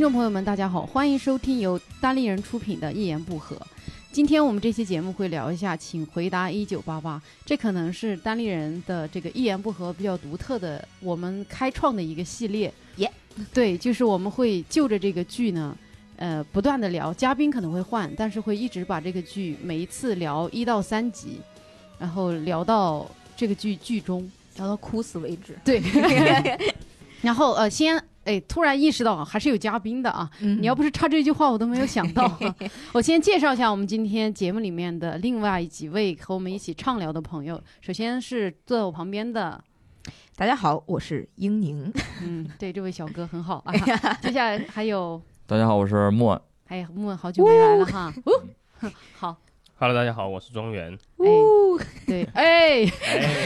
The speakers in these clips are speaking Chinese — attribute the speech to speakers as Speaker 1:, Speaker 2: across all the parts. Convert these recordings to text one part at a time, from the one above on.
Speaker 1: 众朋友们，大家好，欢迎收听由单立人出品的《一言不合》。今天我们这期节目会聊一下《请回答一九八八》，这可能是单立人的这个一言不合比较独特的，我们开创的一个系列。
Speaker 2: 耶
Speaker 1: 对，就是我们会就着这个剧呢，呃，不断的聊，嘉宾可能会换，但是会一直把这个剧每一次聊一到三集，然后聊到这个剧剧中。
Speaker 2: 聊到哭死为止。
Speaker 1: 对，
Speaker 2: 嗯
Speaker 1: 然后呃，先哎，突然意识到还是有嘉宾的啊！
Speaker 2: 嗯
Speaker 1: 你要不是插这句话，我都没有想到。啊我先介绍一下我们今天节目里面的另外几位和我们一起畅聊的朋友。首先是坐在我旁边的，
Speaker 2: 大家好，我是英宁，
Speaker 1: 嗯，对，这位小哥很好啊。
Speaker 2: 哎
Speaker 1: 接下来还有，
Speaker 3: 大家好，我是莫。
Speaker 1: 哎呀，木木好久没来了哈。好，
Speaker 4: Hello，大家好，我是庄园。
Speaker 2: 呜，
Speaker 1: 对，哎，
Speaker 4: 哎，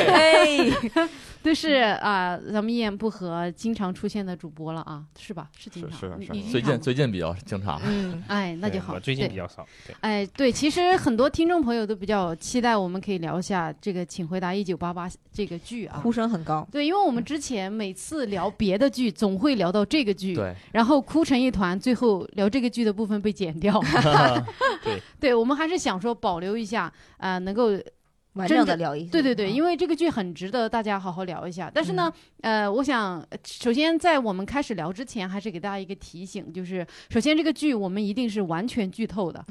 Speaker 2: 哎，
Speaker 1: 这是啊、咱们一言不合经常出现的主播了啊，是吧？是经常，你你经
Speaker 3: 啊最
Speaker 1: 常
Speaker 3: 近最近比较经常，
Speaker 2: 嗯，
Speaker 1: 哎，那
Speaker 4: 对
Speaker 1: 就好。
Speaker 4: 我最近
Speaker 1: 对
Speaker 4: 比较少，对，
Speaker 1: 哎，对，其实很多听众朋友都比较期待，我们可以聊一下这个《请回答一九八八》这个剧啊
Speaker 2: 哭。声很高，
Speaker 1: 对，因为我们之前每次聊别的剧，总会聊到这个剧，
Speaker 3: 对，
Speaker 1: 然后哭成一团，最后聊这个剧的部分被剪掉。
Speaker 4: 对，
Speaker 1: 我们还是想说保留一下，啊，能够，
Speaker 2: 完
Speaker 1: 真
Speaker 2: 整
Speaker 1: 的
Speaker 2: 的聊一下。嗯
Speaker 1: 对对对，因
Speaker 2: 为
Speaker 1: 为这个剧很值得大家好好聊一下。但是呢，呃，我想呃首先在我们开始聊之前，还是给大家一个提醒，就是首先这个剧我们一定是完全剧透 的，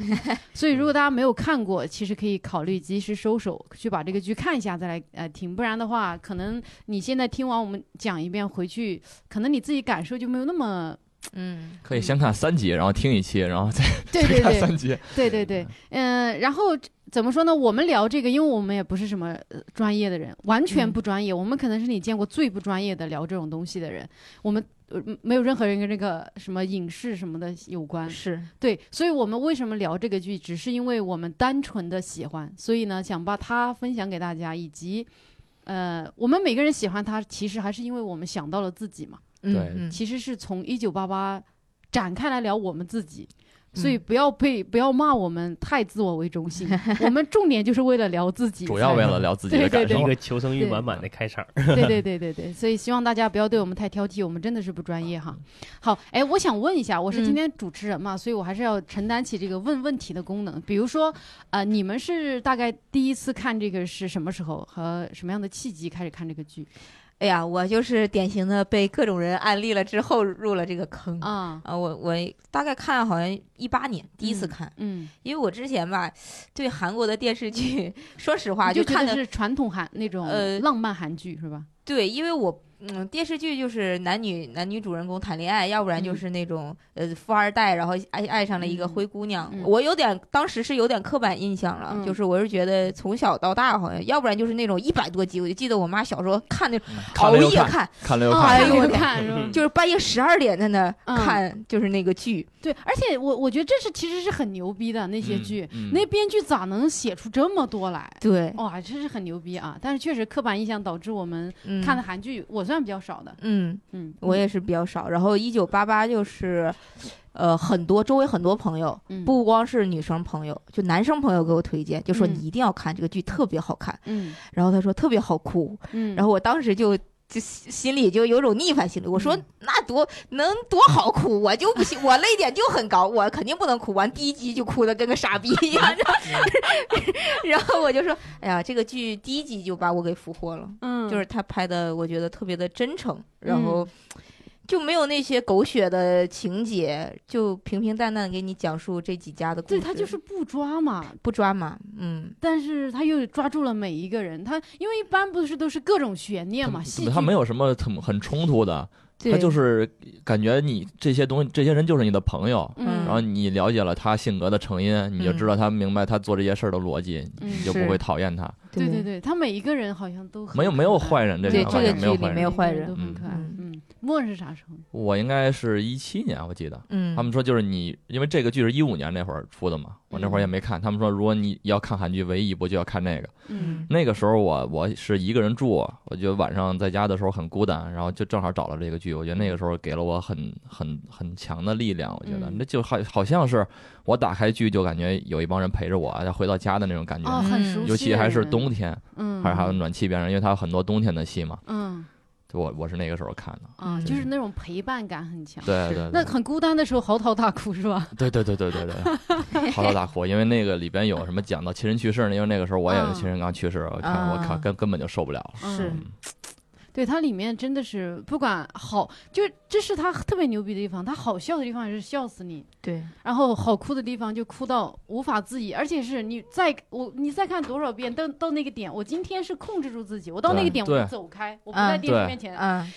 Speaker 1: 所以如果大家没有看过，其实可以考虑及时收手，去把这个剧看一下再来呃听，不然的话，可能你现在听完我们讲一遍回去，可能你自己感受就没有那么
Speaker 2: 嗯，
Speaker 3: 可以先看三集，然后听一期，然后再
Speaker 1: 对对
Speaker 3: 看
Speaker 1: 对
Speaker 3: 三集。
Speaker 1: 对对对，嗯、然后怎么说呢？我们聊这个，因为我们也不是什么呃专业的人，完全
Speaker 2: 嗯
Speaker 1: 不专业，我们可能是你见过最不专业的聊这种东西的人，我们。呃没有任何人跟这个什么影视什么的有关，
Speaker 2: 是
Speaker 1: 对，所以我们为什么聊这个剧，只是因为我们单纯的喜欢，所以呢，想把它分享给大家，以及，呃，我们每个人喜欢它，其实还是因为我们想到了自己嘛，
Speaker 2: 嗯
Speaker 3: 对
Speaker 2: 嗯
Speaker 1: 其实是从一九八八展开来聊我们自己，
Speaker 2: 嗯
Speaker 1: 所以不要被不要骂我们太自我为中心， 我们重点就是为了聊自己才，
Speaker 3: 主要为了聊自己
Speaker 1: 对
Speaker 3: 的感
Speaker 1: 对
Speaker 3: 受
Speaker 4: 一。个求生欲满满的开场。
Speaker 1: 对对对对 对，所以希望大家不要对我们太挑剔，我们真的是不专业哈。
Speaker 3: 嗯
Speaker 1: 好，哎，我想问一下，我是今
Speaker 2: 嗯
Speaker 1: 天主持人嘛，所以我还是要承担起这个问问题的功能。比如说，呃，你们是大概第一次看这个是什么时候和什么样的契机开始看这个剧
Speaker 2: 哎呀，我就是典型的被各种人安利了之后入了这个坑。
Speaker 1: 啊？
Speaker 2: 啊，我我大概看好像一八年第一次看，
Speaker 1: 嗯，
Speaker 2: 因为我之前吧对韩国的电视剧，说实话
Speaker 1: 你就
Speaker 2: 就
Speaker 1: 觉
Speaker 2: 看
Speaker 1: 得
Speaker 2: 的
Speaker 1: 是传统韩那种
Speaker 2: 呃
Speaker 1: 浪漫韩剧是吧？
Speaker 2: 对，因为我嗯，电视剧就是男女男女主人公谈恋爱，要不然就是那种、呃富二代，然后爱爱上了一个灰姑娘。
Speaker 1: 嗯嗯
Speaker 2: 我有点当时是有点刻板印象了，
Speaker 1: 嗯
Speaker 2: 就是我是觉得从小到大好像，要不然就是那种一百多集，我就记得我妈小时候看那种
Speaker 3: 嗯
Speaker 2: 熬
Speaker 3: 了又
Speaker 2: 夜
Speaker 3: 看，看了又
Speaker 1: 啊
Speaker 3: 看，
Speaker 2: 哎呦我
Speaker 1: 有
Speaker 2: 的
Speaker 1: 看是吧？
Speaker 3: 嗯
Speaker 2: 就是半夜十二点在那
Speaker 1: 嗯
Speaker 2: 看，就是那个剧。
Speaker 1: 对，而且我我觉得这是其实是很牛逼的那些剧，
Speaker 3: 嗯嗯
Speaker 1: 那编剧咋能写出这么多来？
Speaker 2: 对，
Speaker 1: 哇，这是很牛逼啊！但是确实刻板印象导致我们
Speaker 2: 嗯、
Speaker 1: 看的韩剧，我算比较少的。
Speaker 2: 嗯。
Speaker 1: 嗯，
Speaker 2: 我也是比较少。然后一九八八就是，呃，很多周围很多朋友，
Speaker 1: 嗯
Speaker 2: 不光是女生朋友，就男生朋友给我推荐，就说
Speaker 1: 嗯
Speaker 2: 你一定要看这个剧，特别好看。
Speaker 1: 嗯
Speaker 2: 然后他说特别好哭，
Speaker 1: 嗯，
Speaker 2: 然
Speaker 1: 后
Speaker 2: 后我当时就。就心心里就有种逆反心理，我说
Speaker 1: 嗯
Speaker 2: 那多能多好哭，我就不行，我泪点就很高，我肯定不能哭完第一集就哭的跟个傻逼一样，然后 然后我就说，哎呀，这个剧第一集就把我给俘获了。
Speaker 1: 嗯
Speaker 2: 就是他拍的，我觉得特别的真诚，然
Speaker 1: 嗯
Speaker 2: 后就没有那些狗血的情节，就平平淡淡给你讲述这几家的故
Speaker 1: 对
Speaker 2: 事。
Speaker 1: 他就是不抓嘛，
Speaker 2: 不抓嘛，嗯，
Speaker 1: 但是他又抓住了每一个人。他因为一般不是都是各种悬念嘛，戏剧
Speaker 3: 他没有什么很很冲突的，
Speaker 2: 对，
Speaker 3: 他就是感觉你这些东西，这些人就是你的朋友。
Speaker 1: 嗯，
Speaker 3: 然后你了解了他性格的成因，你就知道他明白他做这些事儿的逻辑，
Speaker 1: 嗯
Speaker 3: 你就不
Speaker 2: 是
Speaker 3: 会讨厌他。
Speaker 1: 对对
Speaker 2: 对，
Speaker 1: 对，他每一个人好像都很
Speaker 3: 没有没有坏人
Speaker 1: 可
Speaker 3: 这
Speaker 1: 爱
Speaker 2: 对
Speaker 3: 个
Speaker 2: 这
Speaker 3: 好
Speaker 2: 个
Speaker 3: 像
Speaker 2: 剧
Speaker 3: 没有
Speaker 2: 里
Speaker 3: 坏
Speaker 2: 没有
Speaker 3: 人。
Speaker 2: 坏
Speaker 1: 每个
Speaker 2: 人
Speaker 1: 都很可爱。
Speaker 2: 嗯
Speaker 1: 嗯，莫是啥时候？
Speaker 3: 我应该是一七年，我记得。
Speaker 2: 嗯，
Speaker 3: 他们说就是你，因为这个剧是一五年那会儿出的嘛，我
Speaker 1: 嗯
Speaker 3: 那会儿也没看。他们说如果你要看韩剧，唯一一部就要看那个。
Speaker 1: 嗯
Speaker 3: 那个时候我我是一个人住，啊我觉得晚上在家的时候很孤单，然后就正好找了这个剧。我觉得那个时候给了我很很很强的力量。我觉得
Speaker 1: 嗯
Speaker 3: 那就好好像是我打开剧就感觉有一帮人陪着我，要回到家的那种感
Speaker 1: 哦，
Speaker 3: 觉。
Speaker 1: 很熟悉，
Speaker 3: 尤其还是，冬天，
Speaker 1: 嗯，
Speaker 3: 还是还有暖气边上，因为它有很多冬天的戏嘛。
Speaker 1: 嗯
Speaker 3: 就我我是那个时候看的，
Speaker 1: 啊，
Speaker 2: 嗯
Speaker 1: 就是那种陪伴感很强。
Speaker 3: 对
Speaker 2: 是
Speaker 3: 对，
Speaker 1: 那
Speaker 3: 对
Speaker 1: 很孤单的时候嚎啕大哭是吧？
Speaker 3: 对对对对对 对，嚎啕大哭，因为那个里边有什么讲到亲人去世呢，因为那个时候我也
Speaker 1: 嗯
Speaker 3: 是亲人刚去世，我看我靠
Speaker 2: 嗯
Speaker 3: 根根本就受不了了。
Speaker 1: 是
Speaker 3: 嗯
Speaker 1: 对，它里面真的是不管好，就是这是它特别牛逼的地方，它好笑的地方也是笑死你，
Speaker 2: 对，
Speaker 1: 然后好哭的地方就哭到无法自已，而且是你再我你再看多少遍， 到到那个点，我今天是控制住自己，我到那个
Speaker 3: 对
Speaker 1: 点我
Speaker 3: 对
Speaker 1: 就走开，我不在
Speaker 2: 嗯
Speaker 1: 电视
Speaker 3: 对
Speaker 1: 面前，
Speaker 2: 嗯，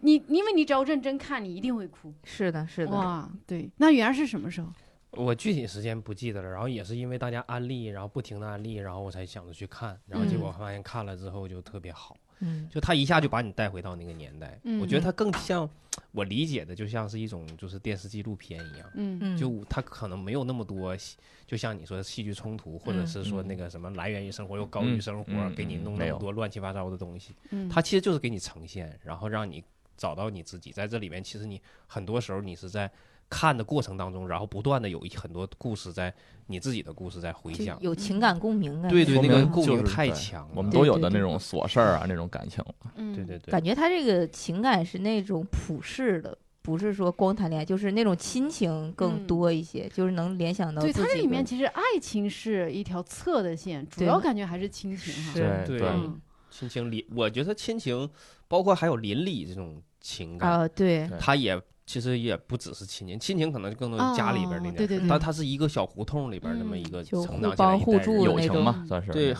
Speaker 1: 你因为你只要认真看，你一定会哭。
Speaker 2: 是的，是的，
Speaker 1: 哇，对，那原来是什么时候？
Speaker 4: 我具体时间不记得了，然后也是因为大家安利，然后不停的安利，然后我才想着去看，然后结
Speaker 1: 嗯
Speaker 4: 果发现看了之后就特别好，
Speaker 2: 嗯，
Speaker 4: 就他一下就把你带回到那个年代。
Speaker 1: 嗯
Speaker 4: 我觉得他更像我理解的，就像是一种就是电视纪录片一样。
Speaker 1: 嗯
Speaker 2: 嗯
Speaker 4: 就他可能没有那么多戏，就像你说的戏剧冲突，或者
Speaker 1: 嗯
Speaker 4: 是说那个什么来源于生活又高于
Speaker 3: 嗯
Speaker 4: 生活，
Speaker 3: 嗯
Speaker 4: 给你
Speaker 3: 嗯
Speaker 4: 弄
Speaker 3: 没
Speaker 4: 那么
Speaker 3: 有
Speaker 4: 多乱七八糟的东西。
Speaker 1: 嗯，
Speaker 4: 它其实就是给你呈现，然后让你找到你自己。在这里面，其实你很多时候你是在看的过程当中，然后不断的有一很多故事在你自己的故事在回
Speaker 2: 就
Speaker 4: 响。
Speaker 1: 嗯
Speaker 2: 有情感共鸣啊，
Speaker 4: 对对，
Speaker 3: 说
Speaker 4: 那个
Speaker 3: 明
Speaker 4: 共
Speaker 3: 就是
Speaker 4: 鸣太
Speaker 3: 对
Speaker 4: 强了。
Speaker 3: 我们
Speaker 2: 对
Speaker 3: 都
Speaker 2: 对
Speaker 3: 有的
Speaker 2: 对
Speaker 3: 那种琐事儿啊，那种感情，
Speaker 1: 嗯
Speaker 4: 对对对，
Speaker 2: 感觉他这个情感是那种普世的，不是说光谈恋爱，就是那种亲情更
Speaker 1: 嗯
Speaker 2: 多一些，就是能联想到
Speaker 1: 对，
Speaker 2: 自
Speaker 1: 它这
Speaker 2: 己
Speaker 1: 里面
Speaker 2: 的。
Speaker 1: 其实爱情是一条侧的线，主
Speaker 2: 对
Speaker 1: 要感觉还是亲情哈。
Speaker 2: 是
Speaker 4: 对
Speaker 3: 对，
Speaker 1: 嗯
Speaker 4: 亲情邻，我觉得亲情包括还有邻里这种情感，
Speaker 2: 啊，对，
Speaker 3: 对
Speaker 4: 它也其实也不只是亲情，亲情可能更多是家里边儿那
Speaker 1: 哦
Speaker 4: 点
Speaker 1: 对
Speaker 4: 事儿，
Speaker 1: 对
Speaker 2: 对嗯
Speaker 4: 但它是一个小胡同里边儿那么
Speaker 1: 嗯
Speaker 4: 一个
Speaker 2: 就
Speaker 4: 成
Speaker 2: 互
Speaker 4: 长起来
Speaker 2: 帮
Speaker 4: 一
Speaker 2: 互
Speaker 4: 代人
Speaker 2: 助
Speaker 3: 友
Speaker 2: 那
Speaker 3: 情
Speaker 2: 种
Speaker 3: 嘛，算是
Speaker 4: 对，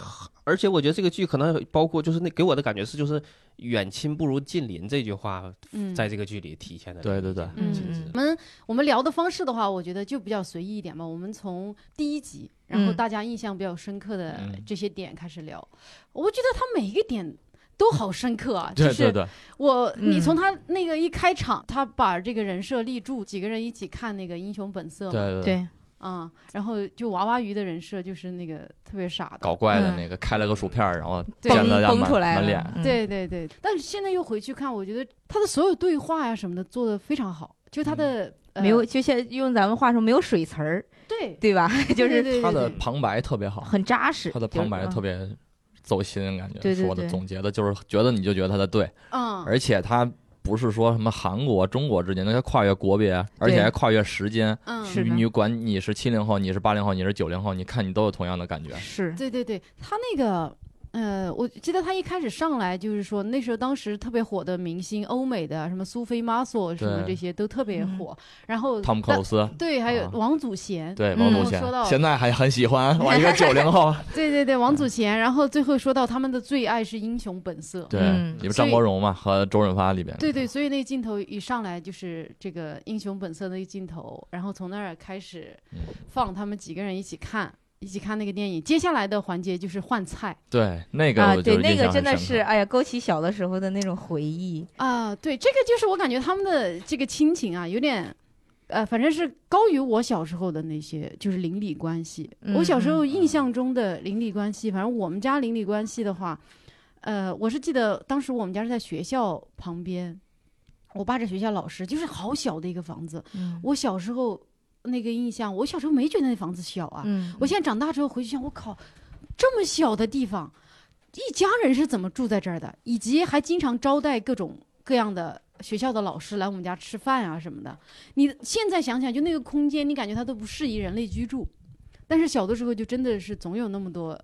Speaker 4: 而且我觉得这个剧可能包括就是那给我的感觉是就是远亲不如近邻这句话
Speaker 1: 嗯，
Speaker 4: 在这个剧里体现的。
Speaker 3: 对对对
Speaker 1: 嗯
Speaker 4: 其实
Speaker 1: 我们我们聊的方式的话，我觉得就比较随意一点吧。我们从第一集，然后
Speaker 2: 嗯
Speaker 1: 大家印象比较深刻的
Speaker 3: 嗯
Speaker 1: 这些点开始聊，我觉得他每一个点。都好深刻 啊！就
Speaker 3: 对对
Speaker 1: 是
Speaker 3: 对，
Speaker 1: 我，你
Speaker 2: 嗯
Speaker 1: 从他那个一开场，他把这个人设立住，几个人一起看那个《英雄本色》嘛，
Speaker 3: 对，
Speaker 2: 对，
Speaker 1: 啊，然后就娃娃鱼的人设就是那个特别傻的，
Speaker 3: 搞怪的
Speaker 2: 嗯
Speaker 3: 那个开了个薯片儿，然后
Speaker 1: 对
Speaker 3: 溅了
Speaker 2: 崩
Speaker 3: 大家
Speaker 2: 崩
Speaker 3: 满
Speaker 2: 出来
Speaker 3: 满
Speaker 2: 了
Speaker 3: 脸，，
Speaker 2: 嗯，
Speaker 1: 对对对，但是现在又回去看，我觉得他的所有对话呀什么的做的非常好，就他的、呃
Speaker 2: 嗯没有，就像用咱们话说，没有水词儿，
Speaker 1: 对，
Speaker 2: 对吧？
Speaker 1: 对
Speaker 2: 就
Speaker 1: 对
Speaker 2: 是
Speaker 1: 对
Speaker 3: 他的
Speaker 1: 对
Speaker 3: 旁白特别好，
Speaker 2: 很扎实，
Speaker 3: 他的
Speaker 2: 就是嗯
Speaker 3: 旁白特，别走心，感觉
Speaker 2: 对对
Speaker 3: 说的
Speaker 2: 对
Speaker 3: 总结的就是觉得你就觉得他的对，
Speaker 2: 啊
Speaker 1: 嗯，
Speaker 3: 而且他不是说什么韩国、中国之间，那他跨越国别，而且还跨越时间。
Speaker 1: 嗯
Speaker 2: 是
Speaker 3: 你
Speaker 2: 的
Speaker 3: 你管你是七零后，你是八零后，你是九零后，你看你都有同样的感觉
Speaker 2: 嗯。是，
Speaker 1: 对对对，他那个。呃，我记得他一开始上来就是说，那时候当时特别火的明星，欧美的什么苏菲玛索什么
Speaker 3: 对
Speaker 1: 这些都特别
Speaker 2: 嗯
Speaker 1: 火。然后
Speaker 3: 汤姆克
Speaker 1: 但
Speaker 3: 鲁斯，
Speaker 1: 对，还有
Speaker 3: 啊
Speaker 1: 王祖贤，
Speaker 3: 对
Speaker 2: 嗯
Speaker 3: 王祖
Speaker 1: 我
Speaker 3: 贤
Speaker 1: 说到，
Speaker 3: 啊现在还很喜欢。我一个九 零后，
Speaker 1: 对对对，王
Speaker 2: 嗯
Speaker 1: 祖贤。然后最后说到他们的最爱是《英雄本色》，
Speaker 3: 对，
Speaker 2: 嗯
Speaker 3: 里面张国荣嘛和周润发里边，
Speaker 1: 对对，所以那镜头一上来就是这个英雄本色的一镜头，然后从那儿开始
Speaker 3: 嗯
Speaker 1: 放他们几个人一起看，一起看那个电影。接下来的环节就是换菜
Speaker 3: 对那个
Speaker 2: 啊，
Speaker 3: 我
Speaker 2: 对，
Speaker 3: 就
Speaker 2: 那
Speaker 3: 印
Speaker 2: 个
Speaker 3: 象
Speaker 2: 真
Speaker 3: 很
Speaker 2: 的
Speaker 3: 深
Speaker 2: 是，
Speaker 3: 刻
Speaker 2: 哎呀，勾起小的时候的那种回忆，
Speaker 1: 啊、对，这个就是我感觉他们的这个亲情啊，有点。呃，反正是高于我小时候的那些，就是邻里关系。我小时候印象中的邻里关系，反正我们家邻里关系的话，呃，我是记得当时我们家是在学校旁边，我爸是学校老师，就是好小的一个房子，
Speaker 2: 嗯
Speaker 1: 我小时候那个印象，我小时候没觉得那房子小啊。
Speaker 2: 嗯，
Speaker 1: 我现在长大之后回去想，我靠，这么小的地方，一家人是怎么住在这儿的？以及还经常招待各种各样的学校的老师来我们家吃饭啊什么的。你现在想想，就那个空间，你感觉它都不适宜人类居住。但是小的时候就真的是总有那么多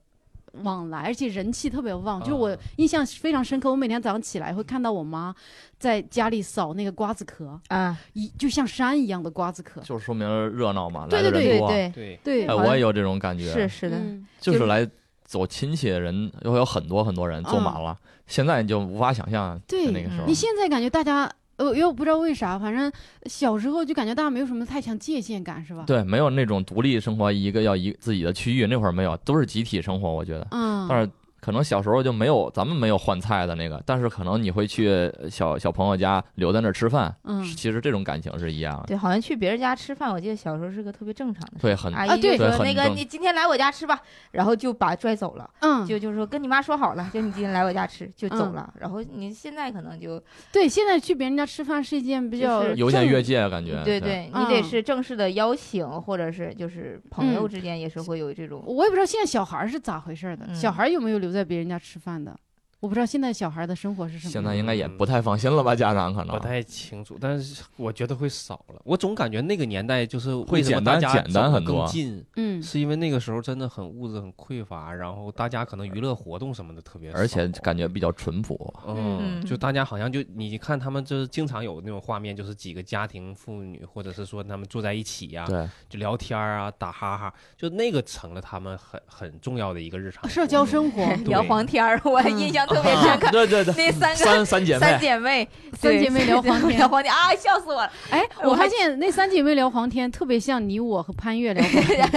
Speaker 1: 往来，而且人气特别旺。就是我
Speaker 4: 啊
Speaker 1: 印象非常深刻，我每天早上起来会看到我妈在家里扫那个瓜子壳。
Speaker 2: 啊，
Speaker 1: 一就像山一样的瓜子壳。
Speaker 3: 就是说明热闹嘛，
Speaker 1: 对
Speaker 3: 来的
Speaker 1: 对
Speaker 2: 对
Speaker 3: 人多。
Speaker 2: 对，
Speaker 4: 对，
Speaker 1: 对
Speaker 3: 哎，
Speaker 2: 好
Speaker 3: 我
Speaker 2: 像
Speaker 3: 也有这种感觉，
Speaker 2: 是是的，
Speaker 1: 嗯
Speaker 3: 就是来走亲戚的人，又有很多很多人
Speaker 2: 嗯
Speaker 3: 坐满了，现在你就无法想象，
Speaker 1: 对
Speaker 3: 就那个时候
Speaker 1: 你，现在感觉大家，呃，又不知道为啥，反正小时候就感觉大家没有什么太强界限感，是吧？
Speaker 3: 对，没有那种独立生活，一个要一自己的区域，那会儿没有，都是集体生活，我觉得，
Speaker 1: 嗯，
Speaker 3: 但是。可能小时候就没有，咱们没有换菜的那个，但是可能你会去小小朋友家留在那儿吃饭，
Speaker 1: 嗯
Speaker 3: 其实这种感情是一样的，
Speaker 2: 对，好像去别人家吃饭，我记得小时候是个特别正常的事。
Speaker 3: 对，很
Speaker 2: 阿
Speaker 1: 啊
Speaker 2: 姨就
Speaker 1: 对
Speaker 2: 说
Speaker 3: 对很
Speaker 2: 那个
Speaker 3: 正
Speaker 2: 你今天来我家吃吧，然后就把拽走了，
Speaker 1: 嗯，
Speaker 2: 就就是说跟你妈说好了，就你今天来我家吃就走了。然后你现在可能就
Speaker 1: 对，现在去别人家吃饭是一件比较
Speaker 2: 就是
Speaker 3: 有点
Speaker 1: 正
Speaker 3: 越界感觉，
Speaker 2: 对对，
Speaker 3: 对，
Speaker 2: 你得
Speaker 1: 嗯
Speaker 2: 是正式的邀请，或者是就是朋友
Speaker 1: 嗯
Speaker 2: 之间也是会有这种
Speaker 1: 我也不知道现在小孩儿是咋回事儿的，
Speaker 2: 嗯
Speaker 1: 小孩儿有没有留在别人家吃饭的？我不知道现在小孩的生活是什么样。
Speaker 3: 现在应该也不太放心了吧？家长可能
Speaker 4: 嗯不太清楚，但是我觉得会少了。我总感觉那个年代就是
Speaker 3: 会
Speaker 4: 为什么
Speaker 3: 简
Speaker 4: 大
Speaker 3: 单
Speaker 4: 家
Speaker 3: 简单
Speaker 4: 走得
Speaker 3: 很多
Speaker 4: 更近，
Speaker 1: 嗯，
Speaker 4: 是因为那个时候真的很物质很匮乏，然后大家可能娱乐活动什么的特别少，
Speaker 3: 而且感觉比较淳朴。
Speaker 4: 嗯，
Speaker 2: 嗯
Speaker 4: 就大家好像就你看他们就是经常有那种画面，就是几个家庭妇女或者是说他们坐在一起呀、
Speaker 3: 对，
Speaker 4: 就聊天儿啊，打哈哈，就那个成了他们很很重要的一个日常
Speaker 1: 啊社交生
Speaker 4: 活。
Speaker 1: 活，
Speaker 3: 嗯
Speaker 2: 聊黄天儿，我
Speaker 1: 嗯
Speaker 2: 印象特别深刻。
Speaker 3: 啊对对对，
Speaker 2: 那三个
Speaker 3: 三啊三姐妹
Speaker 2: 三，姐妹，
Speaker 1: 三姐妹聊黄天
Speaker 2: 聊黄天啊，笑死我 了！
Speaker 1: 哎，
Speaker 2: 我
Speaker 1: 我发
Speaker 2: 还
Speaker 1: 现那三姐妹聊黄天特别像你我和潘 越聊黄天，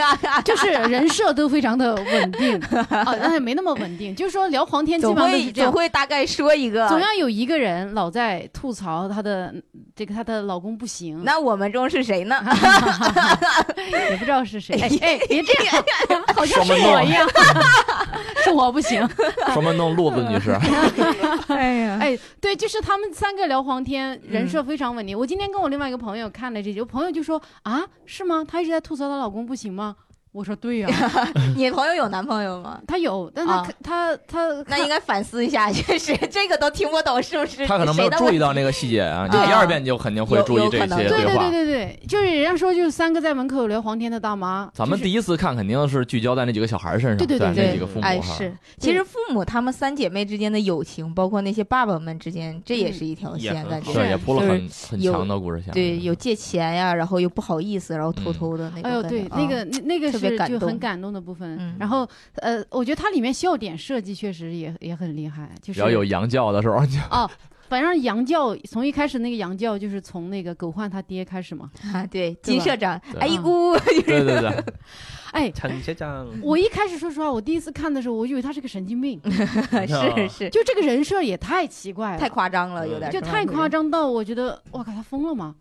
Speaker 1: 就是人设都非常的稳 定啊，但是没那么稳定。就是说聊黄天基
Speaker 2: 总
Speaker 1: 本上都是
Speaker 2: 会
Speaker 1: 这样
Speaker 2: 总，会大概说一个。
Speaker 1: 总要有一个人老在吐槽她的嗯这个她的老公不行，
Speaker 2: 那我们中是谁呢？
Speaker 1: 也不知道是谁。哎，哎别这样， 好像是
Speaker 3: 双门
Speaker 1: 我
Speaker 3: 洞
Speaker 1: 一样， 是我不行。
Speaker 3: 双门洞路子女士，
Speaker 2: 哎呀，
Speaker 1: 哎，对，就是他们三个聊黄天，人
Speaker 2: 嗯
Speaker 1: 设非常稳定。我今天跟我另外一个朋友看了这集，我朋友就说啊，是吗？她一直在吐槽她老公不行吗？我说对呀、
Speaker 2: 你朋友有男朋友 吗？
Speaker 1: 她有，但她
Speaker 2: 啊
Speaker 1: 她她
Speaker 2: 那应该反思一下，确实这个都听不懂，是不是？
Speaker 3: 她可能没
Speaker 2: 谁
Speaker 3: 有
Speaker 2: 的
Speaker 3: 注
Speaker 2: 问
Speaker 3: 意
Speaker 2: 题
Speaker 3: 到那个细节啊。你
Speaker 2: 对
Speaker 3: 第二遍就肯定会
Speaker 2: 有
Speaker 3: 注意
Speaker 2: 有
Speaker 3: 这
Speaker 2: 可
Speaker 3: 些
Speaker 2: 能
Speaker 1: 对
Speaker 3: 话
Speaker 1: 对。对对，就是人家说就是三个在门口聊黄天的大妈，
Speaker 3: 咱们
Speaker 1: 就是
Speaker 3: 第一次看肯定是聚焦在那几个小孩身上，
Speaker 1: 对对对
Speaker 3: 那
Speaker 2: 对
Speaker 3: 几个父母
Speaker 2: 哎，
Speaker 3: 哈。
Speaker 2: 是，其实父母他们三姐妹之间的友情，包括那些爸爸们之间，这也
Speaker 1: 嗯
Speaker 2: 是一条
Speaker 4: 也
Speaker 2: 线，
Speaker 4: 很
Speaker 2: 感觉
Speaker 4: 好
Speaker 3: 对，
Speaker 1: 是
Speaker 3: 也铺了
Speaker 2: 就是
Speaker 3: 很很
Speaker 2: 有
Speaker 3: 强的故事线。
Speaker 2: 对，有借钱呀，然后又不好意思，然后偷
Speaker 3: 嗯
Speaker 2: 偷的那种
Speaker 1: 哎呦，
Speaker 2: 感
Speaker 1: 对
Speaker 2: 觉，啊
Speaker 1: 那个那那个
Speaker 2: 特别
Speaker 1: 是
Speaker 2: 感
Speaker 1: 就很
Speaker 2: 动
Speaker 1: 感动的部分。
Speaker 2: 嗯
Speaker 1: 然后呃，我觉得它里面笑点设计确实也也很厉害，就是
Speaker 3: 只要有洋教的时候， 就
Speaker 1: 哦。反正杨教从一开始那个杨教就是从那个狗焕他爹开始嘛。
Speaker 2: 啊，对，金
Speaker 1: 吧
Speaker 2: 社长，
Speaker 3: 对啊
Speaker 2: 哎呜，
Speaker 3: 对对对，
Speaker 1: 哎，
Speaker 4: 陈学长，
Speaker 1: 我一开始说实话，我第一次看的时候，我以为他是个神经 病，
Speaker 2: 是是，
Speaker 1: 就这个人设也太奇怪了，
Speaker 2: 太夸张了，有
Speaker 4: 嗯
Speaker 2: 点
Speaker 1: 就太夸，张到我觉得，我靠，他疯了吗？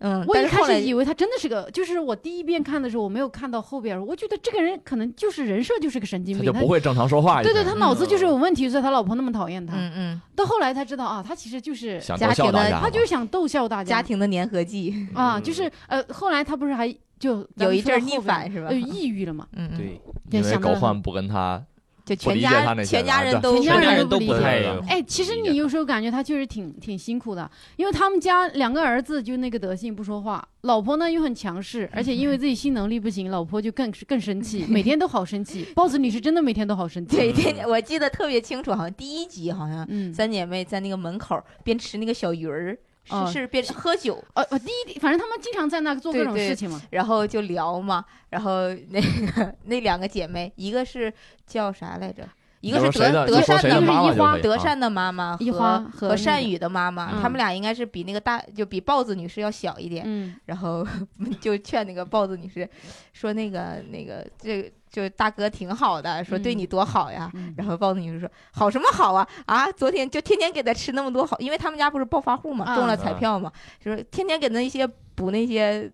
Speaker 2: 嗯，
Speaker 1: 我
Speaker 2: 但
Speaker 1: 一
Speaker 2: 是
Speaker 1: 开
Speaker 2: 后来
Speaker 1: 始以为他真的是个，就是我第一遍看的时候，我没有看到后边儿，我觉得这个人可能就是人设就是个神经
Speaker 3: 他
Speaker 1: 病，
Speaker 3: 就不会嗯正常说话。
Speaker 1: 对对，他
Speaker 3: 就
Speaker 1: 脑子就是有问题，所以他老婆那么讨厌他。
Speaker 2: 嗯嗯，
Speaker 1: 到后来才知道啊，他其实就是
Speaker 3: 想
Speaker 2: 家
Speaker 3: 逗笑
Speaker 2: 庭的
Speaker 3: 大家嘛，嗯
Speaker 1: 他就是想逗笑大家
Speaker 2: 家庭的粘合剂，
Speaker 1: 啊，就是呃，后来他不是还就咱
Speaker 2: 有
Speaker 1: 们
Speaker 2: 一
Speaker 1: 说
Speaker 2: 阵儿
Speaker 1: 到
Speaker 2: 逆
Speaker 1: 后边
Speaker 2: 反是吧
Speaker 1: 呃，？抑郁了嘛，
Speaker 2: 嗯，嗯，
Speaker 4: 对，
Speaker 3: 因
Speaker 1: 对
Speaker 3: 为
Speaker 1: 想到
Speaker 3: 狗
Speaker 1: 他
Speaker 3: 焕不跟他，
Speaker 2: 就
Speaker 3: 不
Speaker 2: 全
Speaker 3: 理解他
Speaker 2: 家
Speaker 3: 那些
Speaker 2: 全家
Speaker 3: 人
Speaker 2: 人
Speaker 3: 对
Speaker 2: 都
Speaker 1: 全家
Speaker 4: 全家
Speaker 1: 人
Speaker 4: 人
Speaker 1: 都
Speaker 4: 都
Speaker 1: 不
Speaker 4: 不
Speaker 1: 理
Speaker 4: 太
Speaker 3: 解他
Speaker 1: 哎，其实
Speaker 4: 理解
Speaker 1: 你有时候感觉他确实挺挺辛苦的，因为他们家两个儿子就那个德性不说话，老婆呢又很强势，而且因为自己性能力不行，老婆就更更生气，每天都好生气。豹子女士真的每天都好生气，
Speaker 3: 嗯
Speaker 2: 对对，我记得特别清楚，好像第一集好像
Speaker 1: 嗯，
Speaker 2: 三姐妹在那个门口边吃那个小鱼儿，
Speaker 1: 哦
Speaker 2: 是是边喝酒，
Speaker 1: 呃呃，第一，反正他们经常在那做各
Speaker 2: 对
Speaker 1: 种
Speaker 2: 对
Speaker 1: 事情嘛，
Speaker 2: 然后就聊嘛，然后那个那两个姐妹，一个是叫啥来着？一个
Speaker 3: 你
Speaker 2: 是
Speaker 3: 说谁
Speaker 2: 德
Speaker 3: 的
Speaker 2: 德
Speaker 3: 你说
Speaker 2: 善
Speaker 3: 谁的
Speaker 1: 就是
Speaker 3: 妈妈
Speaker 1: 一
Speaker 3: 就
Speaker 1: 花
Speaker 3: 可以
Speaker 2: 德
Speaker 3: 啊
Speaker 2: 善的妈妈
Speaker 1: 一
Speaker 2: 和
Speaker 1: 花和
Speaker 2: 和
Speaker 1: 那
Speaker 2: 善
Speaker 1: 个
Speaker 2: 宇的妈妈，
Speaker 1: 嗯
Speaker 2: 她们俩应该是比那个大就比豹子女士要小一点，
Speaker 1: 嗯，
Speaker 2: 然后 就劝那个豹子女士说那个那个这就大哥挺好的，说对
Speaker 1: 嗯
Speaker 2: 你多好呀。
Speaker 1: 嗯
Speaker 2: 然后豹子女士说：“好什么好啊啊！昨天就天天给他吃那么多好，因为他们家不是暴发户嘛，
Speaker 1: 啊
Speaker 2: 中了彩票嘛，就说天天给那些补那些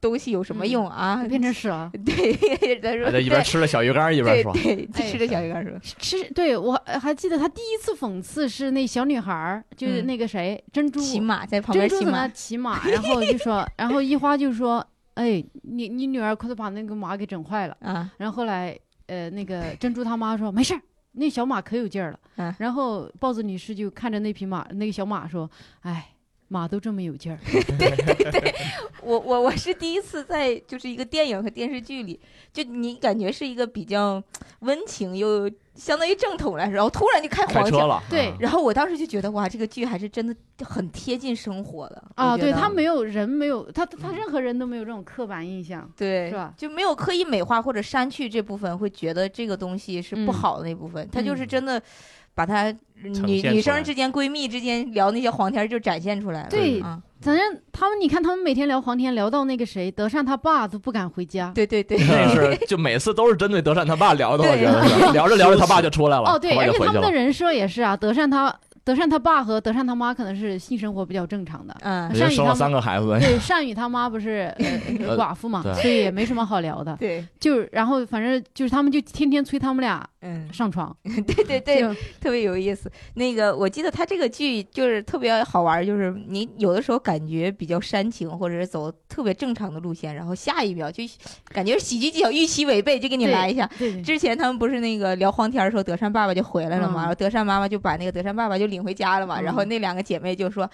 Speaker 2: 东西有什么用啊？
Speaker 1: 嗯变成屎了。
Speaker 2: 对， 他说
Speaker 3: 他就一边吃着小鱼干儿一
Speaker 2: 一
Speaker 3: 边说，
Speaker 2: 对对，
Speaker 1: 哎
Speaker 2: 吃着小鱼干说，
Speaker 1: 吃对我呃还记得他第一次讽刺是那小女孩儿，就是
Speaker 2: 嗯
Speaker 1: 那个谁珍珠
Speaker 2: 骑马在旁
Speaker 1: 珍
Speaker 2: 边
Speaker 1: 珠
Speaker 2: 骑
Speaker 1: 在那
Speaker 2: 马，
Speaker 1: 骑马，然后就说，然后一花就说：“哎，你你女儿快把那个马给整坏了。
Speaker 2: 啊，”
Speaker 1: 然后后来，呃，那个珍珠他妈说：“没事儿，那小马可有劲儿了。
Speaker 2: 嗯
Speaker 1: 然后豹子女士就看着那匹马，那个小马说：“哎，马都这么有 劲儿。
Speaker 2: 我我我是第一次在就是一个电影和电视剧里，就你感觉是一个比较温情又相当于正统来说，然后突然就开
Speaker 3: 开
Speaker 2: 黄
Speaker 3: 车
Speaker 2: 腔。
Speaker 3: 了，
Speaker 1: 对
Speaker 3: 啊
Speaker 2: 然后我当时就觉得哇，这个剧还是真的很贴近生活的”
Speaker 1: 啊，对他
Speaker 2: 他
Speaker 1: 没有人没有他
Speaker 3: 嗯
Speaker 1: 他任何人都没有这种刻板印象。
Speaker 2: 对，
Speaker 1: 是吧
Speaker 2: 就没有刻意美化或者删去这部分，会觉得这个东西是
Speaker 1: 嗯
Speaker 2: 不好的那部分。它就是
Speaker 4: 嗯
Speaker 2: 真的把它
Speaker 4: 呈
Speaker 2: 女
Speaker 4: 现
Speaker 2: 女
Speaker 4: 出来
Speaker 2: 生之间、闺蜜之间聊那些黄天儿就展现出来了。
Speaker 1: 对
Speaker 2: 啊，
Speaker 1: 反正他们，你看他们每天聊黄天，聊到那个谁德善他爸都不敢回家。
Speaker 2: 对对 对，
Speaker 3: 那 是就每次都是针对 德善他爸聊的，我
Speaker 2: 对
Speaker 3: 觉得是聊着聊着他爸就出来了，
Speaker 1: 哦，对，
Speaker 3: 他爸
Speaker 1: 而
Speaker 3: 就
Speaker 1: 且
Speaker 3: 回
Speaker 1: 他
Speaker 3: 去
Speaker 1: 们的
Speaker 3: 了。
Speaker 1: 人设也是啊，德善他德善他爸和德善他妈可能是性生活比较正常 的，
Speaker 2: 嗯，
Speaker 3: 人家
Speaker 1: 善宇
Speaker 3: 生
Speaker 1: 他
Speaker 3: 了
Speaker 1: 们
Speaker 3: 三个孩子，
Speaker 1: 对，善宇他妈不是 呃寡妇嘛，
Speaker 3: 对
Speaker 1: 所以也没什么好聊的。
Speaker 2: 对，
Speaker 1: 就是然后反正就是他们就天天催他们俩
Speaker 2: 嗯，
Speaker 1: 上床，
Speaker 2: 对对对，
Speaker 1: 就
Speaker 2: 特别有意思。那个我记得他这个剧就是特别好玩儿，就是你有的时候感觉比较煽情，或者是走特别正常的路线，然后下一秒就感觉喜剧技巧预期违背，就给你
Speaker 1: 对
Speaker 2: 来一下。
Speaker 1: 对对
Speaker 2: 之前他们不是那个聊荒天儿的时候，德善爸爸就回来了嘛，
Speaker 1: 嗯
Speaker 2: 然后德善妈妈就把那个德善爸爸就领回家了嘛，
Speaker 1: 嗯
Speaker 2: 然后那两个姐妹就说，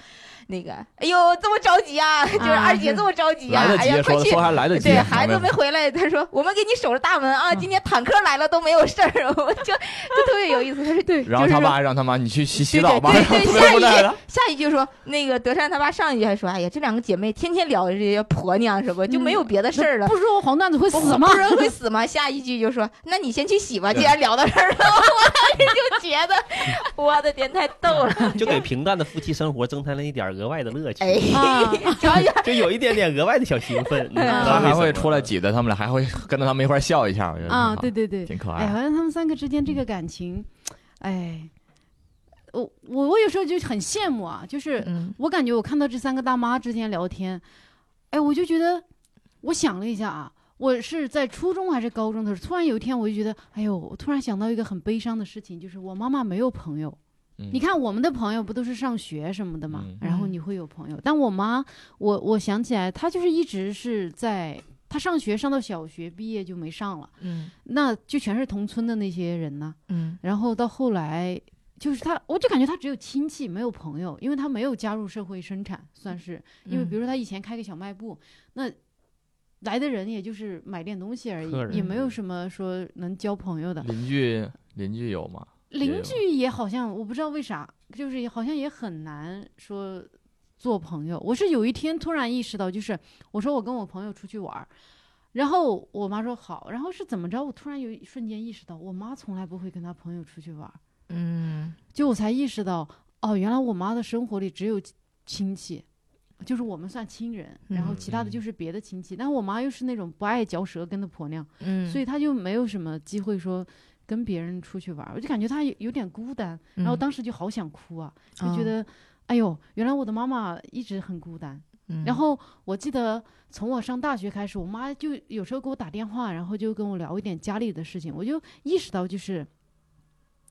Speaker 2: 那个哎呦这么着急 啊，就是二姐
Speaker 1: 是
Speaker 2: 这么着急啊
Speaker 3: 来，得
Speaker 2: 哎呀
Speaker 3: 及，
Speaker 2: 快
Speaker 3: 说
Speaker 2: 去
Speaker 3: 说还来得及，
Speaker 2: 对，
Speaker 3: 啊
Speaker 2: 孩子
Speaker 3: 明白
Speaker 2: 没
Speaker 3: 吗
Speaker 2: 回来，他说我们给你守着大门啊，
Speaker 1: 嗯
Speaker 2: 今天坦克来了都没有事儿，我就就特别有 意思。他说
Speaker 1: 对，
Speaker 3: 然后
Speaker 1: 就是说
Speaker 3: 他爸还让他妈你去洗洗
Speaker 2: 对
Speaker 3: 澡吧，
Speaker 2: 对
Speaker 3: 然
Speaker 2: 对对
Speaker 3: 后 特别
Speaker 2: 下一
Speaker 3: 无奈
Speaker 2: 句
Speaker 3: 的，
Speaker 2: 下一句说那个德善他爸上一句还说，哎呀，这两个姐妹天天聊这些婆娘什么，就没有
Speaker 1: 嗯
Speaker 2: 别的事儿了。
Speaker 1: 不说黄段子会 死 吗
Speaker 2: 不？是会死吗？下一句就说：“那你先去洗吧。”既然聊到这儿了， 我当时就觉得， 我的天，太逗了！
Speaker 5: 就给平淡的夫妻生活增添了一点额外的乐趣，
Speaker 2: 哎，
Speaker 1: 啊，
Speaker 2: 主要是
Speaker 5: 就有一点点额外的小兴奋。你知
Speaker 1: 嗯
Speaker 5: 道
Speaker 3: 他
Speaker 5: 为
Speaker 3: 还
Speaker 5: 什么
Speaker 3: 会
Speaker 5: 吗
Speaker 3: 出来挤兑他们俩，还会 跟着他们一块儿笑一下，我觉得挺
Speaker 1: 啊，
Speaker 3: 好
Speaker 1: 对，对 对，
Speaker 3: 挺可
Speaker 1: 哎，好
Speaker 3: 爱。
Speaker 1: 像他们三个之间这个感情，哎，我我我有时候就很羡慕啊，就是
Speaker 2: 嗯
Speaker 1: 我感觉我看到这三个大妈之间聊天，哎，我就觉得，我想了一下啊，我是在初中还是高中的时候，突然有一天我就觉得，哎呦，我突然想到一个很悲伤的事情，就是我妈妈没有朋友。
Speaker 3: 嗯
Speaker 1: 你看我们的朋友不都是上学什么的嘛，
Speaker 3: 嗯
Speaker 1: 然后你会有朋友。但我妈，我我想起来，她就是一直是在她上学上到小学毕业就没上了，
Speaker 2: 嗯
Speaker 1: 那就全是同村的那些人呐、
Speaker 2: 嗯
Speaker 1: 然后到后来，就是他，我就感觉他只有亲戚，没有朋友，因为他没有加入社会生产，算是。因
Speaker 4: 嗯
Speaker 1: 为比如说他以前开个小卖部，那来的人也就是买点东西而已
Speaker 4: 客，人
Speaker 1: 也没有什么说能交朋友的。
Speaker 3: 邻居邻居有吗？
Speaker 1: 邻居也好像我不知道为啥，就是也好像也很难说做朋友。我是有一天突然意识到，就是我说我跟我朋友出去玩儿，然后我妈说好，然后是怎么着？我突然有一瞬间意识到，我妈从来不会跟她朋友出去玩儿，
Speaker 2: 嗯
Speaker 1: 就我才意识到，哦，原来我妈的生活里只有亲亲戚。就是我们算亲人，然后其
Speaker 3: 嗯
Speaker 1: 他的就是别的亲戚。但我妈又是那种不爱嚼舌根的婆娘，
Speaker 2: 嗯
Speaker 1: 所以她就没有什么机会说跟别人出去玩儿。我就感觉她有有点孤单。
Speaker 2: 嗯
Speaker 1: 然
Speaker 3: 嗯
Speaker 1: 后当时就好想哭啊，就觉
Speaker 3: 哦
Speaker 2: 哦
Speaker 1: 得，哎呦，原来我的妈妈一直很孤单。
Speaker 2: 嗯
Speaker 3: 嗯
Speaker 1: 然后我记得从我上大学开始，我妈就有时候给我打电话，然后就跟我聊一点家里的事情，我就意识到就是。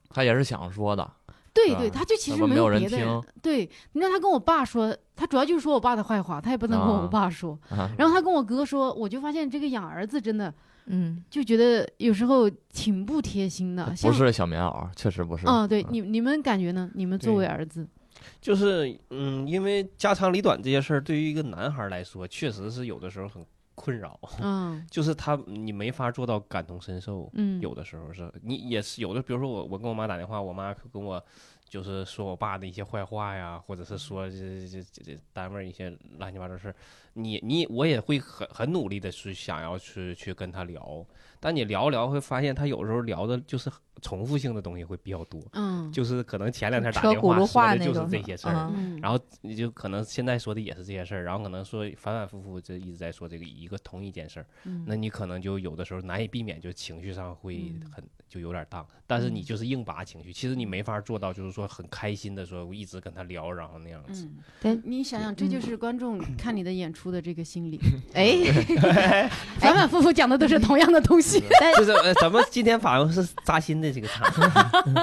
Speaker 3: 他也是想说的，
Speaker 1: 对
Speaker 3: 是
Speaker 1: 对，
Speaker 3: 吧
Speaker 1: 她就其
Speaker 3: 要
Speaker 1: 实
Speaker 3: 不
Speaker 1: 没
Speaker 3: 啊没有人
Speaker 1: 别的
Speaker 3: 听
Speaker 1: 对，你让她跟我爸说，她主要就是说我爸的坏话，她也不能跟我
Speaker 3: 啊
Speaker 1: 爸说。
Speaker 3: 啊
Speaker 1: 然后她跟我哥说，我就发现这个养儿子真的
Speaker 2: 嗯
Speaker 1: 就觉得有时候挺不贴心的。像
Speaker 3: 不是小棉袄，确实不是。
Speaker 1: 啊，对你你们感觉呢？你们作
Speaker 4: 对
Speaker 1: 为儿子，
Speaker 4: 就是嗯，因为家长里短这些事儿，对于一个男孩儿来说，确实是有的时候很困扰，
Speaker 1: 嗯
Speaker 4: 就是他你没法做到感同身受。
Speaker 1: 嗯，
Speaker 4: 有的时候是你也是有的，比如说我我跟我妈打电话，我妈跟我就是说我爸的一些坏话呀，或
Speaker 2: 嗯
Speaker 4: 者是说这这这这单位一些乱七八糟事儿，你你我也会很很努力的去想要去去跟他聊，但你聊聊会发现他有时候聊的就是重复性的东西会比较多，
Speaker 1: 嗯
Speaker 4: 就是可能前两天打
Speaker 2: 车
Speaker 4: 电
Speaker 2: 轱辘
Speaker 4: 说
Speaker 2: 话
Speaker 4: 的
Speaker 2: 那
Speaker 4: 就是
Speaker 2: 种
Speaker 4: 这
Speaker 2: 是
Speaker 4: 些
Speaker 2: 吧
Speaker 4: 事儿
Speaker 2: 嗯。
Speaker 1: 嗯，
Speaker 4: 然后你就可能现在说的也是这些事儿，然后可能说反反复复就一直在说这个一个同一件事儿，
Speaker 1: 嗯
Speaker 4: 那你可能就有的时候难以避免，就情绪上会
Speaker 1: 嗯
Speaker 4: 很就有点荡，但是你
Speaker 1: 嗯
Speaker 4: 就是硬拔情绪，其实你没法做到，就是说很开心的说我一直跟他聊，然后那样子。
Speaker 1: 嗯，
Speaker 2: 但
Speaker 1: 你想想，这就是观众看你的演出的这个心理，
Speaker 2: 哎，
Speaker 1: 反反复复讲的都是同样的东西。
Speaker 4: 就是呃咱们今天反正是扎心的这个场，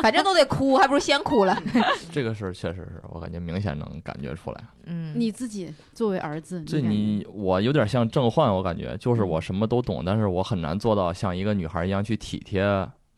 Speaker 2: 反正都得哭，还不如先哭了。
Speaker 3: 这个事儿确实是我感觉明显能感觉出来。
Speaker 2: 嗯
Speaker 1: 你自己作为儿子，
Speaker 3: 这
Speaker 1: 感觉
Speaker 3: 你我有点像郑焕，我感觉
Speaker 1: 嗯
Speaker 3: 就是我什么都懂，但是我很难做到像一个女孩一样去体贴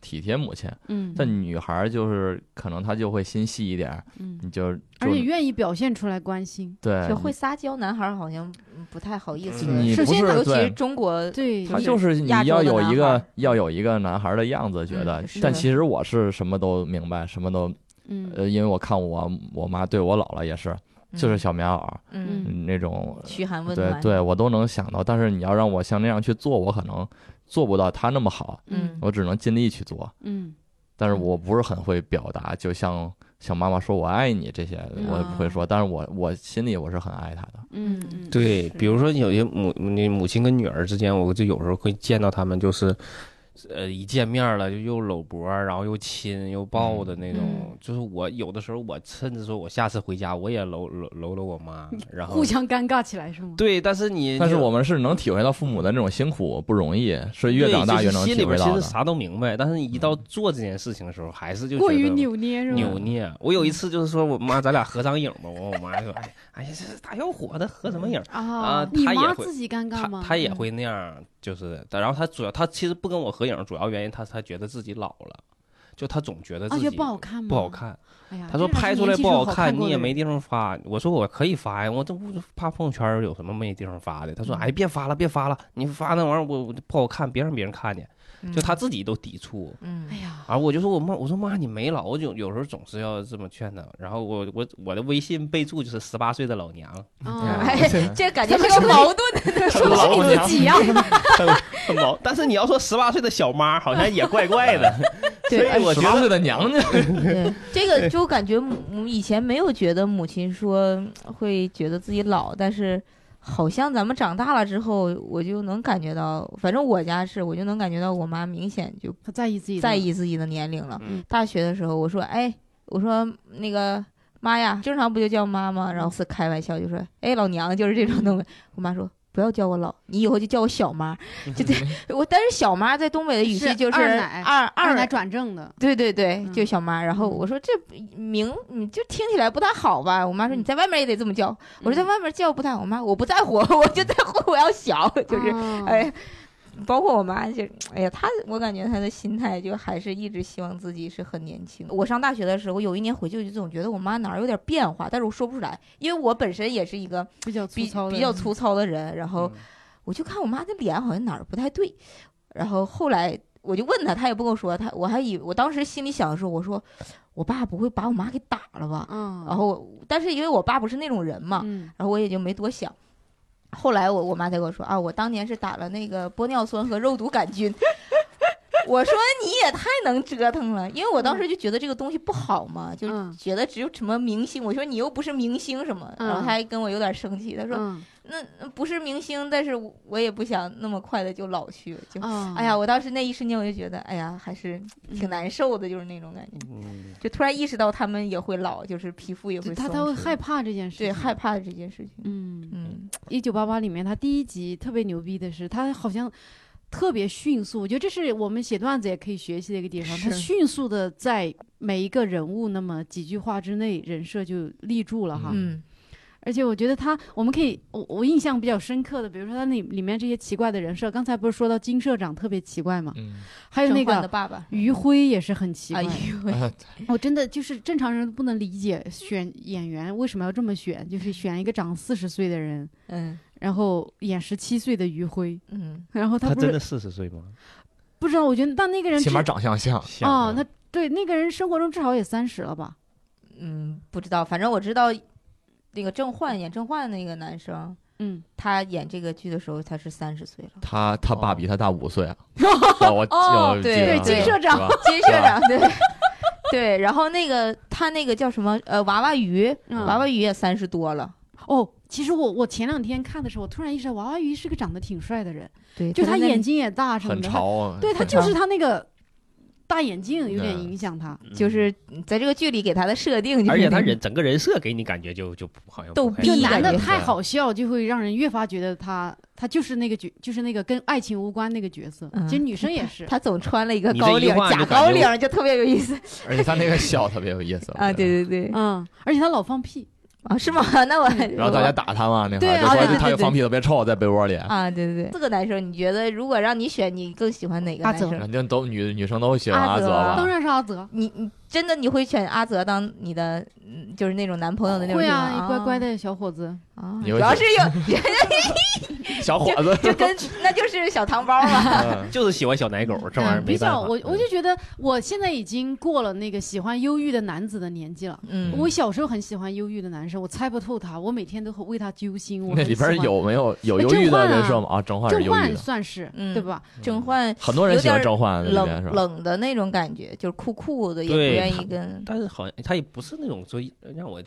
Speaker 3: 体贴母亲。
Speaker 1: 嗯，
Speaker 3: 但女孩就是可能她就会心细一点，
Speaker 1: 嗯，
Speaker 3: 你就
Speaker 1: 而
Speaker 3: 就
Speaker 1: 且愿意表现出来关心，
Speaker 3: 对
Speaker 2: 学会撒娇，男孩儿好像嗯不太好意思。
Speaker 4: 嗯
Speaker 3: 哎你
Speaker 2: 首
Speaker 3: 不
Speaker 2: 先，
Speaker 3: 是
Speaker 2: 尤其
Speaker 3: 对
Speaker 2: 是中国，
Speaker 1: 对，
Speaker 3: 他
Speaker 2: 就是
Speaker 3: 就是你
Speaker 2: 亚洲
Speaker 3: 要
Speaker 2: 的
Speaker 3: 有
Speaker 2: 男
Speaker 3: 一
Speaker 2: 孩
Speaker 3: 个
Speaker 2: 儿
Speaker 3: 要有一个男孩的样子，觉
Speaker 2: 嗯
Speaker 3: 得。
Speaker 2: 是
Speaker 3: 但
Speaker 2: 的
Speaker 3: 其实我是什么都明白，什么都
Speaker 1: 嗯
Speaker 3: 呃，因为我看我我妈对我姥姥也是，就是小棉袄、
Speaker 2: 嗯，
Speaker 1: 嗯
Speaker 3: 那种，
Speaker 2: 嘘寒问
Speaker 3: 对
Speaker 2: 暖，
Speaker 3: 对，我都能想到。但是你要让我像那样去做，我可能做不到她那么好，
Speaker 1: 嗯
Speaker 3: 我只能尽力去做。
Speaker 1: 嗯
Speaker 3: 但是
Speaker 2: 嗯
Speaker 3: 我不是很会表达，就像像妈妈说我爱你这些，我也不
Speaker 2: 啊
Speaker 3: 会说。但是我我心里我是很爱她的。
Speaker 1: 嗯嗯，
Speaker 4: 对，
Speaker 2: 是
Speaker 4: 比如说有些母那母亲跟女儿之间，我就有时候会见到他们，就是呃，一见面了就又搂脖儿，然后又亲又抱的那种。
Speaker 1: 嗯
Speaker 4: 就是我有的时候，我甚至说我下次回家我也搂搂搂搂我妈，然后
Speaker 1: 互相尴尬起来是吗？
Speaker 4: 对，但是你
Speaker 3: 但是
Speaker 4: 就
Speaker 3: 我们是能体会到父母的那种辛苦不容易，是越
Speaker 4: 对
Speaker 3: 长大
Speaker 4: 就是
Speaker 3: 越能
Speaker 4: 心
Speaker 3: 体
Speaker 4: 里边
Speaker 3: 会
Speaker 4: 儿其
Speaker 3: 到
Speaker 4: 实
Speaker 3: 的。嗯
Speaker 4: 啥都明白，但是一到做这件事情的时候，还是就
Speaker 1: 过
Speaker 4: 觉
Speaker 1: 于
Speaker 4: 得
Speaker 1: 扭捏是嗯吗？
Speaker 4: 扭捏。我有一次就是说我妈，咱俩合张影吧。我我妈说，哎哎呀，这大小伙子合什么影？
Speaker 1: 啊
Speaker 4: 啊，
Speaker 1: 你
Speaker 4: 他也
Speaker 1: 妈
Speaker 4: 会
Speaker 1: 自己尴尬
Speaker 4: 她
Speaker 1: 吗？嗯
Speaker 4: 她也会那样，就是，然后她主要她其实不跟我合影，主要原因她她觉得自己老了，就她总觉得
Speaker 1: 嗯
Speaker 4: 自
Speaker 1: 啊，
Speaker 4: 己
Speaker 1: 觉得不好看吗？
Speaker 4: 不好。看。
Speaker 1: 哎呀，
Speaker 4: 她说
Speaker 1: 这还是
Speaker 4: 拍出来
Speaker 1: 年轻
Speaker 4: 不
Speaker 1: 时候
Speaker 4: 好
Speaker 1: 好
Speaker 4: 看，
Speaker 1: 过
Speaker 4: 你也
Speaker 1: 的
Speaker 4: 没
Speaker 1: 人
Speaker 4: 地方发。我说我可以发呀，我这不怕朋友圈有什么没地方发的。她说，
Speaker 1: 嗯
Speaker 4: 哎，别发了，别发了，你发那玩意儿我我不好看，别让别人看见。就她自己都抵触。
Speaker 2: 嗯
Speaker 1: 哎，呀，
Speaker 4: 啊，我就说我妈，我说妈，你没老，我就有时候总是要这么劝她。然后我我我的微信备注就是十八岁的老娘，
Speaker 1: 啊，
Speaker 2: 哎， 这感觉是个矛盾的
Speaker 5: 老
Speaker 1: 是自己呀，
Speaker 5: 很很毛。但是你要说十八岁的小妈，好像也怪怪的。所
Speaker 2: 对
Speaker 5: 以我
Speaker 3: 十
Speaker 5: 觉
Speaker 3: 八
Speaker 5: 得
Speaker 3: 岁的娘家，
Speaker 2: 对，这个就感觉母嗯以前没有觉得母亲说会觉得自己老，但是好像咱们长大了之后，我就能感觉到，反正我家是，我就能感觉到我妈明显就
Speaker 1: 他在意自己的
Speaker 2: 在意自己的年龄了。
Speaker 4: 嗯
Speaker 2: 大学的时候，我说，哎，我说那个妈呀，正常不就叫妈吗？然后是开玩笑就说，哎，老娘就是这种东西。我妈说。不要叫我老，你以后就叫我小妈。就这，我但是小妈在东北的语
Speaker 1: 是
Speaker 2: 气就是
Speaker 1: 二奶
Speaker 2: 二
Speaker 1: 二奶转正的，
Speaker 2: 对对对，
Speaker 1: 嗯
Speaker 2: 就小妈。然后我说这名你就听起来不大好吧？我妈说
Speaker 1: 嗯
Speaker 2: 你在外面也得这么叫。我说在
Speaker 1: 嗯
Speaker 2: 外面叫不太好。我妈我不在乎， 我就在乎我要小，就是
Speaker 1: 啊
Speaker 2: 哎，包括我妈就哎呀，她我感觉她的心态就还是一直希望自己是很年轻。我上大学的时候，有一年回去我就总觉得我妈哪儿有点变化，但是我说不出来，因为我本身也是一个
Speaker 1: 比较粗
Speaker 2: 比
Speaker 1: 糙的，
Speaker 2: 比较粗糙的人，然后我就看我妈的脸好像哪儿不太对，然后后来我就问她，她也不跟我说，她我还以我当时心里想的是，我说我爸不会把我妈给打了吧？
Speaker 1: 嗯，
Speaker 2: 然后但是因为我爸不是那种人嘛，
Speaker 1: 嗯
Speaker 2: 然后我也就没多想。后来我我妈才跟我说啊，我当年是打了那个玻尿酸和肉毒杆菌。 我说你也太能折腾了，因为我当时就觉得这个东西不好嘛，就
Speaker 1: 嗯
Speaker 2: 是觉得只有什么明星。我说你又不是明星什么，然
Speaker 1: 嗯
Speaker 2: 后她还跟我有点生气，她说
Speaker 1: 嗯
Speaker 2: 那那不是明星，但是我我也不想那么快的就老去，就、
Speaker 1: 啊，
Speaker 2: 哎呀，我当时那一瞬间我就觉得，哎呀，还是
Speaker 1: 嗯
Speaker 2: 挺难受的，就是那种感觉，
Speaker 4: 嗯，
Speaker 2: 就突然意识到他们也会老，就是皮肤也
Speaker 1: 对，
Speaker 2: 会
Speaker 1: 嗯他
Speaker 2: 松
Speaker 1: 他会
Speaker 2: 弛
Speaker 1: 害怕这件事，
Speaker 2: 对害。怕这件事情，
Speaker 1: 嗯，
Speaker 2: 嗯
Speaker 1: 一九八八里面他第一集特别牛逼的是，他好像特别迅速，我觉得这是我们写段子也可以学习的一个地方。他
Speaker 2: 是
Speaker 1: 迅速的在每一个人物那么几句话之内，人设就立住了哈。
Speaker 2: 嗯
Speaker 1: 而且我觉得他，我们可以，我我印象比较深刻的，比如说他那里面这些奇怪的人设，刚才不是说到金社长特别奇怪嘛，
Speaker 3: 嗯，
Speaker 1: 还有那
Speaker 2: 郑焕的
Speaker 1: 个
Speaker 2: 爸爸，
Speaker 1: 于辉也是很奇
Speaker 2: 哎
Speaker 1: 怪，
Speaker 2: 呦喂，
Speaker 1: 我真的就是正常人不能理解选演员为什么要这么选，就是选一个长四十岁的人，
Speaker 2: 嗯
Speaker 1: 然后演十七岁的于辉，
Speaker 2: 嗯，
Speaker 1: 然后
Speaker 5: 他
Speaker 1: 不是
Speaker 5: 真的四十岁吗？
Speaker 1: 不知道，我觉得但那个人
Speaker 3: 起码
Speaker 1: 至
Speaker 3: 长相像，
Speaker 5: 像
Speaker 1: 啊、
Speaker 5: 啊
Speaker 1: 他对那个人生活中至少也三十了吧？
Speaker 2: 嗯，不知道，反正我知道那个郑焕演郑焕的那个男生，
Speaker 1: 嗯，
Speaker 2: 他演这个剧的时候他是三十岁了，
Speaker 3: 他他爸比他大五岁啊，我
Speaker 2: 哦
Speaker 3: 我
Speaker 2: 对
Speaker 3: 记得
Speaker 2: 对
Speaker 3: 啊
Speaker 2: 金
Speaker 1: 社长
Speaker 3: 是吧
Speaker 2: 金社长对。 对，然后那个他那个叫什么呃娃娃鱼，
Speaker 1: 嗯
Speaker 2: 娃娃鱼也三十多了，
Speaker 1: 哦，其实我我前两天看的时候，我突然意识到娃娃鱼是个长得挺帅的人，
Speaker 2: 对，
Speaker 1: 就他
Speaker 2: 哎在那
Speaker 1: 眼睛也大什么
Speaker 3: 很
Speaker 1: 的，
Speaker 3: 潮啊，
Speaker 1: 对他
Speaker 3: 很
Speaker 1: 就
Speaker 3: 潮
Speaker 1: 是他那个大眼镜有点
Speaker 3: 嗯
Speaker 1: 影响他。
Speaker 2: 就是在这个剧里给他的设定就是
Speaker 5: 嗯
Speaker 2: 那种，
Speaker 5: 而且他人整个人设给你感觉就就不好像
Speaker 2: 逗
Speaker 5: 不太
Speaker 2: 逼
Speaker 1: 这
Speaker 4: 哎
Speaker 5: 一样
Speaker 1: 男
Speaker 2: 感
Speaker 1: 的
Speaker 2: 觉
Speaker 1: 太好笑，就会让人越发觉得他他就是那个角，就是那个跟爱情无关那个角色。
Speaker 2: 嗯
Speaker 1: 其实女生也是，
Speaker 2: 他总穿了一个
Speaker 5: 你这
Speaker 2: 高
Speaker 5: 一
Speaker 2: 领
Speaker 5: 句话
Speaker 2: 假
Speaker 5: 就
Speaker 2: 高
Speaker 5: 感觉
Speaker 2: 领，就特别有意思
Speaker 3: 而且他那个笑特别有意思
Speaker 2: 啊！对对对
Speaker 1: 嗯，而且他老放屁，
Speaker 2: 啊，是吗？ 那我
Speaker 3: 然后大家打他嘛，那会
Speaker 1: 对
Speaker 3: 儿就
Speaker 1: 啊对
Speaker 3: 说
Speaker 1: 对
Speaker 3: 他
Speaker 2: 对
Speaker 3: 就放屁特别臭，在被窝里，
Speaker 2: 啊，对对对，四个男生，你觉得如果让你选，你更喜欢哪个
Speaker 1: 阿
Speaker 2: 男
Speaker 1: 泽
Speaker 2: 生？
Speaker 3: 肯定都女女生都喜欢
Speaker 2: 阿
Speaker 3: 阿
Speaker 2: 泽
Speaker 3: 泽吧？
Speaker 1: 当然是阿泽。
Speaker 2: 你你真的你会选阿泽当你的，嗯就是那种男朋友的那种
Speaker 1: 会
Speaker 2: 地方
Speaker 1: 啊，
Speaker 2: 啊，
Speaker 1: 乖乖的小伙子，
Speaker 2: 啊，
Speaker 3: 你
Speaker 2: 主
Speaker 3: 会
Speaker 2: 要
Speaker 3: 选
Speaker 2: 是有
Speaker 3: 小伙子嗯
Speaker 2: 就跟那就是小糖包嘛，
Speaker 4: 哎
Speaker 5: 就是喜欢小奶狗这玩意儿
Speaker 1: 嗯
Speaker 5: 没
Speaker 1: 比
Speaker 5: 办法。
Speaker 1: 较我我就觉得我现在已经过了那个喜欢忧郁的男子的年纪了。
Speaker 2: 嗯，
Speaker 1: 我小时候很喜欢忧郁的男生，我猜不透他，我每天都很为他揪心。我
Speaker 3: 那
Speaker 1: 很
Speaker 3: 里边
Speaker 1: 喜欢
Speaker 3: 有没有有忧
Speaker 1: 郑
Speaker 3: 郁的
Speaker 1: 焕啊
Speaker 3: 人设吗？啊，郑焕是
Speaker 1: 郑
Speaker 3: 忧郁
Speaker 1: 焕
Speaker 3: 的，
Speaker 1: 算是
Speaker 2: 嗯
Speaker 1: 对吧？
Speaker 2: 郑焕
Speaker 3: 很多人喜欢郑焕在
Speaker 4: 嗯
Speaker 3: 里面是
Speaker 2: 冷
Speaker 3: 吧？
Speaker 2: 冷的那种感觉，就是酷酷的，也不
Speaker 5: 对
Speaker 2: 愿
Speaker 5: 他
Speaker 2: 意跟
Speaker 5: 但是好像他也不是那种说让我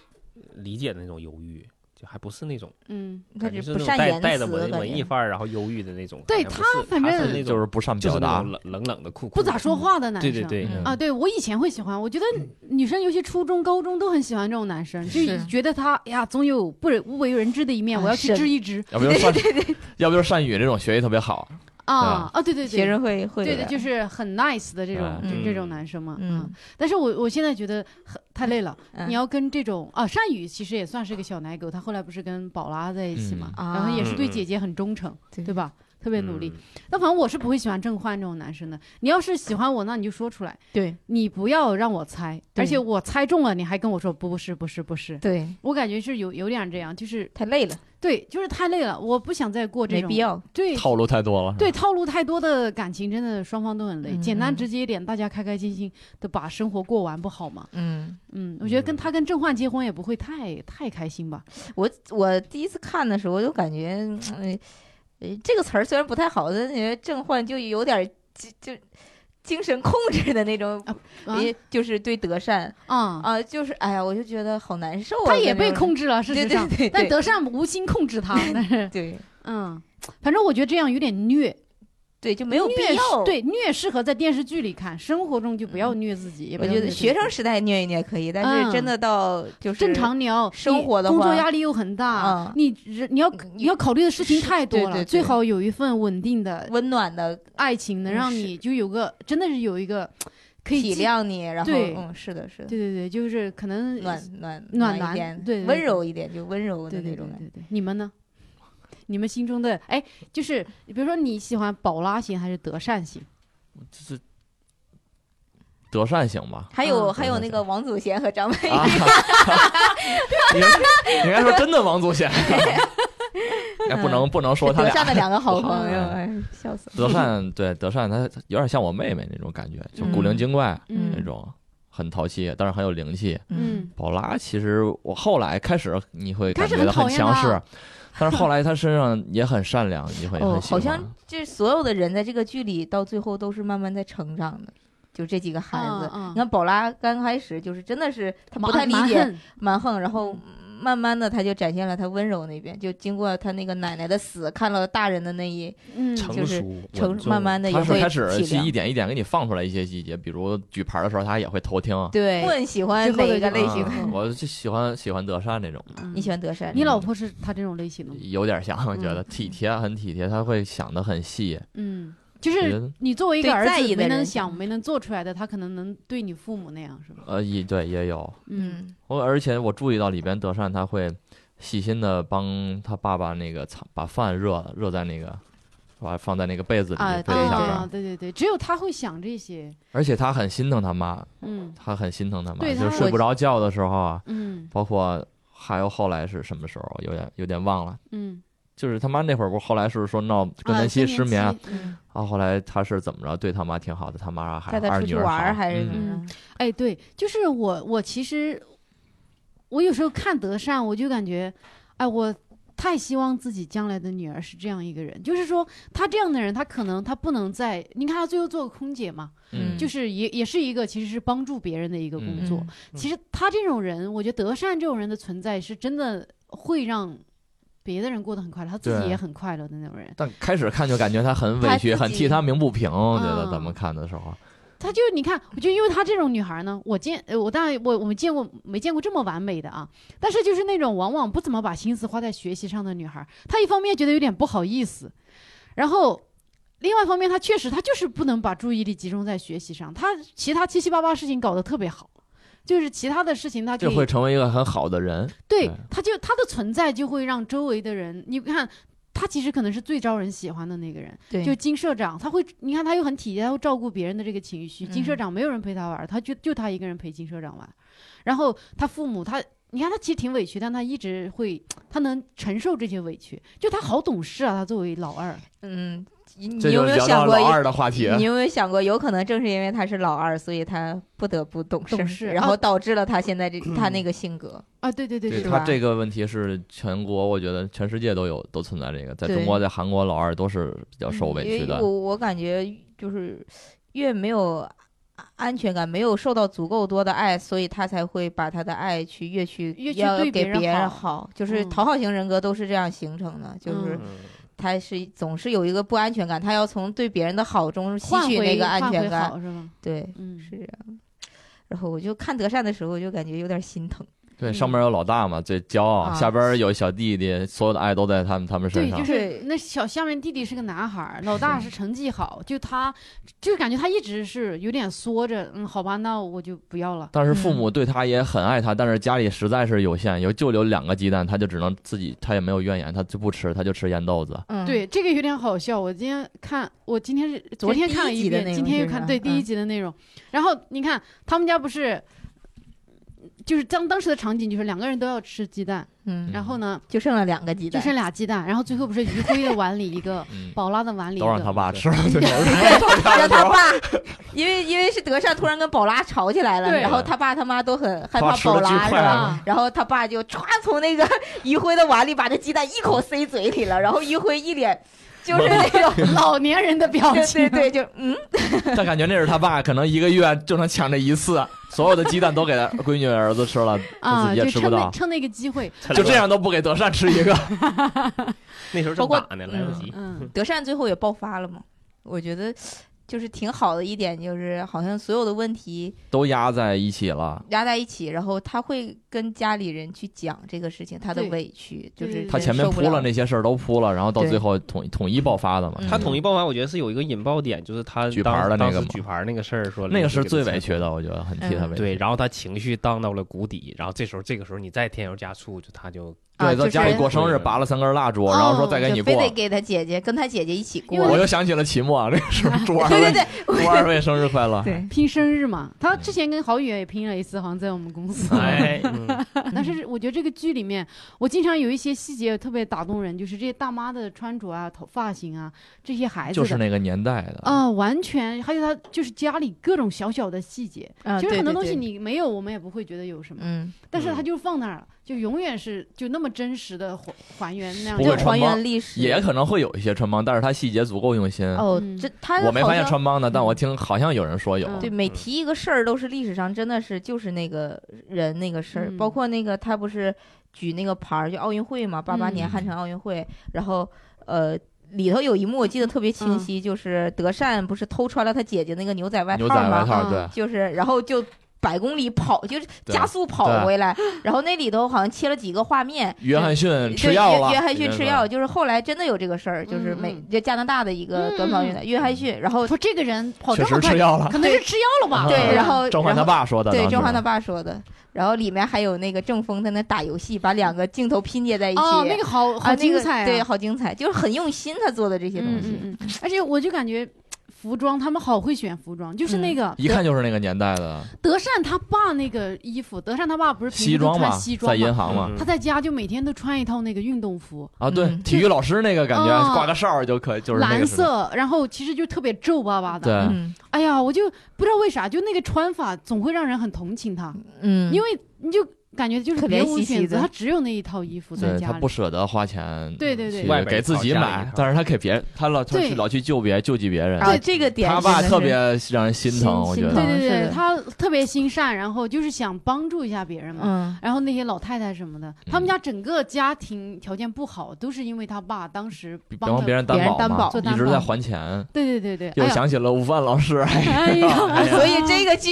Speaker 5: 理解的那种忧郁，
Speaker 4: 就还不是那种，
Speaker 1: 嗯，
Speaker 2: 他
Speaker 4: 感觉是
Speaker 2: 不
Speaker 4: 那
Speaker 2: 善
Speaker 4: 种带
Speaker 2: 言
Speaker 4: 带
Speaker 2: 辞，
Speaker 4: 着文
Speaker 2: 感
Speaker 4: 文艺
Speaker 2: 觉
Speaker 4: 范儿，然后忧郁的那种。
Speaker 1: 对
Speaker 4: 好像
Speaker 1: 他
Speaker 4: 不是他
Speaker 1: 反
Speaker 4: 是
Speaker 1: 正
Speaker 4: 那
Speaker 3: 就是
Speaker 4: 种
Speaker 3: 不善
Speaker 4: 就
Speaker 3: 表
Speaker 4: 是那
Speaker 3: 达
Speaker 4: 种，冷冷冷的酷酷
Speaker 1: 不
Speaker 4: 的
Speaker 1: 咋说话的男生。
Speaker 4: 对对对
Speaker 3: 嗯
Speaker 1: 啊，对我以前会喜欢，我觉得女生，尤其初中、高中都很喜欢这种男生，就是觉得他哎呀，总有不忍不为人知的一面，
Speaker 2: 啊
Speaker 1: 我要去
Speaker 2: 是
Speaker 1: 知一知
Speaker 3: 要不就是善，要不就是善宇这种学习特别好，
Speaker 1: 啊啊，对对
Speaker 2: 学
Speaker 1: 对，
Speaker 2: 生会会
Speaker 1: 对的，就是很 nice 的这种
Speaker 3: 啊
Speaker 1: 就
Speaker 2: 嗯
Speaker 1: 这种男生嘛，
Speaker 2: 嗯，
Speaker 1: 但是我我现在觉得很太累了，
Speaker 2: 嗯
Speaker 1: 你要跟这种啊，善宇其实也算是个小奶狗，他后来不是跟宝拉在一起嘛，
Speaker 2: 嗯
Speaker 1: 然后也是对
Speaker 4: 啊
Speaker 1: 姐姐很忠诚，
Speaker 2: 对
Speaker 1: 对吧？特别努力，
Speaker 4: 嗯
Speaker 1: 但反正我是不会喜欢郑焕这种男生的。你要是喜欢我，那你就说出来，
Speaker 2: 对
Speaker 1: 你不要让我猜，
Speaker 2: 对
Speaker 1: 而且我猜中了，你还跟我说不是不是不是，
Speaker 2: 对，
Speaker 1: 我感觉是有有点这样，就是
Speaker 2: 太累了，
Speaker 1: 对，就是太累了，我不想再过这
Speaker 2: 没
Speaker 1: 种
Speaker 2: 必，要。
Speaker 1: 对
Speaker 3: 套路太多了。是吧
Speaker 1: 对，套路太多的感情，真的双方都很累。
Speaker 2: 嗯
Speaker 1: 简单
Speaker 2: 嗯
Speaker 1: 直接一点，大家开开心心的把生活过完不好吗？
Speaker 2: 嗯，
Speaker 1: 嗯，我觉得跟他跟郑焕结婚也不会太太开心吧？
Speaker 2: 嗯我我第一次看的时候，我就感觉，嗯呃，这个词儿虽然不太好，但感觉郑焕就有点儿就就精神控制的那种，
Speaker 1: 啊
Speaker 2: 也就是对德善
Speaker 1: 啊，
Speaker 2: 啊，就是哎呀，我就觉得好难受啊。
Speaker 1: 他也
Speaker 2: 跟那
Speaker 1: 被
Speaker 2: 种
Speaker 1: 控制了，事
Speaker 2: 对
Speaker 1: 实
Speaker 2: 对
Speaker 1: 上，
Speaker 2: 对对
Speaker 1: 但德善无心控制他，但 是
Speaker 2: 对
Speaker 1: 嗯，反正我觉得这样有点虐，
Speaker 2: 对就没有必
Speaker 1: 虐是
Speaker 2: 要。，嗯
Speaker 1: 对虐适合在电视剧里看，生活中就不要虐自己，也不
Speaker 2: 我
Speaker 1: 要
Speaker 2: 觉
Speaker 1: 虐
Speaker 2: 得
Speaker 1: 对
Speaker 2: 学
Speaker 1: 方
Speaker 2: 生时代虐一虐可以，但
Speaker 1: 嗯
Speaker 2: 是真的到就是
Speaker 1: 正常你要
Speaker 2: 生活的
Speaker 1: 你工作
Speaker 2: 话
Speaker 1: 压力又很大
Speaker 2: 啊，
Speaker 1: 你人你要你要考虑的事情
Speaker 2: 是
Speaker 1: 太多
Speaker 2: 对
Speaker 1: 了，
Speaker 2: 对对
Speaker 1: 最好有一份稳定的
Speaker 2: 温暖的
Speaker 1: 爱情，能
Speaker 2: 嗯
Speaker 1: 让
Speaker 2: 是
Speaker 1: 你就有个真的是有一个可以
Speaker 2: 体
Speaker 1: 记。
Speaker 2: 谅你，然后
Speaker 1: 对
Speaker 2: 嗯，是的，是的。
Speaker 1: 对对对，就是可能
Speaker 2: 暖暖
Speaker 1: 暖
Speaker 2: 一
Speaker 1: 男
Speaker 2: 点，
Speaker 1: 对对
Speaker 2: 温
Speaker 1: 对
Speaker 2: 柔一点，就温柔的
Speaker 1: 对对
Speaker 2: 那
Speaker 1: 对
Speaker 2: 种感觉。。
Speaker 1: 对对，你们呢？你们心中的哎，就是比如说你喜欢宝拉型还是德善型？
Speaker 3: 就是德善型吧
Speaker 2: 还有
Speaker 1: 嗯
Speaker 2: 还有那个王祖贤和张曼
Speaker 3: 啊，
Speaker 2: 玉，
Speaker 3: 你应该说真的王 祖贤，哎，不
Speaker 2: 嗯
Speaker 3: 能不能说他
Speaker 2: 德
Speaker 3: 俩
Speaker 2: 善的两个好朋友，
Speaker 3: 嗯
Speaker 2: 哎，笑死了。
Speaker 3: 德善对德善，他有点像我妹妹那种感觉，就
Speaker 2: 嗯
Speaker 3: 古灵精怪
Speaker 2: 嗯
Speaker 3: 那种，很淘气，但是很有灵气。
Speaker 1: 嗯，
Speaker 3: 宝拉其实我后来开始你会
Speaker 1: 开
Speaker 3: 感
Speaker 1: 始
Speaker 3: 觉到
Speaker 1: 很讨
Speaker 3: 很
Speaker 1: 厌
Speaker 3: 强
Speaker 1: 她
Speaker 3: 势，但是后来他身上也很善良，你会
Speaker 2: 哦
Speaker 3: 很，喜
Speaker 2: 好像
Speaker 3: 欢。啊
Speaker 2: 这所有的人在这个剧里到最后都是慢慢在成长的，就这几个孩子。
Speaker 1: 嗯嗯
Speaker 2: 你看宝拉刚开始就是真的是他不
Speaker 1: 蛮
Speaker 2: 太理
Speaker 1: 蛮
Speaker 2: 解
Speaker 1: 横
Speaker 2: 蛮横，然后
Speaker 3: 嗯
Speaker 2: 慢慢的他就展现了他温柔那边，就经过他那个奶奶的死，看了大人的那一
Speaker 1: 嗯，
Speaker 4: 成
Speaker 2: 就是
Speaker 4: 熟
Speaker 2: 成
Speaker 4: 稳，重
Speaker 2: 慢慢的也
Speaker 3: 他是
Speaker 2: 会
Speaker 3: 开始
Speaker 2: 体
Speaker 3: 去一
Speaker 2: 谅。
Speaker 3: 点一点给你放出来一些细节，比如举牌的时候他也会偷听。
Speaker 2: 对，问喜欢
Speaker 1: 之后
Speaker 2: 哪
Speaker 1: 的
Speaker 2: 一个
Speaker 1: 就
Speaker 2: 类型？
Speaker 3: 嗯我就喜欢喜欢德善这种，
Speaker 1: 嗯
Speaker 2: 你喜欢德善？
Speaker 1: 你老婆是他这种类型的吗？
Speaker 3: 有点像，我觉得
Speaker 1: 嗯
Speaker 3: 体贴很体贴，他会想的很细。
Speaker 1: 嗯，就
Speaker 3: 我觉
Speaker 1: 是
Speaker 3: 得
Speaker 1: 你作为一个
Speaker 2: 对
Speaker 1: 儿
Speaker 2: 在
Speaker 1: 子
Speaker 2: 意的
Speaker 1: 没能
Speaker 2: 人
Speaker 1: 想没能做出来的，他可能能对你父母那样是吧？
Speaker 3: 呃，也对也有，
Speaker 1: 嗯
Speaker 2: 嗯，
Speaker 3: 我而且我注意到里边德善他会细心的帮他爸爸那个藏把饭热热在那个。把放在那个被子里
Speaker 2: 啊
Speaker 3: 被子
Speaker 2: 对
Speaker 3: 下
Speaker 1: 啊，
Speaker 3: 边，
Speaker 1: 对对对，只有他会想这些，
Speaker 3: 而且他很心疼他妈，
Speaker 1: 嗯
Speaker 3: 他很心疼他妈，
Speaker 1: 对
Speaker 3: 就
Speaker 1: 他
Speaker 3: 是睡不着觉的时候啊，
Speaker 1: 嗯
Speaker 3: 包括还有后来是什么时候，有点有点忘了，
Speaker 1: 嗯，
Speaker 3: 就是他妈那会儿不后来是说闹更
Speaker 1: 啊
Speaker 3: 年期失眠，，
Speaker 1: 更年期嗯
Speaker 3: 啊，后来他是怎么着？对他妈挺好的，他妈还
Speaker 2: 带他
Speaker 3: 哎二
Speaker 2: 出
Speaker 3: 女
Speaker 2: 去
Speaker 3: 儿
Speaker 2: 玩儿
Speaker 3: 好
Speaker 2: 还是怎
Speaker 3: 嗯
Speaker 2: 么
Speaker 1: 嗯
Speaker 2: 着？
Speaker 1: 哎，对，就是我，我其实我有时候看德善，我就感觉，哎，我太希望自己将来的女儿是这样一个人。就是说，她这样的人，她可能她不能在，你看她最后做个空姐嘛，
Speaker 3: 嗯，
Speaker 1: 就是是也也是一个其实是帮助别人的一个工
Speaker 3: 嗯
Speaker 1: 作。其实她这种人，我觉得德善这种人的存在是真的会让别的人过得很快乐，他自己
Speaker 3: 对
Speaker 1: 也很快乐的那种人。
Speaker 3: 但开始看就感觉他很
Speaker 2: 他
Speaker 3: 委屈，
Speaker 2: 自
Speaker 3: 很
Speaker 2: 己
Speaker 3: 替他鸣不平。我觉得
Speaker 1: 嗯
Speaker 3: 咱们看的时候，
Speaker 1: 他就你看，我就因为他这种女孩呢，我见呃我当然我我们见过没见过这么完美的啊，但是就是那种往往不怎么把心思花在学习上的女孩，她一方面觉得有点不好意思，然后另外一方面她确实她就是不能把注意力集中在学习上，她其他七七八八事情搞得特别好，就是其他的事情她可
Speaker 3: 就
Speaker 1: 以
Speaker 3: 会成为一个很好的人。
Speaker 1: 对
Speaker 3: 对，
Speaker 1: 他就他的存在就会让周围的人，你看他其实可能是最招人喜欢的那个人。
Speaker 2: 对
Speaker 1: 就金社长，他会，你看他又很体贴，他会照顾别人的这个情绪。金社
Speaker 2: 嗯
Speaker 1: 长没有人陪他玩儿，他就就他一个人陪金社长玩。然后他父母，他你看他其实挺委屈，但他一直会，他能承受这些委屈，就他好懂事啊。他作为老二，
Speaker 2: 嗯，你
Speaker 3: 这
Speaker 2: 你有
Speaker 3: 就
Speaker 2: 没
Speaker 3: 是
Speaker 2: 有
Speaker 3: 聊
Speaker 2: 想
Speaker 3: 到
Speaker 2: 过
Speaker 3: 老
Speaker 2: 有？
Speaker 3: 二的话题。
Speaker 2: 你有没有想过，有可能正是因为他是老二，所以他不得不懂
Speaker 1: 懂事
Speaker 2: 事，然
Speaker 1: 啊
Speaker 2: 后导致了他现在这他 那个性格。
Speaker 1: 啊，对对对
Speaker 3: 对
Speaker 1: 对
Speaker 2: 是
Speaker 3: 他
Speaker 2: 吧
Speaker 3: 这个问题是全国，我觉得全世界都有都存在这个，在
Speaker 2: 对嗯
Speaker 3: 中国、在韩呃国，老二都是比较受委屈
Speaker 2: 因为
Speaker 3: 的
Speaker 2: 我。我感觉就是越没有安全感，没有受到足够多的爱，所以他才会把他的爱去越去
Speaker 1: 越去
Speaker 2: 要
Speaker 1: 对
Speaker 2: 给
Speaker 1: 别人
Speaker 2: 别人
Speaker 1: 好
Speaker 2: 好，就是
Speaker 1: 嗯
Speaker 2: 讨好型人格都是这样形成的，就是
Speaker 1: 嗯
Speaker 2: 他是总是有一个不安全感，他要从对别人的好中吸
Speaker 1: 换
Speaker 2: 取
Speaker 1: 回
Speaker 2: 那个安
Speaker 1: 换
Speaker 2: 全
Speaker 1: 回
Speaker 2: 感，
Speaker 1: 好是吗？
Speaker 2: 对，
Speaker 1: 嗯，
Speaker 2: 是这样。然后我就看德善的时候，我就感觉有点心疼，
Speaker 3: 对，
Speaker 1: 嗯
Speaker 3: 上面有老大嘛，这骄傲；
Speaker 2: 啊
Speaker 3: 下边有小弟弟，所有的爱都在他们他们身
Speaker 1: 对，就
Speaker 3: 上。
Speaker 1: 是
Speaker 2: 对
Speaker 1: 那小下面弟弟是个男孩儿，老大是成绩好，就他就感觉他一直是有点缩着，嗯，好吧，那我就不要了。
Speaker 3: 但是父
Speaker 2: 嗯
Speaker 3: 母对他也很爱他，但是家里实在是有限，有就留两个鸡蛋，他就只能自己，他也没有怨言，他就不吃，他就吃盐豆子。，
Speaker 2: 嗯，
Speaker 1: 对，这个有点好笑。我今天看，我今天是昨天
Speaker 2: 第一
Speaker 1: 看了
Speaker 2: 集
Speaker 1: 一
Speaker 2: 的
Speaker 1: 遍，
Speaker 2: 内
Speaker 1: 今
Speaker 2: 容
Speaker 1: 天又
Speaker 2: 是
Speaker 1: 看
Speaker 2: 吧
Speaker 1: 对第一
Speaker 2: 嗯
Speaker 1: 集的内容。然后你看他们家不是，就是当当时的场景就是两个人都要吃鸡蛋，
Speaker 2: 嗯，
Speaker 1: 然后呢
Speaker 2: 就剩了两个鸡
Speaker 1: 就
Speaker 2: 蛋，
Speaker 1: 剩俩鸡蛋，然后最后不是余晖的碗里一个
Speaker 3: 嗯，
Speaker 1: 宝拉的碗里一
Speaker 3: 都让他
Speaker 1: 个。
Speaker 3: 爸吃了。 对
Speaker 2: 让他爸，因为因为是德善突然跟宝拉吵起来了，
Speaker 1: 对
Speaker 2: 然后他爸他妈都很害
Speaker 5: 爸
Speaker 2: 怕
Speaker 5: 吃得
Speaker 2: 宝拉
Speaker 5: 巨
Speaker 2: 是
Speaker 5: 快
Speaker 2: 吧？
Speaker 1: 啊，，
Speaker 2: 然后他爸就歘从那个 余晖的碗里把这鸡蛋一口塞嘴里了，然后余晖一脸就是那 种
Speaker 1: 老年人的表
Speaker 2: 对
Speaker 1: 情
Speaker 2: 对，对，就嗯，
Speaker 3: 他感觉那是他爸，可能一个月就能抢这一次，所有的鸡蛋都给他闺女儿子吃了， 他
Speaker 1: 啊，
Speaker 3: 自己也
Speaker 1: 就
Speaker 3: 吃不
Speaker 1: 趁那
Speaker 3: 到，
Speaker 1: 趁那个机会，
Speaker 3: 就这，样都不给德善吃一个。
Speaker 5: 那时候
Speaker 2: 包
Speaker 5: 正
Speaker 2: 括
Speaker 5: 打呢，来不及。
Speaker 1: 嗯，
Speaker 2: 德善最后也爆发了嘛。我觉得就是挺好的一点，就是好像所有的问题
Speaker 3: 都压在一起了。
Speaker 2: 压在一起，然后他会跟家里人去讲这个事情，他的
Speaker 1: 对
Speaker 2: 委屈，就
Speaker 1: 对
Speaker 2: 是
Speaker 1: 对
Speaker 3: 他
Speaker 2: 人
Speaker 3: 前面
Speaker 2: 受不
Speaker 3: 铺了
Speaker 2: 了
Speaker 3: 那些事儿都铺了，然后到
Speaker 2: 对
Speaker 3: 最后统统一爆发的嘛。
Speaker 2: 嗯
Speaker 4: 他统一爆发，我觉得是有一个引爆点，就是他
Speaker 3: 举
Speaker 4: 当
Speaker 3: 牌儿的那
Speaker 4: 当
Speaker 3: 个
Speaker 4: 时
Speaker 3: 嘛
Speaker 4: 举牌儿那个事儿，说
Speaker 3: 那个是
Speaker 4: 给他
Speaker 3: 最
Speaker 4: 拆
Speaker 3: 委屈的，我觉得很替他
Speaker 2: 嗯
Speaker 3: 委屈。
Speaker 4: 对，然后他情绪荡到了谷底，然后这时候这个时候你再添油加醋，就他 就
Speaker 2: 啊，
Speaker 3: 对，
Speaker 2: 就
Speaker 3: 在家里
Speaker 2: 是哦
Speaker 3: 过生日
Speaker 4: 对
Speaker 3: 拔了三根蜡烛，然后说再给你
Speaker 2: 就
Speaker 3: 过
Speaker 2: 非。得给他姐姐跟他姐姐一起过
Speaker 1: 因，
Speaker 3: 我
Speaker 1: 为
Speaker 3: 又想起了秦末，那个时候祝二
Speaker 2: 对对
Speaker 3: 位
Speaker 2: 对
Speaker 3: 祝二位生日快乐。
Speaker 2: 对，
Speaker 1: 拼生日嘛，他之前跟郝宇也拼了一次，好像在我们公司。
Speaker 4: 哎，嗯
Speaker 1: 但是我觉得这个剧里面，我经常有一些细节特别打动人，就是这些大妈的穿着啊、头发型啊，这些孩子
Speaker 3: 就
Speaker 1: 的。
Speaker 3: 是那个年代的，
Speaker 2: 哦
Speaker 1: 啊、完全，还有他就是家里各种小小的细节，
Speaker 2: 啊
Speaker 1: 其实
Speaker 2: 对
Speaker 1: 很多
Speaker 2: 对
Speaker 1: 东西
Speaker 2: 对
Speaker 1: 你没有，我们也不会觉得有什么，
Speaker 2: 嗯，
Speaker 1: 但是他就放那儿了，就永远是就那么真实的还还原那样
Speaker 3: 不
Speaker 1: 的
Speaker 3: 会
Speaker 2: 就
Speaker 3: 穿
Speaker 2: 还
Speaker 3: 帮
Speaker 2: 原历史，
Speaker 3: 也可能会有一些穿帮，但是他细节足够用心。
Speaker 2: 哦
Speaker 1: 嗯，
Speaker 2: 这他
Speaker 3: 我没发现
Speaker 2: 好像
Speaker 3: 穿帮的，但我听好像有人说有。
Speaker 1: 嗯
Speaker 2: 对，每提一个事儿都是历史上真的是就是那个人那个事儿，
Speaker 1: 嗯
Speaker 2: 包括那个他不是举那个牌儿，就奥运会嘛，八八年汉城奥运会，然后呃。里头有一幕我记得特别清晰，就是德善不是偷穿了他姐姐那个牛仔外套
Speaker 3: 牛仔外
Speaker 2: 吗？
Speaker 3: 套，
Speaker 1: 嗯
Speaker 3: 对，
Speaker 2: 就是然后就百公里跑，就是
Speaker 3: 对
Speaker 2: 加速跑
Speaker 3: 对
Speaker 2: 回来，然后那里头好像切了几个画面，
Speaker 3: 约翰
Speaker 2: 嗯对
Speaker 3: 逊吃药了，
Speaker 2: 约约翰逊吃药，
Speaker 3: 人家说，
Speaker 2: 就是后来真的有这个事儿，就是
Speaker 1: 嗯
Speaker 2: 美
Speaker 1: 嗯
Speaker 2: 就加拿大的一个短跑运动员约翰逊，然
Speaker 3: 嗯
Speaker 2: 后
Speaker 1: 说这个人跑这
Speaker 3: 确
Speaker 1: 么
Speaker 3: 实
Speaker 1: 快
Speaker 3: 吃，药了。
Speaker 1: 可能是吃药了吧？
Speaker 2: 对，然后
Speaker 3: 郑焕他
Speaker 2: 然后
Speaker 3: 爸说的，
Speaker 2: 对
Speaker 3: 当时
Speaker 2: 郑焕他爸说的，然后里面还有那个郑峰在那打游戏，把两个镜头拼接在一起，
Speaker 1: 哦，那个好
Speaker 2: 啊
Speaker 1: 好精彩、啊
Speaker 2: 那个对，好精彩，就是很用心他做的这些东
Speaker 1: 嗯
Speaker 2: 西，
Speaker 1: 嗯嗯，而且我就感觉。服装，他们好会选服装，就是那个
Speaker 3: 一看就是那个年代的
Speaker 1: 德善他爸那个衣服，德善他爸不是平
Speaker 3: 西
Speaker 1: 时都
Speaker 3: 装
Speaker 1: 穿
Speaker 3: 嘛，
Speaker 1: 西
Speaker 3: 在
Speaker 1: 装
Speaker 3: 银
Speaker 1: 嘛，
Speaker 3: 行嘛，
Speaker 1: 他在家就每天都穿一套那个运动服，
Speaker 3: 啊，对，
Speaker 2: 嗯哦
Speaker 3: 体育老师那个感觉，
Speaker 1: 啊
Speaker 3: 挂个哨儿就可以，就是那
Speaker 1: 蓝
Speaker 3: 个时代，
Speaker 1: 色，然后其实就特别皱巴巴的。
Speaker 3: 对，
Speaker 2: 嗯
Speaker 1: 哎呀，我就不知道为啥，就那个穿法总会让人很同情他，
Speaker 2: 嗯，
Speaker 1: 因为你就感觉就是
Speaker 2: 可怜
Speaker 1: 别无
Speaker 2: 兮兮
Speaker 1: 选择，
Speaker 2: 的
Speaker 1: 他只有那一套衣服在
Speaker 3: 对他
Speaker 1: 家
Speaker 3: 不
Speaker 1: 里。
Speaker 3: 舍得花钱，
Speaker 1: 对对对
Speaker 3: 去
Speaker 4: 外边
Speaker 3: 给
Speaker 4: 一
Speaker 3: 自
Speaker 4: 套
Speaker 3: 己
Speaker 4: 家里
Speaker 3: 买
Speaker 4: 一套，
Speaker 3: 但是他给别人，他老他
Speaker 1: 对
Speaker 3: 去老去救别救济别人，
Speaker 2: 啊这个点
Speaker 3: 他
Speaker 2: 真的
Speaker 3: 爸
Speaker 2: 是
Speaker 3: 特别让人心疼，我觉
Speaker 1: 对
Speaker 2: 心心
Speaker 3: 得
Speaker 2: 疼
Speaker 1: 对
Speaker 2: 是
Speaker 1: 对
Speaker 2: 的，
Speaker 1: 他特别心善，然后就是想帮助一下别人嘛。
Speaker 2: 嗯
Speaker 1: 然后那些老太太什么的，
Speaker 3: 嗯
Speaker 1: 他们家整个家庭条件不好，都是因为他爸当时帮
Speaker 3: 帮
Speaker 1: 着
Speaker 3: 别人担
Speaker 2: 别人
Speaker 3: 保
Speaker 2: 担
Speaker 3: 嘛
Speaker 2: 保
Speaker 1: 做，担
Speaker 3: 一直在
Speaker 1: 保
Speaker 3: 还钱。
Speaker 1: 对对对对，
Speaker 3: 又
Speaker 1: 哎呀，
Speaker 3: 想起了午饭老师， 哎
Speaker 1: 哎呀，
Speaker 2: 所以这个剧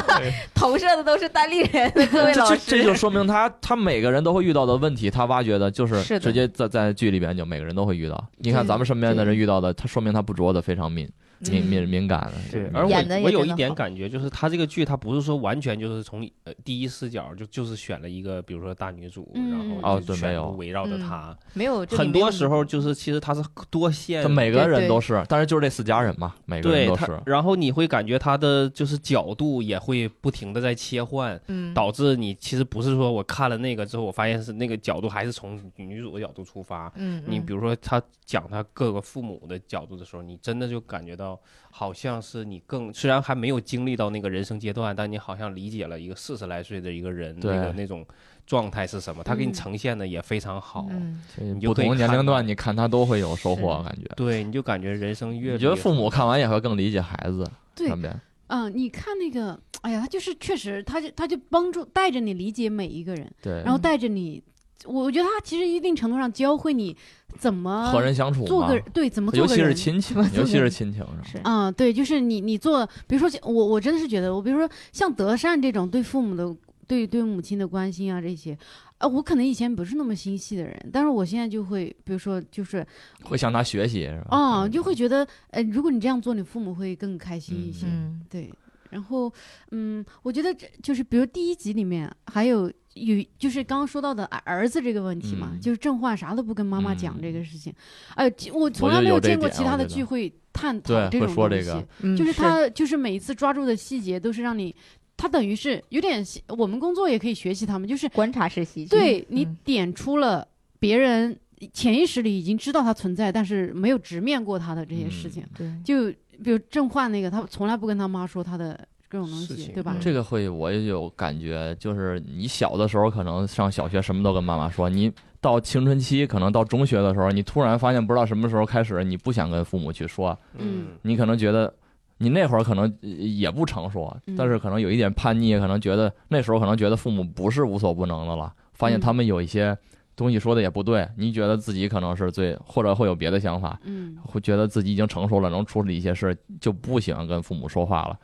Speaker 2: 投射的都是单立人的各位
Speaker 3: 这
Speaker 2: 老
Speaker 3: 这
Speaker 2: 师，
Speaker 3: 这就说明他他每个人都会遇到的问题，他挖掘的就是
Speaker 2: 是的
Speaker 3: 直接在在剧里边就每个人都会遇到。你看
Speaker 2: 对
Speaker 3: 咱们身边的
Speaker 2: 对
Speaker 3: 人遇到的，他说明他捕捉的非常敏敏
Speaker 2: 嗯
Speaker 3: 敏敏感。
Speaker 4: 对
Speaker 3: 敏，
Speaker 4: 而我
Speaker 2: 演得也
Speaker 4: 我有
Speaker 2: 真
Speaker 4: 一
Speaker 2: 的
Speaker 4: 点
Speaker 2: 好
Speaker 4: 感觉，就是他这个剧，他不是说完全就是从呃第一视角就就是选了一个，比如说大女主，
Speaker 1: 嗯
Speaker 4: 然后
Speaker 3: 哦
Speaker 4: 就
Speaker 3: 对
Speaker 4: 全
Speaker 3: 没有
Speaker 4: 部围绕着
Speaker 2: 嗯
Speaker 4: 她。
Speaker 2: 没有这里
Speaker 4: 很
Speaker 2: 没有
Speaker 4: 多时候就是其实他是多线
Speaker 3: 他，每个
Speaker 2: 对
Speaker 3: 人
Speaker 2: 对
Speaker 3: 都是，但是就是这四家人嘛，每个人
Speaker 4: 对
Speaker 3: 都
Speaker 4: 他
Speaker 3: 是，。
Speaker 4: 然后你会感觉他的就是角度也会不停的在切换。
Speaker 2: 嗯
Speaker 4: 导致你其实不是说我看了那个之后，我发现是那个角度还是从女主的角度出发，
Speaker 2: 嗯
Speaker 4: 你
Speaker 2: 嗯
Speaker 4: 比如说他讲他各个父母的角度的时候，你真的就感觉到好像是你更虽然还没有经历到那个人生阶段，但你好像理解了一个四十来岁的一个人那
Speaker 3: 对
Speaker 4: 个那种状态是什么，他给你
Speaker 1: 嗯
Speaker 4: 呈现的也非常好。
Speaker 2: 嗯
Speaker 3: 这
Speaker 4: 你就
Speaker 3: 不
Speaker 4: 可以
Speaker 3: 同年
Speaker 4: 看
Speaker 3: 龄
Speaker 4: 到
Speaker 3: 段，你看他都会有收获，
Speaker 2: 是
Speaker 3: 感觉。
Speaker 4: 对，你就感觉人生阅历，
Speaker 3: 你觉得父母看完也会更理解孩子
Speaker 1: 对
Speaker 3: 上边？
Speaker 1: 嗯，你看那个，哎呀，他就是确实，他就他就帮助带着你理解每一个人，
Speaker 3: 对，
Speaker 1: 然后带着你，我觉得他其实一定程度上教会你怎么
Speaker 3: 和人相处
Speaker 1: 做
Speaker 3: 嘛
Speaker 1: 个对怎么做
Speaker 3: 尤
Speaker 1: 个
Speaker 3: 其
Speaker 1: 人，
Speaker 3: 是亲情，尤其是亲情上，
Speaker 2: 是啊
Speaker 1: 嗯，对，就是你你做，比如说像我我真的是觉得，我比如说像德善这种对父母的对对母亲的关心啊这些，啊，我可能以前不是那么心细的人，但是我现在就会，比如说就是，
Speaker 3: 会向他学习，是吧？
Speaker 1: 啊，就会觉得，呃，如果你这样做，你父母会更开心一些。
Speaker 2: 嗯
Speaker 1: 对，然后，嗯，我觉得这就是，比如第一集里面还有有，就是刚刚说到的儿儿子这个问题嘛，
Speaker 3: 嗯
Speaker 1: 就是郑焕啥都不跟妈妈讲
Speaker 3: 嗯
Speaker 1: 这个事情，哎、我从
Speaker 3: 我
Speaker 1: 来
Speaker 3: 觉得
Speaker 1: 没
Speaker 3: 有这
Speaker 1: 见
Speaker 3: 一
Speaker 1: 过
Speaker 3: 点
Speaker 1: 其
Speaker 3: 我
Speaker 1: 他的
Speaker 3: 觉得
Speaker 1: 剧会探讨
Speaker 3: 对
Speaker 1: 这
Speaker 3: 会
Speaker 1: 种
Speaker 3: 说
Speaker 1: 东
Speaker 3: 这个
Speaker 1: 西
Speaker 2: 嗯，
Speaker 1: 就是他就是每一次抓住的细节都是让你，他等于是有点像我们工作也可以学习他们，就是
Speaker 2: 观察式喜剧，
Speaker 1: 对你
Speaker 2: 嗯
Speaker 1: 点出了别人潜意识里已经知道它存在，但是没有直面过它的这些
Speaker 3: 嗯
Speaker 1: 事情。
Speaker 2: 对，
Speaker 1: 就比如郑焕那个，他从来不跟他妈说他的各种东
Speaker 4: 事
Speaker 1: 西，
Speaker 4: 情
Speaker 1: 对吧？
Speaker 3: 这个会我也有感觉，就是你小的时候可能上小学什么都跟妈妈说，你到青春期可能到中学的时候，你突然发现不知道什么时候开始，你不想跟父母去说，
Speaker 1: 嗯，
Speaker 3: 你可能觉得你那会儿可能呃也不成熟啊
Speaker 1: 嗯，
Speaker 3: 但是可能有一点叛逆，可能觉得那时候可能觉得父母不是无所不能的了，发
Speaker 1: 嗯
Speaker 3: 现他们有一些东西说的也不对，你觉得自己可能是最或者会有别的想法，
Speaker 1: 嗯
Speaker 3: 会觉得自己已经成熟了，能处理一些事，就不喜欢跟父母说话了。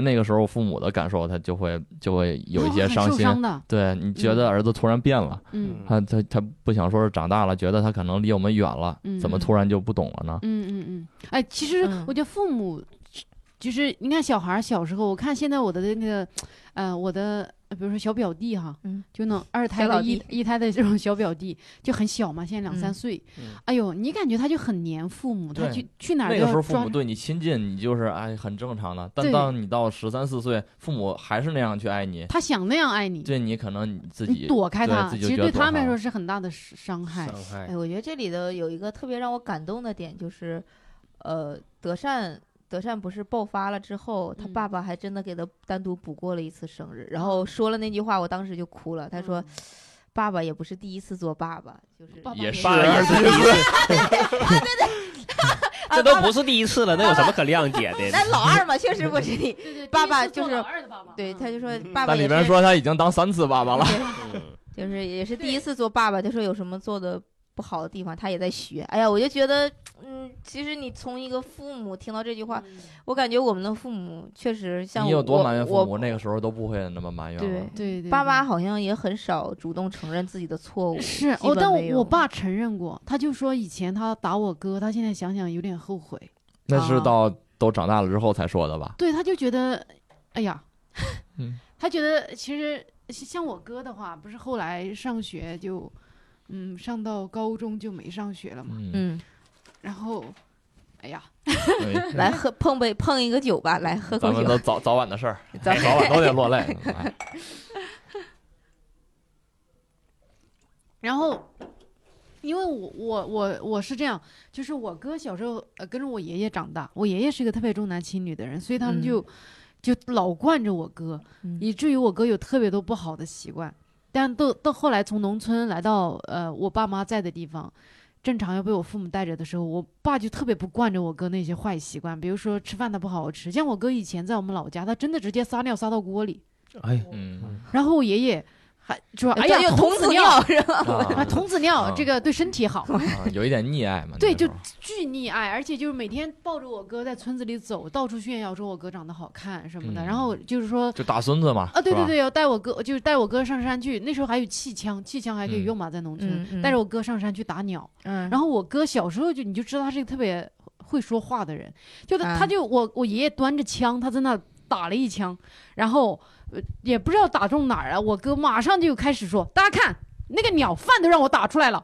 Speaker 3: 那个时候，父母的感受，他就会就会有一
Speaker 1: 他嗯
Speaker 3: 些
Speaker 1: 很
Speaker 3: 伤
Speaker 1: 受
Speaker 3: 心。
Speaker 1: 伤的，
Speaker 3: 对你觉得儿子突然变了，
Speaker 1: 嗯
Speaker 3: 他他他不想说是长大了，觉得他可能离我们远了，
Speaker 1: 嗯
Speaker 3: 怎么突然就不懂了呢？
Speaker 1: 嗯嗯嗯，哎，其实
Speaker 2: 嗯
Speaker 1: 我觉得父母就是你看小孩儿小时候，我看现在我的那个呃我的。呃比如说小表弟哈，
Speaker 2: 嗯
Speaker 1: 就那种二胎
Speaker 2: 小老
Speaker 1: 的一
Speaker 2: 弟
Speaker 1: 一胎的这种小表弟就很小嘛，现在两三
Speaker 2: 嗯
Speaker 1: 岁，
Speaker 4: 嗯
Speaker 1: 哎呦，你感觉他就很黏父母，他
Speaker 3: 对
Speaker 1: 去去哪儿
Speaker 3: 那
Speaker 1: 都
Speaker 3: 个
Speaker 1: 要
Speaker 3: 时候父
Speaker 1: 抓
Speaker 3: 母对你亲近，你就是哎很正常的。但
Speaker 1: 对
Speaker 3: 当你到十三四岁，父母还是那样去爱你，
Speaker 1: 他想那样爱你，
Speaker 3: 对你可能你自
Speaker 1: 你
Speaker 3: 己
Speaker 1: 躲开
Speaker 3: 对
Speaker 1: 他，
Speaker 3: 自己
Speaker 1: 其
Speaker 3: 就
Speaker 1: 实
Speaker 3: 觉得
Speaker 1: 对
Speaker 3: 躲
Speaker 1: 他们来
Speaker 3: 开
Speaker 1: 说是很大的伤害
Speaker 4: 嗯伤。害
Speaker 2: 哎，我觉得这里头有一个特别让我感动的点，就是，呃，德善德善不是爆发了之后，他
Speaker 1: 嗯
Speaker 2: 爸爸还真的给他单独补过了一次生日，然后说了那句话，我当时就哭了。他
Speaker 1: 嗯
Speaker 2: 说：“爸爸也不是第一次做爸爸，就是
Speaker 1: 爸爸
Speaker 3: 也
Speaker 1: 也
Speaker 3: 是
Speaker 1: 是
Speaker 3: 也是
Speaker 5: 这都不是第一次了，那有什么可谅解的？
Speaker 2: 啊那老二嘛，确实不是你。
Speaker 1: 对对，
Speaker 2: 爸爸就是
Speaker 1: 二的爸爸
Speaker 2: 对，他就说
Speaker 4: 嗯
Speaker 2: 爸爸
Speaker 3: 但
Speaker 2: 也
Speaker 3: 里
Speaker 2: 是，
Speaker 3: 边说他已经当三次爸 爸了。
Speaker 4: 嗯
Speaker 2: 就是也是第一次做爸爸，他说有什么做的不好的地方，他也在学。哎呀，我就觉得，嗯，其实你从一个父母听到这句话，
Speaker 1: 嗯
Speaker 2: 我感觉我们的父母确实像
Speaker 3: 你有多
Speaker 2: 我
Speaker 3: 埋怨父
Speaker 2: 我
Speaker 3: 母，那个时候都不会那么埋怨
Speaker 2: 对
Speaker 3: 了。
Speaker 1: 对对，
Speaker 2: 爸妈好像也很少主动承认自己的错误。
Speaker 1: 是
Speaker 2: 基
Speaker 1: 我，
Speaker 2: 本
Speaker 1: 但
Speaker 2: 没
Speaker 1: 我
Speaker 2: 有
Speaker 1: 我爸承认过，他就说以前他打我哥，他现在想想有点后悔。
Speaker 3: 那是到都长大了之后才说的吧？
Speaker 1: 对，他就觉得，哎呀，
Speaker 3: 嗯
Speaker 1: 他觉得其实像我哥的话，不是后来上学就，嗯，上到高中就没上学了嘛，
Speaker 3: 嗯，
Speaker 2: 嗯，
Speaker 1: 然后，哎呀，
Speaker 3: 对
Speaker 2: 来喝碰杯碰一个酒吧，来喝口
Speaker 3: 咱们
Speaker 2: 酒
Speaker 3: 都。早早晚的事儿，
Speaker 2: 咱
Speaker 3: 早晚都得落泪。哎
Speaker 1: 然后，因为我我我我是这样，就是我哥小时候呃跟着我爷爷长大，我爷爷是个特别重男轻女的人，所以他们
Speaker 2: 嗯
Speaker 1: 就、就老惯着我哥，
Speaker 2: 嗯
Speaker 1: 以至于我哥有特别多不好的习惯。但到到后来从农村来到呃我爸妈在的地方。正常要被我父母带着的时候，我爸就特别不惯着我哥那些坏习惯，比如说吃饭他不好好吃，像我哥以前在我们老家，他真的直接撒尿撒到锅里，
Speaker 5: 哎，
Speaker 3: 嗯，
Speaker 1: 然后我爷爷还说：“哎
Speaker 2: 有
Speaker 1: 呀，
Speaker 2: 童
Speaker 1: 子
Speaker 2: 子尿是吧？
Speaker 1: 啊，
Speaker 3: 啊
Speaker 1: 童子尿
Speaker 3: 啊
Speaker 1: 这个对身体 好，
Speaker 3: 啊有一点溺爱嘛。
Speaker 1: 对
Speaker 3: 那时
Speaker 1: 就
Speaker 3: 候
Speaker 1: 巨溺爱，而且就是每天抱着我哥在村子里走，到处炫耀说我哥长得好看什么的，
Speaker 3: 嗯
Speaker 1: 然后就是说。
Speaker 3: 就大孙子嘛。
Speaker 1: 啊，对
Speaker 3: 是吧
Speaker 1: 对，对，要带我哥，就是带我哥上山去。那时候还有气枪，气枪还可以
Speaker 3: 嗯
Speaker 1: 用嘛，在农村。
Speaker 2: 嗯嗯
Speaker 1: 带着我哥上山去打鸟，
Speaker 2: 嗯，
Speaker 1: 然后我哥小时候就你就知道他是个特别会说话的人，就他、
Speaker 2: 啊
Speaker 1: 他就我我爷爷端着枪，他在那打了一枪，然后、呃也不知道打中哪儿啊，我哥马上就开始说，大家看那个鸟饭都让我打出来了，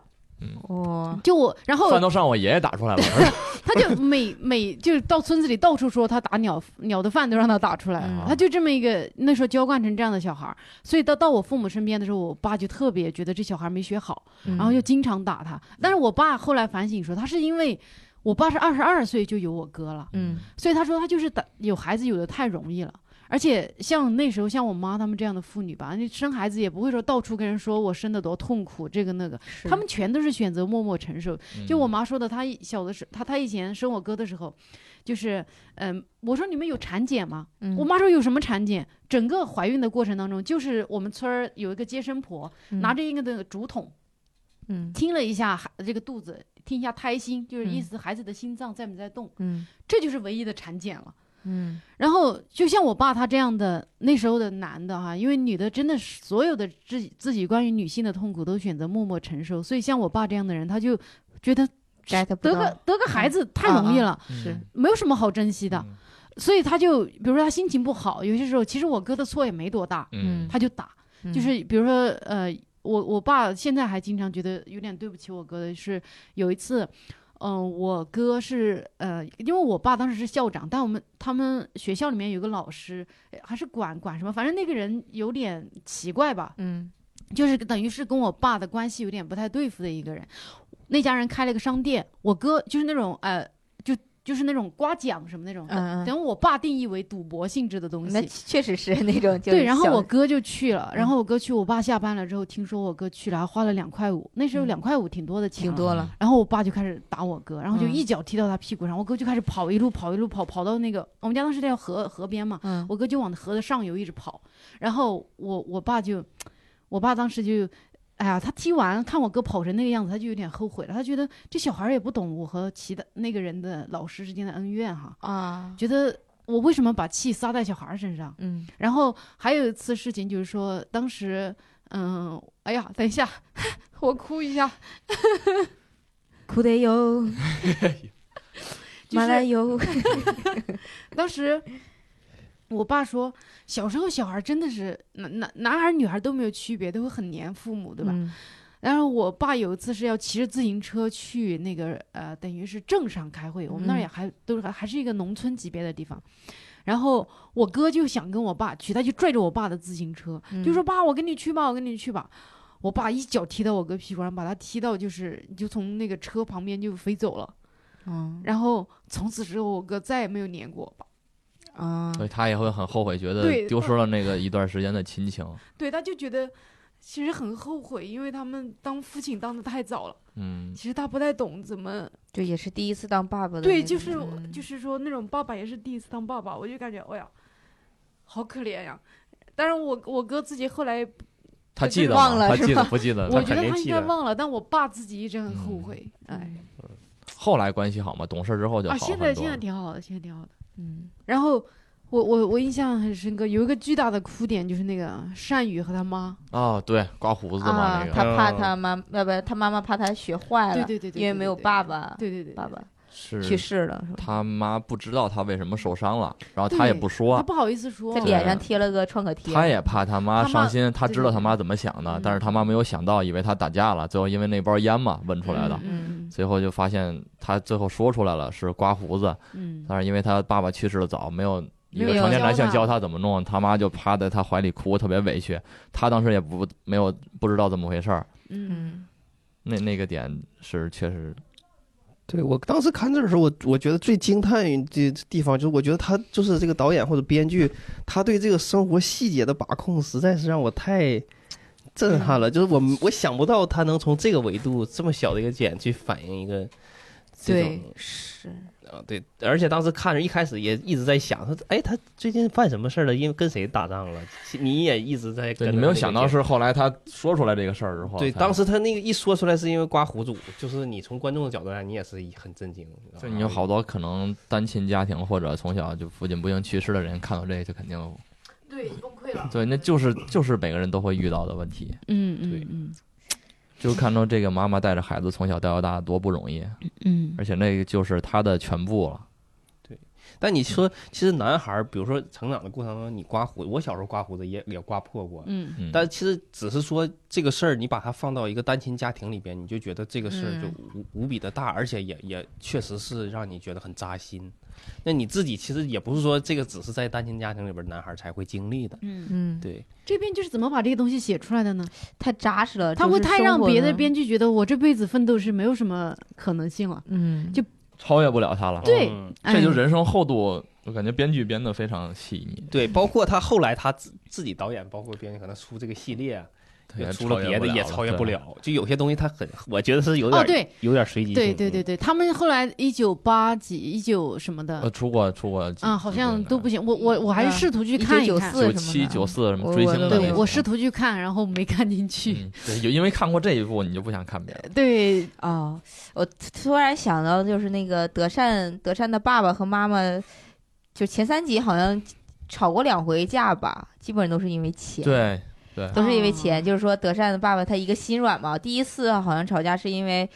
Speaker 2: 哦，
Speaker 1: 就我然后
Speaker 3: 饭都上我爷爷打出来了。是
Speaker 1: 他就每每就是到村子里到处说他打鸟鸟的饭都让他打出来了，
Speaker 3: 嗯
Speaker 1: 他就这么一个那时候娇惯成这样的小孩儿，所以到到我父母身边的时候，我爸就特别觉得这小孩没学好，
Speaker 2: 然
Speaker 1: 然后就经常打他。但是我爸后来反省说，他是因为我爸是二十二岁就有我哥了，
Speaker 2: 嗯
Speaker 1: 所以他说他就是打有孩子有的太容易了。而且像那时候像我妈他们这样的妇女吧，那生孩子也不会说到处跟人说我生的多痛苦，这个那个，他们全都是选择默默承受。嗯就
Speaker 2: 嗯
Speaker 3: 嗯
Speaker 1: 我妈说的，她一小的时候，她她以前生我哥的时候，就是嗯、我说你们有产检吗？
Speaker 2: 嗯
Speaker 1: 我妈说有什么产检？整个怀孕的过程当中，就是我们村儿有一个接生婆，拿着一个那个竹筒，
Speaker 2: 嗯
Speaker 1: 听了一下孩这个肚子，听一下胎心，就是意
Speaker 2: 嗯
Speaker 1: 思孩子的心脏在没在动，
Speaker 2: 嗯
Speaker 1: 这就是唯一的产检了。
Speaker 2: 嗯
Speaker 1: 然后就像我爸他这样的那时候的男的哈、因为女的真的是所有的自己自己关于女性的痛苦都选择默默承受，所以像我爸这样的人，他就觉得
Speaker 2: get 不
Speaker 1: 得
Speaker 2: 到
Speaker 1: 个得个孩子太容易了，
Speaker 2: 是
Speaker 1: 没有什么好珍惜的，
Speaker 3: 嗯
Speaker 1: 所以他就比如说他心情不好，有些时候其实我哥的错也没多大，
Speaker 3: 嗯
Speaker 1: 他就打，就是比如说呃，我我爸现在还经常觉得有点对不起我哥的是有一次。嗯、我哥是呃，因为我爸当时是校长，但我们他们学校里面有个老师，呃还是管管什么，反正那个人有点奇怪吧，
Speaker 2: 嗯
Speaker 1: 就是等于是跟我爸的关系有点不太对付的一个人。那家人开了个商店，我哥就是那种呃，就就是那种刮奖什么那种，
Speaker 2: 嗯嗯
Speaker 1: 等我爸定义为赌博性质的东西
Speaker 2: 那。确实是那 种就是
Speaker 1: 对，然后
Speaker 2: 小
Speaker 1: 我哥就去了，然
Speaker 2: 嗯
Speaker 1: 后我哥去，我爸下班了之后，听说我哥去了，还花了两块五，那时候两块五挺多的钱，
Speaker 2: 嗯挺。多了，
Speaker 1: 然后我爸就开始打我哥，然后就
Speaker 2: 嗯
Speaker 1: 一脚踢到他屁股上，我哥就开始跑，一路跑，一路跑，跑到那个我们家当时在河河边嘛，
Speaker 2: 嗯
Speaker 1: 我哥就往河的上游一直跑，然后我我爸就，我爸当时就，哎呀，他踢完看我哥跑成那个样子，他就有点后悔了，他觉得这小孩儿也不懂我和其他那个人的老师之间的恩怨哈，
Speaker 2: 啊
Speaker 1: 觉得我为什么把气撒在小孩儿身上。
Speaker 2: 嗯
Speaker 1: 然后还有一次事情就是说，当时，嗯，哎呀，等一下， 我哭一下，
Speaker 2: 哭得有
Speaker 1: 就
Speaker 2: 马来
Speaker 1: 是
Speaker 2: 油，
Speaker 1: 当时我爸说，小时候小孩真的是男男男孩女孩都没有区别，都会很黏父母，对吧？
Speaker 2: 嗯
Speaker 1: 然后我爸有一次是要骑着自行车去那个呃，等于是镇上开会，我们那儿也
Speaker 2: 嗯
Speaker 1: 还都是还是一个农村级别的地方。然后我哥就想跟我爸去，他就拽着我爸的自行车，
Speaker 2: 嗯
Speaker 1: 就说爸，我跟你去吧，我跟你去吧。我爸一脚踢到我哥屁股上，把他踢到就是就从那个车旁边就飞走了。
Speaker 2: 嗯
Speaker 1: 然后从此之后，我哥再也没有撵过我爸。
Speaker 2: 啊
Speaker 3: 所以他也会很后悔，觉
Speaker 1: 嗯对
Speaker 3: 得丢失了那个一段时间的亲情。
Speaker 1: 对，他就觉得其实很后悔，因为他们当父亲当的太早了。
Speaker 3: 嗯，
Speaker 1: 其实他不太懂怎么
Speaker 2: 就也是第一次当爸爸的那种，
Speaker 1: 对，就是
Speaker 2: 嗯
Speaker 1: 就是说那种爸爸也是第一次当爸爸，我就感觉哎呀，好可怜呀。但是我我哥自己后来，
Speaker 3: 他记得
Speaker 2: 忘
Speaker 3: 吗？
Speaker 2: 了
Speaker 3: 他
Speaker 2: 是
Speaker 3: 记得
Speaker 2: 吧
Speaker 3: 不记得？
Speaker 1: 我
Speaker 3: 他
Speaker 1: 觉
Speaker 4: 肯
Speaker 1: 得
Speaker 4: 定
Speaker 1: 他应
Speaker 4: 记
Speaker 1: 该
Speaker 4: 得
Speaker 1: 忘了，但我爸自己一直很后
Speaker 3: 嗯
Speaker 1: 悔。哎，
Speaker 3: 后来关系好吗？懂事之后就好
Speaker 1: 啊，
Speaker 3: 很多。
Speaker 1: 现在现在挺好的，现在挺好的。
Speaker 2: 嗯
Speaker 1: 然后我我我印象很深刻，有一个巨大的哭点就是那个善宇和他妈，
Speaker 3: 啊，对，刮胡子嘛
Speaker 2: 啊，
Speaker 3: 那
Speaker 2: 他
Speaker 3: 个嗯
Speaker 2: 怕他妈呃不，他妈妈怕他学坏
Speaker 1: 对
Speaker 2: 了，
Speaker 1: 对对对，
Speaker 2: 因为
Speaker 1: 对
Speaker 2: 没有
Speaker 1: 对
Speaker 2: 爸爸，
Speaker 1: 对对对，对
Speaker 2: 爸爸去
Speaker 3: 是
Speaker 2: 世了，是吧
Speaker 3: 他妈不知道他为什么受伤了，然后他也不
Speaker 1: 他
Speaker 3: 说，
Speaker 1: 不好意思说
Speaker 2: 在，脸上贴了个创可贴，
Speaker 3: 他也怕他妈
Speaker 1: 他妈
Speaker 3: 伤心，他知道
Speaker 1: 对
Speaker 3: 他妈怎么想的
Speaker 2: 嗯，
Speaker 3: 但是他妈没有想到，以为他打架了，最后因为那包烟嘛问出来的
Speaker 1: 嗯，嗯
Speaker 3: 最后就发现他最后说出来了是刮胡子，
Speaker 1: 嗯，嗯
Speaker 3: 但是因为他爸爸去世的早，没有一个
Speaker 2: 没有
Speaker 3: 成年男性
Speaker 1: 教
Speaker 3: 教
Speaker 1: 他
Speaker 3: 他怎么弄，他妈就趴在他怀里哭，特别委屈。他当时也不没有不知道怎么回事儿，
Speaker 1: 嗯
Speaker 2: 嗯
Speaker 3: 那那个点是确实，
Speaker 4: 对我当时看这的时候，我我觉得最惊叹于这地方就是，我觉得他就是这个导演或者编剧，他对这个生活细节的把控，实在是让我太震撼了。就是我我想不到他能从这个维度这么小的一个点去反映一个这种
Speaker 2: 对是
Speaker 4: 啊，对，而且当时看着一开始也一直在想，说哎，他最近犯什么事儿了？因为跟谁打仗了？其你也一直在跟
Speaker 3: 对
Speaker 4: 着
Speaker 3: 你没有
Speaker 4: 那个
Speaker 3: 想到
Speaker 4: 点
Speaker 3: 是后来他说出来这个事儿之后才，
Speaker 4: 对，当时他那个一说出来是因为刮胡子，就是你从观众的角度来，你也是很震惊。知道
Speaker 3: 就
Speaker 4: 吗
Speaker 3: 你有好多可能单亲家庭或者从小就父亲不幸去世的人，看到这个就肯定
Speaker 1: 对崩溃了，
Speaker 3: 对，那就是就是每个人都会遇到的问题。
Speaker 1: 嗯
Speaker 4: 对
Speaker 1: 嗯
Speaker 3: 就看到这个妈妈带着孩子从小带到大多不容易，
Speaker 1: 嗯
Speaker 3: 而且那个就是他的全部了。
Speaker 4: 但你说，其实男孩儿，比如说成长的过程中，你刮胡，我小时候刮胡子也也刮破过，
Speaker 1: 嗯
Speaker 3: 嗯，
Speaker 4: 但其实只是说这个事儿，你把它放到一个单亲家庭里边，你就觉得这个事儿
Speaker 1: 嗯
Speaker 4: 就无无比的大，而且也也确实是让你觉得很扎心。那你自己其实也不是说这个只是在单亲家庭里边男孩儿才会经历的，
Speaker 1: 嗯嗯，
Speaker 2: 嗯，
Speaker 4: 对，
Speaker 1: 这编剧是怎么把这个东西写出来的呢？
Speaker 2: 太扎实了，
Speaker 1: 他
Speaker 2: 呃就
Speaker 1: 会
Speaker 2: 是
Speaker 1: 太
Speaker 2: 生
Speaker 1: 让
Speaker 2: 活
Speaker 1: 别的
Speaker 2: 呢
Speaker 1: 编剧觉得我这辈子奋斗是没有什么可能性了，
Speaker 2: 嗯
Speaker 1: 就
Speaker 3: 超越不了他了。
Speaker 1: 对
Speaker 4: 嗯
Speaker 3: 这就是
Speaker 1: 哎
Speaker 3: 人生厚度我感觉编剧编的非常细腻，
Speaker 4: 对，包括他后来他自自己导演，包括编剧，可能出这个系列啊，也出了别的也超越不
Speaker 3: 对。
Speaker 4: 了。就有些东西他很，我觉得是有点
Speaker 1: 哦，对
Speaker 4: 有点随机性。
Speaker 1: 对对
Speaker 3: 嗯
Speaker 1: 对对，他们后来一九八几、一九什么
Speaker 3: 呃，
Speaker 1: 的，
Speaker 3: 出过出过几
Speaker 1: 啊，好像都不行。我我我还
Speaker 2: 嗯
Speaker 1: 是试图去看一看
Speaker 2: 1994，
Speaker 3: 九七九四什么
Speaker 2: 我
Speaker 3: 追星
Speaker 2: 我
Speaker 3: 的那
Speaker 1: 对
Speaker 3: 种，
Speaker 1: 我试图去看，然后没看进去。
Speaker 3: 嗯，对，有因为看过这一部，你就不想看别的。
Speaker 1: 对，
Speaker 2: 哦，我突突然想到，就是那个德善，德善的爸爸和妈妈，就前三集好像吵过两回架吧，基本都是因为钱。。
Speaker 3: 对对，
Speaker 2: 都是因为钱，
Speaker 1: 哦
Speaker 2: 就是说德善的爸爸他一个心软嘛。第一次好像吵架是因为，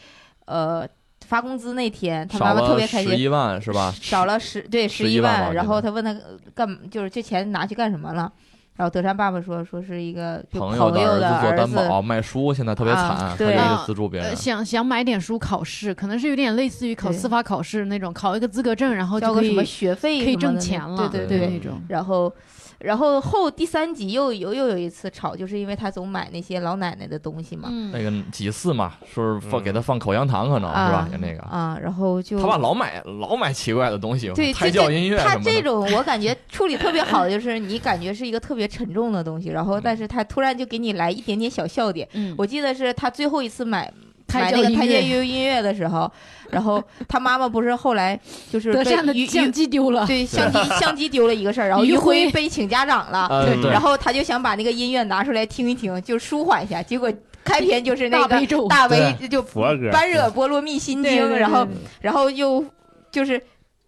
Speaker 2: 呃，发工资那天他妈
Speaker 3: 少
Speaker 2: 妈特
Speaker 3: 了
Speaker 2: 别开
Speaker 3: 十
Speaker 2: 心，
Speaker 3: 一万是吧？
Speaker 2: 少了十对十一
Speaker 3: 11万吧我记得
Speaker 2: 然后他问他呃干就是这钱拿去干什么了，然后德善爸爸说说是一个就
Speaker 3: 朋
Speaker 2: 朋
Speaker 3: 友
Speaker 2: 友
Speaker 3: 的
Speaker 2: 的
Speaker 3: 儿子做
Speaker 2: 儿
Speaker 3: 担
Speaker 2: 子，
Speaker 1: 哦
Speaker 3: 保卖书，现在特别
Speaker 2: 啊
Speaker 3: 惨，
Speaker 2: 对
Speaker 3: 他就
Speaker 1: 啊
Speaker 3: 去资助别
Speaker 1: 呃，
Speaker 3: 人。
Speaker 1: 想想买点书考试，可能是有点类似于考
Speaker 2: 对
Speaker 1: 司法考试那种，考一个资格证，然后
Speaker 2: 交
Speaker 1: 就
Speaker 2: 个
Speaker 1: 可
Speaker 2: 什
Speaker 1: 以
Speaker 2: 么
Speaker 1: 可
Speaker 2: 学费
Speaker 1: 以
Speaker 2: 什么的
Speaker 1: 挣
Speaker 2: 那
Speaker 1: 钱了，
Speaker 2: 对对
Speaker 3: 对
Speaker 1: 那种。
Speaker 2: 然后，然后后第三集又又又有一次吵，就是因为他总买那些老奶奶的东西嘛，
Speaker 1: 嗯
Speaker 3: 那个几次嘛，说是放
Speaker 4: 嗯
Speaker 3: 给他放口香糖，可能是吧
Speaker 2: 啊？
Speaker 3: 也那个，
Speaker 2: 啊，然后就
Speaker 3: 他爸老买老买奇怪的东西，
Speaker 2: 对
Speaker 3: 胎
Speaker 2: 这
Speaker 3: 教音乐
Speaker 2: 他
Speaker 3: 什么
Speaker 2: 这
Speaker 3: 的。
Speaker 2: 种我感觉处理特别好的，就是 你感觉是一个特别沉重的东西，然后但是他突然就给你来一点点小笑点。
Speaker 1: 嗯，
Speaker 2: 我记得是他最后一次买
Speaker 1: 胎
Speaker 2: 买
Speaker 1: 教
Speaker 2: 那个
Speaker 1: 音
Speaker 2: 太
Speaker 1: 乐
Speaker 2: 监乐音乐的时候，然后他妈妈不是后来就是
Speaker 1: 德
Speaker 2: 被
Speaker 1: 善的啊
Speaker 2: 于
Speaker 1: 相
Speaker 2: 于
Speaker 1: 机丢了，
Speaker 2: 对相机相机丢了一个事儿，然后
Speaker 1: 于
Speaker 2: 于辉
Speaker 1: 辉
Speaker 2: 被请家长了，
Speaker 3: 呃，
Speaker 4: 嗯对
Speaker 3: 对
Speaker 2: 然，后他就想把那个音乐拿出来听一听，就舒缓一下。结果开篇就是那
Speaker 1: 大
Speaker 2: 个
Speaker 1: 悲咒，
Speaker 2: 大悲就
Speaker 4: 佛歌
Speaker 2: 般若波罗蜜心
Speaker 1: 对对
Speaker 2: 经，
Speaker 1: 对
Speaker 2: 然后
Speaker 1: 对
Speaker 2: 然后又就是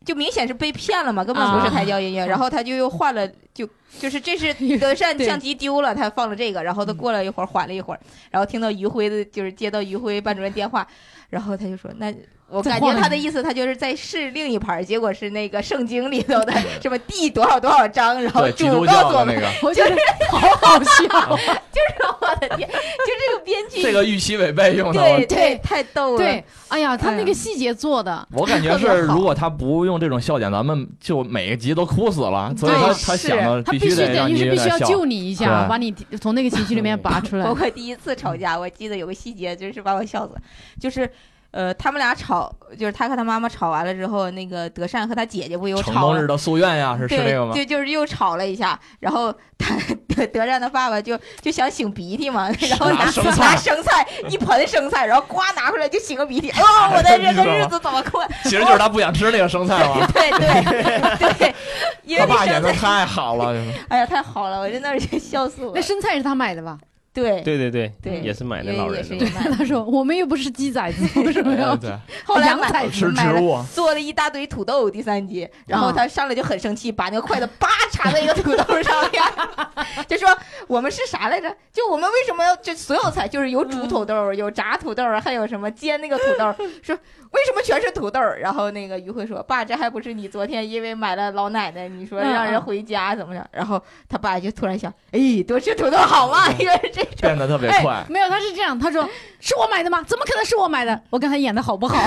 Speaker 2: 就明显是被骗了嘛，根本不是
Speaker 1: 啊
Speaker 2: 胎教
Speaker 3: 嗯
Speaker 2: 音乐。然后他就又换了，就就是这是德善相机丢了，他放了
Speaker 3: 嗯
Speaker 2: 这个，然后他过了一会儿缓了一会儿，然后听到于辉的就是接到于辉班主任电话，然后他就说那。我
Speaker 1: 再
Speaker 2: 感觉
Speaker 1: 换
Speaker 2: 他的意思，他就是在试另一盘儿，结果是那个圣经里头 的什么第多少多少章，然后
Speaker 3: 对基督
Speaker 2: 主
Speaker 3: 教
Speaker 2: 告诉我
Speaker 3: 的
Speaker 2: 们
Speaker 3: 那个，
Speaker 1: 我觉得好好
Speaker 3: 啊
Speaker 1: 笑。
Speaker 2: 我的天， 就这个编剧，
Speaker 3: 这个预期违背用的，
Speaker 2: 对
Speaker 3: 我
Speaker 2: 对，太逗了。
Speaker 1: 对，哎呀，他
Speaker 2: 哎
Speaker 1: 那
Speaker 2: 呀
Speaker 1: 个细节做的，
Speaker 3: 我感觉
Speaker 2: 特
Speaker 3: 是
Speaker 2: 别好
Speaker 3: 如果他不用这种笑点，咱们就每个集都哭死了。所以
Speaker 1: 对
Speaker 3: 他他
Speaker 2: 是
Speaker 3: 想的
Speaker 1: 他
Speaker 3: 必
Speaker 1: 必须
Speaker 3: 得
Speaker 1: 得，
Speaker 3: 让你
Speaker 1: 于是
Speaker 3: 有
Speaker 1: 必须要
Speaker 3: 点笑
Speaker 1: 救。你一下，
Speaker 3: 对
Speaker 1: 把 你从那个情绪里面拔 出来
Speaker 2: 包。括第一次
Speaker 3: 嗯
Speaker 2: 吵架，我记得有个细节，真是把我笑死了，就是。呃，他们俩吵，就是他和他妈妈吵完了之后，那个德善和他姐姐不又
Speaker 3: 城
Speaker 2: 吵
Speaker 3: 东
Speaker 2: 了
Speaker 3: 日的夙愿呀，是是
Speaker 2: 对
Speaker 3: 这个吗？
Speaker 2: 对，就是又吵了一下，然后他德德善的爸爸就就想擤鼻涕嘛，然后拿
Speaker 3: 拿生菜
Speaker 2: 拿生菜一盆生菜，然后呱拿出来就擤个鼻涕，哎呦， 我的这个日子怎么过？
Speaker 3: 其实就是他不想吃那个生菜嘛。
Speaker 2: 对 对对，因
Speaker 3: 他
Speaker 2: 为那
Speaker 3: 爸演
Speaker 2: 生
Speaker 3: 的
Speaker 2: 菜，
Speaker 3: 太好了，
Speaker 2: 哎呀，太好了，我真的是笑死我
Speaker 1: 那
Speaker 2: 了。
Speaker 1: 生菜是他买的吧？哎
Speaker 2: 对
Speaker 4: 对对对
Speaker 2: 对
Speaker 4: 也是买那
Speaker 2: 也
Speaker 4: 老
Speaker 2: 也
Speaker 4: 人
Speaker 2: 是
Speaker 4: 的
Speaker 2: 一
Speaker 4: 嘛。
Speaker 2: 般
Speaker 1: 他说我们又不是鸡崽子，为什么要
Speaker 3: 对哎对，
Speaker 2: 后来
Speaker 1: 羊
Speaker 2: 买
Speaker 1: 崽
Speaker 3: 吃
Speaker 1: 子
Speaker 3: 植
Speaker 1: 买了？
Speaker 3: 物，
Speaker 2: 做了一大堆土豆，第三集，然后
Speaker 1: 嗯
Speaker 2: 他上来就很生气，把那个筷子叭插在一个土豆上 面，就说我们是啥来着？就我们为什么要这所有菜就是有煮土豆，有炸土豆，还有什么煎那个土 豆？说为什么全是土豆？然后那个于慧说：“爸，这还不是你昨天因为买了老奶奶，你说
Speaker 1: 嗯
Speaker 2: 让人
Speaker 1: 嗯
Speaker 2: 回家怎么着？”然后他爸就突然想：“哎，多吃土豆好吗？”因为这种
Speaker 3: 变得特别快。
Speaker 1: 哎没有，他是这样，他 说是我买的吗？怎么可能是我买的？我刚才演的好不好？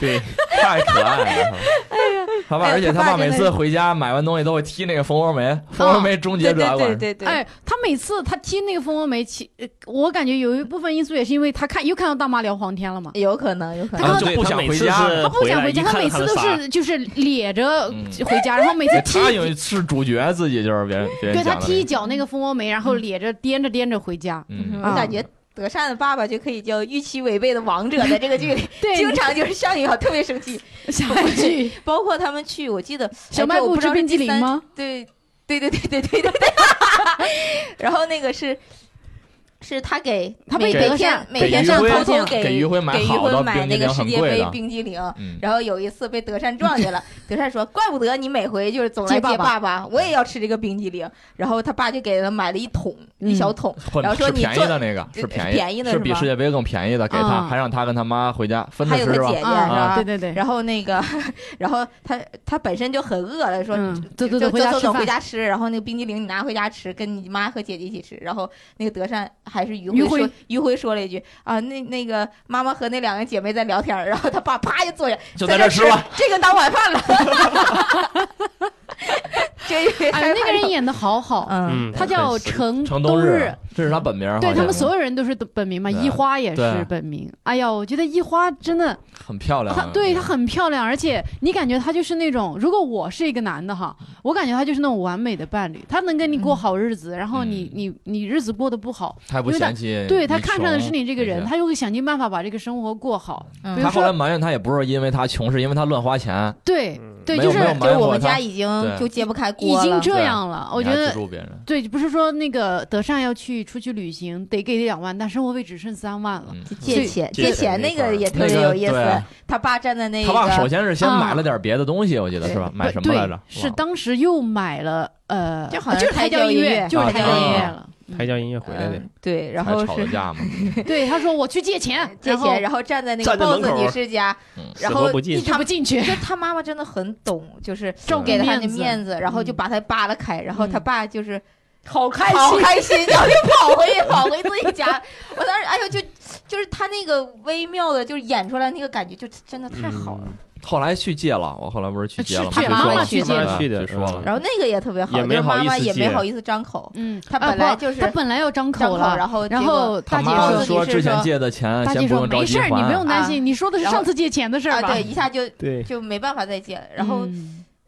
Speaker 3: 对，太可爱 了。
Speaker 1: 哎
Speaker 3: 他爸，而且他爸每次回家买完东西都会踢那个蜂窝
Speaker 1: 哦
Speaker 3: 煤，蜂窝煤终结
Speaker 2: 对
Speaker 3: 者
Speaker 2: 对对
Speaker 3: 管。
Speaker 2: 对对，
Speaker 1: 哎，他每次他踢那个蜂窝煤，其呃我感觉有一部分因素也是因为他看又看到大妈聊黄天了嘛。
Speaker 2: 有可能，有可能。
Speaker 3: 然后
Speaker 1: 他
Speaker 3: 就
Speaker 4: 对
Speaker 3: 不
Speaker 4: 他
Speaker 3: 想
Speaker 4: 每
Speaker 3: 呃回
Speaker 4: 次
Speaker 3: 家，
Speaker 4: 是
Speaker 1: 他不想
Speaker 4: 回
Speaker 1: 回家，他每次都
Speaker 4: 啥
Speaker 1: 是就是咧着
Speaker 3: 嗯
Speaker 1: 回家，然后每次踢
Speaker 3: 他有是主角，自己就是别人
Speaker 1: 对
Speaker 3: 别人
Speaker 1: 他
Speaker 3: 讲的
Speaker 1: 踢一
Speaker 3: 那个。
Speaker 1: 脚那个蜂窝煤，然后咧着颠着颠着回家。
Speaker 3: 嗯，
Speaker 2: 我
Speaker 1: 啊
Speaker 2: 感觉德善的爸爸就可以叫预期违背的王者，在这个剧里
Speaker 1: 对，
Speaker 2: 经常就是上一秒特别生气，
Speaker 1: 下一句
Speaker 2: 包括他们去，我记得
Speaker 1: 小卖部吃冰激凌？吗？
Speaker 2: 哎这我不知道是第三对，对对对对对对 对，然后那个是。是他给
Speaker 1: 他
Speaker 2: 每
Speaker 1: 被
Speaker 2: 每
Speaker 1: 德
Speaker 2: 天
Speaker 1: 善
Speaker 2: 每天上
Speaker 3: 给于
Speaker 2: 偷
Speaker 3: 辉
Speaker 2: 偷
Speaker 3: 给
Speaker 2: 于
Speaker 3: 于辉
Speaker 2: 辉
Speaker 3: 买好的
Speaker 2: 买
Speaker 3: 冰激
Speaker 2: 那个
Speaker 3: 凌
Speaker 2: 世
Speaker 3: 很
Speaker 2: 界
Speaker 3: 贵
Speaker 2: 杯
Speaker 3: 的
Speaker 2: 冰激凌，
Speaker 3: 嗯，
Speaker 2: 然后有一次被德善撞见了，德善说：“怪不得你每回就是总来接
Speaker 1: 接爸爸
Speaker 2: 爸，我也要吃这个冰激凌。”然后他爸就给他买了一桶一
Speaker 1: 嗯
Speaker 2: 小桶，
Speaker 3: 或
Speaker 2: 然后说
Speaker 3: 者是
Speaker 2: 你
Speaker 3: 便宜
Speaker 2: 做
Speaker 3: 的那
Speaker 1: 呃
Speaker 3: 个，是便宜，
Speaker 2: 便宜的
Speaker 3: 是
Speaker 2: 是
Speaker 3: 比
Speaker 2: 吧
Speaker 3: 世界杯更便宜的，给他，
Speaker 1: 啊
Speaker 3: 还让他跟他妈回家分着
Speaker 2: 还有
Speaker 3: 吃
Speaker 2: 他
Speaker 3: 是吧
Speaker 2: 姐姐是？
Speaker 1: 啊，
Speaker 2: 吧？
Speaker 1: 对对对，
Speaker 2: 然后那个， 然后他他本身就很饿了，说
Speaker 1: 嗯，走走
Speaker 2: 就
Speaker 1: 走，
Speaker 2: 就
Speaker 1: 回家
Speaker 2: 走
Speaker 1: 吃
Speaker 2: 走
Speaker 1: 饭
Speaker 2: 回。家吃，然后那个冰激凌你拿回家吃，跟你妈和姐姐一起吃。然后那个德善还是于
Speaker 1: 于
Speaker 2: 辉说
Speaker 1: 辉，
Speaker 2: 于辉说了一句啊，那那个妈妈和那两个姐妹在聊天儿，然后他爸啪就坐下，
Speaker 3: 就
Speaker 2: 在
Speaker 3: 在
Speaker 2: 这
Speaker 3: 这
Speaker 2: 儿
Speaker 3: 儿吃吧。
Speaker 2: 这个当晚饭了。 这
Speaker 1: 哎，那个人演的好好，
Speaker 2: 嗯，
Speaker 4: 嗯，
Speaker 1: 他叫程
Speaker 3: 程
Speaker 1: 冬
Speaker 3: 冬
Speaker 1: 日
Speaker 3: 日，，啊这是他本名儿，
Speaker 1: 对
Speaker 3: 好
Speaker 1: 他
Speaker 3: 像
Speaker 1: 们所有人都是本名嘛，
Speaker 3: 对啊
Speaker 1: 一花也是
Speaker 3: 对
Speaker 1: 本名。哎呀，我觉得一花真的，
Speaker 3: 很漂亮
Speaker 1: 她
Speaker 3: 啊，
Speaker 1: 对她很漂亮，而且你感觉她就是那种，如果我是一个男的哈，
Speaker 3: 嗯
Speaker 1: 我感觉她就是那种完美的伴侣，她能跟你过好日子，然后你
Speaker 3: 嗯
Speaker 1: 你你日子过得不好，
Speaker 3: 他也不
Speaker 1: 因为他
Speaker 3: 嫌弃，
Speaker 1: 对她看上的是
Speaker 3: 你
Speaker 1: 你这个人，她就会想尽办法把这个生活过好。
Speaker 2: 嗯
Speaker 1: 比
Speaker 3: 穷。他
Speaker 1: 如
Speaker 3: 后来
Speaker 1: 说，
Speaker 3: 埋怨他也不是因为他穷，是因为他乱花钱，
Speaker 1: 对
Speaker 4: 嗯
Speaker 1: 对，
Speaker 3: 没
Speaker 1: 就
Speaker 3: 有
Speaker 1: 是
Speaker 3: 没
Speaker 2: 就
Speaker 3: 有
Speaker 2: 是
Speaker 3: 瞒
Speaker 2: 我
Speaker 3: 我
Speaker 2: 们
Speaker 3: 他
Speaker 2: 家已经
Speaker 3: 对
Speaker 2: 就揭不开锅
Speaker 1: 已
Speaker 2: 了，
Speaker 1: 经这
Speaker 3: 对啊
Speaker 1: 样了，哦我
Speaker 3: 你
Speaker 1: 觉
Speaker 3: 还
Speaker 1: 得
Speaker 3: 资助别人，
Speaker 1: 对，不是说那个德善要去出去旅行，得给两万，但生活费只剩三万了。
Speaker 3: 嗯，
Speaker 2: 借钱
Speaker 4: 借
Speaker 2: 借
Speaker 4: 钱
Speaker 2: 钱
Speaker 4: 那
Speaker 2: 那
Speaker 4: 块儿
Speaker 2: 个也特
Speaker 3: 那
Speaker 2: 别
Speaker 3: 个
Speaker 2: 有意思
Speaker 3: 对，
Speaker 2: 他爸站在那
Speaker 3: 他爸首
Speaker 2: 个，
Speaker 3: 先是先
Speaker 1: 啊
Speaker 3: 买了点别的东西，我记得
Speaker 2: 对
Speaker 3: 是吧？买
Speaker 1: 不
Speaker 3: 什么来
Speaker 1: 对
Speaker 3: 着？
Speaker 1: 是
Speaker 3: 忘了
Speaker 1: 当时又买了呃，
Speaker 2: 就好
Speaker 1: 啊
Speaker 2: 像
Speaker 1: 就是
Speaker 2: 胎
Speaker 1: 胎
Speaker 2: 教
Speaker 1: 教
Speaker 2: 音
Speaker 1: 乐
Speaker 2: 乐，
Speaker 1: 就是
Speaker 3: 啊
Speaker 1: 胎
Speaker 3: 胎
Speaker 1: 教
Speaker 3: 教
Speaker 1: 音
Speaker 3: 音
Speaker 1: 乐
Speaker 3: 乐
Speaker 1: 了。
Speaker 4: 抬轿音乐回来的，
Speaker 2: 嗯对，然
Speaker 3: 还
Speaker 2: 后
Speaker 3: 吵
Speaker 2: 是
Speaker 3: 了 架嘛，
Speaker 1: 对，他说我去借钱，
Speaker 2: 借
Speaker 1: 然后
Speaker 2: 钱，然后站在那个
Speaker 4: 站在门
Speaker 2: boss
Speaker 4: 口
Speaker 2: 女士家，
Speaker 3: 嗯
Speaker 2: 然
Speaker 4: 死
Speaker 2: 后
Speaker 4: 活不进
Speaker 1: 一直不进去
Speaker 2: 就。是他妈妈真的很懂，就是
Speaker 1: 照顾
Speaker 2: 给了他的
Speaker 1: 面子
Speaker 2: 面子，然后就把他扒拉开，然后他爸就是
Speaker 1: 好开
Speaker 2: 好开心，然后就跑回跑回自己家。我当时哎呦，就就是他那个微妙的，就是演出来那个感觉，就真
Speaker 1: 嗯
Speaker 2: 的
Speaker 4: 嗯
Speaker 2: 太好了。
Speaker 3: 后来去借了，我后来不是去借了吗，
Speaker 1: 去
Speaker 3: 就
Speaker 1: 妈
Speaker 3: 说
Speaker 1: 呃妈
Speaker 3: 了
Speaker 1: 去借
Speaker 4: 妈
Speaker 1: 了
Speaker 4: 妈去的
Speaker 3: 就说了
Speaker 4: 嗯
Speaker 2: 然后那个也特别好，
Speaker 4: 也没
Speaker 2: 就是
Speaker 4: 好
Speaker 2: 妈
Speaker 4: 意
Speaker 2: 妈
Speaker 4: 思
Speaker 2: 也没
Speaker 4: 接
Speaker 2: 好意思张口，
Speaker 1: 嗯，
Speaker 2: 他
Speaker 1: 啊
Speaker 2: 本来
Speaker 1: 不
Speaker 2: 就是
Speaker 1: 他本来要张
Speaker 2: 张口，
Speaker 1: 口了，
Speaker 2: 然后
Speaker 1: 然
Speaker 2: 结果
Speaker 1: 后
Speaker 3: 他
Speaker 1: 大姐
Speaker 3: 妈
Speaker 2: 说
Speaker 1: 说，
Speaker 3: 说
Speaker 2: 你是
Speaker 3: 之前
Speaker 2: 说
Speaker 3: 借的钱，
Speaker 1: 大姐
Speaker 3: 先不
Speaker 1: 说
Speaker 3: 用着
Speaker 1: 没
Speaker 3: 急
Speaker 1: 事儿，你不
Speaker 3: 还
Speaker 1: 用。担心，你说的是
Speaker 2: 然后
Speaker 1: 上次借钱的事儿
Speaker 2: 啊
Speaker 1: 吧？
Speaker 2: 对，一下就
Speaker 4: 对，
Speaker 2: 就没办法再接了。
Speaker 1: 嗯，
Speaker 2: 然后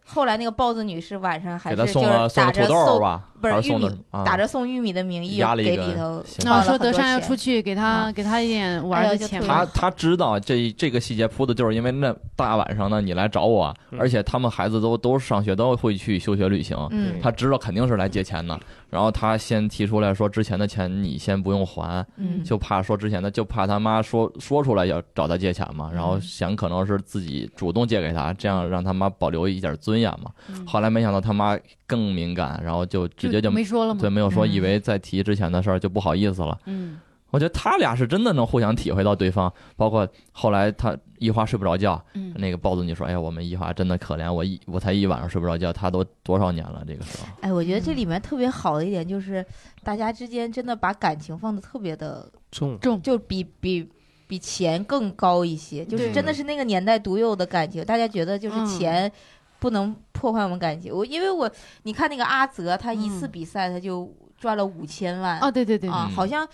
Speaker 2: 后来那个豹子女士晚上还
Speaker 3: 给
Speaker 2: 是就
Speaker 3: 他送
Speaker 2: 是
Speaker 3: 了送
Speaker 2: 打
Speaker 3: 了
Speaker 2: 着
Speaker 3: 土豆
Speaker 2: 送
Speaker 3: 吧，
Speaker 2: 不是
Speaker 3: 还是
Speaker 2: 玉
Speaker 3: 送
Speaker 2: 米
Speaker 3: 的啊
Speaker 2: 打着送玉米的名义
Speaker 3: 压了一
Speaker 2: 给
Speaker 3: 个
Speaker 2: 里头放
Speaker 3: 行
Speaker 1: 那
Speaker 2: 了
Speaker 1: 我说
Speaker 2: 很多
Speaker 1: 德善要
Speaker 2: 钱
Speaker 1: 出去，给他给他一点玩
Speaker 2: 哎
Speaker 1: 儿
Speaker 2: 呦
Speaker 1: 的
Speaker 2: 就
Speaker 1: 钱
Speaker 2: 特别
Speaker 1: 吧
Speaker 3: 他他知道这这个细节铺的，就是因为那大晚上呢，你来找我
Speaker 4: 嗯，
Speaker 3: 而且他们孩子都都上学，都会去休学旅行。
Speaker 2: 嗯
Speaker 3: 他知道肯定是来借钱的，然后他先提出来说之前的钱你先不用还，
Speaker 2: 嗯
Speaker 3: 就怕说之前的就怕他妈说说出来要找他借钱嘛，然后
Speaker 2: 嗯
Speaker 3: 想可能是自己主动借给他，这样让他妈保留一点尊严嘛。
Speaker 1: 嗯
Speaker 3: 后来没想到他妈更敏感，然后就直接就
Speaker 1: 没说了吗
Speaker 3: 对？没有说，
Speaker 2: 嗯
Speaker 3: 以为再提之前的事儿就不好意思了。
Speaker 1: 嗯，
Speaker 3: 我觉得他俩是真的能互相体会到对方，包括后来他一花睡不着觉，
Speaker 1: 嗯
Speaker 3: 那个豹子你说，哎呀，我们一花真的可怜，我一我才一晚上睡不着觉，他都多少年了，这个时候，
Speaker 2: 哎，我觉
Speaker 3: 嗯
Speaker 2: 得这里面特别好的一点就是，大家之间真的把感情放的特别的，
Speaker 4: 重
Speaker 2: 就比比比钱更高一些，就是
Speaker 1: 对
Speaker 2: 真的是那个年代独有的感情。大家觉得就是
Speaker 1: 嗯
Speaker 2: 钱不能破坏我们感情。我因为我你看那个阿泽，他一次
Speaker 1: 嗯
Speaker 2: 比赛他就赚了五千万
Speaker 1: 啊，对对对，
Speaker 2: 啊，
Speaker 3: 嗯
Speaker 2: 好像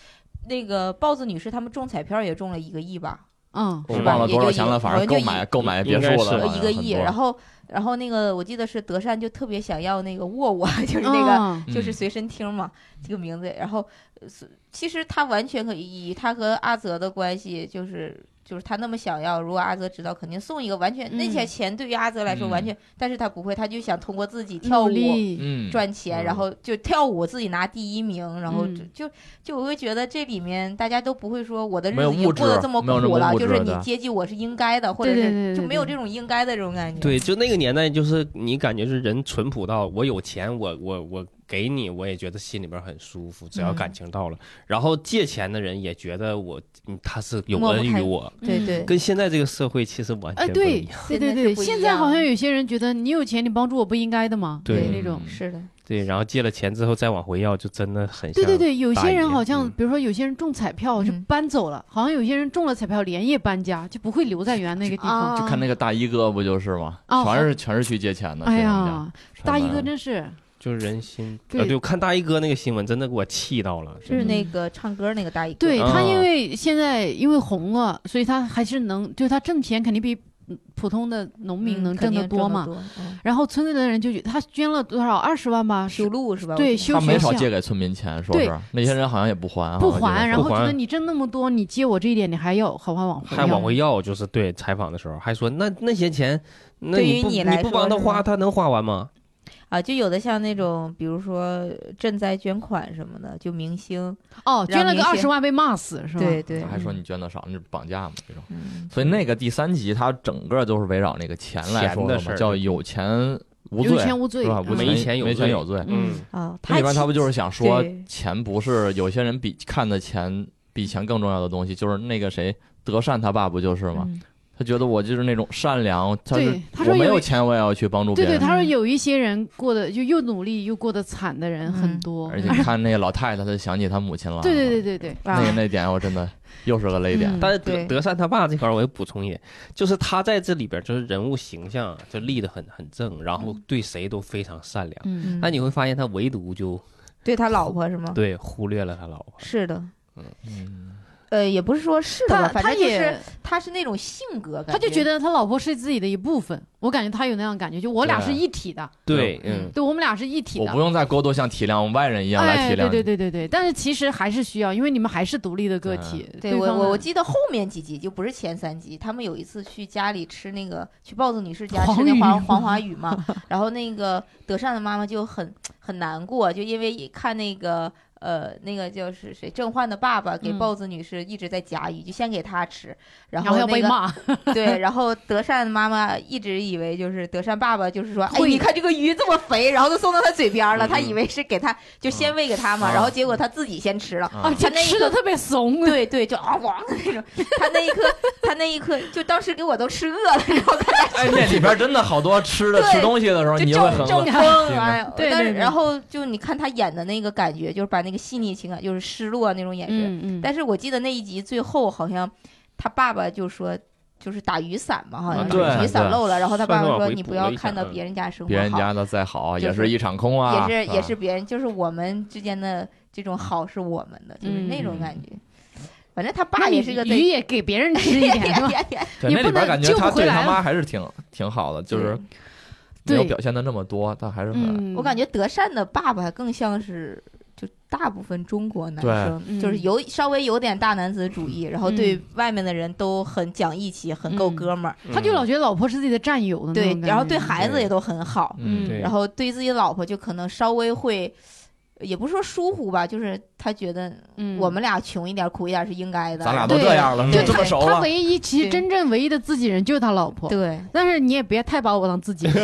Speaker 2: 那个豹子女士他们中彩票也中了一个亿吧，
Speaker 1: 嗯，
Speaker 3: 我
Speaker 4: 是吧
Speaker 3: 忘了多少钱了，
Speaker 2: 也就
Speaker 3: 反正
Speaker 2: 也就
Speaker 3: 购
Speaker 2: 一
Speaker 3: 买购买别
Speaker 4: 应
Speaker 3: 墅
Speaker 4: 该是
Speaker 3: 了，
Speaker 2: 呃
Speaker 3: 好像
Speaker 2: 一个
Speaker 3: 很
Speaker 2: 亿。
Speaker 3: 多
Speaker 2: 然后然后那个我记得是德善就特别想要那个沃 沃，就是那个。
Speaker 1: 嗯
Speaker 2: 就是
Speaker 3: 嗯
Speaker 2: 随身听嘛，这个名字。然后，呃是其实他完全可以以他和阿泽的关系，就是就是他那么想要，如果阿泽知道，肯定送一个完全、那些
Speaker 1: 嗯
Speaker 2: 钱对于阿泽来说完全，但是他不会，他就想通过自己跳
Speaker 1: 努
Speaker 2: 舞
Speaker 1: 力，
Speaker 3: 嗯，
Speaker 2: 赚钱，然
Speaker 4: 嗯
Speaker 2: 后就跳舞自己拿第一名，然后就
Speaker 1: 嗯
Speaker 2: 就就我会觉得这里面大家都不会说我的日
Speaker 3: 没有
Speaker 2: 子已经
Speaker 3: 物
Speaker 2: 过得
Speaker 3: 质
Speaker 2: 这么
Speaker 3: 没有那
Speaker 2: 苦
Speaker 3: 么
Speaker 2: 了，
Speaker 3: 物
Speaker 2: 就
Speaker 3: 质
Speaker 2: 是你
Speaker 3: 的
Speaker 2: 接济我是应该的，或者
Speaker 1: 对对
Speaker 2: 是
Speaker 1: 对
Speaker 2: 就
Speaker 1: 对
Speaker 2: 没有
Speaker 1: 对
Speaker 2: 这种应该的这种感觉。
Speaker 4: 对，就那个年代，就是你感觉是人淳朴到我有钱，我我我给你，我也觉得心里边很舒服，只要感情到
Speaker 1: 嗯
Speaker 4: 了。然后借钱的人也觉得我嗯他是有
Speaker 2: 抹不
Speaker 4: 恩于
Speaker 2: 开
Speaker 4: 我，
Speaker 2: 对
Speaker 1: 嗯
Speaker 2: 对
Speaker 4: 跟现在这个社会其实完
Speaker 1: 哎，
Speaker 4: 全不一
Speaker 1: 对
Speaker 4: 样。
Speaker 1: 对
Speaker 2: 真
Speaker 1: 对对，
Speaker 2: 的是不一
Speaker 1: 现在好
Speaker 2: 样
Speaker 1: 像有些人觉得你有钱，你帮助我不应该的吗？
Speaker 4: 对
Speaker 1: 那种。
Speaker 3: 嗯
Speaker 2: 是的，
Speaker 4: 对然后借了钱之后再往回要，就真的很像
Speaker 1: 对对对，有
Speaker 4: 大
Speaker 1: 些
Speaker 4: 爷
Speaker 1: 人好像，
Speaker 4: 嗯
Speaker 1: 比如说有些人中彩票就
Speaker 2: 嗯
Speaker 1: 搬走了，好像有些人中了彩票连夜搬家，就不会留在原那个地方。
Speaker 2: 啊
Speaker 3: 就看那个大衣哥不就是吗？
Speaker 1: 哦
Speaker 3: 全是全是去借钱的。
Speaker 1: 哎
Speaker 3: 这种
Speaker 1: 呀，
Speaker 3: 家
Speaker 1: 大衣哥
Speaker 3: 全
Speaker 1: 真是，
Speaker 4: 就是人心。
Speaker 1: 对
Speaker 4: 呃，对，我看大衣哥那个新闻，真的给我气到了。
Speaker 2: 是
Speaker 1: 嗯
Speaker 2: 那个唱歌那个大衣哥。
Speaker 1: 对
Speaker 3: 嗯
Speaker 1: 他因
Speaker 4: 啊
Speaker 1: 为现在因为红了，所以他还是能，就是他挣钱肯定比普通的农
Speaker 2: 嗯
Speaker 1: 民能挣得多嘛。？然后村里的人就觉他捐了多少二十万吧，
Speaker 2: 嗯修路是吧？
Speaker 1: 对
Speaker 2: 我记
Speaker 1: 修
Speaker 2: 得
Speaker 3: 他没
Speaker 1: 学
Speaker 3: 少
Speaker 1: 校
Speaker 3: 借给村民钱，说
Speaker 1: 对
Speaker 3: 是那些人好像也不还，啊
Speaker 1: 不
Speaker 3: 好像
Speaker 1: 还，
Speaker 3: 就是
Speaker 1: 然后觉得
Speaker 4: 还
Speaker 1: 你挣那么多，你借我这一点，你还要还还往回
Speaker 4: 还
Speaker 1: 要
Speaker 4: 往回要，就是对采访的时候还说，那那些钱，那
Speaker 2: 对于
Speaker 4: 你不
Speaker 2: 你
Speaker 4: 你
Speaker 2: 来
Speaker 4: 不
Speaker 2: 说
Speaker 4: 帮他
Speaker 2: 是
Speaker 4: 花，
Speaker 2: 吗
Speaker 4: 他能花完吗？
Speaker 2: 啊，就有的像那种，比如说赈灾捐款什么的，就明星，
Speaker 1: 哦，捐了个
Speaker 2: 让
Speaker 1: 二
Speaker 2: 明
Speaker 1: 十
Speaker 2: 星
Speaker 1: 万被骂死是吧？
Speaker 2: 对对，
Speaker 3: 还说你捐的少，那是绑架嘛这种。
Speaker 2: 嗯，
Speaker 3: 所以那个第三集，它整个就是围绕那个钱来说
Speaker 4: 钱的事
Speaker 3: 嘛，
Speaker 4: 儿
Speaker 3: 叫有钱无罪，
Speaker 1: 有钱无罪
Speaker 3: 是吧？
Speaker 1: 嗯
Speaker 3: 无
Speaker 4: 没钱有
Speaker 3: 没
Speaker 4: 罪
Speaker 3: 钱有罪。
Speaker 1: 嗯
Speaker 2: 啊，
Speaker 3: 它里边他不就是是想说
Speaker 2: 对，
Speaker 3: 钱不是有些人比看的钱比钱更重要的东西，就是那个谁德善他爸不就是吗？他觉得我就是那种善良，他是
Speaker 1: 嗯对他
Speaker 3: 我
Speaker 1: 说
Speaker 3: 没
Speaker 1: 有
Speaker 3: 有
Speaker 1: 一
Speaker 3: 钱我也要去帮助别
Speaker 1: 对
Speaker 3: 人。
Speaker 1: 对，他说
Speaker 2: 嗯
Speaker 1: 有一些人过得就又努力又过得惨的人很
Speaker 2: 嗯
Speaker 1: 多，
Speaker 3: 而且你看那个老太太，她想起她母亲 了。
Speaker 1: 对对对对对，
Speaker 3: 那个
Speaker 2: 啊
Speaker 3: 那点我真的又是个泪点。
Speaker 1: 嗯
Speaker 4: 但是德
Speaker 2: 对
Speaker 4: 德善他爸这块儿我也补充一点，就是他在这里边儿就是人物形象啊就立得很很正，然
Speaker 2: 嗯
Speaker 4: 后对谁都非常善良。
Speaker 1: 嗯，
Speaker 4: 但你会发现他唯独就
Speaker 2: 对他老婆是吗？
Speaker 4: 对忽略了他老婆，
Speaker 2: 是的，
Speaker 3: 嗯
Speaker 2: 呃，也不是说是的
Speaker 1: 他
Speaker 2: 吧，反
Speaker 1: 他
Speaker 2: 正就
Speaker 1: 也
Speaker 2: 是他是那种性格，
Speaker 1: 他就觉。得他老婆是自己的一部分，我感觉他有那样感觉，就我俩
Speaker 4: 对
Speaker 1: 是一体的，
Speaker 4: 对，
Speaker 2: 嗯
Speaker 4: 嗯，
Speaker 1: 对我们俩是一体
Speaker 3: 我
Speaker 1: 的
Speaker 3: 不。用再过多像体谅外人一样来
Speaker 1: 哎，
Speaker 3: 体谅
Speaker 1: 对对
Speaker 3: 你。
Speaker 1: 对对对，但是其实还是需要，因为你们还是独立的个体。
Speaker 3: 嗯
Speaker 2: 对我
Speaker 1: 方
Speaker 2: 我我
Speaker 1: 的
Speaker 2: 记得后面几集就不是前三集，他们有一次去家里吃那个去豹子女士家吃
Speaker 1: 黄
Speaker 2: 那
Speaker 1: 鱼
Speaker 2: 黄黄花鱼嘛，然后那个德善的妈妈就很很难过，就因为一看那个呃那个就是谁郑焕的爸爸给
Speaker 1: 嗯
Speaker 2: 豹子女士一直在夹鱼，就先给她吃，然
Speaker 1: 然后要
Speaker 2: 那
Speaker 1: 被
Speaker 2: 个
Speaker 1: 骂，
Speaker 2: 对，然后德善妈妈一直以为就是德善爸爸就是说，哎，
Speaker 1: 会
Speaker 2: 你看这个鱼这么肥，然后都送到他嘴边儿了，
Speaker 4: 嗯
Speaker 2: 他以为是给他就先喂给他嘛，
Speaker 3: 啊
Speaker 2: 然后结果他自己先吃了。
Speaker 3: 啊
Speaker 1: 而且
Speaker 2: 他那一
Speaker 1: 吃的特别怂。
Speaker 2: 对 对，就啊哇那种，他那一刻，他那一刻就当时给我都吃饿了，然后他
Speaker 3: 哎，那里边真的好多吃的
Speaker 2: 对
Speaker 3: 吃东西的时候，
Speaker 2: 就
Speaker 3: 你就会
Speaker 2: 正
Speaker 3: 很
Speaker 2: 正
Speaker 3: 饿。
Speaker 2: 风，哎呦，
Speaker 1: 哦对对
Speaker 2: 但是
Speaker 1: 对
Speaker 2: 然后就你看他演的那个感觉，就是把那个细腻情感，就是失落啊那种眼神，
Speaker 1: 嗯嗯，
Speaker 2: 但是我记得那一集最后好像他爸爸就说。就是打雨伞嘛，好像
Speaker 3: 啊
Speaker 2: 是
Speaker 3: 对
Speaker 2: 雨伞
Speaker 3: 对
Speaker 2: 漏了，然后他爸
Speaker 4: 算
Speaker 2: 爸
Speaker 4: 是往
Speaker 2: 说：“
Speaker 4: 回
Speaker 2: 你不
Speaker 4: 补
Speaker 2: 要
Speaker 4: 了一
Speaker 2: 看
Speaker 4: 下嗯
Speaker 2: 到别人家生活
Speaker 3: 别人
Speaker 2: 好
Speaker 3: 家的再好，
Speaker 2: 就
Speaker 3: 也
Speaker 2: 是
Speaker 3: 是一场空
Speaker 2: 也
Speaker 3: 啊。
Speaker 2: 是也
Speaker 3: 吧
Speaker 2: 是别人，就是我们之间的这种好是我们的，就是那种
Speaker 3: 嗯
Speaker 2: 感觉。反正他
Speaker 1: 那
Speaker 2: 爸
Speaker 1: 你
Speaker 2: 也是个
Speaker 1: 鱼也给别人吃一点， 是吧？
Speaker 3: 对，
Speaker 1: 你
Speaker 3: 那
Speaker 1: 不
Speaker 3: 里边
Speaker 1: 能
Speaker 3: 感觉
Speaker 1: 救不
Speaker 3: 他
Speaker 1: 回
Speaker 3: 对他
Speaker 1: 来
Speaker 3: 妈还是挺挺好的， 就是
Speaker 1: 对
Speaker 3: 没有表现的那么多，但还是很
Speaker 1: 嗯，
Speaker 2: 我感觉德善的爸爸更像是就大部分中国男
Speaker 3: 对
Speaker 2: 生，就是
Speaker 1: 嗯
Speaker 2: 有稍微有点大男子主义，然后对外面的人都很讲义气，很够
Speaker 1: 嗯
Speaker 2: 哥们儿，
Speaker 1: 他就老觉得老婆是自己的战友的那
Speaker 2: 对
Speaker 1: 种，感
Speaker 2: 然后
Speaker 1: 觉
Speaker 2: 对孩子
Speaker 4: 对
Speaker 2: 也都很好，
Speaker 1: 嗯
Speaker 4: 对
Speaker 2: 然后对自己老婆就可能稍微会，也不是说疏忽吧，就是他觉得
Speaker 1: 嗯
Speaker 2: 我们俩穷一点、苦一点是应该的。
Speaker 3: 咱俩都
Speaker 1: 对
Speaker 3: 这样了，
Speaker 1: 对
Speaker 3: 都这么熟
Speaker 1: 他
Speaker 3: 了，
Speaker 1: 唯一其实
Speaker 2: 对
Speaker 1: 真正唯一的自己人就是他老婆。
Speaker 2: 对，
Speaker 1: 但是你也别太把我当自 己人，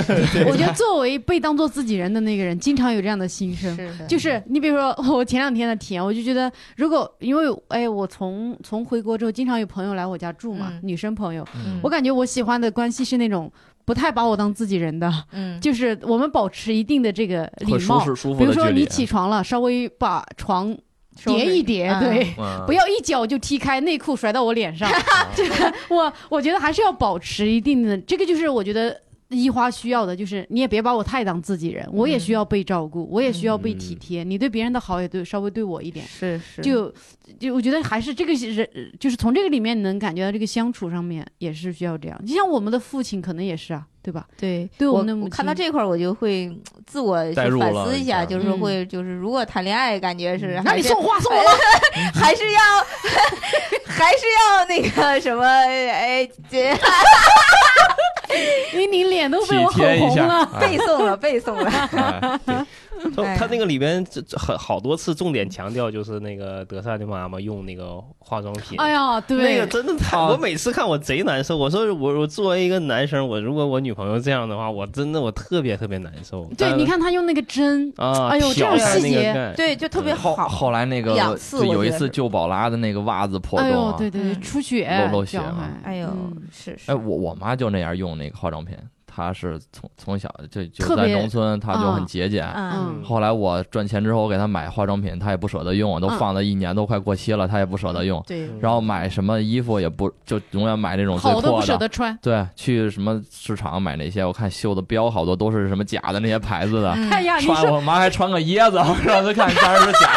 Speaker 1: 我觉得作为被当做自己人的那个人，经常有这样的心声。
Speaker 2: 是的，
Speaker 1: 就是你比如说我前两天的体验，我就觉得，如果因为哎，我从从回国之后，经常有朋友来我家住嘛，
Speaker 2: 嗯
Speaker 1: 女生朋友，
Speaker 2: 嗯
Speaker 1: 我感觉我喜欢的关系是那种不太把我当自己人 的，
Speaker 2: 嗯，
Speaker 1: 就是我们保持一定的这个礼
Speaker 3: 会舒
Speaker 1: 貌。
Speaker 3: 适舒
Speaker 1: 比
Speaker 3: 服
Speaker 1: 如
Speaker 3: 的
Speaker 1: 说
Speaker 3: 距
Speaker 1: 你
Speaker 3: 离。啊
Speaker 1: 起床了，稍微把床
Speaker 2: 收拾
Speaker 1: 叠一叠，
Speaker 2: 嗯
Speaker 1: 对。
Speaker 3: 嗯
Speaker 1: 不要一脚就踢开内裤甩到我脸上， 这个我我觉得还是要保持一定的，这个就是我觉得一花需要的，就是你也别把我太当自己人，我也
Speaker 2: 嗯
Speaker 1: 需要被照顾，我也需要被
Speaker 3: 嗯
Speaker 1: 体贴，你对别人的好也对稍微对我一点，
Speaker 2: 是是
Speaker 1: 就就我觉得还是这个人，就是从这个里面你能感觉到这个相处上面也是需要这样，就像我们的父亲可能也是啊，对吧？
Speaker 2: 对
Speaker 1: 对我
Speaker 2: 我
Speaker 1: 们的母
Speaker 2: 我看到
Speaker 1: 亲
Speaker 2: 这块儿，我就会嗯自我去
Speaker 3: 代入
Speaker 2: 反
Speaker 3: 了
Speaker 2: 思
Speaker 3: 一
Speaker 2: 一下，
Speaker 3: 下
Speaker 2: 就是说
Speaker 1: 嗯
Speaker 2: 会就是如果谈恋爱，感觉是
Speaker 1: 那
Speaker 2: 还
Speaker 1: 你
Speaker 2: 是
Speaker 1: 送花送我了，
Speaker 2: 还是要 还是要那个什么哎，这
Speaker 3: 啊
Speaker 2: 哎
Speaker 1: 你你脸都
Speaker 3: 体
Speaker 1: 被我
Speaker 3: 贴
Speaker 1: 吼
Speaker 3: 一
Speaker 1: 红
Speaker 3: 下，
Speaker 1: 了，
Speaker 3: 哎
Speaker 2: 背诵了背诵了，
Speaker 3: 哎
Speaker 4: 他
Speaker 2: 哎
Speaker 4: 嗯他那个里边这这很好多次重点强调就是那个德善的妈妈用那个化妆品，
Speaker 1: 哎呀，
Speaker 4: 那
Speaker 1: 对
Speaker 4: 个，真的太，我每次看我贼难受。我说我我作为一个男生，我如果我女朋友这样的话，我真的我特别特别难受。
Speaker 1: 对，
Speaker 4: 但
Speaker 1: 你看他用那个针，
Speaker 4: 啊，
Speaker 1: 哎呦这
Speaker 4: 挑
Speaker 1: 种
Speaker 4: 下
Speaker 1: 细
Speaker 4: 那个
Speaker 1: 节
Speaker 4: 盖
Speaker 2: 对，就特别
Speaker 3: 后
Speaker 2: 好，
Speaker 3: 后来那个
Speaker 2: 两次
Speaker 3: 就
Speaker 2: 我
Speaker 3: 有一
Speaker 2: 觉得
Speaker 3: 次
Speaker 2: 是
Speaker 3: 救宝拉的那个袜子破
Speaker 1: 哎
Speaker 3: 洞
Speaker 1: 呦
Speaker 3: 啊，，
Speaker 1: 对对对，
Speaker 2: 嗯
Speaker 1: 出血，
Speaker 3: 漏漏血
Speaker 1: 脚
Speaker 3: 嘛
Speaker 1: 踝
Speaker 2: 哎呦
Speaker 1: 嗯
Speaker 2: 是是
Speaker 3: 哎，我我妈就那样用那个化妆品，她是从从小就
Speaker 1: 特
Speaker 3: 就在
Speaker 1: 别
Speaker 3: 农村，她就很
Speaker 1: 啊
Speaker 3: 节俭。
Speaker 2: 嗯
Speaker 1: 嗯
Speaker 3: 后来我赚钱之后，我给她买化妆品，她也不舍得用，我都
Speaker 1: 嗯
Speaker 3: 放了一年，都快过期了，她也不舍得用。
Speaker 2: 对
Speaker 4: 嗯
Speaker 3: 然后买什么衣服也不就永远买那种最
Speaker 1: 好都不
Speaker 3: 破
Speaker 1: 舍
Speaker 3: 的。
Speaker 1: 得穿，
Speaker 3: 对，去什么市场买那些，我看绣的标好多都是什么假的那些牌 子的，
Speaker 1: 哎呀，你
Speaker 3: 穿
Speaker 1: 说
Speaker 3: 我妈还穿个椰子， 我让她看当然是假。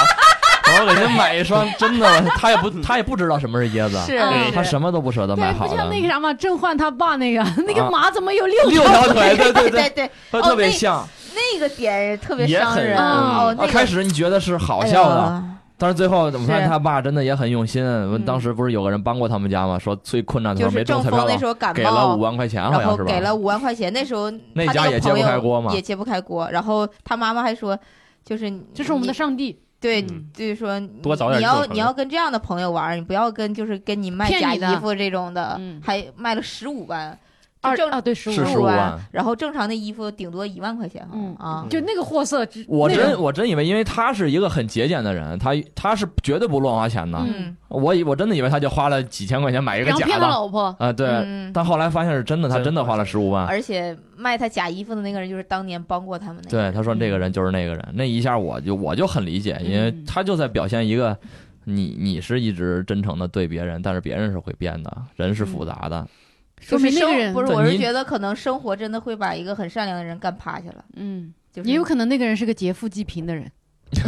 Speaker 3: 然后给她买一双真的，她也不她也不知道什么是椰子，
Speaker 2: 是
Speaker 1: 嗯
Speaker 3: 她什么都不舍得买
Speaker 1: 对，
Speaker 3: 好
Speaker 1: 不
Speaker 3: 的
Speaker 1: 像。那个啥嘛，郑焕他爸那个那个
Speaker 3: 啊
Speaker 1: 马怎么有六
Speaker 3: 六条 腿， 对对
Speaker 2: 对
Speaker 3: 对
Speaker 2: 对，对，
Speaker 3: 她
Speaker 2: 哦
Speaker 3: 特别
Speaker 2: 那
Speaker 3: 像。
Speaker 2: 那个点特别
Speaker 4: 也
Speaker 2: 伤
Speaker 4: 很
Speaker 2: 人
Speaker 1: 嗯
Speaker 2: 哦，那个
Speaker 3: 啊，
Speaker 2: 哎
Speaker 3: 开始你觉得是好笑的，，但是最后我发现
Speaker 2: 是
Speaker 3: 他爸真的也很用心。我当时不是有个人帮过他们家吗？说最困难
Speaker 2: 哎
Speaker 3: 的
Speaker 2: 呦
Speaker 3: 时
Speaker 2: 就是郑
Speaker 3: 候没中彩
Speaker 2: 峰
Speaker 3: 票
Speaker 2: 那时候感
Speaker 3: 给了
Speaker 2: 冒
Speaker 3: 五。万块钱，好
Speaker 2: 然
Speaker 3: 像
Speaker 2: 后
Speaker 3: 是
Speaker 2: 给
Speaker 3: 吧？
Speaker 2: 了五万块钱，那时候
Speaker 3: 那
Speaker 2: 他
Speaker 3: 家
Speaker 2: 个
Speaker 3: 也揭不
Speaker 2: 朋友
Speaker 3: 开锅嘛
Speaker 2: 也揭不开锅。然后他妈妈还说，就是你
Speaker 1: 这是我们的
Speaker 2: 你
Speaker 1: 上帝，
Speaker 2: 对，
Speaker 4: 嗯
Speaker 2: 就是说你
Speaker 4: 多找点
Speaker 2: 你
Speaker 4: 这种
Speaker 2: 要
Speaker 4: 朋友
Speaker 2: 你要跟这样的朋友玩儿，你不要跟就是跟你卖
Speaker 1: 骗
Speaker 2: 假
Speaker 1: 你的
Speaker 2: 衣服这种的，
Speaker 1: 嗯
Speaker 2: 还卖了十五万。
Speaker 1: 二
Speaker 2: 正
Speaker 1: 啊，对，十五
Speaker 3: 是
Speaker 2: 十
Speaker 3: 15
Speaker 2: 万，
Speaker 3: 万
Speaker 2: 然后正常的衣服顶多一万块钱，好像
Speaker 1: 嗯
Speaker 2: 啊，
Speaker 1: 就那个货色之，
Speaker 3: 我
Speaker 1: 那
Speaker 3: 真
Speaker 1: 个
Speaker 3: 我真以为，因为他是一个很节俭的人，他他是绝对不乱花钱的。
Speaker 2: 嗯，
Speaker 3: 我以我真的以为他就花了几千块钱买一个
Speaker 1: 然后
Speaker 3: 假
Speaker 1: 骗了
Speaker 3: 的
Speaker 1: 老婆，
Speaker 3: 啊，对。
Speaker 2: 嗯
Speaker 3: 但后来发现是真的，他真的花了十五万。
Speaker 2: 而且卖他假衣服的那个人就是当年帮过他们那个
Speaker 3: 对，
Speaker 2: 人，
Speaker 3: 他说这个人就是那个人，那一下我就我就很理解，因为
Speaker 1: 嗯
Speaker 3: 他就在表现一个，你你是一直真诚的对别人，但是别人是会变的，人是
Speaker 2: 嗯
Speaker 3: 复杂的。
Speaker 1: 说
Speaker 2: 就是
Speaker 1: 明那
Speaker 2: 生
Speaker 1: 个人
Speaker 2: 不是，
Speaker 3: 对
Speaker 2: 我是
Speaker 3: 你
Speaker 2: 觉得可能生活真的会把一个很善良的人干趴下了，
Speaker 1: 嗯，
Speaker 2: 就是
Speaker 1: 也有可能那个人是个劫富济贫的人。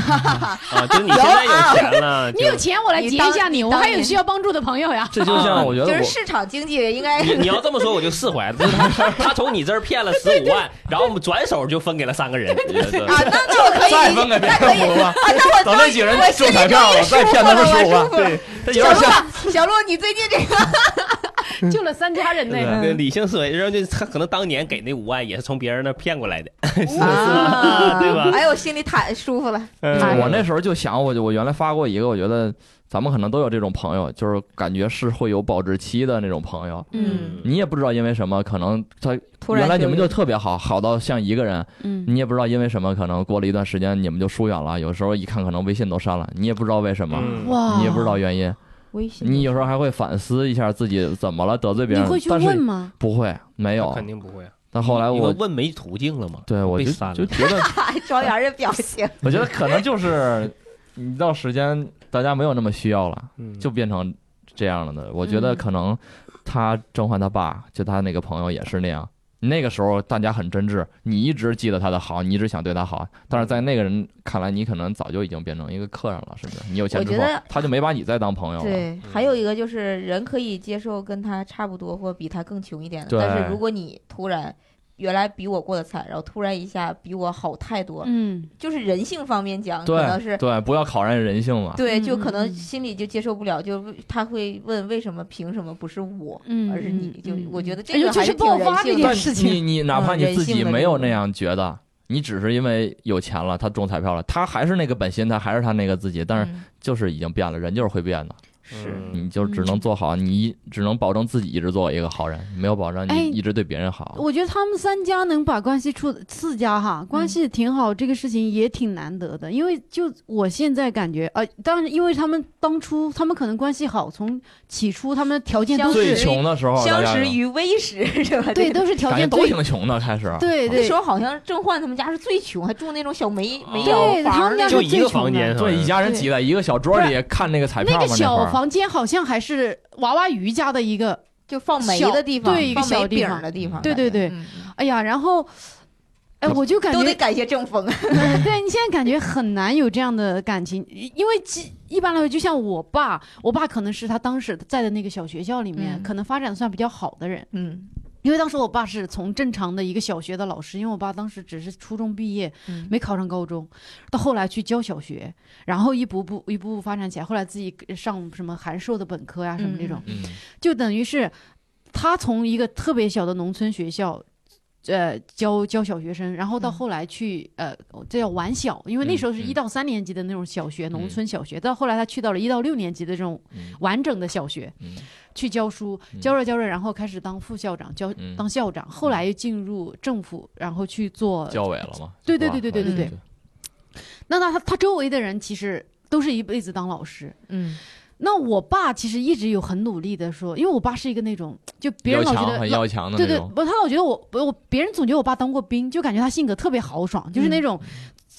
Speaker 4: 啊，就你现在有钱了，
Speaker 1: 你有钱，我来
Speaker 2: 你
Speaker 1: 劫
Speaker 2: 当
Speaker 1: 一下你，我
Speaker 2: 当
Speaker 1: 还有
Speaker 2: 年
Speaker 1: 需要帮助的朋友呀。
Speaker 3: 这啊就像我觉得
Speaker 2: 就
Speaker 3: 我
Speaker 2: 是市场经济应该 啊
Speaker 4: 你你要这么说，我就释怀了。就是他他从你这儿骗了十五万，然后我们转手就分给了三个人。
Speaker 2: 啊，那那我可以，
Speaker 3: 再分给别
Speaker 2: 那可以
Speaker 3: 人不吧？
Speaker 2: 啊， 那我
Speaker 3: 等那几个人
Speaker 2: 我心
Speaker 3: 中
Speaker 2: 里
Speaker 3: 彩票
Speaker 2: 就
Speaker 3: 了，
Speaker 2: 也
Speaker 3: 再
Speaker 2: 舒服
Speaker 3: 骗他
Speaker 2: 了
Speaker 3: 们十五
Speaker 2: 我
Speaker 3: 万
Speaker 2: 舒，服了
Speaker 3: 对，这有
Speaker 2: 小
Speaker 3: 点
Speaker 2: 鹿
Speaker 3: 像
Speaker 2: 啊，小鹿，你最近 这个
Speaker 1: 救了三家人呢。
Speaker 4: 对理性思维，然后就他可能当年给那五万也是从别人那儿骗过来的。
Speaker 2: 啊，
Speaker 4: 对吧
Speaker 2: 哎呦，我心里坦舒服了。
Speaker 1: 哎
Speaker 3: 我那时候就想，我我原来发过一个，我觉得咱们可能都有这种朋友，就是感觉是会有保质期的那种朋友。
Speaker 2: 嗯，
Speaker 3: 你也不知道因为什么，可能他
Speaker 2: 突然
Speaker 3: 原来你们就
Speaker 2: 有
Speaker 3: 特别好，好到像一个人，
Speaker 1: 嗯，
Speaker 3: 你也不知道因为什么，可能过了一段时间你们就疏远了。有时候一看可能微信都删了，你也不知道为什么，
Speaker 4: 嗯
Speaker 1: 哇，
Speaker 3: 你也不知道原
Speaker 2: 哦
Speaker 3: 因。
Speaker 2: 微信，
Speaker 3: 你有时候还会反思一下自己怎么了，得罪别
Speaker 1: 你
Speaker 3: 人
Speaker 1: 会，去
Speaker 3: 但
Speaker 1: 问
Speaker 3: 是
Speaker 1: 吗？
Speaker 3: 不会没有
Speaker 4: 肯。定不会啊。
Speaker 3: 但后来
Speaker 4: 因为
Speaker 3: 我
Speaker 4: 问没途径了嘛。
Speaker 3: 对我
Speaker 4: 被
Speaker 3: 就
Speaker 4: 删了
Speaker 3: 就觉得。
Speaker 2: 啊庄园的表情，
Speaker 3: 我觉得可能 就是一到时间，大家没有那么需要了，
Speaker 4: 嗯
Speaker 3: 就变成这样了的。我觉
Speaker 2: 嗯
Speaker 3: 得可能他甄嬛他爸，就他那个朋友也是那样。那个时候大家很真挚，你一直记得他的好，你一直想对他好，但是在那个人看来，你可能早就已经变成一个客人了，是不是？你有钱之
Speaker 2: 我
Speaker 3: 后
Speaker 2: 觉得，
Speaker 3: 他就没把你再当朋友了。
Speaker 2: 对，还有一个就是人可以接受跟他差不多或比他更穷一点的，
Speaker 3: 对
Speaker 2: 但是如果你突然。原来比我过得惨，然后突然一下比我好太多，
Speaker 1: 嗯，
Speaker 2: 就是人性方面讲，可能是
Speaker 3: 对对，不要考验人性嘛。
Speaker 2: 对，
Speaker 1: 嗯
Speaker 2: 就
Speaker 1: 嗯
Speaker 2: 可能
Speaker 1: 嗯
Speaker 2: 心里就接受不了，就他会问为什么，凭什么不是我，
Speaker 1: 嗯
Speaker 2: 而是你？就
Speaker 1: 嗯嗯
Speaker 2: 我觉得
Speaker 1: 嗯
Speaker 2: 这个
Speaker 1: 尤其
Speaker 2: 还
Speaker 1: 是
Speaker 2: 挺
Speaker 1: 爆发这
Speaker 2: 人性
Speaker 1: 件
Speaker 2: 的。
Speaker 1: 事
Speaker 3: 但
Speaker 1: 情，
Speaker 3: 你你哪怕
Speaker 2: 嗯
Speaker 3: 你
Speaker 2: 人
Speaker 3: 自
Speaker 2: 性
Speaker 3: 己
Speaker 2: 的
Speaker 3: 没
Speaker 2: 这
Speaker 3: 有
Speaker 2: 种
Speaker 3: 那样觉得，你只是因为有钱了，他中彩票了，他还是那个本心，他还是他那个自己，但是
Speaker 2: 嗯
Speaker 3: 就是已经变了，人就是会变的，
Speaker 2: 是
Speaker 4: 嗯
Speaker 3: 你就
Speaker 1: 嗯
Speaker 3: 只能做好，你只能保证自己一直做一个好人，没有保证
Speaker 1: 哎
Speaker 3: 你一直对别人好。
Speaker 1: 我觉得他们三家能把关系处四家哈关系挺好，这个事情也挺难得的。因为就我现在感觉，呃，当然，因为他们当初他们可能关系好，从起初他们条件都
Speaker 3: 最
Speaker 1: 是
Speaker 3: 穷的时候，大
Speaker 2: 相
Speaker 3: 家
Speaker 2: 识于微时是吧？
Speaker 1: 对，都是条
Speaker 3: 感觉
Speaker 1: 件
Speaker 3: 都
Speaker 1: 对
Speaker 3: 挺穷的，开始
Speaker 1: 对
Speaker 2: 那
Speaker 1: 对
Speaker 2: 时候好像郑焕他们家是最穷，还住那种小煤煤窑
Speaker 1: 对，他
Speaker 2: 房
Speaker 1: 们
Speaker 2: 那
Speaker 1: 家是
Speaker 2: 种
Speaker 4: 就一
Speaker 1: 最
Speaker 4: 个
Speaker 1: 穷
Speaker 4: 房
Speaker 1: 的
Speaker 4: 间。
Speaker 3: 对，一家人
Speaker 1: 对
Speaker 3: 挤在一个小桌里看那个彩票
Speaker 1: 那
Speaker 3: 嘛
Speaker 1: 个，
Speaker 3: 那会
Speaker 1: 小
Speaker 3: 儿
Speaker 1: 房间好像还是娃娃鱼家的一个，
Speaker 2: 就放煤的地方，
Speaker 1: 小对一个
Speaker 2: 放煤
Speaker 1: 小地
Speaker 2: 饼
Speaker 1: 方
Speaker 2: 的地方。
Speaker 1: 对对对
Speaker 2: 感觉，嗯
Speaker 1: 哎呀，然后，哎，我就感
Speaker 2: 都
Speaker 1: 觉
Speaker 2: 得感谢啊正 风。
Speaker 1: 对你现在感觉很难有这样的感情，因因为其一般来说，就像我爸，我爸可能是他当时在的那个小学校里面，
Speaker 2: 嗯
Speaker 1: 可能发展算比较好的人，
Speaker 2: 嗯，
Speaker 1: 因为当时我爸是从正常的一个小学的老师，因为我爸当时只是初中毕业，
Speaker 2: 嗯
Speaker 1: 没考上高中，到后来去教小学，然后一步步一步步发展起来，后来自己上什么函授的本科呀、什么这种，
Speaker 3: 嗯，
Speaker 1: 就等于是他从一个特别小的农村学校。呃，教教小学生，然后到
Speaker 2: 嗯
Speaker 1: 后来去、呃，这叫晚小，因为那
Speaker 3: 嗯
Speaker 1: 时候是一
Speaker 3: 嗯
Speaker 1: 到三年级的那种小学，农
Speaker 3: 嗯
Speaker 1: 村小学。到后来他去到了一到六年级的这种
Speaker 3: 嗯
Speaker 1: 完整的小学，
Speaker 3: 嗯
Speaker 1: 去教书，
Speaker 3: 嗯
Speaker 1: 教着教着，然后开始当副校长，教、
Speaker 3: 嗯
Speaker 1: 当校长，后来又进入政府，然后去做。
Speaker 3: 交尾了嘛？
Speaker 1: 呃对对
Speaker 3: 是吧
Speaker 1: 对对对
Speaker 2: 对对
Speaker 3: 嗯
Speaker 1: 那那他他周围的人其实都是一辈子当老师。
Speaker 2: 嗯，
Speaker 1: 那我爸其实一直有很努力的说，因为我爸是一个那种就别人
Speaker 3: 要
Speaker 1: 老觉得
Speaker 3: 强很
Speaker 1: 老
Speaker 3: 要强的
Speaker 1: 对
Speaker 3: 那
Speaker 1: 对，
Speaker 3: 种，。
Speaker 1: 不，他老觉得我不我别人总觉得我爸当过兵，就感觉他性格特别豪爽，就是那种、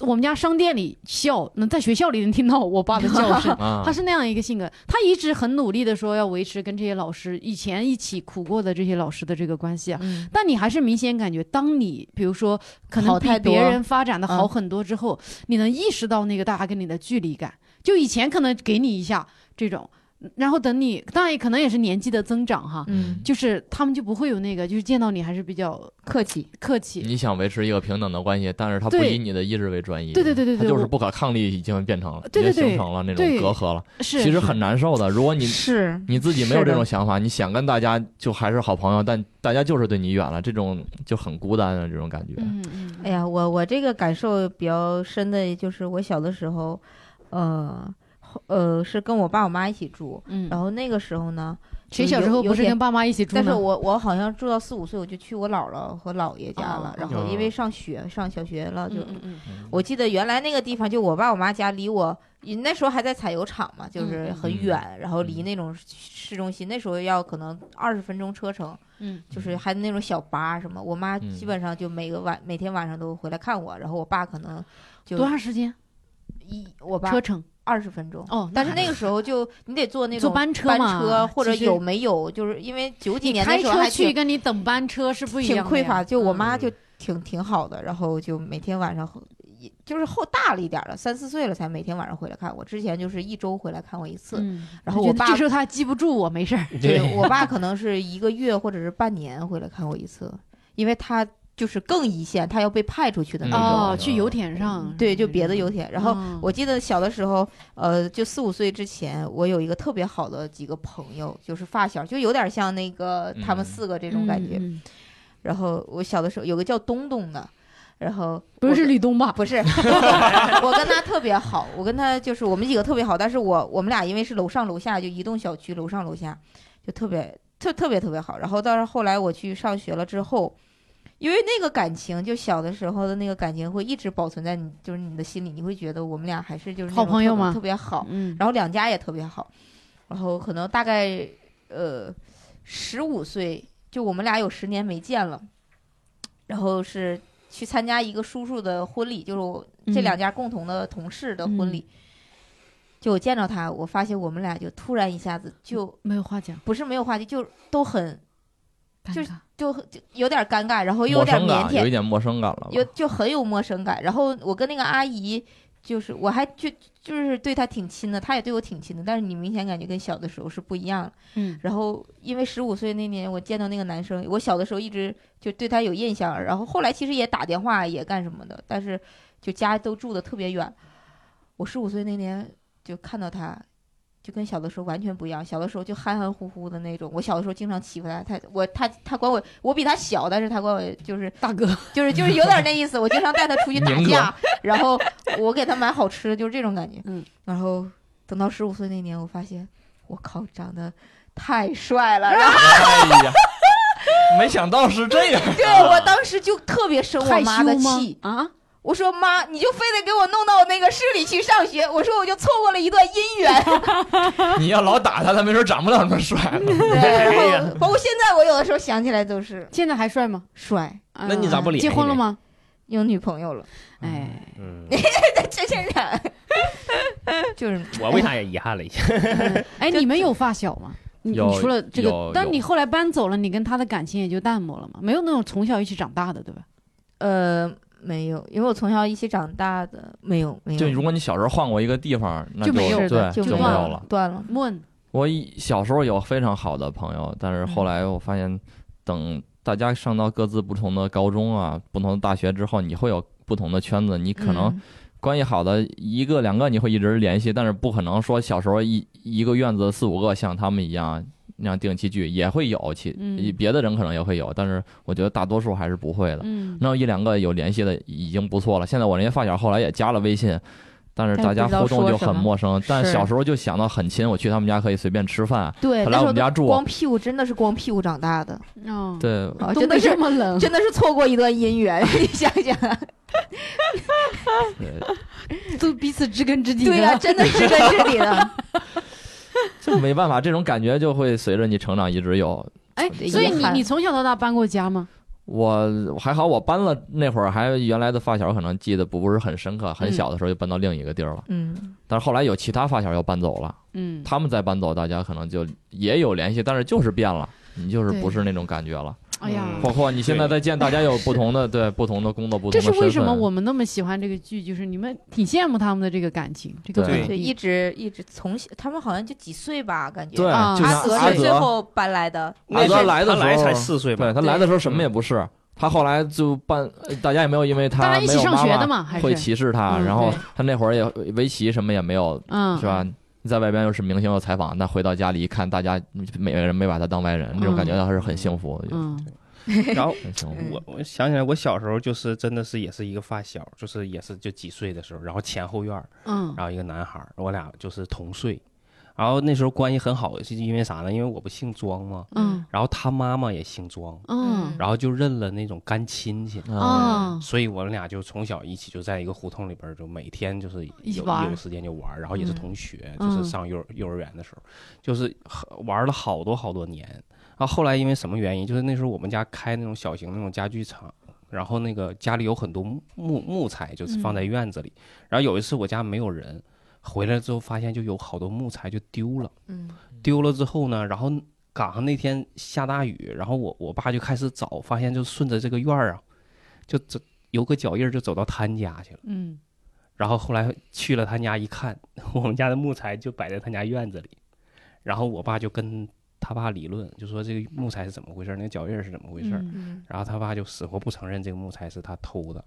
Speaker 1: 我们家商店里笑，能在学校里能听到我爸的叫声
Speaker 3: 啊
Speaker 1: 他，是那样一个性格，他一直很努力的说要维持跟这些老师以前一起苦过的这些老师的这个关系啊。
Speaker 2: 嗯
Speaker 1: 但你还是明显感觉，当你比如说可能
Speaker 3: 嗯
Speaker 2: 好
Speaker 1: 比
Speaker 2: 太多
Speaker 1: 别人发展的好
Speaker 2: 嗯
Speaker 1: 很多之后，你能意识到那个大家跟你的距离感。就以前可能给你一下这种，然后等你，当然也可能也是年纪的增长哈，
Speaker 2: 嗯，
Speaker 1: 就是他们就不会有那个，就是见到你还是比较
Speaker 2: 客气。
Speaker 1: 客气。
Speaker 3: 你想维持一个平等的关系，但是他不
Speaker 1: 对
Speaker 3: 以你的意志为转移，
Speaker 1: 对对对对对
Speaker 3: 他就是
Speaker 1: 我
Speaker 3: 不可抗力已经变成了，
Speaker 1: 对对
Speaker 3: 已经
Speaker 1: 对
Speaker 3: 形成了那种
Speaker 1: 对
Speaker 3: 隔阂了，
Speaker 1: 是，
Speaker 3: 嗯其实
Speaker 1: 是
Speaker 3: 很难受的。如果你
Speaker 2: 是
Speaker 3: 你自己没有这
Speaker 2: 是
Speaker 3: 种
Speaker 2: 的
Speaker 3: 想法，你想跟大家就还是好朋友，但大家就是对你远了，这种就很孤单啊的这种感觉。
Speaker 1: 嗯嗯
Speaker 2: 哎呀，我我这个感受比较深的就是我小的时候，呃，后呃，是跟我爸我妈一起住，
Speaker 1: 嗯，
Speaker 2: 然后那个时候呢，
Speaker 1: 谁小时候不是跟爸妈一起住
Speaker 2: 但是
Speaker 1: 呢？
Speaker 2: 我我好像住到四五岁，我就去我姥姥和姥爷家了
Speaker 1: 哦。
Speaker 2: 然后因为上学上小学了，就
Speaker 1: 嗯嗯
Speaker 2: 我记得原来那个地方，就我爸我妈家离我那时候还在采油厂嘛，
Speaker 1: 嗯
Speaker 2: 就是很远，然后离那种市中心那时候要可能二十分钟车程，
Speaker 1: 嗯
Speaker 2: 就是还那种小巴什么。我妈
Speaker 3: 嗯
Speaker 2: 基本上就每个晚每天晚上都回来看我，然后我爸可能
Speaker 1: 嗯，
Speaker 2: 就
Speaker 1: 多长时间
Speaker 2: 一我爸
Speaker 1: 车程？
Speaker 2: 二十分钟。
Speaker 1: 哦，
Speaker 2: 但是那个时候就你得坐那
Speaker 1: 坐
Speaker 2: 种
Speaker 1: 班车
Speaker 2: 班
Speaker 1: 嘛，
Speaker 2: 车，或者
Speaker 1: 其实
Speaker 2: 有没有就是因为九几
Speaker 1: 你
Speaker 2: 年那
Speaker 1: 开
Speaker 2: 时候还
Speaker 1: 车
Speaker 2: 挺
Speaker 1: 去跟你等班车是不一
Speaker 2: 挺
Speaker 1: 样的呀。
Speaker 2: 匮乏，就我
Speaker 1: 嗯
Speaker 2: 妈就挺挺好的，然后就每天晚上回，也就是后大了一点了，三四岁了才每天晚上回来看我。之前就是一周回来看我一次，
Speaker 1: 嗯，
Speaker 2: 然后
Speaker 1: 就觉
Speaker 2: 我
Speaker 1: 得
Speaker 2: 爸
Speaker 1: 这时候他记不住我，没事儿。
Speaker 2: 对我爸可能是一个月或者是半年回来看我一次，因为他就是更一线，他要被派出去的那种。
Speaker 1: 哦，
Speaker 3: 嗯
Speaker 1: 去油田上。
Speaker 2: 对，就别的油田。然后
Speaker 1: 嗯
Speaker 2: 我记得小的时候，呃，就四五岁之前，我有一个特别好的几个朋友，就是发小，就有点像那个他们
Speaker 3: 嗯
Speaker 2: 四个这
Speaker 1: 这
Speaker 2: 种感觉。
Speaker 1: 嗯嗯
Speaker 2: 然后我小的时候有个叫东东的，然后
Speaker 1: 不
Speaker 2: 我
Speaker 1: 是是吕东吧？
Speaker 2: 不是， 我跟他特别好，我跟他就是我们几个特别好，但是我我们俩因为是楼上楼下，就一栋小区楼上楼下，就特别特特别特别好。然后到是后来我去上学了之后，因为那个感情，就小的时候的那个感情会一直保存在你就是你的心里，你会觉得我们俩还是就是那
Speaker 1: 好
Speaker 2: 种
Speaker 1: 朋
Speaker 2: 特
Speaker 1: 友
Speaker 2: 别
Speaker 1: 吗
Speaker 2: 特别好，
Speaker 1: 嗯，
Speaker 2: 然后两家也特别好，然后可能大概呃十五岁，就我们俩有十年没见了，然后是去参加一个叔叔的婚礼，就是我这
Speaker 1: 嗯
Speaker 2: 两家共同的同事的婚礼。就我见到他，我发现我们俩就突然一下子就
Speaker 1: 没有话讲，
Speaker 2: 不是没有话题，就都很
Speaker 1: 尴
Speaker 2: 就
Speaker 1: 尬
Speaker 2: 就很就有点尴尬，然后又有
Speaker 3: 陌
Speaker 2: 点
Speaker 3: 生
Speaker 2: 腼
Speaker 3: 感，有一
Speaker 2: 腆，
Speaker 3: 点陌生感了吧。
Speaker 2: 有就很有陌生感。然后我跟那个阿姨，就是我还就就是对她挺亲的，她也对我挺亲的，但是你明显感觉跟小的时候是不一样的。
Speaker 1: 嗯，
Speaker 2: 然后因为十五岁那年我见到那个男生，我小的时候一直就对他有印象，然后后来其实也打电话也干什么的，但是就家都住的特别远。我十五岁那年就看到他，就跟小的时候完全不一样。小的时候就憨憨乎乎的那种，我小的时候经常欺负他，他我他他管我，我比他小，但是他管我就是
Speaker 1: 大哥，
Speaker 2: 就是就是有点那意思。我经常带他出去打
Speaker 3: 宁
Speaker 2: 架，然后我给他买好吃的，就是这种感觉。
Speaker 1: 嗯，
Speaker 2: 然后等到十五岁那年，我发现我靠，长得太帅了。然后
Speaker 3: 哎呀，没想到是这样。
Speaker 2: 对我当时就特别生我
Speaker 1: 害
Speaker 2: 妈的
Speaker 1: 羞吗
Speaker 2: 气，？
Speaker 1: 啊，
Speaker 2: 我说妈，你就非得给我弄到那个市里去上学，我说我就错过了一段姻缘。
Speaker 3: 你要老打他，他没准长不了那么帅 了。
Speaker 2: 对，
Speaker 3: 哎
Speaker 2: 然后包括现在，我有的时候想起来都是
Speaker 1: 现在还帅吗？
Speaker 2: 帅，
Speaker 1: 那
Speaker 4: 那你咋不联系
Speaker 1: 呃结婚了
Speaker 4: 呢
Speaker 1: 吗？
Speaker 2: 有女朋 友了，
Speaker 1: 哎，
Speaker 4: 嗯，
Speaker 2: 这现在就是
Speaker 4: 我为啥也遗憾了一下？
Speaker 1: 嗯 哎，你们有发小吗？你
Speaker 3: 有
Speaker 1: 你除了这个
Speaker 3: 有，
Speaker 1: 但
Speaker 3: 有
Speaker 1: 你后来搬走了，你跟他的感情也就淡漠了嘛，没有那种从小一起长大的，对吧？
Speaker 2: 呃没有，因为我从小一起长大的，没有没有，
Speaker 3: 就如果你小时候换过一个地方，那
Speaker 1: 就没有
Speaker 2: 是的
Speaker 3: 对，
Speaker 1: 就
Speaker 3: 没
Speaker 1: 忘
Speaker 3: 有
Speaker 1: 了
Speaker 3: 了。
Speaker 2: 断了。
Speaker 1: 问，
Speaker 3: 我一小时候有非常好的朋友，但是
Speaker 1: 嗯
Speaker 3: 后来我发现，等大家上到各自不同的高中啊、不同的大学之后，你会有不同的圈子，你可能
Speaker 1: 嗯
Speaker 3: 关系好的一个两个你会一直联系，但是不可能说小时候一一个院子四五个像他们一样那样定期聚，也会有其
Speaker 1: 嗯
Speaker 3: 别的人可能也会有，但是我觉得大多数还是不会的。
Speaker 1: 嗯，
Speaker 3: 那一两个有联系的已经不错了。现在我那些发小后来也加了微信，但是大家互动就很陌生。
Speaker 2: 但
Speaker 3: 但
Speaker 2: 是不知道说什么
Speaker 3: 小时候就想到很亲，我去他们家可以随便吃饭。
Speaker 2: 对，那
Speaker 3: 后来
Speaker 2: 时候
Speaker 3: 我们家
Speaker 2: 都
Speaker 3: 住，
Speaker 2: 光屁股真的是光屁股长大的，
Speaker 1: 哦，
Speaker 3: 对，
Speaker 2: 啊
Speaker 1: 东
Speaker 2: 真的
Speaker 1: 北
Speaker 2: 是
Speaker 1: 这么冷，
Speaker 2: 真的是错过一段姻缘。 你想想，
Speaker 3: 对
Speaker 1: 都彼此知根知底。
Speaker 2: 对呀、真的知根知底的。
Speaker 3: 这没办法，这种感觉就会随着你成长一直有。
Speaker 1: 哎，
Speaker 2: 对
Speaker 1: 所以
Speaker 2: 遗
Speaker 1: 你
Speaker 2: 憾
Speaker 1: 你从小到大搬过家吗？
Speaker 3: 我还好，我搬了那会儿，还原来的发小可能记得不是很深刻，很小的时候就搬到另一个地儿了。
Speaker 2: 嗯，
Speaker 3: 但是后来有其他发小又搬走了，
Speaker 1: 嗯，
Speaker 3: 他们再搬走，大家可能就也有联系，但是就是变了，你就是不是那种感觉了。
Speaker 1: 哎呀
Speaker 4: 嗯，
Speaker 3: 包括你现在再见，大家有不同的对不同的工作，不同
Speaker 1: 这
Speaker 3: 的
Speaker 1: 是
Speaker 3: 身份。
Speaker 1: 为什么我们那么喜欢这个剧？就是你们挺羡慕他们的这个感情，这个
Speaker 3: 对
Speaker 1: 稳
Speaker 2: 对，
Speaker 1: 定
Speaker 2: 一直一直从小，他们好像就几岁吧，感觉。
Speaker 3: 对，
Speaker 1: 啊
Speaker 3: 就
Speaker 2: 阿
Speaker 3: 像
Speaker 2: 泽
Speaker 3: 阿
Speaker 2: 是最
Speaker 3: 泽，
Speaker 2: 后搬来的，
Speaker 3: 阿
Speaker 4: 时
Speaker 3: 泽
Speaker 4: 候
Speaker 3: 啊来的时
Speaker 4: 来才
Speaker 3: 候，
Speaker 4: 四岁
Speaker 3: 对
Speaker 4: 吧，
Speaker 3: 他来的时候什么也不是，他后来就办，呃大家也没有因为
Speaker 1: 当
Speaker 3: 他
Speaker 1: 然一
Speaker 3: 没
Speaker 1: 起
Speaker 3: 有
Speaker 1: 上学
Speaker 3: 妈
Speaker 1: 的
Speaker 3: 妈
Speaker 1: 嘛，还是
Speaker 3: 会歧视他，
Speaker 1: 嗯
Speaker 3: 然后
Speaker 1: 对
Speaker 3: 他那会儿也围棋什么也没有，
Speaker 1: 嗯，
Speaker 3: 是吧？在外边又是明星又采访，那回到家里一看，大家每个人没把他当外人，那种感觉还是很幸福，
Speaker 1: 嗯
Speaker 4: 然后
Speaker 3: 很幸福。
Speaker 2: 嗯
Speaker 4: 我我想起来，我小时候就是真的是也是一个发小，就是也是就几岁的时候，然后前后院儿，
Speaker 1: 嗯
Speaker 4: 然后一个男孩儿，我俩就是同岁，然后那时候关系很好，是因为啥呢？因为我不姓庄嘛，
Speaker 1: 嗯
Speaker 4: 然后他妈妈也姓庄，
Speaker 1: 嗯
Speaker 4: 然后就认了那种干亲戚。
Speaker 1: 啊
Speaker 4: 所以我们俩就从小一起就在一个胡同里边儿，就每天就是
Speaker 1: 一起
Speaker 4: 有
Speaker 1: 玩儿
Speaker 4: 有时间就玩儿，然后也是同学，
Speaker 1: 嗯
Speaker 4: 就是上幼儿幼儿园的时候，就是很玩了好多好多年。然后后来因为什么原因，就是那时候我们家开那种小型那种家具厂，然后那个家里有很多木
Speaker 1: 嗯
Speaker 4: 木木材，就是放在院子里。然后有一次我家没有人，回来之后发现就有好多木材就丢了。
Speaker 2: 嗯
Speaker 4: 丢了之后呢，然后赶上那天下大雨，然后我我爸就开始找，发现就顺着这个院儿啊，就走有个脚印儿就走到他家去了。
Speaker 1: 嗯
Speaker 4: 然后后来去了他家一看， 我们家的木材就摆在他家院子里，然后我爸就跟他爸理论，就说这个木材是怎么回事儿，那个脚印儿是怎么回事儿。
Speaker 1: 嗯
Speaker 2: 嗯，
Speaker 4: 然后他爸就死活不承认这个木材是他偷的，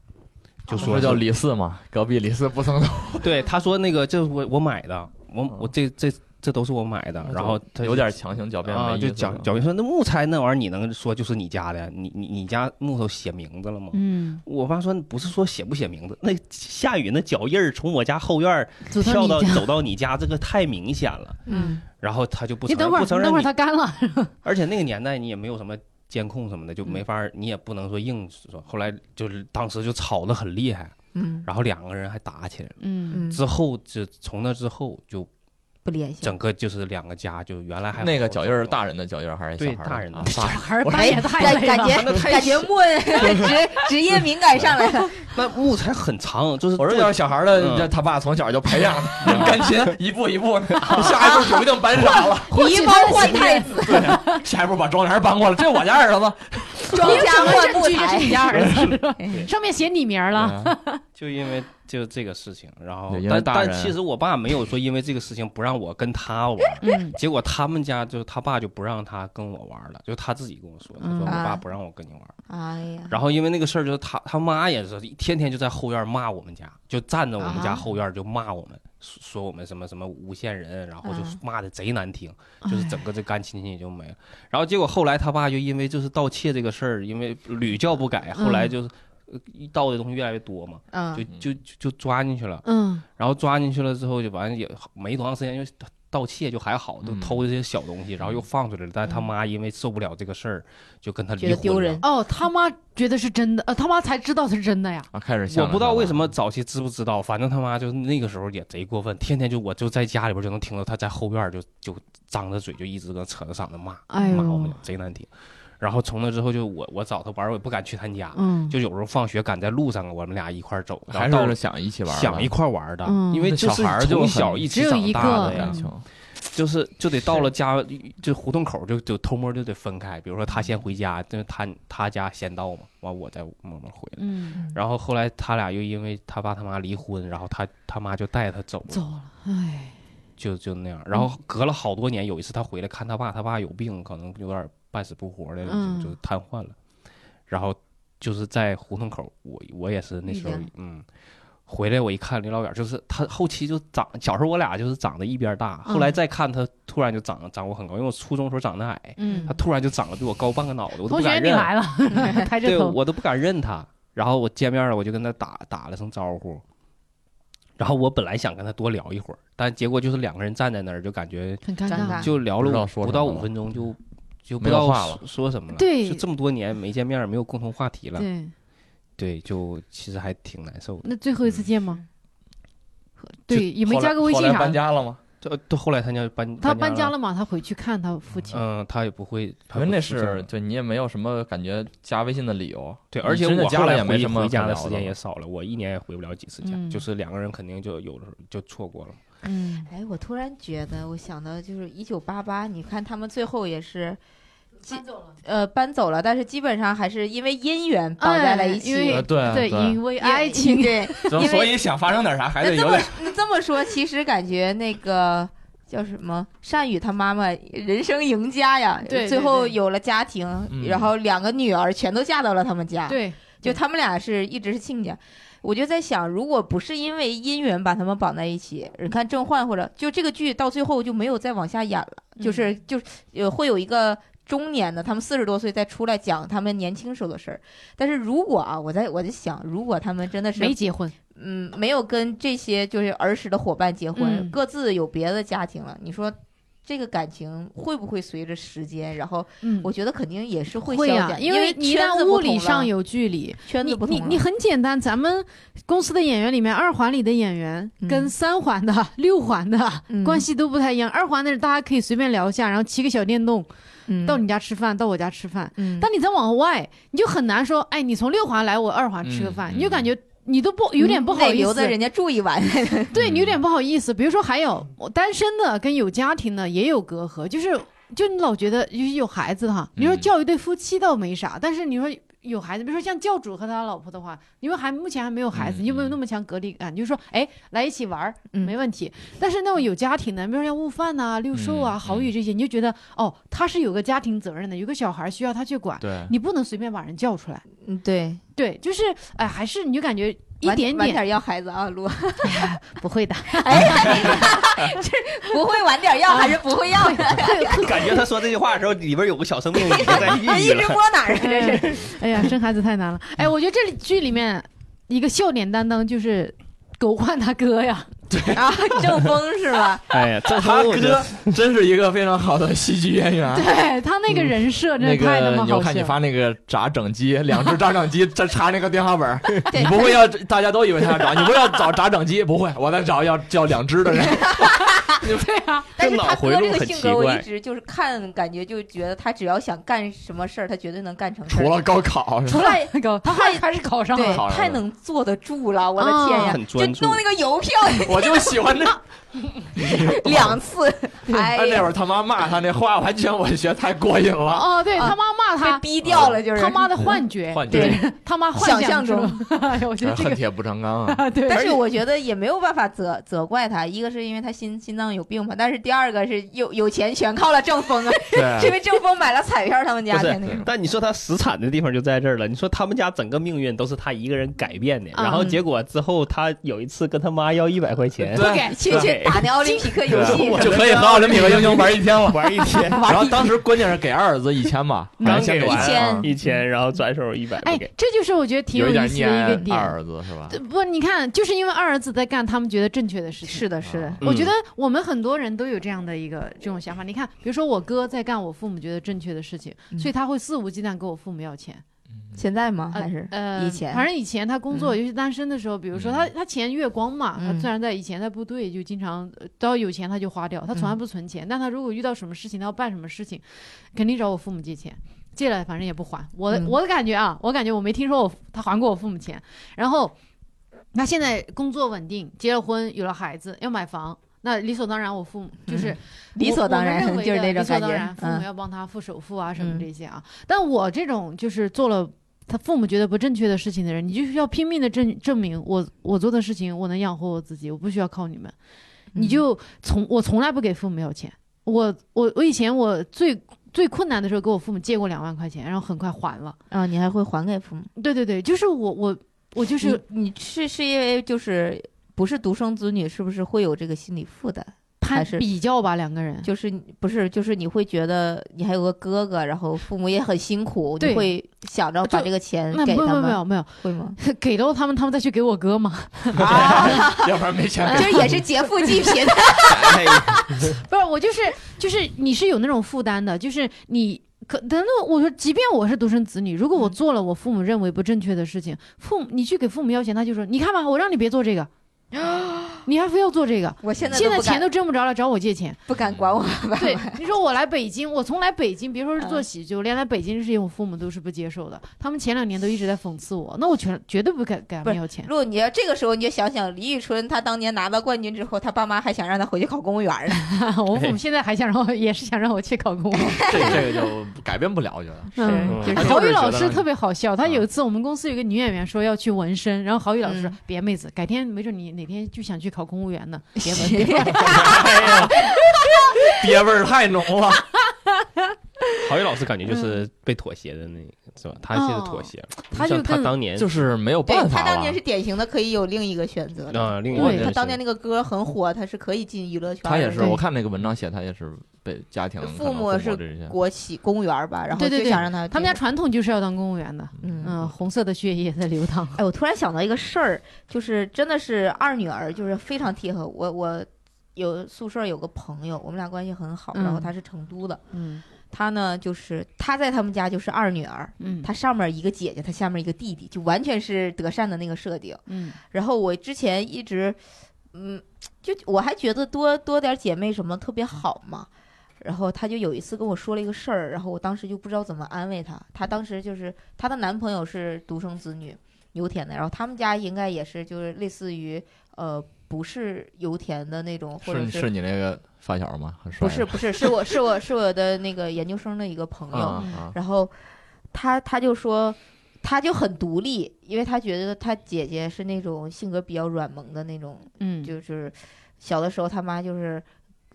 Speaker 4: 就
Speaker 3: 说
Speaker 4: 说
Speaker 3: 叫
Speaker 4: 是
Speaker 3: 李四嘛，隔壁李四不曾懂，
Speaker 4: 对他说那个这是我我买的，我我这这这都是我买的，然后嗯啊他
Speaker 3: 有点强行狡辩
Speaker 4: 啊，
Speaker 3: 没
Speaker 4: 就
Speaker 3: 意思
Speaker 4: 讲
Speaker 3: 了
Speaker 4: 讲就说那木材那玩意儿，你能说就是你家的呀？你你你家木头写名字了吗？
Speaker 1: 嗯，
Speaker 4: 我爸说不是说写不写名字，那下雨那脚印儿从我家后院儿
Speaker 1: 走
Speaker 4: 跳
Speaker 1: 到
Speaker 4: 到
Speaker 1: 你家，
Speaker 4: 走到你家，这个太明显了。
Speaker 1: 嗯，
Speaker 4: 然后他就不
Speaker 1: 你
Speaker 4: 承
Speaker 1: 等
Speaker 4: 认，
Speaker 1: 会
Speaker 4: 不
Speaker 1: 儿，
Speaker 4: 承认
Speaker 1: 等会儿
Speaker 4: 你
Speaker 1: 它干了，
Speaker 4: 而且那个年代你也没有什么监控什么的，就
Speaker 1: 嗯
Speaker 4: 没法儿，你也不能说硬说。后来就是当时就吵得很厉害，
Speaker 2: 嗯
Speaker 4: 然后两个人还打起来了。
Speaker 1: 嗯
Speaker 2: 嗯，
Speaker 4: 之后就从那之后就
Speaker 2: 不联系。
Speaker 4: 整个就是两个家就原来还
Speaker 3: 那个脚印
Speaker 4: 儿
Speaker 3: 儿，大人的脚印儿还是
Speaker 4: 对
Speaker 3: 小孩儿
Speaker 4: 大人的
Speaker 3: 啊大人
Speaker 1: 孩儿
Speaker 3: 我
Speaker 1: 扮演太
Speaker 2: 哎感
Speaker 1: 累
Speaker 2: 感
Speaker 1: 了，
Speaker 2: 觉感觉 莫职职业敏感上来了，
Speaker 4: 那木材很长，就是
Speaker 3: 我说要是小孩儿
Speaker 4: 嗯
Speaker 3: 的，这他爸从小就培养 感情，一步一步 的，下一步指不定搬上了，
Speaker 2: 狸猫换太子，
Speaker 3: 对啊，下一步把庄稼搬过来，这是我家儿子，
Speaker 2: 庄家换木
Speaker 1: 这是你
Speaker 2: 材。
Speaker 1: 家儿子，上面写你名儿了，
Speaker 4: 嗯
Speaker 3: 对啊
Speaker 4: 就因为就这个事情，然后
Speaker 3: 对因为
Speaker 4: 但
Speaker 3: 大
Speaker 4: 但
Speaker 3: 人
Speaker 4: 其实我爸没有说因为这个事情不让我跟他玩，
Speaker 1: 嗯
Speaker 4: 结果他们家就是他爸就不让他跟我玩了，就他自己跟我说，他说
Speaker 1: 嗯
Speaker 4: 我
Speaker 2: 啊
Speaker 4: 爸不让我跟你玩。
Speaker 2: 哎呀，
Speaker 4: 然后因为那个事儿，就是他他妈也是天天就在后院骂我们家，就站着我们
Speaker 2: 啊
Speaker 4: 家后院就骂我们，说说我们什么什么诬陷人，然后就
Speaker 2: 嗯哎
Speaker 4: 骂的贼难听，就是整个这干亲戚也就没了。然后结果后来他爸就因为就是盗窃这个事儿，因为屡教不改，后来就是呃一盗的东西越来越多嘛，就
Speaker 2: 嗯，
Speaker 4: 就就就抓进去了。
Speaker 1: 嗯
Speaker 4: 然后抓进去了之后，就完了也没多长时间就盗窃，就还好，都偷这些小东西，然后又放出来了。但是他妈因为受不了这个事儿，就跟他
Speaker 2: 嗯觉
Speaker 4: 离
Speaker 2: 得
Speaker 4: 婚了。
Speaker 2: 丢人。
Speaker 1: 哦，他妈觉得是真的，呃，他妈才知道是真的呀，
Speaker 3: 啊，开始想
Speaker 4: 我
Speaker 3: 了
Speaker 4: 不知道为什么早期知不知道，反正他妈就是那个时候也贼过分，天天就我就在家里边就能听到他在后院就就张着嘴就一直搁扯着嗓子骂
Speaker 1: 哎
Speaker 4: 骂我们
Speaker 1: 呦，，
Speaker 4: 贼难听。然后从那之后就我我找他玩，我也不敢去他家，
Speaker 1: 嗯，
Speaker 4: 就有时候放学赶在路上我们俩一块儿走，然
Speaker 3: 还
Speaker 4: 后到
Speaker 3: 是想一起玩儿了，
Speaker 4: 想一块儿玩的，
Speaker 1: 嗯
Speaker 4: 因为
Speaker 3: 那
Speaker 4: 就
Speaker 3: 小
Speaker 4: 是
Speaker 3: 孩儿就
Speaker 4: 从
Speaker 3: 很
Speaker 4: 小一起
Speaker 1: 只有
Speaker 4: 长
Speaker 1: 一
Speaker 4: 大
Speaker 1: 个
Speaker 4: 的呀
Speaker 3: 感，情，
Speaker 4: 就是就得到了家，就胡同口就就偷摸就得分开。比如说他先回家，就是他他家先到嘛，完我再慢慢回来。
Speaker 1: 嗯，
Speaker 4: 然后后来他俩又因为他爸他妈离婚，然后他他妈就带他走
Speaker 1: 走
Speaker 4: 了，
Speaker 1: 了，哎，
Speaker 4: 就就那样。然后
Speaker 1: 嗯
Speaker 4: 隔了好多年，有一次他回来看他爸，他爸有病，可能有点半死不活的，
Speaker 1: 嗯
Speaker 4: 就就瘫痪了。然后就是在胡同口，我我也是那时候
Speaker 2: 遇见了，
Speaker 4: 嗯，回来我一看离老远，就是他后期就长，小时候我俩就是长得一边大，
Speaker 1: 嗯
Speaker 4: 后来再看他突然就长长我很高，因为我初中时候长得矮，
Speaker 1: 嗯
Speaker 4: 他，突然就长得比我高半个脑袋，我都
Speaker 1: 同
Speaker 4: 不
Speaker 1: 学
Speaker 4: 敢
Speaker 1: 你
Speaker 4: 认，
Speaker 1: 来了，抬着
Speaker 4: 对
Speaker 1: 头，
Speaker 4: 我都不敢认他。然后我见面了，我就跟他打打了声招呼。然后我本来想跟他多聊一会儿，但结果就是两个人站在那儿，就感觉
Speaker 1: 很尴
Speaker 2: 尴
Speaker 1: 尬
Speaker 2: 尬，
Speaker 4: 就聊了
Speaker 3: 啊不知道说什
Speaker 4: 五不到
Speaker 3: 么
Speaker 4: 五
Speaker 3: 了
Speaker 4: 分钟就就不
Speaker 3: 没
Speaker 4: 知
Speaker 3: 有
Speaker 4: 道
Speaker 3: 话
Speaker 4: 说
Speaker 3: 了
Speaker 4: 说什么了。
Speaker 1: 对
Speaker 4: 就这么多年没见面，没有共同话题了。
Speaker 1: 对，
Speaker 4: 对，就其实还挺难受的。
Speaker 1: 那最后一次见吗？
Speaker 3: 就
Speaker 1: 对，也没
Speaker 3: 后来
Speaker 1: 加个微
Speaker 3: 后
Speaker 1: 信
Speaker 3: 来
Speaker 1: 啥
Speaker 3: 搬
Speaker 1: 的。
Speaker 3: 家了吗？
Speaker 4: 这到后来他家搬
Speaker 1: 他搬家
Speaker 4: 了，
Speaker 1: 了嘛？他回去看他父亲。
Speaker 4: 嗯，他也不会，他
Speaker 3: 因为
Speaker 4: 不
Speaker 3: 那
Speaker 4: 出声
Speaker 3: 是
Speaker 4: 了
Speaker 3: 对你也没有什么感觉加微信的理由，
Speaker 4: 对，
Speaker 3: 你
Speaker 4: 而且
Speaker 3: 真的
Speaker 4: 我
Speaker 3: 加
Speaker 4: 后
Speaker 3: 了
Speaker 4: 来
Speaker 3: 也没
Speaker 4: 回
Speaker 3: 什么
Speaker 4: 回家
Speaker 3: 可
Speaker 4: 的
Speaker 3: 聊
Speaker 4: 时间
Speaker 3: 了
Speaker 4: 也少了，我一年也回不了几次家，
Speaker 1: 嗯
Speaker 4: 就是两个人肯定就有的时候就错过了。
Speaker 1: 嗯，
Speaker 2: 哎，我突然觉得，我想到就是一九八八，你看他们最后也是搬
Speaker 1: 走了。
Speaker 2: 呃搬走了，但是基本上还是因为姻缘绑在了一起。
Speaker 1: 哎因为
Speaker 3: 呃对
Speaker 1: 对，因为爱情。
Speaker 2: 对，因为
Speaker 3: 所以想发生点啥还
Speaker 2: 那
Speaker 3: 得
Speaker 2: 这
Speaker 3: 有
Speaker 2: 么
Speaker 3: 点
Speaker 2: 那这么说，其实感觉那个叫什么善宇他妈妈人生赢家呀，
Speaker 1: 对对
Speaker 2: 最后
Speaker 1: 对
Speaker 2: 有了家庭，
Speaker 3: 嗯
Speaker 2: 然后两个女儿全都嫁到了他们家，
Speaker 1: 对，
Speaker 2: 就他们俩是一直是亲家。我就在想，如果不是因为姻缘把他们绑在一起，你看郑焕或者就这个剧到最后就没有再往下演了，
Speaker 1: 嗯
Speaker 2: 就是就是呃会有一个中年的，他们四十多岁再出来讲他们年轻时候的事儿。但是如果啊，我在我在想，如果他们真的是
Speaker 1: 没结婚。
Speaker 2: 嗯，没有跟这些就是儿时的伙伴结婚，
Speaker 1: 嗯
Speaker 2: 各自有别的家庭了，你说这个感情会不会随着时间，然后
Speaker 1: 嗯
Speaker 2: 我觉得肯定也是会消
Speaker 1: 会
Speaker 2: 减
Speaker 1: 呀、
Speaker 2: 的，
Speaker 1: 因
Speaker 2: 为
Speaker 1: 你一
Speaker 2: 圈
Speaker 1: 旦
Speaker 2: 子不
Speaker 1: 物
Speaker 2: 同
Speaker 1: 理
Speaker 2: 了
Speaker 1: 上有距离，
Speaker 2: 圈子
Speaker 1: 你
Speaker 2: 不同
Speaker 1: 你
Speaker 2: 了
Speaker 1: 你很简单，咱们公司的演员里面，二环里的演员
Speaker 2: 嗯
Speaker 1: 跟三环的、六环的、
Speaker 2: 嗯
Speaker 1: 关系都不太一样。二环的人大家可以随便聊一下，然后骑个小电动
Speaker 2: 嗯
Speaker 1: 到你家吃饭，到我家吃饭。
Speaker 2: 嗯
Speaker 1: 但你再往外，你就很难说，哎，你从六环来我二环吃个饭，
Speaker 3: 嗯
Speaker 1: 你就感觉你都不有点不好
Speaker 2: 得
Speaker 1: 意
Speaker 2: 嗯留
Speaker 1: 思
Speaker 2: 着。人家住一晚。
Speaker 1: 对你有
Speaker 3: 嗯
Speaker 4: 嗯
Speaker 1: 点不好意思。比如说，还有我单身的跟有家庭的也有隔阂，就是就你老觉得就是有孩子的哈，你说
Speaker 3: 嗯
Speaker 1: 叫一对夫妻倒没啥，但是你说。有孩子，比如说像教主和他老婆的话，因为还目前还没有孩子，
Speaker 3: 嗯
Speaker 1: 你有没有那么强隔离感？就是说，哎，来一起玩儿
Speaker 2: 嗯
Speaker 1: 没问题。但是那种有家庭的，比如说像悟饭呐、六兽啊、
Speaker 3: 嗯
Speaker 1: 郝宇这些，你就觉得哦，他是有个家庭责任的，有个小孩需要他去管，
Speaker 3: 对，
Speaker 1: 你不能随便把人叫出来。
Speaker 2: 嗯，对，
Speaker 1: 对，就是哎，还是你就感觉一
Speaker 2: 晚
Speaker 1: 点
Speaker 2: 晚
Speaker 1: 点
Speaker 2: 点要孩子啊，卢，
Speaker 1: 不会 的，
Speaker 2: 不会晚点
Speaker 1: 啊
Speaker 2: 要还是不会要？
Speaker 5: 感觉他说这句话的时候，里边有个小生命已经 在
Speaker 2: 我一直摸 哪儿啊？这是。
Speaker 1: 哎哎呀，生孩子太难了。哎，
Speaker 3: 嗯
Speaker 1: 我觉得这里剧里面一个笑点担当就是狗焕他哥呀，
Speaker 2: 啊，郑风是 吧？
Speaker 4: 哎 呀，这
Speaker 3: 他
Speaker 4: 我觉
Speaker 3: 哥
Speaker 4: 得
Speaker 3: 真是一个非常好的喜剧演员。
Speaker 1: 对他那个人设真
Speaker 3: 啊嗯那
Speaker 1: 的太他
Speaker 3: 个
Speaker 1: 妈，好
Speaker 3: 我看你
Speaker 1: 笑。
Speaker 3: 发那个炸 整机，两只炸整机在查那个电话本儿，
Speaker 2: 对
Speaker 3: 你不会要大家都以为他要找，你不要找炸整机，不会，我在找要叫两只的人。
Speaker 1: 对啊，
Speaker 2: 但是
Speaker 4: 脑
Speaker 2: 他
Speaker 4: 回
Speaker 2: 哥
Speaker 4: 路
Speaker 2: 这个
Speaker 4: 很
Speaker 2: 性
Speaker 4: 奇
Speaker 2: 格，我
Speaker 4: 怪
Speaker 2: 一直就是看，感觉就觉得他只要想干什么事儿，他绝对能干成事
Speaker 3: 除
Speaker 2: 儿。
Speaker 3: 了高考，
Speaker 1: 除了那个他还
Speaker 2: 太
Speaker 1: 还是考上
Speaker 2: 对
Speaker 1: 了。
Speaker 3: 好人
Speaker 2: 太
Speaker 3: 了
Speaker 2: 能坐得住了，我的天
Speaker 1: 啊
Speaker 2: 呀！
Speaker 4: 很专
Speaker 2: 就
Speaker 4: 注
Speaker 2: 弄那个邮 票
Speaker 3: 我就喜欢那。
Speaker 2: 两次，哎
Speaker 3: 他那
Speaker 2: 呀，
Speaker 3: 会儿他妈骂他那话，完全我学太过瘾了。
Speaker 1: 哦，对
Speaker 2: 啊
Speaker 1: 他妈骂
Speaker 2: 被
Speaker 1: 他，嗯
Speaker 2: 逼掉了，就是
Speaker 1: 他妈的幻觉，
Speaker 3: 嗯幻觉
Speaker 1: 对他妈幻
Speaker 2: 想象
Speaker 1: 中。 哎呀我觉得 这
Speaker 3: 恨
Speaker 1: 个
Speaker 3: 铁不成钢啊！
Speaker 1: 啊，对，
Speaker 2: 但是我觉得也没有办法责责怪他，一个是因为他心心脏有病吧，但是第二个是有有钱全靠了郑风 啊，是因
Speaker 3: 对，
Speaker 2: 为郑风买了彩票，他们家
Speaker 4: 哎不是
Speaker 2: 才那个。
Speaker 4: 但你说他死惨的地方就在这儿了。你说他们家整个命运都是他一个人改变的，
Speaker 1: 嗯
Speaker 4: 然后结果之后他有一次跟他妈要一百块钱，
Speaker 3: 对
Speaker 2: 不给去去打那奥林匹克游戏，
Speaker 3: 就可以和奥林匹克英雄玩一天 了。
Speaker 4: 玩一天
Speaker 3: 然后当时关键是给二儿子一千吧，
Speaker 4: 刚
Speaker 3: 还是先
Speaker 4: 给
Speaker 3: 给
Speaker 4: 完
Speaker 3: 他
Speaker 2: 一千
Speaker 3: 啊
Speaker 4: 一千，然后转手一百
Speaker 1: 哎
Speaker 4: 不给。，
Speaker 1: 这就是我觉得挺
Speaker 3: 有一
Speaker 1: 意
Speaker 3: 点
Speaker 1: 思
Speaker 3: 溺
Speaker 1: 的一个
Speaker 3: 爱
Speaker 1: 点。
Speaker 3: 二儿子是吧？
Speaker 1: 不，你看，就是因为二儿子在干他们觉得正确的事情。
Speaker 2: 是的，是的，
Speaker 1: 我觉
Speaker 4: 嗯
Speaker 1: 得我们很多人都有这样的一个这种想法。你看，比如说我哥在干我父母觉得正确的事情，所
Speaker 2: 嗯
Speaker 1: 以他会肆无忌惮给我父母要钱。
Speaker 2: 现在吗？
Speaker 1: 呃
Speaker 2: 还是
Speaker 1: 呃，
Speaker 2: 以前
Speaker 1: 反正以前他工作，尤其单身的时候，比如说他他钱月光嘛，他
Speaker 2: 嗯
Speaker 1: 虽然在以前在部队就经常呃只要有钱他就花掉，他从
Speaker 2: 嗯
Speaker 1: 来不存钱。但他如果遇到什么事情，他要办什么事情，肯定找我父母借钱。借了反正也不还，我、
Speaker 2: 嗯
Speaker 1: 我的感觉啊，我感觉我没听说我他还过我父母钱。然后他现在工作稳定，结了婚，有了孩子，要买房，那理所当然，我父母就是
Speaker 2: 理所当然
Speaker 1: 我我们认为
Speaker 2: 就是
Speaker 1: 的
Speaker 2: 那种感觉
Speaker 1: 理所当然，父
Speaker 2: 嗯
Speaker 1: 母要帮他付首付啊什么这些啊。但我这种就是做了他父母觉得不正确的事情的人，你就是要拼命的证证明我我做的事情我能养活我自己，我不需要靠你们。
Speaker 2: 嗯
Speaker 1: 你就从我从来不给父母要钱，我我我以前我最最困难的时候给我父母借过两万块钱，然后很快还了。
Speaker 2: 啊，你还会还给父母？
Speaker 1: 对对对，就是我我我就是
Speaker 2: 你你是是因为就是不是独生子女，是不是会有这个心理负担？
Speaker 1: 攀
Speaker 2: 还是
Speaker 1: 比较吧两个人。
Speaker 2: 就是你不是就是你会觉得你还有个哥哥，然后父母也很辛苦，
Speaker 1: 对
Speaker 2: 你会想着把这个钱
Speaker 1: 那
Speaker 2: 给
Speaker 1: 不
Speaker 2: 他
Speaker 1: 不没
Speaker 2: 们，
Speaker 1: 有没有，
Speaker 2: 会吗？
Speaker 1: 给到他们，他们再去给我哥嘛。
Speaker 2: 啊，
Speaker 3: 要不然 没钱
Speaker 2: 就是也是劫富济贫。
Speaker 1: 不是，我就是就是你是有那种负担的，就是你可等等，我说，即便我是独生子女，如果我
Speaker 2: 嗯
Speaker 1: 做了我父母认为不正确的事情，父母你去给父母要钱，他就说你看吧，我让你别做 这个，你还非要做这个。
Speaker 2: 我现在
Speaker 1: 现在
Speaker 2: 不敢
Speaker 1: 钱都挣不着了，找我借钱。
Speaker 2: 不敢管我爸
Speaker 1: 对， 你说我来北京，我从来北京，别说是做
Speaker 2: 嗯
Speaker 1: 喜剧，我连来北京这事情，我父母都是不接受的。他们前两年都一直在讽刺我，那我全绝对不敢给他
Speaker 2: 不
Speaker 1: 们
Speaker 2: 是
Speaker 1: 要钱。
Speaker 2: 如果你要这个时候你就想想李宇春，她当年拿到冠军之后，她爸妈还想让她回去考公务员呢。
Speaker 1: 我父母现在还想让我，也是想让我去考公务员。
Speaker 3: 这这个就改变不了，我觉得。
Speaker 1: 嗯，
Speaker 2: 就是
Speaker 3: 他
Speaker 1: 郝
Speaker 3: 就
Speaker 1: 宇
Speaker 3: 是觉
Speaker 1: 老
Speaker 3: 得
Speaker 1: 师特别好笑，他有一次我们公司有个女演员说要去纹身，然后郝宇老师说：“
Speaker 2: 嗯
Speaker 1: 别妹子，改天没准你哪天就想去考公务员 呢，别纹。别纹
Speaker 3: 哎呀，憋味儿太浓了。
Speaker 4: 郝宇老师感觉就是被妥协的那个，是吧？他现在妥协了，
Speaker 2: 哦
Speaker 1: 他
Speaker 4: 像
Speaker 1: 就
Speaker 4: 他
Speaker 1: 更
Speaker 4: 当年
Speaker 3: 就是没有
Speaker 2: 对
Speaker 3: 办
Speaker 2: 他
Speaker 3: 法
Speaker 2: 当年
Speaker 3: 了
Speaker 2: 是。典型的可以有另一个选择的，
Speaker 4: 啊，另
Speaker 1: 对
Speaker 4: 外
Speaker 2: 他当年那个歌很火，他是可以进娱乐圈的。
Speaker 3: 他也是，
Speaker 1: 对
Speaker 3: 我看那个文章写，他也是被家庭
Speaker 2: 父
Speaker 3: 可能
Speaker 2: 母
Speaker 3: 母
Speaker 2: 是
Speaker 3: 这些，
Speaker 2: 国企公务员吧，然后
Speaker 1: 对对
Speaker 2: 就
Speaker 1: 对
Speaker 2: 想让他
Speaker 1: 他们家传统就是要当公务员的，
Speaker 2: 嗯
Speaker 1: 嗯，红色的血液在流 淌。
Speaker 2: 哎，我突然想到一个事儿，就是真的是二女儿，就是非常贴合我。我有宿舍有个朋友，我们俩关系很好，然后
Speaker 1: 嗯
Speaker 2: 她是成都的，
Speaker 1: 嗯
Speaker 2: 她呢就是她在他们家就是二女儿，
Speaker 1: 嗯
Speaker 2: 她上面一个姐姐，她下面一个弟弟，就完全是德善的那个设定。
Speaker 1: 嗯
Speaker 2: 然后我之前一直，嗯，就我还觉得多多点姐妹什么特别好嘛。然后她就有一次跟我说了一个事儿，然后我当时就不知道怎么安慰她。她当时就是她的男朋友是独生子女，油田的，然后他们家应该也是就是类似于呃不是油田的那种，或者
Speaker 3: 是是你那个发小吗？很帅
Speaker 2: 不
Speaker 3: 的，
Speaker 2: 是不是是我是我是我的那个研究生的一个朋
Speaker 3: 啊
Speaker 2: 友，
Speaker 3: 啊，
Speaker 2: 然后他他就说，他就很独立，因为他觉得他姐姐是那种性格比较软萌的那种，
Speaker 1: 嗯，
Speaker 2: 就是小的时候他妈就是。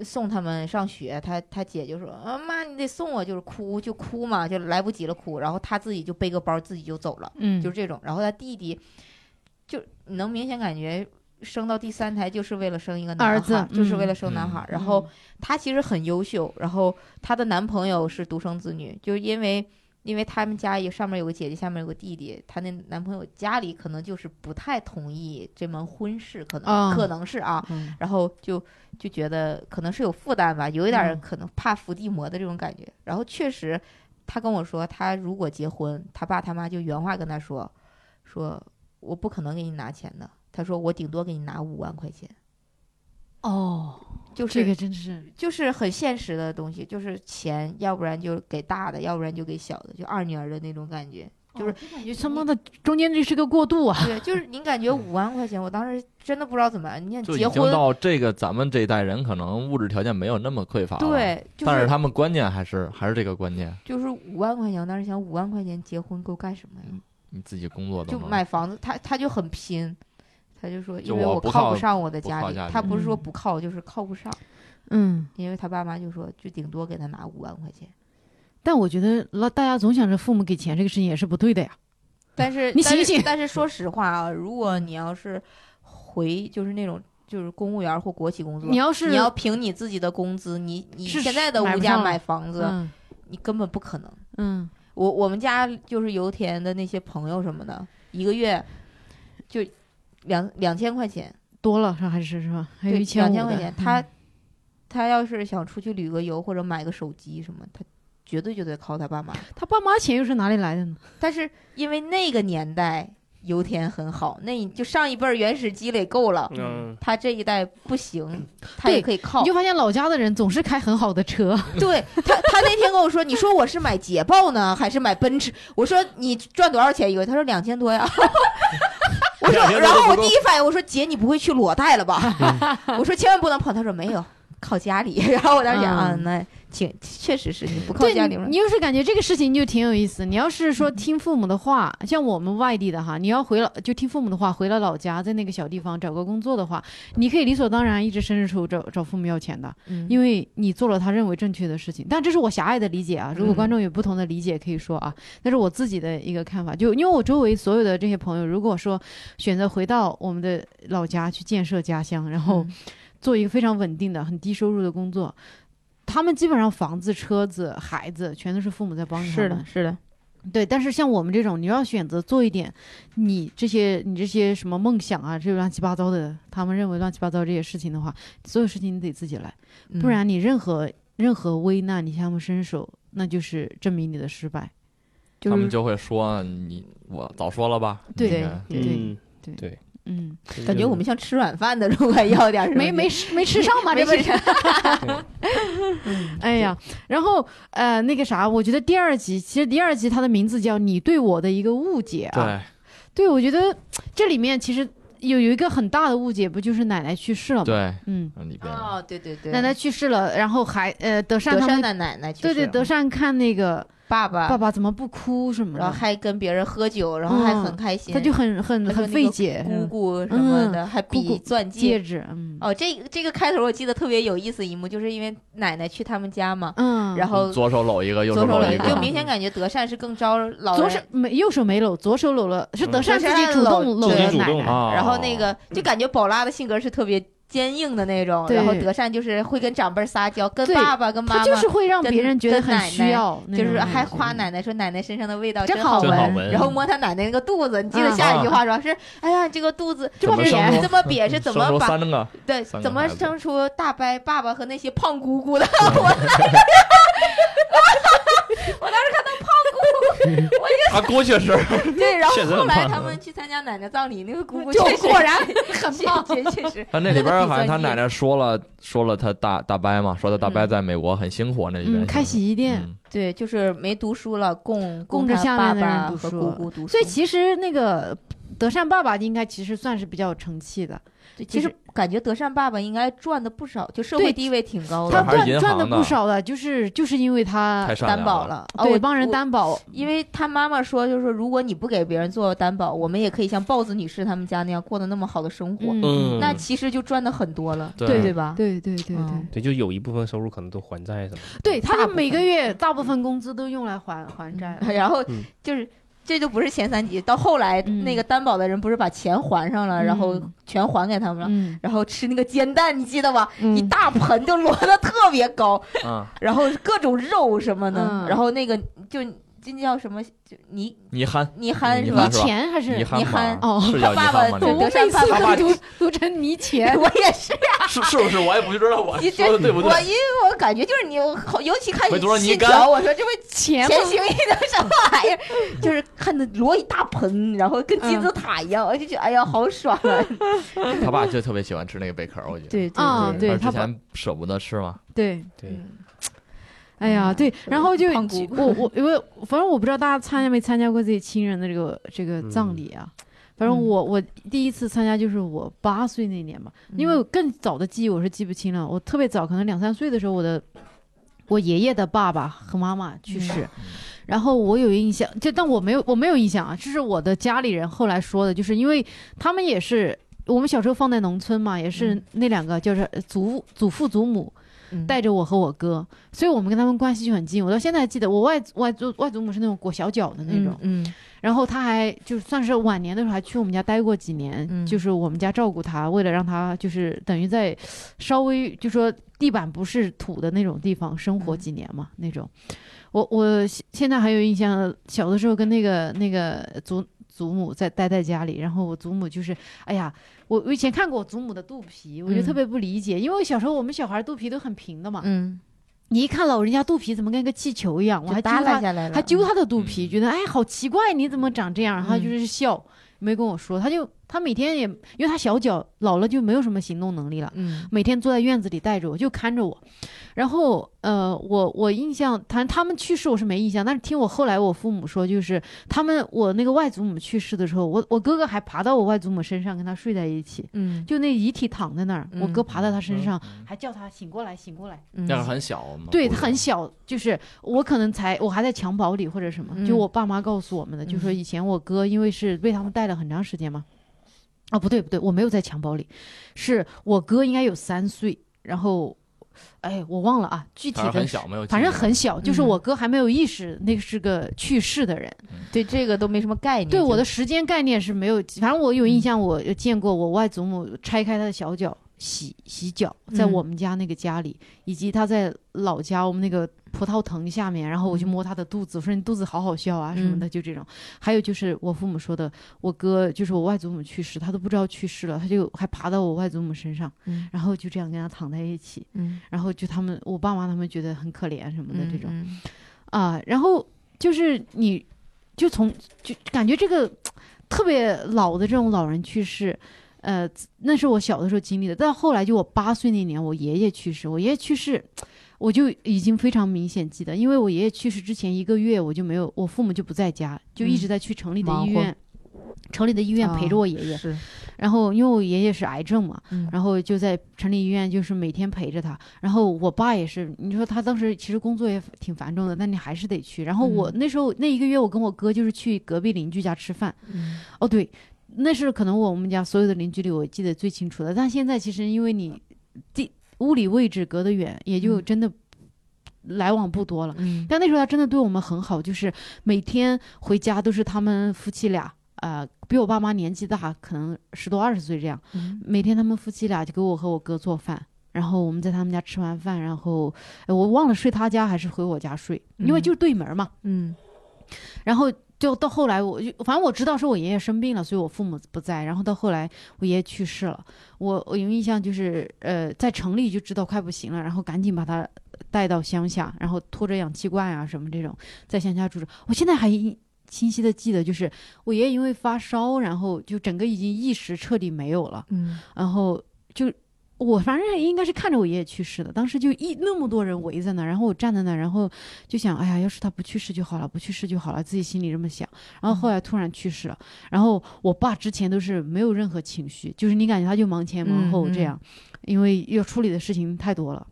Speaker 2: 送他们上学，他他姐就说：“啊妈，你得送我，就是哭就哭嘛，就来不及了哭。”然后他自己就背个包自己就走了，
Speaker 1: 嗯
Speaker 2: 就是这种。然后他弟弟就你能明显感觉生到第三胎就是为了生一个男孩
Speaker 1: 儿子
Speaker 2: 就是
Speaker 1: 嗯
Speaker 2: 为了生男
Speaker 3: 嗯
Speaker 2: 孩。然后她其实很优秀，然后她的男朋友是独生子女，就是因为因为他们家也上面有个姐姐，下面有个弟弟，她那男朋友家里可能就是不太同意这门婚事，可能、
Speaker 1: 啊
Speaker 2: 可能是啊，
Speaker 1: 嗯
Speaker 2: 然后就就觉得可能是有负担吧，有一点儿
Speaker 1: 嗯
Speaker 2: 可能怕伏地魔的这种感觉。然后确实，她跟我说，她如果结婚，她爸他妈就原话跟她说，说我不可能给你拿钱的，她说我顶多给你拿五万块钱，
Speaker 1: 哦，
Speaker 2: 就是
Speaker 1: 这个真是
Speaker 2: 就是很现实的东西，就是钱，要不然就给大的，要不然就给小的，就二女儿的那种感觉。就是
Speaker 1: 哦感觉他妈的中间这是个过渡啊，
Speaker 2: 对，就是 你感觉五万块钱，我当时真的不知道怎么，你看
Speaker 3: 嗯就
Speaker 2: 结
Speaker 3: 已经
Speaker 2: 婚，
Speaker 3: 到这个咱们这一代人可能物质条件没有那么匮乏了，，
Speaker 2: 对，就
Speaker 3: 但是他们观念还是还是这个观念，
Speaker 2: 就是五万块钱，我当时想五万块钱结婚够干什么呀？
Speaker 3: 你自己工作的
Speaker 2: 就
Speaker 3: 吗
Speaker 2: 买房子，他他就很拼。他就说，
Speaker 3: 就
Speaker 2: 因为
Speaker 3: 我
Speaker 2: 我
Speaker 3: 不
Speaker 2: 靠
Speaker 3: 靠
Speaker 2: 不上我的
Speaker 3: 不
Speaker 2: 家
Speaker 3: 靠
Speaker 2: 里，
Speaker 3: 家里
Speaker 2: 他不是说
Speaker 1: 嗯
Speaker 2: 不靠，就是靠不上，
Speaker 1: 嗯。
Speaker 2: 因为他爸妈就说，就顶多给他拿五万块钱。
Speaker 1: 但我觉得老大家总想着父母给钱这个事情也是不对的呀。
Speaker 2: 但是
Speaker 1: 你
Speaker 2: 但是
Speaker 1: 醒醒
Speaker 2: 但是说实话啊，如果你要是回就是那种就是公务员或国企工作，
Speaker 1: 你要是
Speaker 2: 你要凭你自己的工资，你你
Speaker 1: 是
Speaker 2: 现在的
Speaker 1: 买
Speaker 2: 物
Speaker 1: 不
Speaker 2: 价
Speaker 1: 上了
Speaker 2: 买房子，
Speaker 1: 嗯
Speaker 2: 你根本不可能。
Speaker 1: 嗯
Speaker 2: 我我们家就是油田的那些朋友什么的，一个月就两两千块钱，
Speaker 1: 多了是还是是吧？还有
Speaker 2: 对，
Speaker 1: 一千
Speaker 2: 两
Speaker 1: 五
Speaker 2: 千块
Speaker 1: 的嗯
Speaker 2: 钱，他他要是想出去旅个游或者买个手机什么，他绝对就得靠他爸妈。
Speaker 1: 他爸妈钱又是哪里来的呢？
Speaker 2: 但是因为那个年代油田很好，那你就上一辈儿原始积累够了，
Speaker 4: 嗯，
Speaker 2: 他这一代不 行，他也
Speaker 1: 对
Speaker 2: 可以靠
Speaker 1: 你。就发现老家的人总是开很好的车，
Speaker 2: 对他，他那天跟我说，你说我是买捷豹呢，还是买奔驰？我说你赚多少钱一个月？他说两千多呀。
Speaker 3: 哎
Speaker 2: 我
Speaker 4: 两
Speaker 2: 说，
Speaker 4: 千多
Speaker 2: 然后
Speaker 4: 都
Speaker 2: 我
Speaker 4: 不够
Speaker 2: 第一反应我说姐，你不会去裸贷了吧？ 我说千万不能碰。他说没有，靠家里。 然后我当时想啊，
Speaker 1: 嗯
Speaker 2: 那请确实是你不靠
Speaker 1: 对
Speaker 2: 家里
Speaker 1: 你
Speaker 2: 嘛，
Speaker 1: 你就是感觉这个事情就挺有意思。你要是说听父母的话，像我们外地的哈，你要回老就听父母的话，回了老家，在那个小地方找个工作的话，你可以理所当然一直伸着手找找父母要钱的，
Speaker 2: 嗯
Speaker 1: 因为你做了他认为正确的事情。但这是我狭隘的理解啊，如果
Speaker 2: 嗯
Speaker 1: 观众有不同的理解，可以说啊，那是我自己的一个看法。就因为我周围所有的这些朋友，如果说选择回到我们的老家去建设家乡，然后
Speaker 2: 嗯
Speaker 1: 做一个非常稳定的、很低收入的工作，他们基本上房子、车子、孩子全都是父母在帮他
Speaker 2: 是的
Speaker 1: 们，。
Speaker 2: 是的，
Speaker 1: 对，但是像我们这种，你要选择做一点你这些你这些什么梦想啊，这乱七八糟的，他们认为乱七八糟这些事情的话，所有事情你得自己来。
Speaker 2: 嗯
Speaker 1: 不然你任何任何危难你向他们伸手，那就是证明你的失败。
Speaker 2: 就
Speaker 3: 他们
Speaker 2: 是
Speaker 3: 就会说你我早说了吧，
Speaker 1: 对
Speaker 3: 你看
Speaker 1: 对
Speaker 4: 嗯
Speaker 1: 嗯，
Speaker 2: 感觉我们像吃软饭的，如果要点什么
Speaker 1: 没没吃没吃上吧？
Speaker 2: 没
Speaker 1: 这不
Speaker 2: 吃
Speaker 1: 是？ 哎呀，然后呃，那个啥，我觉得第二集其实第二集它的名字叫《你对我的一个误解》啊。
Speaker 3: 对
Speaker 1: 对，我觉得这里面其实有有一个很大的误解，不就是奶奶去世了吗？
Speaker 3: 对，
Speaker 1: 嗯，
Speaker 3: 嗯里边
Speaker 2: 哦，对对对，
Speaker 1: 奶奶去世了，然后还呃德善
Speaker 2: 德
Speaker 1: 他
Speaker 2: 善
Speaker 1: 们
Speaker 2: 的奶奶去世
Speaker 1: 对
Speaker 2: 了，
Speaker 1: 对德善看那个
Speaker 2: 爸爸，
Speaker 1: 爸爸怎么不哭什么
Speaker 2: 然后
Speaker 1: 的，
Speaker 2: 还跟别人喝酒，然后还
Speaker 1: 嗯
Speaker 2: 很开心。
Speaker 1: 他就很很
Speaker 2: 他说
Speaker 1: 很
Speaker 2: 那
Speaker 1: 费
Speaker 2: 个
Speaker 1: 解。
Speaker 2: 姑姑什么的，还
Speaker 1: 姑
Speaker 2: 比
Speaker 1: 姑
Speaker 2: 钻戒。
Speaker 1: 戒指，嗯
Speaker 2: 哦，这这个开头我记得特别有意思一幕，就是因为奶奶去他们家嘛，
Speaker 1: 嗯，
Speaker 2: 然后
Speaker 3: 左手搂一个，右
Speaker 2: 左手
Speaker 3: 搂
Speaker 2: 搂
Speaker 3: 一
Speaker 2: 一
Speaker 3: 个
Speaker 2: 个，
Speaker 1: 个
Speaker 2: 就明显感觉德善是更招老
Speaker 1: 左手
Speaker 2: 人。
Speaker 1: 没右手没搂，左手搂了，是德
Speaker 4: 嗯
Speaker 1: 善
Speaker 2: 德
Speaker 1: 自己
Speaker 2: 善
Speaker 1: 主
Speaker 2: 搂
Speaker 1: 动搂
Speaker 4: 自己
Speaker 1: 的
Speaker 4: 主
Speaker 1: 奶
Speaker 4: 动
Speaker 1: 奶，
Speaker 3: 啊
Speaker 2: 然后那个就感觉宝拉的性格是特别坚硬的那种，
Speaker 1: 对
Speaker 2: 然后德善就是会跟长辈撒娇，跟
Speaker 1: 对
Speaker 2: 爸爸跟妈
Speaker 1: 他
Speaker 2: 妈，
Speaker 1: 就是会让
Speaker 2: 跟
Speaker 1: 别人觉得
Speaker 2: 跟
Speaker 1: 很
Speaker 2: 奶
Speaker 1: 需
Speaker 2: 奶
Speaker 1: 要那
Speaker 2: 就
Speaker 1: 种
Speaker 2: 是
Speaker 1: 感觉，
Speaker 2: 还夸奶奶说奶奶身上的味道
Speaker 1: 真
Speaker 2: 好
Speaker 1: 好
Speaker 4: 真好
Speaker 1: 闻
Speaker 3: 嗯
Speaker 4: 闻
Speaker 2: 然后摸她奶奶那个肚子，你记得下一句话说是，哎呀，这个肚子
Speaker 1: 这么
Speaker 3: 啊怎么
Speaker 1: 扁
Speaker 3: 生
Speaker 2: 这么瘪是怎
Speaker 3: 生
Speaker 2: 么
Speaker 3: 出
Speaker 2: 把
Speaker 3: 三 个，
Speaker 2: 对，
Speaker 3: 三个
Speaker 2: 怎么
Speaker 3: 孩子
Speaker 2: 生出大伯爸爸和那些胖姑姑的？ 我我当时看到胖姑姑，我
Speaker 3: 他啊过去是
Speaker 2: 就对，然后
Speaker 4: 确实很
Speaker 2: 后来
Speaker 4: 胖
Speaker 2: 他们去参加奶奶葬礼，那个姑姑
Speaker 1: 就
Speaker 2: 确实
Speaker 1: 果 然
Speaker 2: 很胖，确确实
Speaker 3: 他那里边好像他奶奶说了说了他大大伯嘛，说他大伯在美国很辛苦，那里边
Speaker 1: 嗯嗯开洗衣店，
Speaker 3: 嗯
Speaker 2: 对，就是没读书了，供
Speaker 1: 供着
Speaker 2: 他
Speaker 1: 下
Speaker 2: 爸
Speaker 1: 面的人
Speaker 2: 爸
Speaker 1: 读
Speaker 2: 和
Speaker 1: 书
Speaker 2: 姑姑读书，
Speaker 1: 所以其实那个德善爸爸应该其实算是比较成器的，
Speaker 2: 对其
Speaker 1: 就
Speaker 2: 实感觉德善爸爸应该赚的不少，就社
Speaker 1: 对
Speaker 2: 会地位挺高
Speaker 3: 对
Speaker 1: 他
Speaker 2: 的，
Speaker 3: 还是
Speaker 1: 赚
Speaker 3: 银
Speaker 1: 赚的
Speaker 3: 行的
Speaker 1: 不少的，就是就是因为他呃
Speaker 3: 太善
Speaker 2: 担
Speaker 3: 良
Speaker 2: 保，了，哦
Speaker 1: 对
Speaker 2: 我
Speaker 1: 帮人
Speaker 2: 我
Speaker 1: 担保，嗯
Speaker 2: 因为他妈妈说，就是说如果你不给别人做担保，我们也可以像豹子女士他们家那样过得那么好的生活，
Speaker 1: 嗯，
Speaker 2: 那其实就赚的很多了，
Speaker 3: 对
Speaker 2: 对吧？
Speaker 1: 对对对对
Speaker 2: 嗯，
Speaker 4: 对，就有一部分收入可能都还债什么的。
Speaker 1: 对，他
Speaker 2: 大
Speaker 1: 们
Speaker 2: 部
Speaker 1: 每个
Speaker 2: 分
Speaker 1: 月大部分工资都用来还还债了，
Speaker 2: 然后
Speaker 4: 嗯
Speaker 2: 就是这就不是前三集，到后来
Speaker 1: 嗯
Speaker 2: 那个担保的人不是把钱还上了，
Speaker 1: 嗯
Speaker 2: 然后全还给他们了。
Speaker 1: 嗯
Speaker 2: 然后吃那个煎蛋，你记得吧？
Speaker 1: 嗯
Speaker 2: 一大盆就摞的特别高，
Speaker 3: 嗯，
Speaker 2: 然后各种肉什么的，
Speaker 1: 嗯
Speaker 2: 然后那个就这叫什么？就泥
Speaker 3: 你憨，
Speaker 2: 泥鼾
Speaker 3: 泥
Speaker 2: 是
Speaker 3: 鼾
Speaker 2: 吧
Speaker 1: 你？钱还是
Speaker 3: 你憨吗？
Speaker 1: 哦
Speaker 3: 是叫
Speaker 2: 他爸
Speaker 3: 你憨吗
Speaker 2: 爸？
Speaker 3: 这
Speaker 2: 啊对
Speaker 3: 个
Speaker 1: 我
Speaker 2: 德
Speaker 1: 每
Speaker 2: 善
Speaker 1: 次
Speaker 2: 爸
Speaker 1: 都
Speaker 2: 爸
Speaker 3: 爸
Speaker 1: 读读成泥 钱，
Speaker 2: 我也是，
Speaker 3: 是是不是？我也不知道我
Speaker 2: 你
Speaker 3: 说的对不对
Speaker 2: 我。因为我感觉就是你，我尤其看
Speaker 3: 我读了泥
Speaker 2: 信
Speaker 3: 干
Speaker 2: 条，我说 这不
Speaker 1: 钱
Speaker 2: 前行一个什么玩意儿？ 就是看着摞一大盆，然后跟金字塔一样，我就觉得哎呀，好爽啊！
Speaker 3: 他爸就特别喜欢吃那个贝壳，我觉得。
Speaker 2: 对对
Speaker 1: 啊
Speaker 2: 对，
Speaker 1: 对
Speaker 3: 而之
Speaker 1: 他爸嗯
Speaker 3: 前舍不得吃嘛，
Speaker 1: 对。
Speaker 4: 对，
Speaker 2: 嗯
Speaker 1: 哎呀，对，然后就
Speaker 2: 胖姑姑
Speaker 1: 我我因为反正我不知道大家参加没参加过自己亲人的这个这个葬礼啊。反正
Speaker 2: 嗯
Speaker 1: 我我第一次参加就是我八岁那年吧，因为我更早的记忆我是记不清了。我特别早，可能两三岁的时候，我的我爷爷的爸爸和妈妈
Speaker 2: 嗯
Speaker 1: 去世，然后我有印象，就但我没有我没有印象啊，这是我的家里人后来说的，就是因为他们也是我们小时候放在农村嘛，也是
Speaker 2: 嗯
Speaker 1: 那两个就是祖祖父祖母，
Speaker 2: 嗯
Speaker 1: 带着我和我哥，所以我们跟他们关系就很近。我到现在还记得，我外外祖外祖母是那种裹小脚的那种，
Speaker 2: 嗯
Speaker 1: 然后他还就算是晚年的时候还去我们家待过几年，
Speaker 2: 嗯
Speaker 1: 就是我们家照顾他，为了让他就是等于在稍微就说地板不是土的那种地方生活
Speaker 2: 嗯
Speaker 1: 几年嘛、那种。我我现现在还有印象，小的时候跟那个那个祖祖母在待在家里，然后我祖母就是，哎呀，我我以前看过我祖母的肚皮，我就
Speaker 2: 嗯
Speaker 1: 特别不理解，因为小时候我们小孩肚皮都很平的嘛，
Speaker 2: 嗯，
Speaker 1: 你一看老人家肚皮怎么跟个气球一样，我还揪
Speaker 2: 就耷拉
Speaker 1: 他，
Speaker 2: 下来了，
Speaker 1: 还揪他的肚皮，
Speaker 3: 嗯
Speaker 1: 觉得哎好奇怪，你怎么长这样？然后他
Speaker 2: 嗯
Speaker 1: 就是笑，没跟我说，他就他每天也因为他小脚老了就没有什么行动能力了。
Speaker 2: 嗯
Speaker 1: 每天坐在院子里带着我，就看着我，然后呃，我我印象，他他们去世我是没印象，但是听我后来我父母说，就是他们我那个外祖母去世的时候，我我哥哥还爬到我外祖母身上跟她睡在一起，
Speaker 2: 嗯
Speaker 1: 就那遗体躺在那儿，我
Speaker 2: 嗯
Speaker 1: 哥爬到她身
Speaker 4: 嗯
Speaker 1: 上，还叫她醒过来，醒过来，
Speaker 2: 嗯
Speaker 3: 那是很小嘛，
Speaker 1: 对，
Speaker 3: 啊不
Speaker 1: 它
Speaker 3: 是
Speaker 1: 很小，就是我可能才我还在襁褓里或者什么，就
Speaker 2: 嗯
Speaker 1: 我爸妈告诉我们的，就说
Speaker 2: 嗯
Speaker 1: 以前我哥因为是被他们带了很长时间嘛，哦不对不对，我没有在襁褓里，是我哥应该有三岁，然后哎我忘了啊，具体
Speaker 3: 反正
Speaker 1: 的
Speaker 3: 很
Speaker 1: 是
Speaker 3: 小，没有记忆，
Speaker 1: 反正很小，就是
Speaker 2: 嗯
Speaker 1: 我哥还没有意识那是个去世的人，
Speaker 2: 对这个都没什么概念，
Speaker 1: 对我的
Speaker 2: 就
Speaker 1: 时间概念是没有，反正我有
Speaker 2: 嗯
Speaker 1: 印象，我有见过我外祖母拆开她的小脚洗洗脚，在
Speaker 2: 嗯
Speaker 1: 我们家那个家里，以及她在老家我们那个葡萄藤下面，然后我去
Speaker 2: 嗯
Speaker 1: 摸她的肚子，我说你肚子好好笑啊什么的，就这种。还有就是我父母说的，我哥就是我外祖母去世，他都不知道去世了，他就还爬到我外祖母身上，
Speaker 2: 嗯
Speaker 1: 然后就这样跟她躺在一起，
Speaker 2: 嗯
Speaker 1: 然后就他们我爸妈他们觉得很可怜什么的这种。
Speaker 2: 嗯
Speaker 1: 啊，然后就是你，就从就感觉这个特别老的这种老人去世，呃，那是我小的时候经历的。但后来就我八岁那年，我爷爷去世，我爷爷去世，我就已经非常明显记得，因为我爷爷去世之前一个月，我就没有，我父母就不在家，就一直在去城里的
Speaker 2: 嗯忙
Speaker 1: 医
Speaker 2: 活啊
Speaker 1: 院，城里的医院陪着我爷爷。
Speaker 2: 是
Speaker 1: 然后因为我爷爷是癌症嘛，
Speaker 2: 嗯
Speaker 1: 然后就在城里医院，就是每天陪着他。然后我爸也是，你说他当时其实工作也挺繁重的，但你还是得去。然后我、那时候那一个月，我跟我哥就是去隔壁邻居家吃饭。
Speaker 2: 嗯
Speaker 1: 哦，对，那是可能我们家所有的邻居里我记得最清楚的。但现在其实因为你地物理位置隔得远，也就
Speaker 2: 嗯
Speaker 1: 真的来往不多了。
Speaker 2: 嗯
Speaker 1: 但那时候他真的对我们很好，就是每天回家都是他们夫妻俩，呃，比我爸妈年纪大，可能十多二十岁这样。
Speaker 2: 嗯
Speaker 1: 每天他们夫妻俩就给我和我哥做饭，然后我们在他们家吃完饭，然后呃我忘了睡他家还是回我家睡，因为
Speaker 2: 嗯
Speaker 1: 就是对门嘛。
Speaker 2: 嗯
Speaker 1: 然后就到后来我，就反正我知道是我爷爷生病了，所以我父母不在。然后到后来我爷爷去世了，我我有印象就是呃在城里就知道快不行了，然后赶紧把他带到乡下，然后拖着氧气罐啊什么这种在乡下住着。我现在还印清晰的记得，就是我爷爷因为发烧，然后就整个已经意识彻底没有了。
Speaker 2: 嗯
Speaker 1: 然后就我反正应该是看着我爷爷去世的，当时就一那么多人围在那儿，然后我站在那儿，然后就想，哎呀，要是他不去世就好了，不去世就好了，自己心里这么想。然后后来突然去世了，然后我爸之前都是没有任何情绪，就是你感觉他就忙前忙后
Speaker 2: 嗯嗯
Speaker 1: 这样，因为要处理的事情太多了。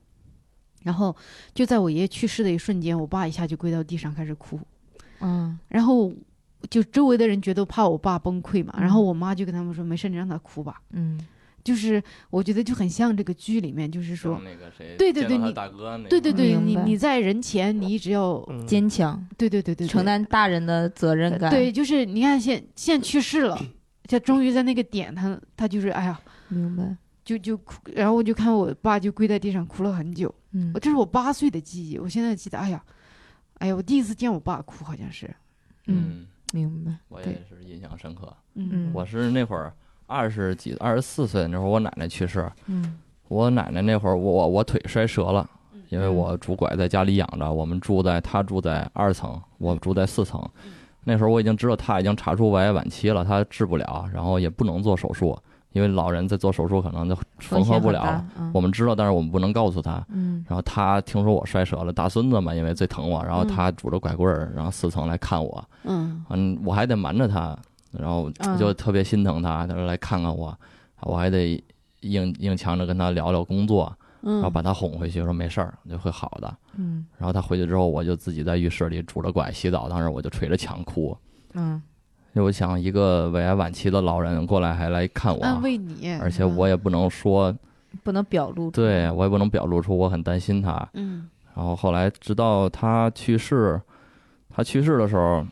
Speaker 1: 然后就在我爷爷去世的一瞬间，我爸一下就跪到地上开始哭，
Speaker 2: 嗯
Speaker 1: 然后就周围的人觉得怕我爸崩溃嘛，
Speaker 2: 嗯
Speaker 1: 然后我妈就跟他们说，没事，你让他哭吧。
Speaker 2: 嗯
Speaker 1: 就是我觉得就很像这个剧里面，就是说，
Speaker 3: 那个谁，
Speaker 1: 对对对
Speaker 3: 见到他
Speaker 1: 你
Speaker 3: 大哥那个
Speaker 1: 对对对，
Speaker 2: 明
Speaker 1: 你
Speaker 2: 白
Speaker 1: 你在人前你一直要，
Speaker 4: 嗯
Speaker 2: 坚强，
Speaker 1: 对对对对，对
Speaker 2: 承担大人的责任感，
Speaker 1: 对，，就是你看现现在去世了，他终于在那个点，他他就是哎呀，
Speaker 2: 明白，
Speaker 1: 就就哭，然后我就看我爸就跪在地上哭了很久，
Speaker 2: 嗯
Speaker 1: 我这是我八岁的记忆，我现在记得，哎呀，哎呀，我第一次见我爸哭，好像是，
Speaker 2: 嗯，
Speaker 3: 嗯，
Speaker 2: 明白，
Speaker 3: 我
Speaker 2: 对
Speaker 3: 也是印象深刻。
Speaker 2: 嗯
Speaker 3: 我是那会儿二十几、二十四岁那会儿，我奶奶去世，
Speaker 2: 嗯
Speaker 3: 我奶奶那会儿，我我我腿摔折了，因为我拄拐在家里养着，我们住在她住在二层，我住在四层。那时候我已经知道她已经查出胃癌晚期了，她治不了，然后也不能做手术，因为老人在做手术可能就缝合不了了。，我们知道，但是我们不能告诉她。
Speaker 2: 嗯
Speaker 3: 然后她听说我摔折了，大孙子嘛，因为最疼我，然后
Speaker 1: 嗯
Speaker 3: 她拄着拐棍儿，然后四层来看我，
Speaker 1: 嗯
Speaker 3: 嗯，我还得瞒着她，然后
Speaker 1: 嗯
Speaker 3: 就特别心疼她，她说来看看我，我还得硬硬强着跟她聊聊工作。
Speaker 1: 嗯，
Speaker 3: 然后把他哄回去，说没事儿，就会好的。
Speaker 2: 嗯
Speaker 3: 然后他回去之后，我就自己在浴室里拄着拐洗澡，当时我就捶着墙哭，
Speaker 2: 嗯
Speaker 3: 因为我想一个胃癌晚期的老人过来还来看我，
Speaker 1: 安慰你，嗯
Speaker 3: 而且我也不能说，
Speaker 2: 不能表露，
Speaker 3: 对我也不能表露出我很担心他。
Speaker 1: 嗯
Speaker 3: 然后后来直到他去世，他去世的时候，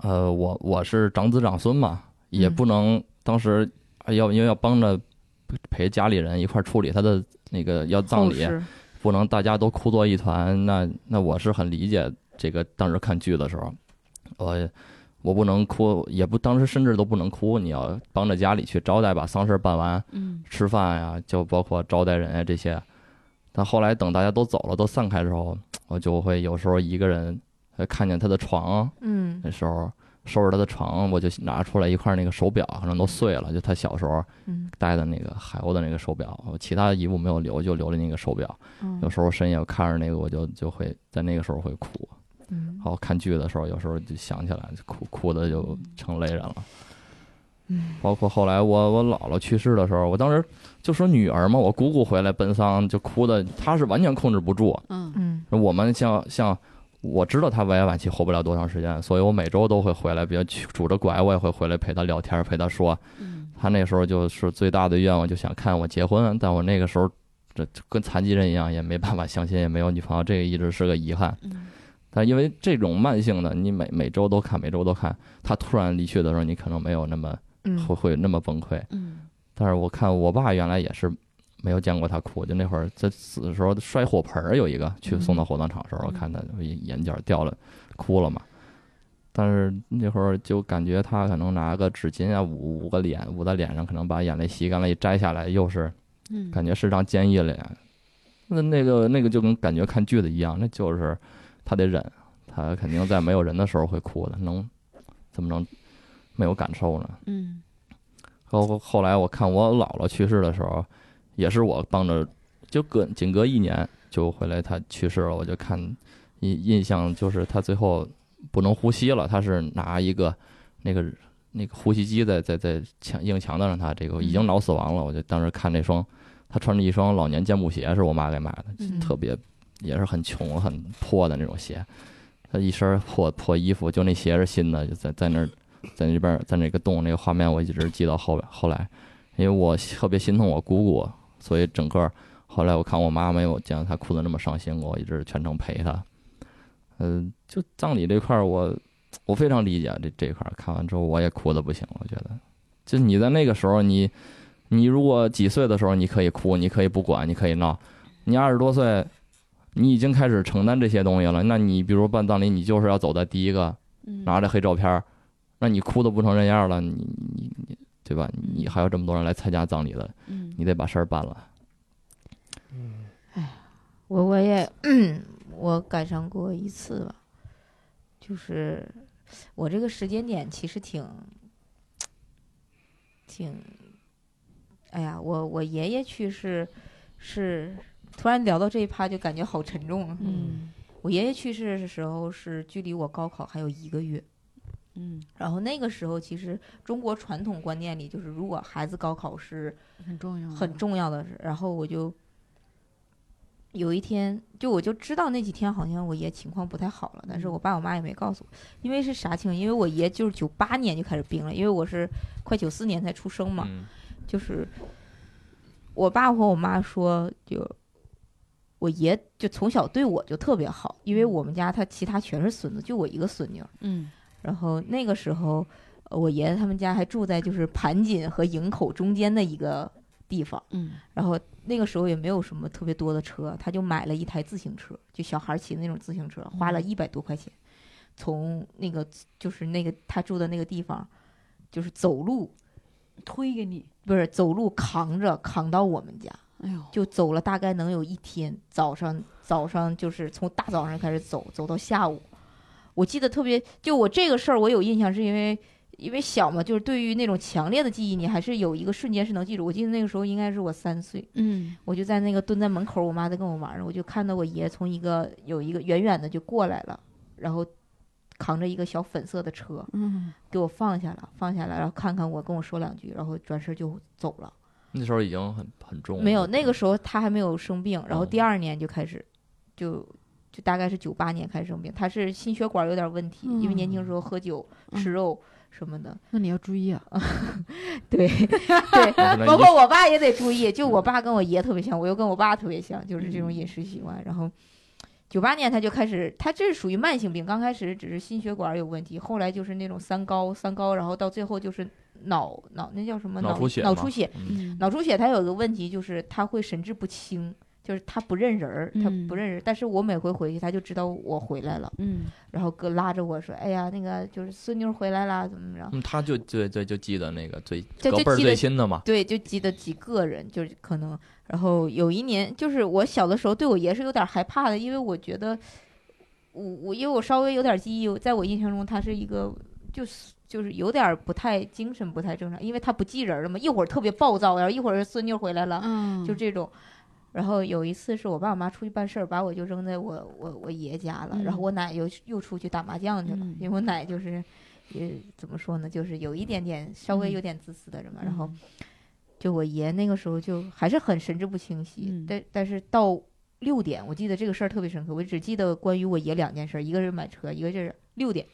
Speaker 3: 呃，我我是长子长孙嘛，也
Speaker 2: 嗯
Speaker 3: 不能、当时要因为要帮着陪家里人一块儿处理他的那个要葬礼，不能大家都哭作一团。那那我是很理解这个。当时看剧的时候，我我不能哭，也不当时甚至都不能哭。你要帮着家里去招待，把丧事办完，
Speaker 1: 嗯
Speaker 3: 吃饭呀，就包括招待人呀这些。但后来等大家都走了，都散开之后，我就会有时候一个人呃看见他的床，
Speaker 2: 嗯
Speaker 3: 那时候收拾他的床，我就拿出来一块那个手表，可能都碎了，就他小时候
Speaker 2: 嗯
Speaker 3: 戴的那个海鸥的那个手表，我其他的衣服没有留，就留了那个手表。有
Speaker 2: 嗯
Speaker 3: 时候深夜我看着那个，我就就会在那个时候会哭。
Speaker 2: 嗯
Speaker 3: 然后看剧的时候，有时候就想起来，就哭哭的就成泪人了。包括后来我我姥姥去世的时候，我当时就说女儿嘛，我姑姑回来奔丧就哭的，她是完全控制不住。
Speaker 1: 嗯
Speaker 2: 嗯
Speaker 3: 我们像像我知道她胃癌晚期活不了多长时间，所以我每周都会回来，比如去拄着拐，我也会回来陪她聊天，陪她说。
Speaker 1: 嗯
Speaker 3: 她那时候就是最大的愿望，就想看我结婚，但我那个时候这这跟残疾人一样，也没办法相亲，也没有女朋友，这个一直是个遗憾。
Speaker 1: 嗯
Speaker 3: 但因为这种慢性的，你每每周都看，每周都看，他突然离去的时候，你可能没有那么
Speaker 2: 嗯
Speaker 3: 会会那么崩溃。
Speaker 1: 嗯
Speaker 3: 但是我看我爸原来也是没有见过他哭，就那会儿在死的时候摔火盆儿，有一个去送到火葬场的时候，我看他眼角掉了，哭了嘛。但是那会儿就感觉他可能拿个纸巾啊捂捂个脸，捂在脸上，可能把眼泪吸干了，一摘下来又是
Speaker 1: 嗯，
Speaker 3: 感觉是张坚毅了呀。那那个那个就跟感觉看剧的一样，那就是他得忍，他肯定在没有人的时候会哭的，能怎么能没有感受呢？
Speaker 1: 嗯
Speaker 3: 后后来我看我姥姥去世的时候，也是我帮着，就隔仅隔一年就回来，她去世了，我就看印印象就是她最后不能呼吸了，她是拿一个那个那个呼吸机在在在强硬强的让他这个已经脑死亡了。我就当时看那双，他穿着一双老年健步鞋，是我妈给买的，
Speaker 1: 嗯
Speaker 3: 特别也是很穷很破的那种鞋。他一身破破衣服，就那鞋是新的，就在在那儿，在那边儿在那个洞那个画面，我一直记到后后来，因为我特别心疼我姑姑，所以整个后来我看我妈没有见到她哭得那么伤心过，我一直全程陪她。嗯、就葬礼这块儿，我我非常理解这这一块儿。看完之后我也哭得不行，我觉得，就你在那个时候，你你如果几岁的时候，你可以哭，你可以不管，你可以闹，你二十多岁。你已经开始承担这些东西了，那你比如办葬礼，你就是要走在第一个，
Speaker 1: 嗯
Speaker 3: 拿着黑照片儿，那你哭的不成人样了，你你你，对吧？你还有这么多人来参加葬礼的，
Speaker 1: 嗯
Speaker 3: 你得把事儿办了。
Speaker 2: 我我也， 嗯，我赶上过一次吧，就是我这个时间点其实挺，挺，哎呀，我我爷爷去世是突然聊到这一趴就感觉好沉重啊。
Speaker 1: 嗯
Speaker 2: 我爷爷去世的时候是距离我高考还有一个月，
Speaker 1: 嗯，
Speaker 2: 然后那个时候其实中国传统观念里就是如果孩子高考是
Speaker 1: 很重要，
Speaker 2: 很重要的事。然后我就有一天，就我就知道那几天好像我爷情况不太好了，但是我爸我妈也没告诉我，因为是啥情况？因为我爷就是九八年就开始病了，因为我是快九四年才出生嘛，
Speaker 3: 嗯
Speaker 2: 就是 我爸和我妈说就。我爷就从小对我就特别好，因为我们家他其他全是孙子，就我一个孙女儿。
Speaker 1: 嗯
Speaker 2: 然后那个时候，呃我爷爷他们家还住在就是盘锦和营口中间的一个地方。
Speaker 1: 嗯
Speaker 2: 然后那个时候也没有什么特别多的车，他就买了一台自行车，就小孩骑的那种自行车，花了一百多块钱，从那个就是那个他住的那个地方，就是走路
Speaker 1: 推给你，
Speaker 2: 不是走路扛着扛到我们家，
Speaker 1: 哎呦，
Speaker 2: 就走了大概能有一天，早上早上就是从大早上开始走，走到下午。我记得特别，就我这个事儿我有印象，是因为因为小嘛，就是对于那种强烈的记忆，你还是有一个瞬间是能记住。我记得那个时候应该是我三岁。
Speaker 1: 嗯
Speaker 2: 我就在那个蹲在门口，我妈在跟我玩呢，我就看到我爷从一个有一个远远的就过来了，然后扛着一个小粉色的车
Speaker 1: 嗯
Speaker 2: 给我放下了，放下来，然后看看我，跟我说两句，然后转身就走了。
Speaker 3: 那时候已经很很重了，
Speaker 2: 没有，那个时候他还没有生病，然后
Speaker 3: 嗯
Speaker 2: 第二年就开始，就就大概是九八年开始生病，他是心血管有点问题，因为年轻时候喝酒、吃肉什么的，
Speaker 1: 那你要注意啊，
Speaker 2: 对对， 包
Speaker 3: 候
Speaker 2: 括我爸也得注意，就我爸跟我爷特别像，我又跟我爸特别像，就是这种
Speaker 3: 嗯
Speaker 2: 饮食习惯。然后九八年他就开始，他这是属于慢性病，刚开始只是心血管有问题，后来就是那种三高，三高，然后到最后就是脑脑那叫什么
Speaker 3: 脑
Speaker 2: 脑
Speaker 3: 出血
Speaker 2: 脑
Speaker 3: 嘛
Speaker 2: 出血，
Speaker 3: 嗯
Speaker 1: 嗯
Speaker 2: 脑出血它有一个问题就是它会神志不清。就是他不认人儿，他
Speaker 1: 嗯
Speaker 2: 不认人儿。但是我每回回去，他就知道我回来了，
Speaker 1: 嗯
Speaker 2: 然后哥拉着我说：“哎呀，那个就是孙女儿回来啦，怎么着？”
Speaker 3: 嗯，他就对对就记得那个最
Speaker 2: 就
Speaker 3: 隔
Speaker 2: 就
Speaker 3: 辈儿
Speaker 2: 记得
Speaker 3: 最新的嘛，
Speaker 2: 对，就记得几个人，就是可能。然后有一年，就是我小的时候对我爷是有点害怕的，因为我觉得我我因为我稍微有点记忆，在我印象中他是一个就是就是有点不太精神不太正常，因为他不记人了嘛，一会儿特别暴躁，然后一会儿孙女回来了，
Speaker 1: 嗯，
Speaker 2: 就这种。然后有一次是我爸我妈出去办事儿，把我就扔在我我我爷家了，然后
Speaker 1: 嗯
Speaker 2: 我奶又又出去打麻将去了，
Speaker 1: 嗯
Speaker 2: 因为我奶就是也怎么说呢，就是有一点点稍
Speaker 1: 嗯
Speaker 2: 微有点自私的人嘛，然后。就我爷那个时候就还是很神志不清晰，
Speaker 1: 嗯
Speaker 2: 但但是到六点，我记得这个事儿特别深刻，我只记得关于我爷两件事儿，一个是买车，一个就是六点，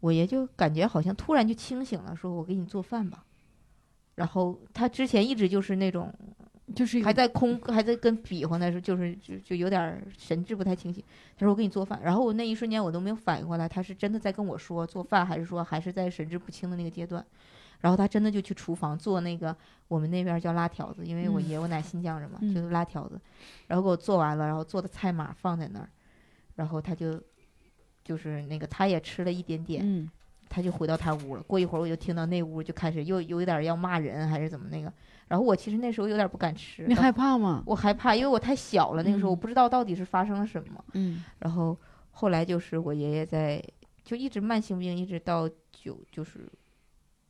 Speaker 2: 我爷就感觉好像突然就清醒了，说我给你做饭吧。然后他之前一直就是那种
Speaker 1: 就是一个
Speaker 2: 还在空还在跟比划呢，说就是就就有点儿神志不太清醒。他说我给你做饭，然后我那一瞬间我都没有反应过来，他是真的在跟我说做饭，还是说还是在神志不清的那个阶段。然后他真的就去厨房做那个我们那边儿叫拉条子，因为我
Speaker 1: 嗯
Speaker 2: 爷我奶新疆人嘛，
Speaker 1: 嗯
Speaker 2: 就是拉条子。然后给我做完了，然后做的菜码放在那儿，然后他就就是那个他也吃了一点点，
Speaker 1: 嗯
Speaker 2: 他就回到他屋了。过一会儿，我就听到那屋就开始又有一点儿要骂人还是怎么那个。然后我其实那时候有点儿不敢吃，
Speaker 1: 你害怕吗？
Speaker 2: 我害怕，因为我太小了，那个时候我
Speaker 1: 嗯
Speaker 2: 不知道到底是发生了什么。
Speaker 1: 嗯
Speaker 2: 然后后来就是我爷爷在就一直慢性病，一直到九，就是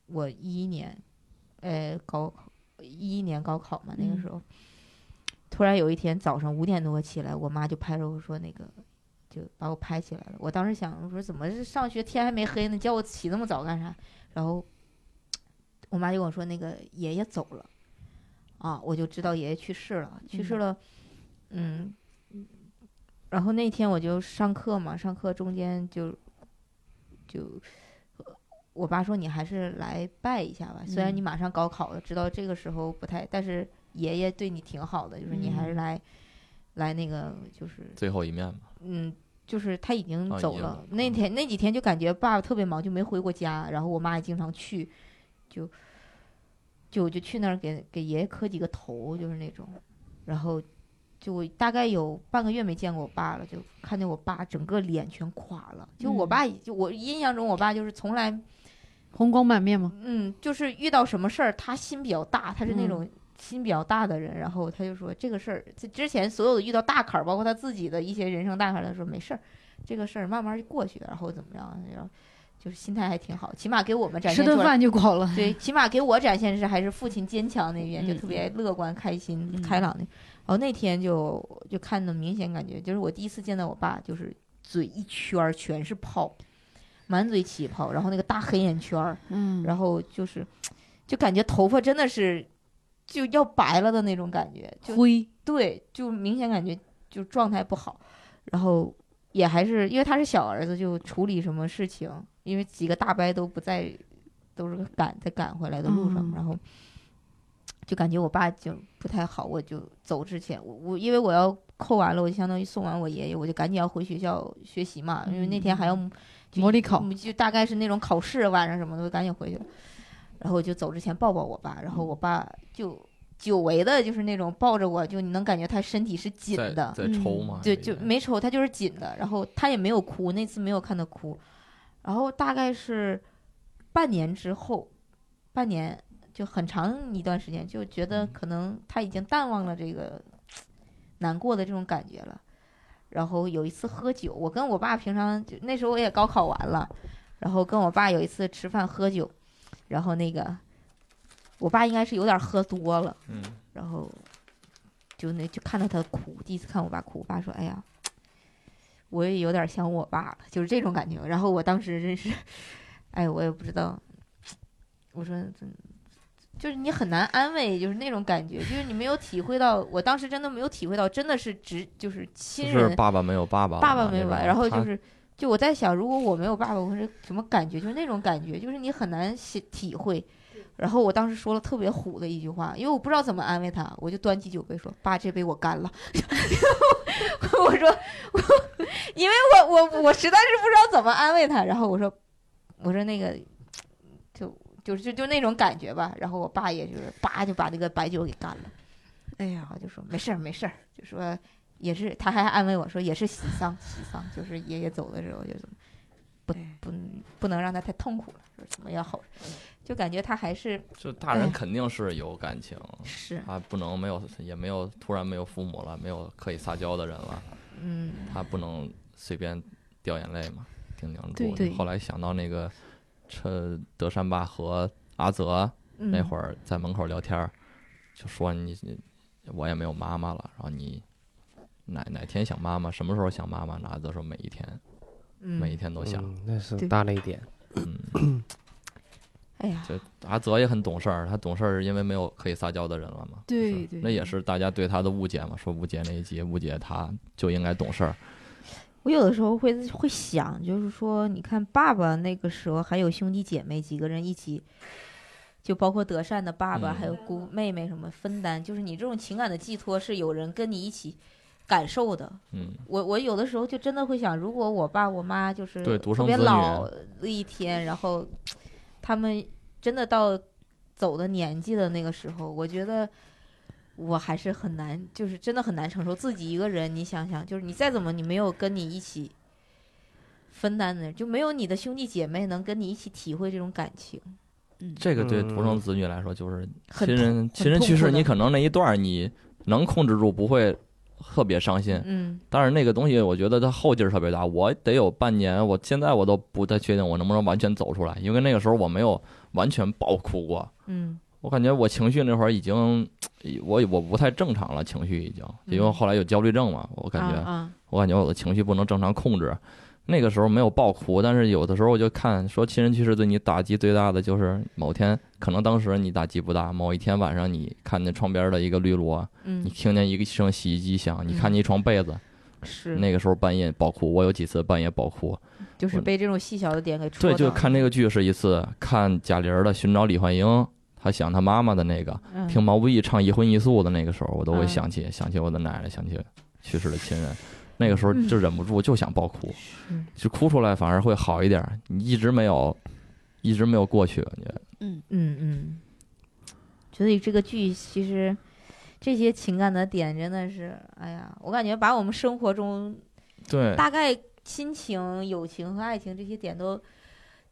Speaker 2: 我一一年，呃，高考一一年高考嘛，那个时候，突然有一天早上五点多起来，我妈就拍着我说那个。就把我拍起来了。我当时想，我说怎么是上学天还没黑呢，叫我起那么早干啥？然后我妈就跟我说那个爷爷走了，啊，我就知道爷爷去世了，去世
Speaker 1: 嗯
Speaker 2: 了，嗯，然后那天我就上课嘛，上课中间就就。我爸说：“你还是来拜一下吧，虽然
Speaker 1: 嗯
Speaker 2: 你马上高考了，知道这个时候不太，但是爷爷对你挺好的，就是你还是
Speaker 1: 嗯
Speaker 2: 来、来那个，就是
Speaker 3: 最后一面嘛。
Speaker 2: 嗯，就是他已经
Speaker 3: 哦已
Speaker 2: 走
Speaker 3: 经
Speaker 2: 了
Speaker 3: 了。
Speaker 2: 那
Speaker 3: 嗯
Speaker 2: 天那几天就感觉爸爸特别忙，就没回过家。然后我妈也经常去，就就就去那儿给给爷爷磕几个头，就是那种。然后就大概有半个月没见过我爸了，就看见我爸整个脸全垮了。就我
Speaker 1: 嗯
Speaker 2: 爸，就我印象中我爸就是从来
Speaker 1: 红光满面吗？
Speaker 2: 嗯，就是遇到什么事儿，他心比较大，他是那
Speaker 1: 嗯
Speaker 2: 种心比较大的人。然后他就说这个事儿，这之前所有的遇到大坎儿，包括他自己的一些人生大坎儿，他说没事儿，这个事儿慢慢就过去，然后怎么样，然后就是心态还挺好，起码给我们展
Speaker 1: 吃
Speaker 2: 现出
Speaker 1: 顿
Speaker 2: 来。
Speaker 1: 饭就够了。
Speaker 2: 对，起码给我展现是还是父亲坚强那一面，就
Speaker 1: 嗯
Speaker 2: 特别乐观、开心、
Speaker 1: 嗯
Speaker 2: 开朗的。然后那天就就看的明显感觉，就是我第一次见到我爸，就是嘴一圈儿全是泡，满嘴起泡，然后那个大黑眼圈儿，
Speaker 1: 嗯，
Speaker 2: 然后就是，就感觉头发真的是就要白了的那种感觉，就
Speaker 1: 灰，
Speaker 2: 对，就明显感觉就状态不好，然后也还是因为他是小儿子，就处理什么事情，因为几个大伯都不在，都是赶在赶回来的路上，
Speaker 1: 嗯
Speaker 2: 然后就感觉我爸就不太好，我就走之前，我我因为我要扣完了，我就相当于送完我爷爷，我就赶紧要回学校学习嘛，因为那天还要
Speaker 1: 嗯
Speaker 2: 就
Speaker 1: 模拟考
Speaker 2: 我，们就大概是那种考试晚上什么的，我赶紧回去了。然后我就走之前抱抱我爸，然后我爸就久违的，就是那种抱着我，就你能感觉他身体是紧
Speaker 3: 在
Speaker 2: 的，
Speaker 3: 在抽嘛，
Speaker 2: 对，
Speaker 3: 啊这
Speaker 2: 就
Speaker 3: 一面
Speaker 2: 没抽，他就是紧的。然后他也没有哭，那次没有看他哭。然后大概是半年之后，半年就很长一段时间，就觉得可能他已经淡忘了这个难过的这种感觉了。然后有一次喝酒，我跟我爸平常就那时候我也高考完了，然后跟我爸有一次吃饭喝酒，然后那个我爸应该是有点喝多了，
Speaker 3: 嗯，
Speaker 2: 然后就那就看到他哭，第一次看我爸哭，我爸说：“哎呀，我也有点想我爸了，就是这种感觉。”然后我当时真是，哎，我也不知道，我说怎。就是你很难安慰，就是那种感觉，就是你没有体会到，我当时真的没有体会到，真的是直就是
Speaker 3: 就
Speaker 2: 亲人
Speaker 3: 是爸爸没有爸爸了嘛，
Speaker 2: 爸爸没有
Speaker 3: 那
Speaker 2: 来，
Speaker 3: 种
Speaker 2: 然后
Speaker 3: 他
Speaker 2: 就是，就我在想，如果我没有爸爸，我是什么感觉？就是那种感觉，就是你很难写体会。然后我当时说了特别虎的一句话，因为我不知道怎么安慰他，我就端起酒杯说：“爸，这杯我干了。”我说，我因为我我我实在是不知道怎么安慰他，然后我说，我说那个，就就是就就那种感觉吧。然后我爸也就是叭就把那个白酒给干了。
Speaker 1: 哎
Speaker 2: 然
Speaker 1: 呀，
Speaker 2: 后就说没事儿没事儿，就说也是，他还安慰我说也是喜丧喜丧，就是爷爷走的时候就怎么不
Speaker 1: 对
Speaker 2: 不不能让他太痛苦了，说怎么要好，
Speaker 3: 嗯
Speaker 2: 就感觉他还是
Speaker 3: 就大人肯定是有感情，
Speaker 2: 是
Speaker 3: 他不能没有，也没有突然没有父母了，没有可以撒娇的人了，
Speaker 2: 嗯
Speaker 3: 他不能随便掉眼泪嘛，挺梁
Speaker 1: 对
Speaker 3: 祝。
Speaker 1: 对
Speaker 3: 后来想到那个，这德善爸和阿泽那会
Speaker 2: 儿
Speaker 3: 儿在门口聊天儿，就说你你我也没有妈妈了，然后你哪哪天想妈妈，什么时候想妈妈？那阿泽说每一天，每一
Speaker 2: 嗯，
Speaker 3: 天都想。嗯
Speaker 5: 嗯那是
Speaker 2: 对
Speaker 5: 大泪点。
Speaker 2: 哎呀，
Speaker 3: 就阿泽也很懂事儿，他懂事儿是因为没有可以撒娇的人了嘛。
Speaker 1: 对
Speaker 3: 是
Speaker 1: 对
Speaker 3: 那也是大家对他的误解嘛，说误解那一集误解他就应该懂事儿。
Speaker 2: 我有的时候会会想，就是说，你看爸爸那个时候还有兄弟姐妹几个人一起，就包括德善的爸爸，
Speaker 3: 嗯
Speaker 2: 还有姑妹妹什么分担，就是你这种情感的寄托是有人跟你一起感受的，
Speaker 3: 嗯，
Speaker 2: 我我有的时候就真的会想，如果我爸我妈就是
Speaker 3: 对独
Speaker 2: 特
Speaker 3: 生
Speaker 2: 别
Speaker 3: 子女
Speaker 2: 老的一天，然后他们真的到走的年纪的那个时候，我觉得我还是很难，就是真的很难承受自己一个人。你想想，就是你再怎么你没有跟你一起分担的，就没有你的兄弟姐妹能跟你一起体会这种感情，
Speaker 3: 这个对
Speaker 5: 嗯
Speaker 3: 独生子女来说就是
Speaker 2: 很
Speaker 3: 亲人亲人
Speaker 2: 痛
Speaker 3: 去
Speaker 2: 苦
Speaker 3: 世，
Speaker 2: 的
Speaker 3: 你可能那一段儿你能控制住，不会特别伤心。
Speaker 2: 嗯
Speaker 3: 但是那个东西，我觉得它后劲儿特别大，我得有半年，我现在我都不太确定我能不能完全走出来，因为那个时候我没有完全爆哭过。
Speaker 2: 嗯
Speaker 3: 我感觉我情绪那会儿已经，我我不太正常了，情绪已经，因为
Speaker 2: 嗯
Speaker 3: 后来有焦虑症嘛，我感觉
Speaker 2: 啊
Speaker 3: 我感觉我的情绪不能正常控制，那个时候没有爆哭，但是有的时候我就看说亲人去世对你打击最大的就是某天，可能当时你打击不大，某一天晚上你看见窗边的一个绿萝，
Speaker 2: 嗯
Speaker 3: 你，听见一个声洗衣机响，你看见一床被子，
Speaker 2: 是，
Speaker 3: 那个时候半夜爆哭，我有几次半夜爆哭。
Speaker 2: 就是
Speaker 3: 我
Speaker 2: 被这种细小的点给戳
Speaker 3: 对，
Speaker 2: 到。
Speaker 3: 就看这个剧是一次，看贾玲儿的《寻找李焕英》，她想她妈妈的那个，
Speaker 1: 嗯
Speaker 3: 听毛不易唱《一荤一素》的那个时候，我都会
Speaker 1: 嗯
Speaker 3: 想起、想起我的奶奶，想起去世的亲人。那个时候就忍不住就想爆哭，
Speaker 2: 嗯
Speaker 3: 就哭出来反而会好一点儿。你一直没有，一直没有过去，感觉
Speaker 2: 嗯嗯，所以这个剧其实这些情感的点真的是，哎呀，我感觉把我们生活中
Speaker 3: 对
Speaker 2: 大概亲情、友情和爱情这些点都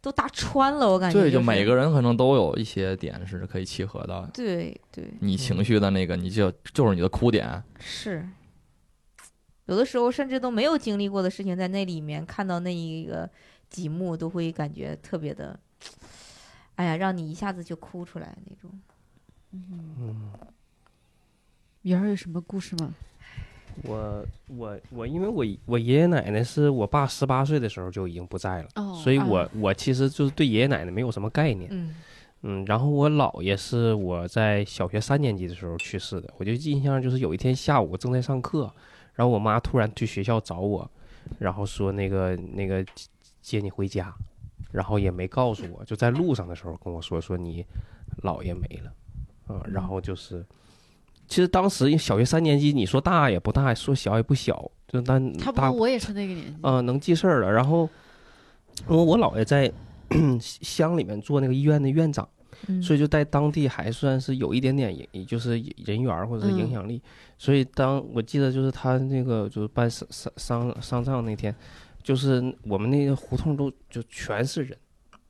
Speaker 2: 都打穿了，我感觉、
Speaker 3: 对，
Speaker 2: 就
Speaker 3: 就是每个人可能都有一些点是可以契合的。
Speaker 2: 对对
Speaker 3: 你情绪的那个，你就就是你的哭点，
Speaker 2: 是，有的时候甚至都没有经历过的事情，在那里面看到那一个几幕，都会感觉特别的，哎呀，让你一下子就哭出来那种。
Speaker 1: 圆儿有什么故事吗？
Speaker 4: 我我我，因为我我爷爷奶奶是我爸十八岁的时候就已经不在了，
Speaker 1: 哦
Speaker 4: 所以
Speaker 1: 啊
Speaker 4: 我、我其实就是对爷爷奶奶没有什么概念。
Speaker 2: 嗯
Speaker 4: 嗯，然后我姥爷是我在小学三年级的时候去世的，我就印象就是有一天下午我正在上课，然后我妈突然去学校找我，然后说那个那个接接你回家，然后也没告诉我，就在路上的时候跟我说说你姥爷没了，啊、然后就是。其实当时小学三年级，你说大也不大，说小也不小，就但
Speaker 1: 差不
Speaker 4: 大
Speaker 1: 多，我也是那个年纪。
Speaker 4: 啊、能记事儿了。然后，因为我姥爷在 乡里面做那个医院的院长，
Speaker 2: 嗯，
Speaker 4: 所以就在当地还算是有一点点影，也就是人缘儿或者是影
Speaker 1: 嗯
Speaker 4: 响力。所以当我记得就是他那个就是办丧丧丧丧葬那天，就是我们那个胡同都就全是人，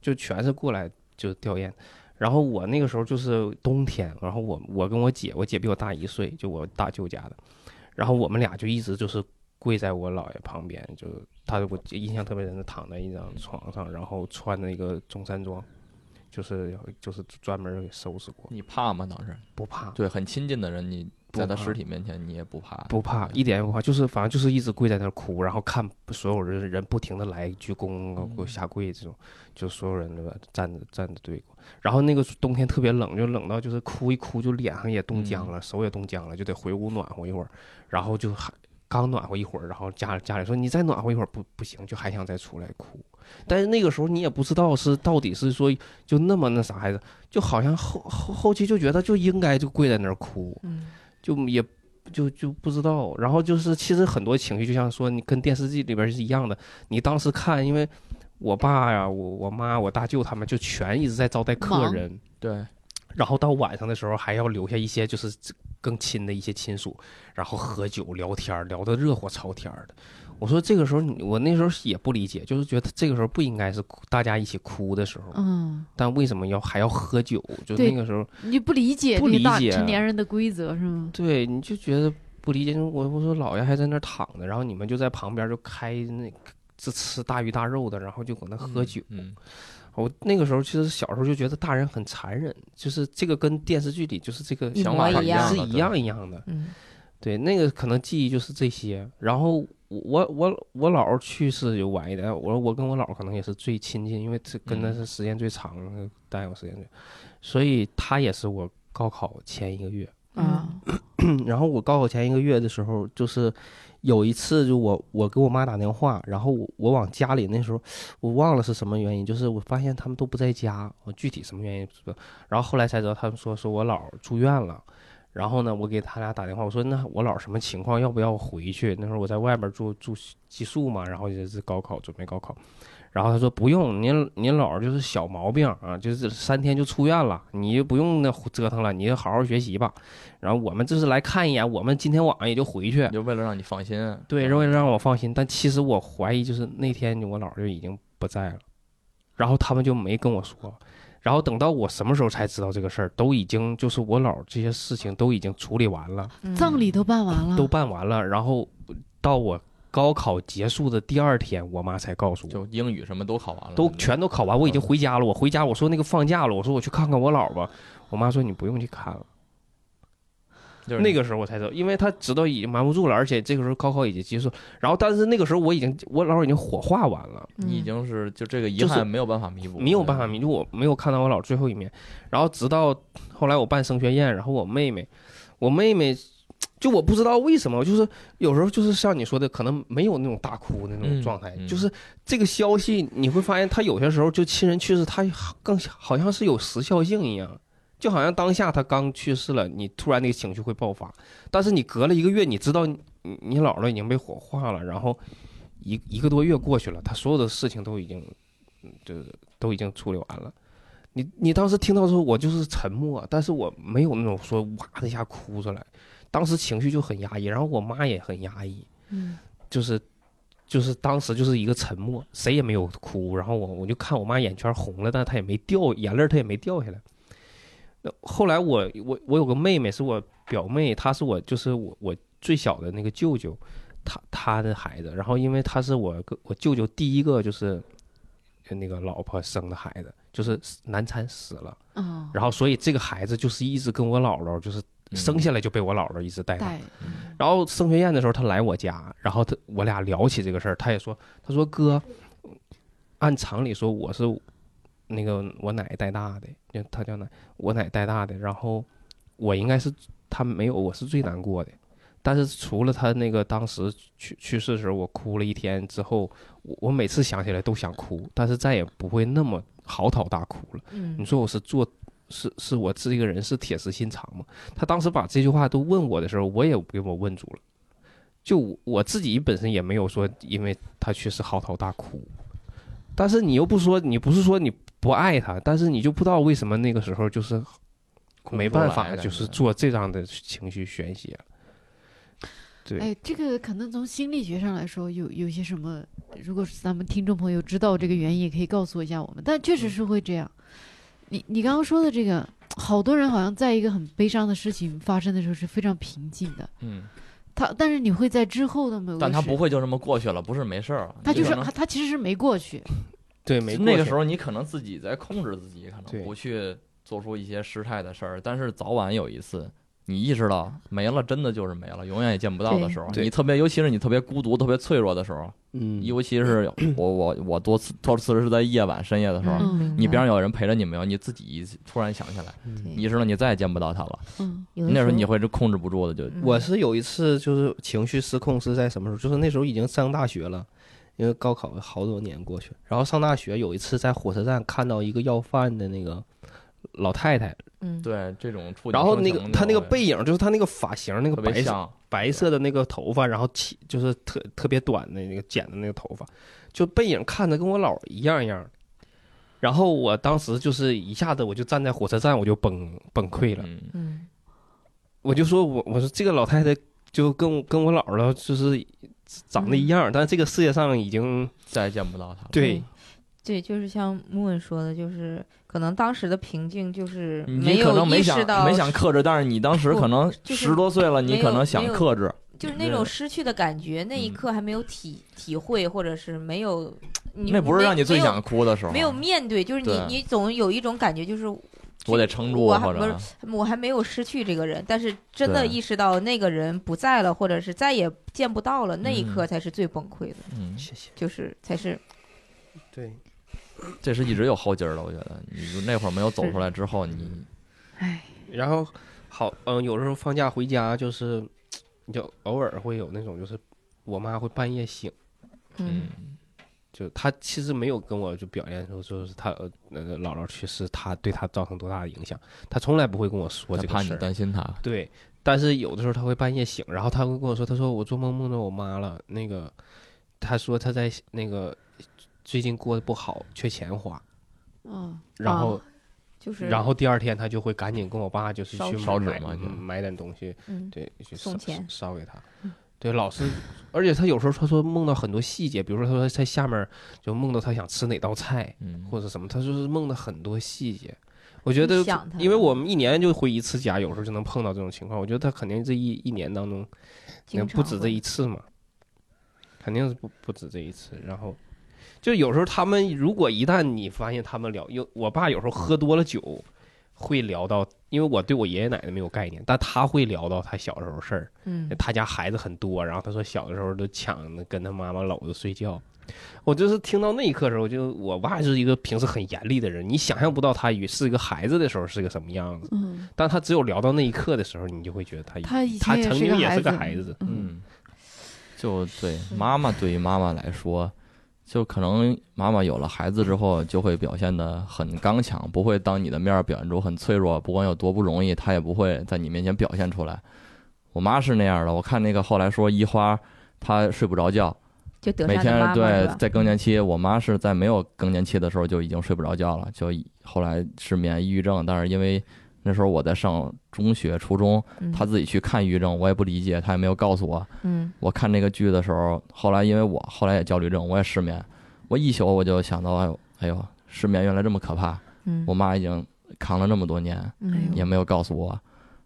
Speaker 4: 就全是过来就吊唁。然后我那个时候就是冬天，然后我我跟我姐，我姐比我大一岁，就我大舅家的，然后我们俩就一直就是跪在我姥爷旁边，就他我印象特别深的躺在一张床上，然后穿的一个中山装，就是就是专门收拾过，
Speaker 3: 你怕吗？当时
Speaker 4: 不怕
Speaker 3: 对很亲近的人，你在他
Speaker 4: 不怕
Speaker 3: 尸体面前你也不怕，
Speaker 4: 不怕，一点也不怕，就是反正就是一直跪在那儿哭，然后看所有人人不停的来鞠躬啊、给我下跪这种，就所有人都站着站着队过。然后那个冬天特别冷，就冷到就是哭一哭就脸上也冻僵了，手也冻僵了，就得回屋暖和一会儿，然后就还刚暖和一会儿，然后家家里说你再暖和一会儿不不行，就还想再出来哭。但是那个时候你也不知道是到底是说就那么那啥还是，就好像后后后期就觉得就应该就跪在那儿哭，
Speaker 2: 嗯
Speaker 4: 就也就就不知道。然后就是其实很多情绪，就像说你跟电视剧里边是一样的，你当时看，因为我爸呀、我我妈、我大舅他们就全一直在招待客
Speaker 1: 忙
Speaker 4: 人，
Speaker 3: 对，
Speaker 4: 然后到晚上的时候还要留下一些就是更亲的一些亲属，然后喝酒聊天儿，聊得热火朝天儿的。我说这个时候你，我那时候也不理解，就是觉得这个时候不应该是哭大家一起哭的时候，
Speaker 1: 嗯，
Speaker 4: 但为什么要还要喝酒？就
Speaker 1: 对
Speaker 4: 那个时候，
Speaker 1: 嗯你不理解
Speaker 4: 不
Speaker 1: 这
Speaker 4: 理
Speaker 1: 个大
Speaker 4: 解
Speaker 1: 成年人的规则是吗？
Speaker 4: 对，你就觉得不理解。我我说姥爷还在那儿躺着，然后你们就在旁边就开那这吃大鱼大肉的，然后就搁那喝酒。
Speaker 3: 嗯，
Speaker 4: 我那个时候其实小时候就觉得大人很残忍，就是这个跟电视剧里就是这个
Speaker 2: 一
Speaker 3: 想
Speaker 2: 模
Speaker 3: 法
Speaker 2: 一
Speaker 3: 是
Speaker 2: 样
Speaker 4: 是
Speaker 3: 的
Speaker 4: 一样一样的。
Speaker 2: 嗯
Speaker 4: 对，那个可能记忆就是这些。然后我我我姥儿去世就晚一点，我我跟我姥儿可能也是最亲近，因为这跟他
Speaker 3: 嗯
Speaker 4: 是时间最长，待我时间最，所以他也是我高考前一个月。
Speaker 1: 啊，
Speaker 4: 然后我高考前一个月的时候，就是有一次，就我我给我妈打电话，然后我我往家里那时候我忘了是什么原因，就是我发现他们都不在家，我具体什么原因不知道。然后后来才知道，他们说说我姥儿住院了。然后呢，我给他俩打电话，我说那我姥儿什么情况，要不要回去？那时候我在外边住住寄宿嘛，然后也是高考准备高考。然后他说不用，您您姥儿就是小毛病啊，就是三天就出院了，你就不用那折腾了，你就好好学习吧。然后我们这是来看一眼，我们今天晚上也就回去。
Speaker 3: 就为了让你放心，
Speaker 4: 对，为了让我放心，但其实我怀疑就是那天我姥儿就已经不在了，然后他们就没跟我说，然后等到我什么时候才知道这个事儿，都已经就是我姥儿这些事情都已经处理完了，
Speaker 2: 嗯
Speaker 1: 葬礼都办完了，
Speaker 3: 嗯
Speaker 4: 都办完了，然后到我高考结束的第二天，我妈才告诉我。
Speaker 3: 就英语什么都考完了，
Speaker 4: 都全都考完，我已经回家了。我回家，我说那个放假了，我说我去看看我姥儿吧。我妈说你不用去看了，
Speaker 3: 就是
Speaker 4: 那个时候我才知道，因为他知道已经瞒不住了，而且这个时候高考已经结束，然后但是那个时候我已经我姥已经火化完了，
Speaker 3: 你已经是就这个遗
Speaker 4: 就是
Speaker 3: 憾没有办法弥补，
Speaker 4: 没有办法弥补，我没有看到我姥最后一面，然后直到后来我办升学宴，然后我妹妹，我妹妹。就我不知道为什么，就是有时候就是像你说的，可能没有那种大哭的那种
Speaker 3: 嗯
Speaker 4: 状态，
Speaker 3: 嗯
Speaker 4: 就是这个消息你会发现，他有些时候就亲人去世，他更好像是有时效性一样，就好像当下他刚去世了，你突然那个情绪会爆发，但是你隔了一个月，你知道你你你姥姥已经被火化了，然后一一个多月过去了，他所有的事情都已经，嗯就是都已经处理完了。你你当时听到之后，我就是沉默，但是我没有那种说哇的一下哭出来，当时情绪就很压抑，然后我妈也很压抑，
Speaker 1: 嗯
Speaker 4: 就是就是当时就是一个沉默，谁也没有哭，然后我我就看我妈眼圈红了，但她也没掉眼泪，她也没掉下来。那后来我我我有个妹妹是我表妹，她是我就是我我最小的那个舅舅，她她的孩子，然后因为她是我个我舅舅第一个就是呃那个老婆生的孩子，就是难产死了，
Speaker 1: 哦，
Speaker 4: 然后所以这个孩子就是一直跟我姥姥就是
Speaker 3: 嗯
Speaker 4: 生下来就被我姥姥一直带大，
Speaker 1: 带
Speaker 4: 然后升学宴的时候，他来我家，然后他我俩聊起这个事儿，他也说，他说哥，按常理说我是那个我奶带大的，就他叫奶，我奶带大的，然后我应该是他没有，我是最难过的。但是除了他那个当时去去世的时候，我哭了一天之后，我我每次想起来都想哭，但是再也不会那么嚎啕大哭了。你
Speaker 2: 嗯
Speaker 4: 说我是做是是我这个人是铁石心肠吗？他当时把这句话都问我的时候，我也给我问住了。就我我自己本身也没有说，因为他去世嚎啕大哭，但是你又不说，你不是说你不爱他，但是你就不知道为什么那个时候就是
Speaker 3: 哭不
Speaker 4: 没
Speaker 3: 出来
Speaker 4: 办法，
Speaker 3: 感觉
Speaker 4: 就是做这样的情绪宣泄。对，
Speaker 1: 哎，这个可能从心理学上来说，有有些什么？如果是咱们听众朋友知道这个原因，也可以告诉一下我们。但确
Speaker 3: 嗯
Speaker 1: 实是会这样。你你刚刚说的这个，好多人好像在一个很悲伤的事情发生的时候是非常平静的，
Speaker 3: 嗯，
Speaker 1: 他但是你会在之后的某个时，
Speaker 3: 但他不会就这么过去了，不是没事儿，
Speaker 1: 他就
Speaker 3: 你
Speaker 1: 是
Speaker 3: 可能
Speaker 1: 他他其实是没过 去，
Speaker 4: 对，没
Speaker 3: 那
Speaker 4: 过
Speaker 3: 个
Speaker 4: 去
Speaker 3: 时候你可能自己在控制自己，可
Speaker 4: 对
Speaker 3: 能不去做出一些失态的事儿，但是早晚有一次。你意识到没了，真的就是没了，永远也见不到的时候，
Speaker 4: 对对
Speaker 3: 你特别，尤其是你特别孤独、特别脆弱的时候，
Speaker 5: 嗯，
Speaker 3: 尤其是 我我我多次多次是在夜晚深夜的时候，
Speaker 1: 嗯
Speaker 3: 你边上有人陪着你没有？你自己突然想起来，
Speaker 5: 嗯
Speaker 3: 你意识到你再也见不到他了，
Speaker 1: 嗯
Speaker 3: 那时候你会是控制不住的，
Speaker 2: 嗯
Speaker 3: 就
Speaker 4: 嗯
Speaker 5: 我是有一次就是情绪失控是在什么时候？就是那时候已经上大学了，因为高考好多年过去，然后上大学有一次在火车站看到一个要饭的那个老太太，
Speaker 2: 嗯
Speaker 3: 对这种触景
Speaker 5: 然后
Speaker 3: 生
Speaker 5: 那
Speaker 3: 情
Speaker 5: 个
Speaker 3: 的
Speaker 5: 她那个
Speaker 3: 我也
Speaker 5: 背影就是她那个发型那个
Speaker 3: 特别
Speaker 5: 白色
Speaker 3: 像，
Speaker 5: 白色的那个头发，然后起就是特特别短的那个剪的那个头发，就背影看着跟我姥儿一样一样的。然后我当时就是一下子我就站在火车站我就崩崩溃了，
Speaker 3: 嗯，
Speaker 2: 嗯
Speaker 5: 我就说我我说这个老太太就跟我跟我姥姥就是长
Speaker 3: 嗯
Speaker 5: 得一样，但是这个世界上已经
Speaker 3: 再也见不到他了。
Speaker 5: 对
Speaker 2: 对，就是像木文说的，就是可能当时的平静就是
Speaker 3: 你可
Speaker 2: 有
Speaker 3: 能没
Speaker 2: 意
Speaker 3: 想
Speaker 2: 识到，
Speaker 3: 没想克制，但是你当时
Speaker 2: 不
Speaker 3: 可能
Speaker 2: 就是
Speaker 3: 十多岁了，
Speaker 2: 没
Speaker 3: 你
Speaker 2: 有
Speaker 3: 可能想克制，
Speaker 2: 就是那种失去的感觉，那一
Speaker 3: 嗯
Speaker 2: 刻还没有体体会，或者是没有，你
Speaker 3: 那不是
Speaker 2: 没
Speaker 3: 让你最
Speaker 2: 没有
Speaker 3: 想哭的时候，
Speaker 2: 没有面对，就是你
Speaker 3: 对
Speaker 2: 你总有一种感觉，就是
Speaker 3: 我得撑住啊
Speaker 2: 我还
Speaker 3: 或
Speaker 2: 不是
Speaker 3: 者
Speaker 2: 我还没有失去这个人，但是真的
Speaker 3: 对
Speaker 2: 意识到那个人不在了，或者是再也见不到了，那一刻
Speaker 3: 嗯
Speaker 2: 才是最崩溃的，
Speaker 3: 嗯，
Speaker 5: 谢谢
Speaker 2: 就是才是
Speaker 5: 对
Speaker 3: 这是一直有后劲儿的，我觉得你就那会儿没有走出来之后，你
Speaker 1: 哎，
Speaker 5: 然后好，嗯，有时候放假回家就是，你就偶尔会有那种，就是我妈会半夜醒，
Speaker 2: 嗯
Speaker 3: 嗯
Speaker 5: 就她其实没有跟我就表现说，说是她呃呃姥姥去世，她对她造成多大的影响，她从来不会跟我说
Speaker 3: 我
Speaker 5: 这
Speaker 3: 怕
Speaker 5: 个
Speaker 3: 你
Speaker 5: 事儿。
Speaker 3: 担心他，
Speaker 5: 对，但是有的时候她会半夜醒，然后她会跟我说，她说我做梦梦到我妈了，那个她说她在那个最近过得不好，缺钱花，
Speaker 1: 嗯，
Speaker 5: 然后
Speaker 2: 哦就是
Speaker 5: 然后第二天她就会赶紧跟我爸就是
Speaker 2: 烧
Speaker 5: 去买
Speaker 2: 纸
Speaker 3: 烧纸
Speaker 5: 买
Speaker 3: 嘛就
Speaker 5: 买点东西，
Speaker 2: 嗯
Speaker 5: 对，去
Speaker 2: 送
Speaker 5: 烧
Speaker 2: 钱嗯
Speaker 5: 烧给他。对，老是，而且他有时候他说梦到很多细节，比如说他说在下面就梦到他想吃哪道菜
Speaker 3: 嗯，
Speaker 5: 或者什么，他就是梦到很多细节。我觉得
Speaker 2: 你想他，
Speaker 5: 因为我们一年就回一次家，有时候就能碰到这种情况。我觉得他肯定这一一年当中，
Speaker 2: 经常
Speaker 5: 不止这
Speaker 2: 会
Speaker 5: 一次嘛，肯定是不不止这一次。然后，就有时候他
Speaker 2: 嗯
Speaker 5: 们如果一旦你发现他们聊，有我爸有时候喝多了酒，会聊到
Speaker 4: 因为我对我爷爷奶奶没有概念，但他会聊到他小时候事儿。
Speaker 2: 嗯，
Speaker 4: 他家孩子很多，然后他说小的时候都抢着跟他妈妈搂着睡觉。我就是听到那一刻的时候，就我爸是一个平时很严厉的人，你想象不到他与是一个孩子的时候是个什么样子。
Speaker 1: 嗯，
Speaker 4: 但他只有聊到那一刻的时候，你就会觉得他
Speaker 1: 他以
Speaker 4: 他
Speaker 1: 前
Speaker 4: 曾
Speaker 1: 是
Speaker 4: 经也
Speaker 1: 孩
Speaker 4: 是
Speaker 1: 子，
Speaker 4: 个孩 子。
Speaker 3: 嗯，就对妈妈对于妈妈来说，就可能妈妈有了孩子之后，就会表现的很刚强，不会当你的面儿表现出很脆弱，不管有多不容易，她也不会在你面前表现出来。我妈是那样的，我看那个后来说一花，她睡不着觉，
Speaker 2: 就德
Speaker 3: 每
Speaker 2: 善的
Speaker 3: 天
Speaker 2: 妈妈是
Speaker 3: 对
Speaker 2: 吧？
Speaker 3: 在更年期，我妈是在没有更年期的时候就已经睡不着觉了，就后来失眠、抑郁症，但是因为那时候我在上中学、初中，
Speaker 2: 嗯
Speaker 3: 她自己去看抑郁症，我也不理解，她也没有告诉我。
Speaker 2: 嗯
Speaker 3: 我看那个剧的时候，后来因为我后来也焦虑症，我也失眠，我一宿我就想到，哎呦，哎呦，失眠原来这么可怕。
Speaker 2: 嗯，
Speaker 3: 我妈已经扛了那么多年，
Speaker 2: 嗯
Speaker 3: 也没有告诉我。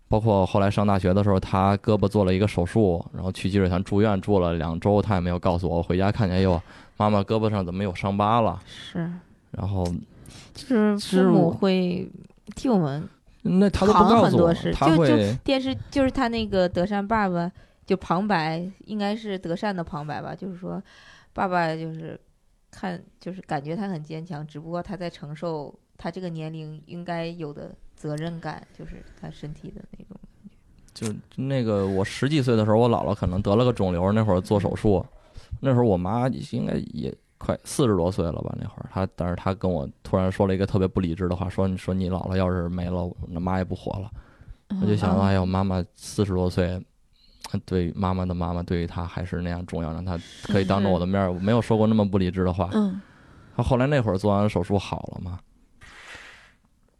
Speaker 3: 包括后来上大学的时候，她胳膊做了一个手术，然后去积水潭住院住了两周，她也没有告诉我。回家看见，哎呦，妈妈胳膊上怎么有伤疤了？
Speaker 2: 是，
Speaker 3: 然后
Speaker 2: 就是
Speaker 3: 是
Speaker 2: 父母
Speaker 3: 我
Speaker 2: 会替我们
Speaker 3: 那她都不
Speaker 2: 扛
Speaker 3: 告
Speaker 2: 很
Speaker 3: 诉
Speaker 2: 多
Speaker 3: 我
Speaker 2: 事，
Speaker 3: 她
Speaker 2: 就
Speaker 3: 会
Speaker 2: 电视就是他那个德善爸爸，就旁白应该是德善的旁白吧，就是说爸爸就是看就是感觉他很坚强，只不过他在承受他这个年龄应该有的责任感，就是他身体的那种。
Speaker 3: 就那个我十几岁的时候，我姥姥可能得了个肿瘤，那会儿做手术，那会儿我妈应该也快四十多岁了吧，那会儿她，但是她跟我突然说了一个特别不理智的话，说你说你姥姥要是没了，我那妈也不活了。
Speaker 1: 嗯
Speaker 2: 嗯
Speaker 3: 我就想到，哎呦，妈妈四十多岁，对妈妈的妈妈对于她还是那样重要，让她可以当着我的面儿，我没有说过那么不理智的话。
Speaker 1: 嗯，
Speaker 3: 她后来那会儿做完手术好了嘛，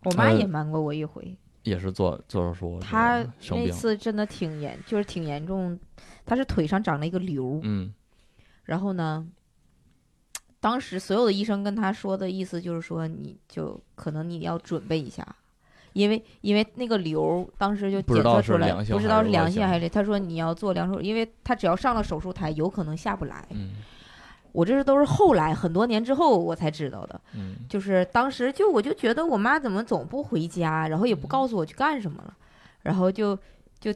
Speaker 2: 我妈
Speaker 3: 呃
Speaker 2: 也瞒过我一回，
Speaker 3: 也是做做手术，
Speaker 2: 她
Speaker 3: 生
Speaker 2: 那
Speaker 3: 病，
Speaker 2: 次真的挺严，就是挺严重，她是腿上长了一个瘤，
Speaker 3: 嗯
Speaker 2: 然后呢，当时所有的医生跟他说的意思就是说，你就可能你要准备一下，因为因为那个瘤儿当时就
Speaker 3: 不
Speaker 2: 检
Speaker 3: 知道
Speaker 2: 测
Speaker 3: 是
Speaker 2: 出来
Speaker 3: 良，性
Speaker 2: 不知
Speaker 3: 还
Speaker 2: 道
Speaker 3: 是
Speaker 2: 是
Speaker 3: 恶
Speaker 2: 良
Speaker 3: 性
Speaker 2: 性还是他说你要做两手，因为他只要上了手术台，有可能下不来。
Speaker 3: 嗯
Speaker 2: 我这是都是后来很多年之后我才知道的，
Speaker 3: 嗯，
Speaker 2: 就是当时就我就觉得我妈怎么总不回家，然后也不告诉我去干什么了，然后就就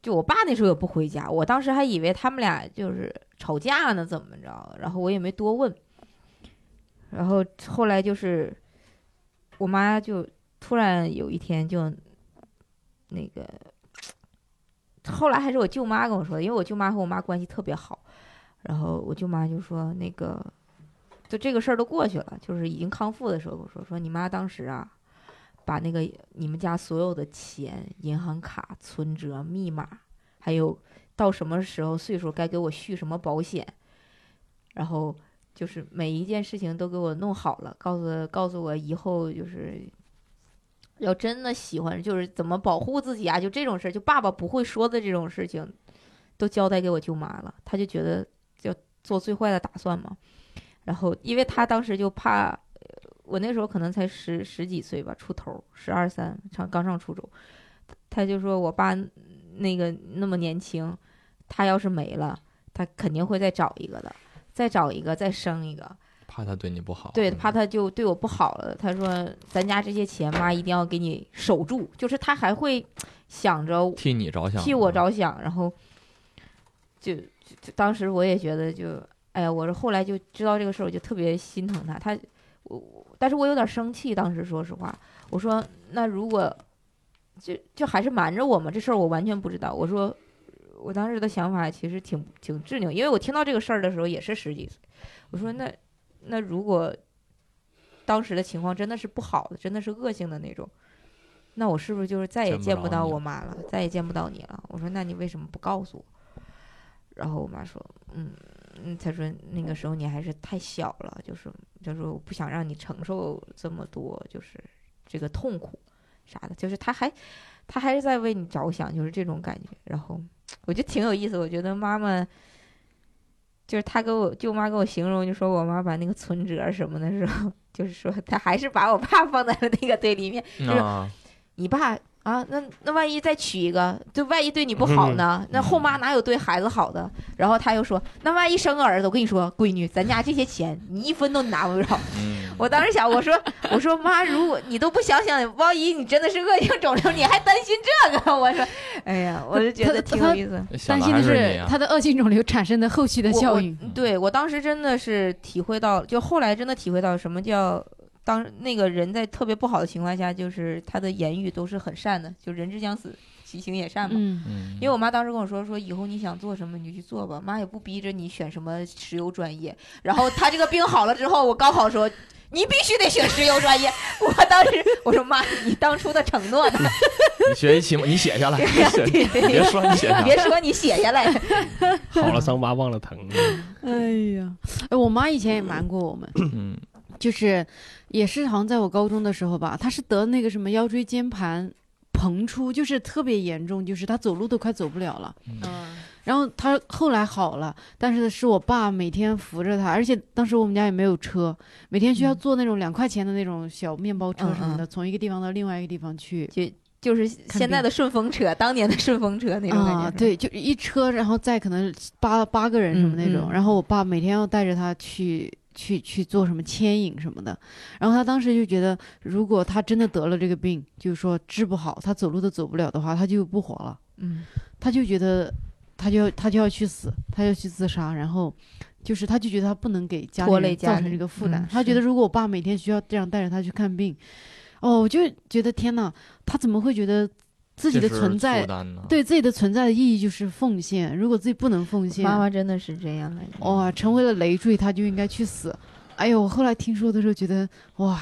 Speaker 2: 就我爸那时候也不回家，我当时还以为他们俩就是吵架呢，怎么着，然后我也没多问，然后后来就是我妈就突然有一天就那个。后来还是我舅妈跟我说的，因为我舅妈和我妈关系特别好，然后我舅妈就说那个就这个事儿都过去了，就是已经康复的时候，我说说你妈当时啊，把那个你们家所有的钱、银行卡、存折、密码，还有到什么时候岁数该给我续什么保险，然后就是每一件事情都给我弄好了，告诉告诉我以后就是。要真的喜欢，就是怎么保护自己啊，就这种事儿，就爸爸不会说的这种事情，都交代给我舅妈了。她就觉得要做最坏的打算嘛。然后因为他当时就怕，呃我那时候可能才十十几岁吧，出头，十二三，上刚上初中，他就说我爸那个那么年轻，他要是没了，他肯定会再找一个的，再找一个，再生一个，
Speaker 3: 怕她对你不好，
Speaker 2: 对，
Speaker 3: 嗯
Speaker 2: 怕他就对我不好了。他说咱家这些钱妈一定要给你守住，就是他还会想着
Speaker 3: 替你着想，啊
Speaker 2: 替我着想，然后就就就当时我也觉得就，哎呀，我是后来就知道这个事儿，我就特别心疼他。他我，我但是我有点生气，当时说实话，我说那如果就就还是瞒着我嘛，这事儿我完全不知道。我说我当时的想法其实挺挺执拗，因为我听到这个事儿的时候也是十几岁，我说那那如果当时的情况真的是不好的，真的是恶性的那种。那我是不是就是再也
Speaker 3: 见不
Speaker 2: 见不
Speaker 3: 着
Speaker 2: 到
Speaker 3: 你
Speaker 2: 我
Speaker 3: 了
Speaker 2: 妈了，再也见不到你了？我说那你为什么不告诉我？然后我妈说，嗯，嗯，她说那个时候你还是太小了，就是她说我不想让你承受这么多，就是这个痛苦啥的，就是她还她还是在为你着想，就是这种感觉。然后我觉得挺有意思，我觉得妈妈就是她给我舅妈给我形容，就说我妈把那个存折什么的 时候，就是说她还是把我爸放在了那个对立面，
Speaker 3: 嗯
Speaker 2: 就是
Speaker 3: 啊
Speaker 2: 你爸啊，那那万一再娶一个，就万一对你不好呢？那后妈哪有对孩子好的？然后他又说，那万一生个儿子，我跟你说，闺女，咱家这些钱你一分都拿不着。
Speaker 3: 嗯，
Speaker 2: 我当时想，我说， 我说妈，如果你都不想想，万一你真的是恶性肿瘤，你还担心这个？ 我说，哎呀，我就觉得挺有意思。
Speaker 3: 想
Speaker 1: 担心的
Speaker 3: 的还是你
Speaker 1: 是
Speaker 3: 啊
Speaker 1: 他的恶性肿瘤产生的后续的
Speaker 2: 我
Speaker 1: 效
Speaker 2: 我
Speaker 1: 应。
Speaker 2: 对我当时真的是体会到，就后来真的体会到什么叫当那个人在特别不好的情况下，就是他的言语都是很善的，就人之将死，其行也善嘛。
Speaker 1: 嗯
Speaker 3: 嗯，
Speaker 2: 因为我妈当时跟我说，说以后你想做什么你就去做吧，妈也不逼着你选什么石油专业。然后她这个病好了之后，我高考说你必须得选石油专业。我当时我说妈，你当初的承诺呢？
Speaker 3: 你学习期末你 写下来，你写
Speaker 2: 对
Speaker 3: 你别
Speaker 2: 对，
Speaker 3: 说你写下来
Speaker 2: 别，说你写下来，
Speaker 4: 好了伤疤忘了疼。
Speaker 1: 哎呀，哎，我妈以前也瞒过我们，
Speaker 3: 嗯
Speaker 1: 就是也是好像在我高中的时候吧，她是得那个什么腰椎间盘膨出，就是特别严重，就是她走路都快走不了了。
Speaker 2: 嗯，
Speaker 1: 然后她后来好了，但是是我爸每天扶着她，而且当时我们家也没有车，每天需要坐那种两块钱的那种小面包车什么的，从一个地方到另外一个地方去。
Speaker 2: 就就是现在的顺风车，当年的顺风车那种感觉。
Speaker 1: 啊，，对，就一车，然后再可能八八个人什么那种，
Speaker 2: 嗯嗯
Speaker 1: 然后我爸每天要带着他去。去去做什么牵引什么的，然后他当时就觉得，如果他真的得了这个病，就是说治不好，他走路都走不了的话，他就不活了，
Speaker 2: 嗯
Speaker 1: 他就觉得他就要他就要去死，他要去自杀，然后就是他就觉得他不能给家
Speaker 2: 拖
Speaker 1: 里
Speaker 2: 累
Speaker 1: 人
Speaker 2: 家
Speaker 1: 造成
Speaker 2: 里
Speaker 1: 这个负担，
Speaker 2: 嗯
Speaker 1: 他觉得如果我爸每天需要这样带着他去看病，哦，我就觉得天呐，他怎么会觉得自己的
Speaker 3: 这是
Speaker 1: 存在
Speaker 3: 负担呢，
Speaker 1: 对自己的存在的意义就是奉献。如果自己不能奉献，
Speaker 2: 妈妈真的是这样的。
Speaker 1: 哇，成为了累赘，他就应该去死。哎呦，我后来听说的时候觉得哇，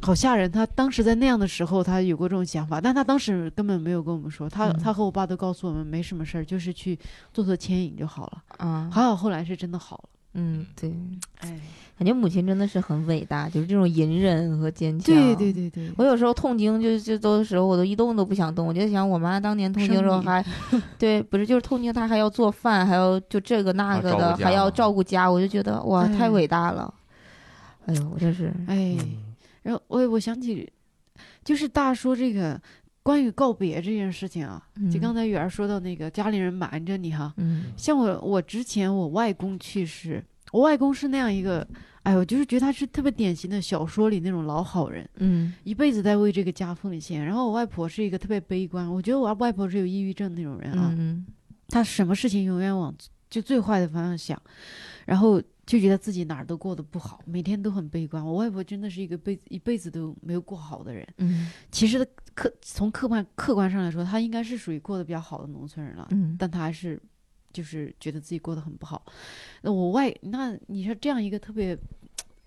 Speaker 1: 好吓人。他当时在那样的时候，他有过这种想法，但他当时根本没有跟我们说。他、
Speaker 2: 嗯
Speaker 1: 他和我爸都告诉我们没什么事儿，就是去做做牵引就好了。
Speaker 2: 啊，
Speaker 1: 还好后来是真的好了。
Speaker 2: 嗯，对，
Speaker 1: 哎，
Speaker 2: 感觉母亲真的是很伟大，就是这种隐忍和坚强。
Speaker 1: 对对对对，
Speaker 2: 我有时候痛经就就都时候我都一动都不想动，我就在想我妈当年痛经的时候
Speaker 1: 生
Speaker 2: 还，对，不是就是痛经她还要做饭，还要就这个那个的，
Speaker 3: 还要照顾家
Speaker 2: 还要照顾家，我就觉得哇
Speaker 1: 哎
Speaker 2: 太伟大了，哎呦我真是
Speaker 1: 哎，
Speaker 4: 嗯
Speaker 2: 嗯
Speaker 1: 然后我我想起，就是大家说这个关于告别这件事情啊，就
Speaker 2: 嗯
Speaker 1: 刚才雨儿说到那个家里人瞒着你哈，
Speaker 2: 嗯
Speaker 1: 像我，我之前我外公去世，我外公是那样一个，哎，我就是觉得他是特别典型的小说里那种老好人，
Speaker 2: 嗯
Speaker 1: 一辈子在为这个家奉献。然后我外婆是一个特别悲观，我觉得我外婆是有抑郁症那种人啊，
Speaker 2: 嗯
Speaker 1: 她什么事情永远往就最坏的方向想，然后就觉得自己哪儿都过得不好，每天都很悲观。我外婆真的是一个辈一辈子都没有过好的人。
Speaker 2: 嗯
Speaker 1: 其实客从客观客观上来说，她应该是属于过得比较好的农村人了，
Speaker 2: 嗯
Speaker 1: 但他还是就是觉得自己过得很不好。那我外，那你说这样一个特别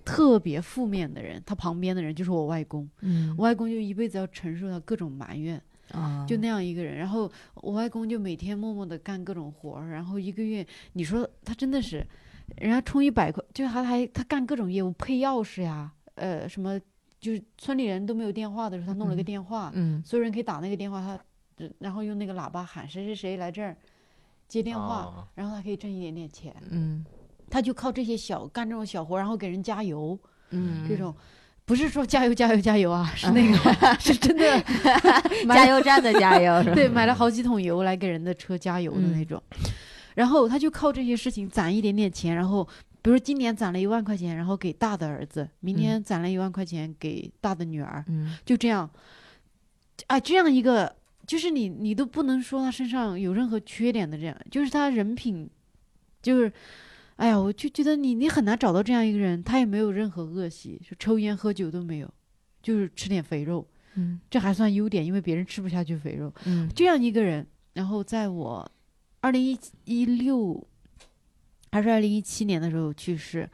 Speaker 1: 特别负面的人，他旁边的人就是我外公，
Speaker 2: 嗯
Speaker 1: 我外公就一辈子要承受到各种埋怨，
Speaker 2: 啊
Speaker 1: 就那样一个人。然后我外公就每天默默的干各种活儿，然后一个月，你说他真的是，人家充一百块，就是他还他干各种业务，配钥匙呀，呃，什么就是村里人都没有电话的时候，他弄了个
Speaker 2: 嗯
Speaker 1: 电话，
Speaker 2: 嗯
Speaker 1: 所有人可以打那个电话，他然后用那个喇叭喊谁谁谁来这儿接电话，
Speaker 3: 哦
Speaker 1: 然后他可以挣一点点钱。
Speaker 2: 嗯
Speaker 1: 他就靠这些小干这种小活，然后给人加油，
Speaker 2: 嗯
Speaker 1: 这种 不是说加油加油加油啊，是那个是真的
Speaker 2: 加
Speaker 1: 买了
Speaker 2: 油站的加油
Speaker 1: 对买了好几桶油来给人的车加油的那种。然后他就靠这些事情攒一点点钱，然后比如今年攒了一万块钱，然后给大的儿子；明年攒了一万块钱给大的女儿，
Speaker 2: 嗯
Speaker 1: 就这样，啊，这样一个就是你你都不能说他身上有任何缺点的，这样就是他人品，就是，哎呀，我就觉得你你很难找到这样一个人，他也没有任何恶习，就抽烟喝酒都没有，就是吃点肥肉，
Speaker 2: 嗯
Speaker 1: 这还算优点，因为别人吃不下去肥肉，
Speaker 2: 嗯
Speaker 1: 这样一个人，然后在我二零一六还是二零一七年的时候去世，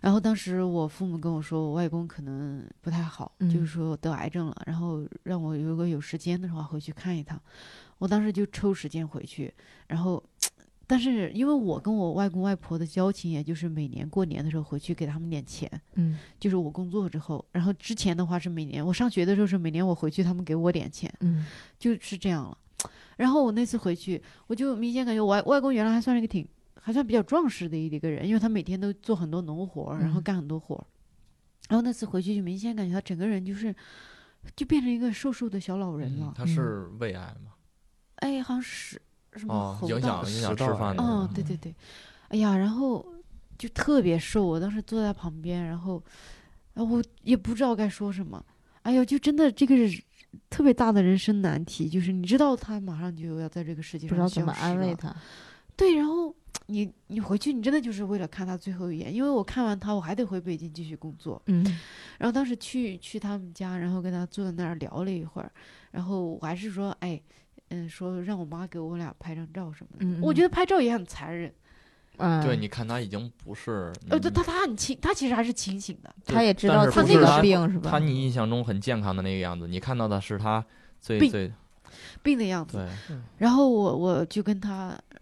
Speaker 1: 然后当时我父母跟我说，我外公可能不太好，
Speaker 2: 嗯
Speaker 1: 就是说得癌症了，然后让我如果有时间的话回去看一趟。我当时就抽时间回去，然后。但是因为我跟我外公外婆的交情，也就是每年过年的时候回去给他们点钱，
Speaker 2: 嗯
Speaker 1: 就是我工作之后，然后之前的话是每年我上学的时候是每年我回去他们给我点钱，
Speaker 2: 嗯
Speaker 1: 就是这样了。然后我那次回去，我就明显感觉我外外公原来还算是一个挺还算比较壮实的一个人，因为他每天都做很多农活儿，然后
Speaker 2: 嗯
Speaker 1: 干很多活儿。然后那次回去就明显感觉他整个人就是就变成一个瘦瘦的小老人了。
Speaker 3: 嗯他是
Speaker 1: 嗯
Speaker 3: 胃癌嘛？
Speaker 1: 哎，好像是什么
Speaker 3: 哦，
Speaker 1: 喉
Speaker 3: 影响
Speaker 1: 道，
Speaker 3: 影响
Speaker 5: 食道
Speaker 3: 吃饭的。
Speaker 1: 嗯，对对对，哎呀，然后就特别瘦，我当时坐在旁边，然后，啊，我也不知道该说什么，哎呦，就真的这个是特别大的人生难题，就是你知道他马上就要在这个世界
Speaker 2: 不
Speaker 1: 上
Speaker 2: 知道怎么
Speaker 1: 消失
Speaker 2: 安慰
Speaker 1: 了
Speaker 2: 他。
Speaker 1: 对，然后你你回去，你真的就是为了看他最后一眼，因为我看完他，我还得回北京继续工作。
Speaker 2: 嗯，
Speaker 1: 然后当时去去他们家，然后跟他坐在那儿聊了一会儿，然后我还是说，哎，嗯，说让我妈给我俩拍张照什么的。
Speaker 2: 嗯
Speaker 1: 我
Speaker 2: 嗯
Speaker 1: 觉得拍照也很残忍，
Speaker 2: 嗯，
Speaker 3: 对，你看他已经不是，
Speaker 1: 呃，对
Speaker 3: 嗯
Speaker 1: 他他很清，他其实还是清醒的，
Speaker 2: 他也知
Speaker 3: 但
Speaker 2: 道
Speaker 3: 是
Speaker 2: 自
Speaker 1: 不
Speaker 2: 己
Speaker 1: 是
Speaker 2: 有
Speaker 1: 他
Speaker 2: 病是吧？
Speaker 3: 他你印象中很健康的那个样子，你看到的是他最
Speaker 1: 病
Speaker 3: 最
Speaker 1: 病的样子。
Speaker 3: 对，
Speaker 1: 然后我我就跟他呃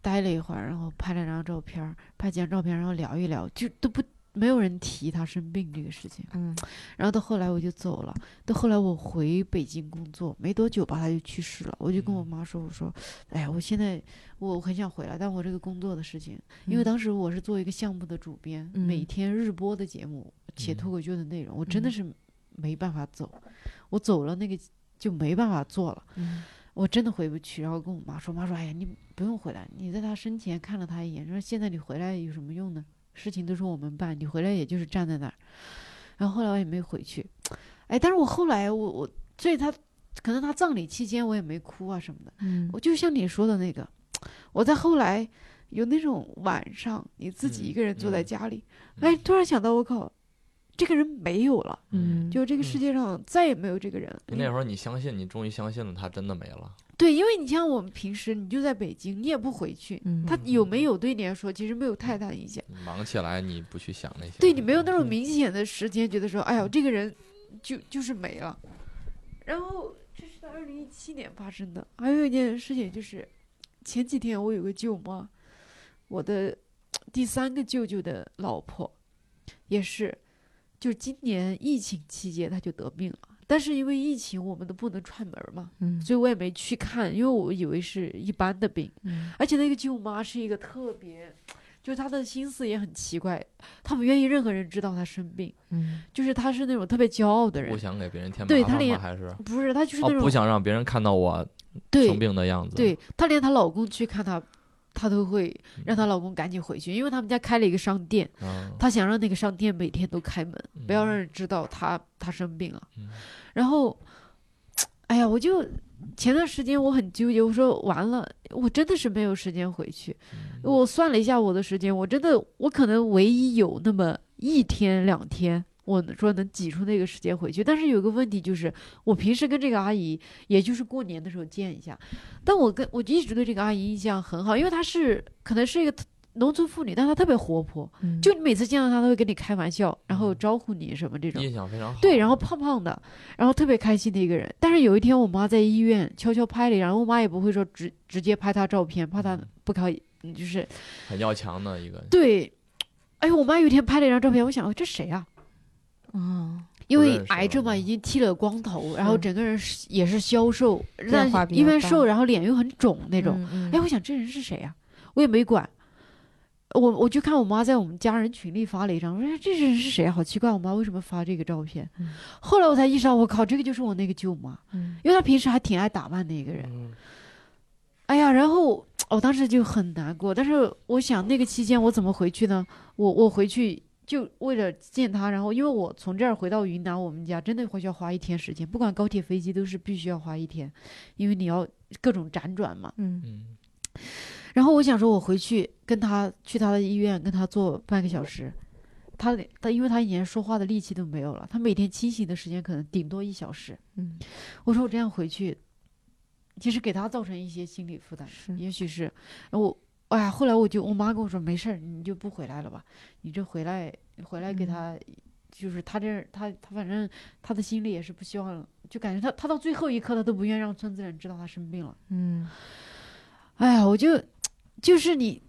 Speaker 1: 待了一会儿，然后拍了张照片儿，拍几张照片儿，然后聊一聊，就都不没有人提他生病这个事情。
Speaker 2: 嗯
Speaker 1: 然后到后来我就走了，到后来我回北京工作没多久吧，他就去世了。我就跟我妈说，我说，哎呀，我现在我我很想回来，但我这个工作的事情，因为
Speaker 2: 嗯
Speaker 1: 当时我是做一个项目的主编，每
Speaker 2: 嗯
Speaker 1: 天日播的节目写
Speaker 3: 嗯
Speaker 1: 脱口秀的内容，我真的
Speaker 2: 嗯
Speaker 1: 是没办法走，我走了那个就没办法做了。
Speaker 2: 嗯
Speaker 1: 我真的回不去，然后跟我妈说，妈说，哎呀，你不用回来，你在他生前看了他一眼，说现在你回来有什么用呢？事情都是我们办，你回来也就是站在那儿。然后后来我也没回去，哎，但是我后来我我所以他可能他葬礼期间我也没哭啊什么的，
Speaker 2: 嗯
Speaker 1: 我就像你说的那个，我在后来有那种晚上你自己一个人坐在
Speaker 3: 嗯
Speaker 1: 家里，
Speaker 3: 嗯
Speaker 1: 哎，突然想到我靠，这个人没有了，
Speaker 2: 嗯，
Speaker 1: 就这个世界上再也没有这个人了。
Speaker 3: 那会儿你相信，你终于相信了，他真的没了。
Speaker 1: 对，因为你像我们平时你就在北京，你也不回去，
Speaker 2: 嗯
Speaker 1: 他有没有对你来说其实没有太大影响。
Speaker 3: 你忙起来，你不去想那些，
Speaker 1: 对你没有那种明显的时间觉得说，哎呀，这个人就就是没了。然后这是在二零一七年发生的，还有一件事情就是，前几天我有个舅妈，我的第三个舅舅的老婆，也是，就今年疫情期间她就得病了，但是因为疫情我们都不能串门儿嘛，
Speaker 2: 嗯
Speaker 1: 所以我也没去看，因为我以为是一般的病。
Speaker 2: 嗯
Speaker 1: 而且那个舅妈是一个特别，就是她的心思也很奇怪，她不愿意任何人知道她生病，
Speaker 2: 嗯
Speaker 1: 就是她是那种特别骄傲的
Speaker 3: 不
Speaker 1: 人，
Speaker 3: 想给别人添麻
Speaker 1: 对
Speaker 3: 烦
Speaker 1: 他
Speaker 3: 吗？
Speaker 1: 连
Speaker 3: 还是
Speaker 1: 不是她就是
Speaker 3: 哦
Speaker 1: 那，种、
Speaker 3: 不想让别人看到我生
Speaker 1: 对
Speaker 3: 病的样子。
Speaker 1: 对，她连她老公去看她，她都会让她老公赶紧回去，因为他们家开了一个商店，
Speaker 3: 嗯，
Speaker 1: 她想让那个商店每天都开门，不要
Speaker 3: 嗯
Speaker 1: 让人知道她她生病了。
Speaker 3: 嗯
Speaker 1: 然后，哎呀，我就前段时间我很纠结，我说完了，我真的是没有时间回去。
Speaker 3: 嗯
Speaker 1: 我算了一下我的时间，我真的我可能唯一有那么一天两天。我说能挤出那个时间回去，但是有个问题就是，我平时跟这个阿姨，也就是过年的时候见一下，但我跟我一直对这个阿姨印象很好，因为她是可能是一个农村妇女，但她特别活泼，
Speaker 2: 嗯，
Speaker 1: 就你每次见到她都会跟你开玩笑，然后
Speaker 3: 嗯
Speaker 1: 招呼你什么这种。
Speaker 3: 印象非常好。
Speaker 1: 对，然后胖胖的，然后特别开心的一个人。但是有一天，我妈在医院悄悄拍了一张，然后我妈也不会说直直接拍她照片，怕她
Speaker 3: 嗯
Speaker 1: 不开，嗯就是
Speaker 3: 很要强的一个，
Speaker 1: 对。哎呦，我妈有一天拍了一张照片，我想、哦、这谁啊？
Speaker 2: 啊，
Speaker 1: 因
Speaker 3: 不
Speaker 1: 为
Speaker 3: 认识
Speaker 1: 癌
Speaker 3: 了
Speaker 1: 症嘛，
Speaker 3: 嗯
Speaker 1: 已经剃了光头，然后
Speaker 2: 是
Speaker 1: 整个人是也是消瘦，但
Speaker 2: 化比
Speaker 1: 一
Speaker 2: 较
Speaker 1: 边
Speaker 2: 大
Speaker 1: 瘦，然后脸又很肿那种。
Speaker 2: 嗯，
Speaker 1: 哎，我想这人是谁呀、我也没管。我我就看我妈在我们家人群里发了一张，我说哎这人是谁啊？好奇怪，我妈为什么发这个照片？
Speaker 2: 嗯
Speaker 1: 后来我才意识到，我靠，这个就是我那个舅妈，
Speaker 2: 嗯
Speaker 1: 因为她平时还挺爱打扮的一个人。
Speaker 4: 嗯
Speaker 1: 哎呀，然后我当时就很难过，但是我想那个期间我怎么回去呢？我我回去就为了见她，然后因为我从这儿回到云南我们家，真的会需要花一天时间，不管高铁飞机都是必须要花一天，因为你要各种辗转嘛。
Speaker 2: 嗯
Speaker 3: 嗯，
Speaker 1: 然后我想说，我回去跟他去他的医院，跟他坐半个小时。他得他因为他以前说话的力气都没有了，他每天清醒的时间可能顶多一小时。
Speaker 2: 嗯，
Speaker 1: 我说我这样回去，其实给他造成一些心理负担，
Speaker 2: 是
Speaker 1: 也许是。然后我哎呀，后来我就我妈跟我说，没事儿，你就不回来了吧，你这回来回来给
Speaker 2: 嗯
Speaker 1: 他，就是他这他他反正他的心里也是不希望，就感觉他他到最后一刻他都不愿让村子人知道他生病了。
Speaker 2: 嗯
Speaker 1: 哎呀，我就就是你。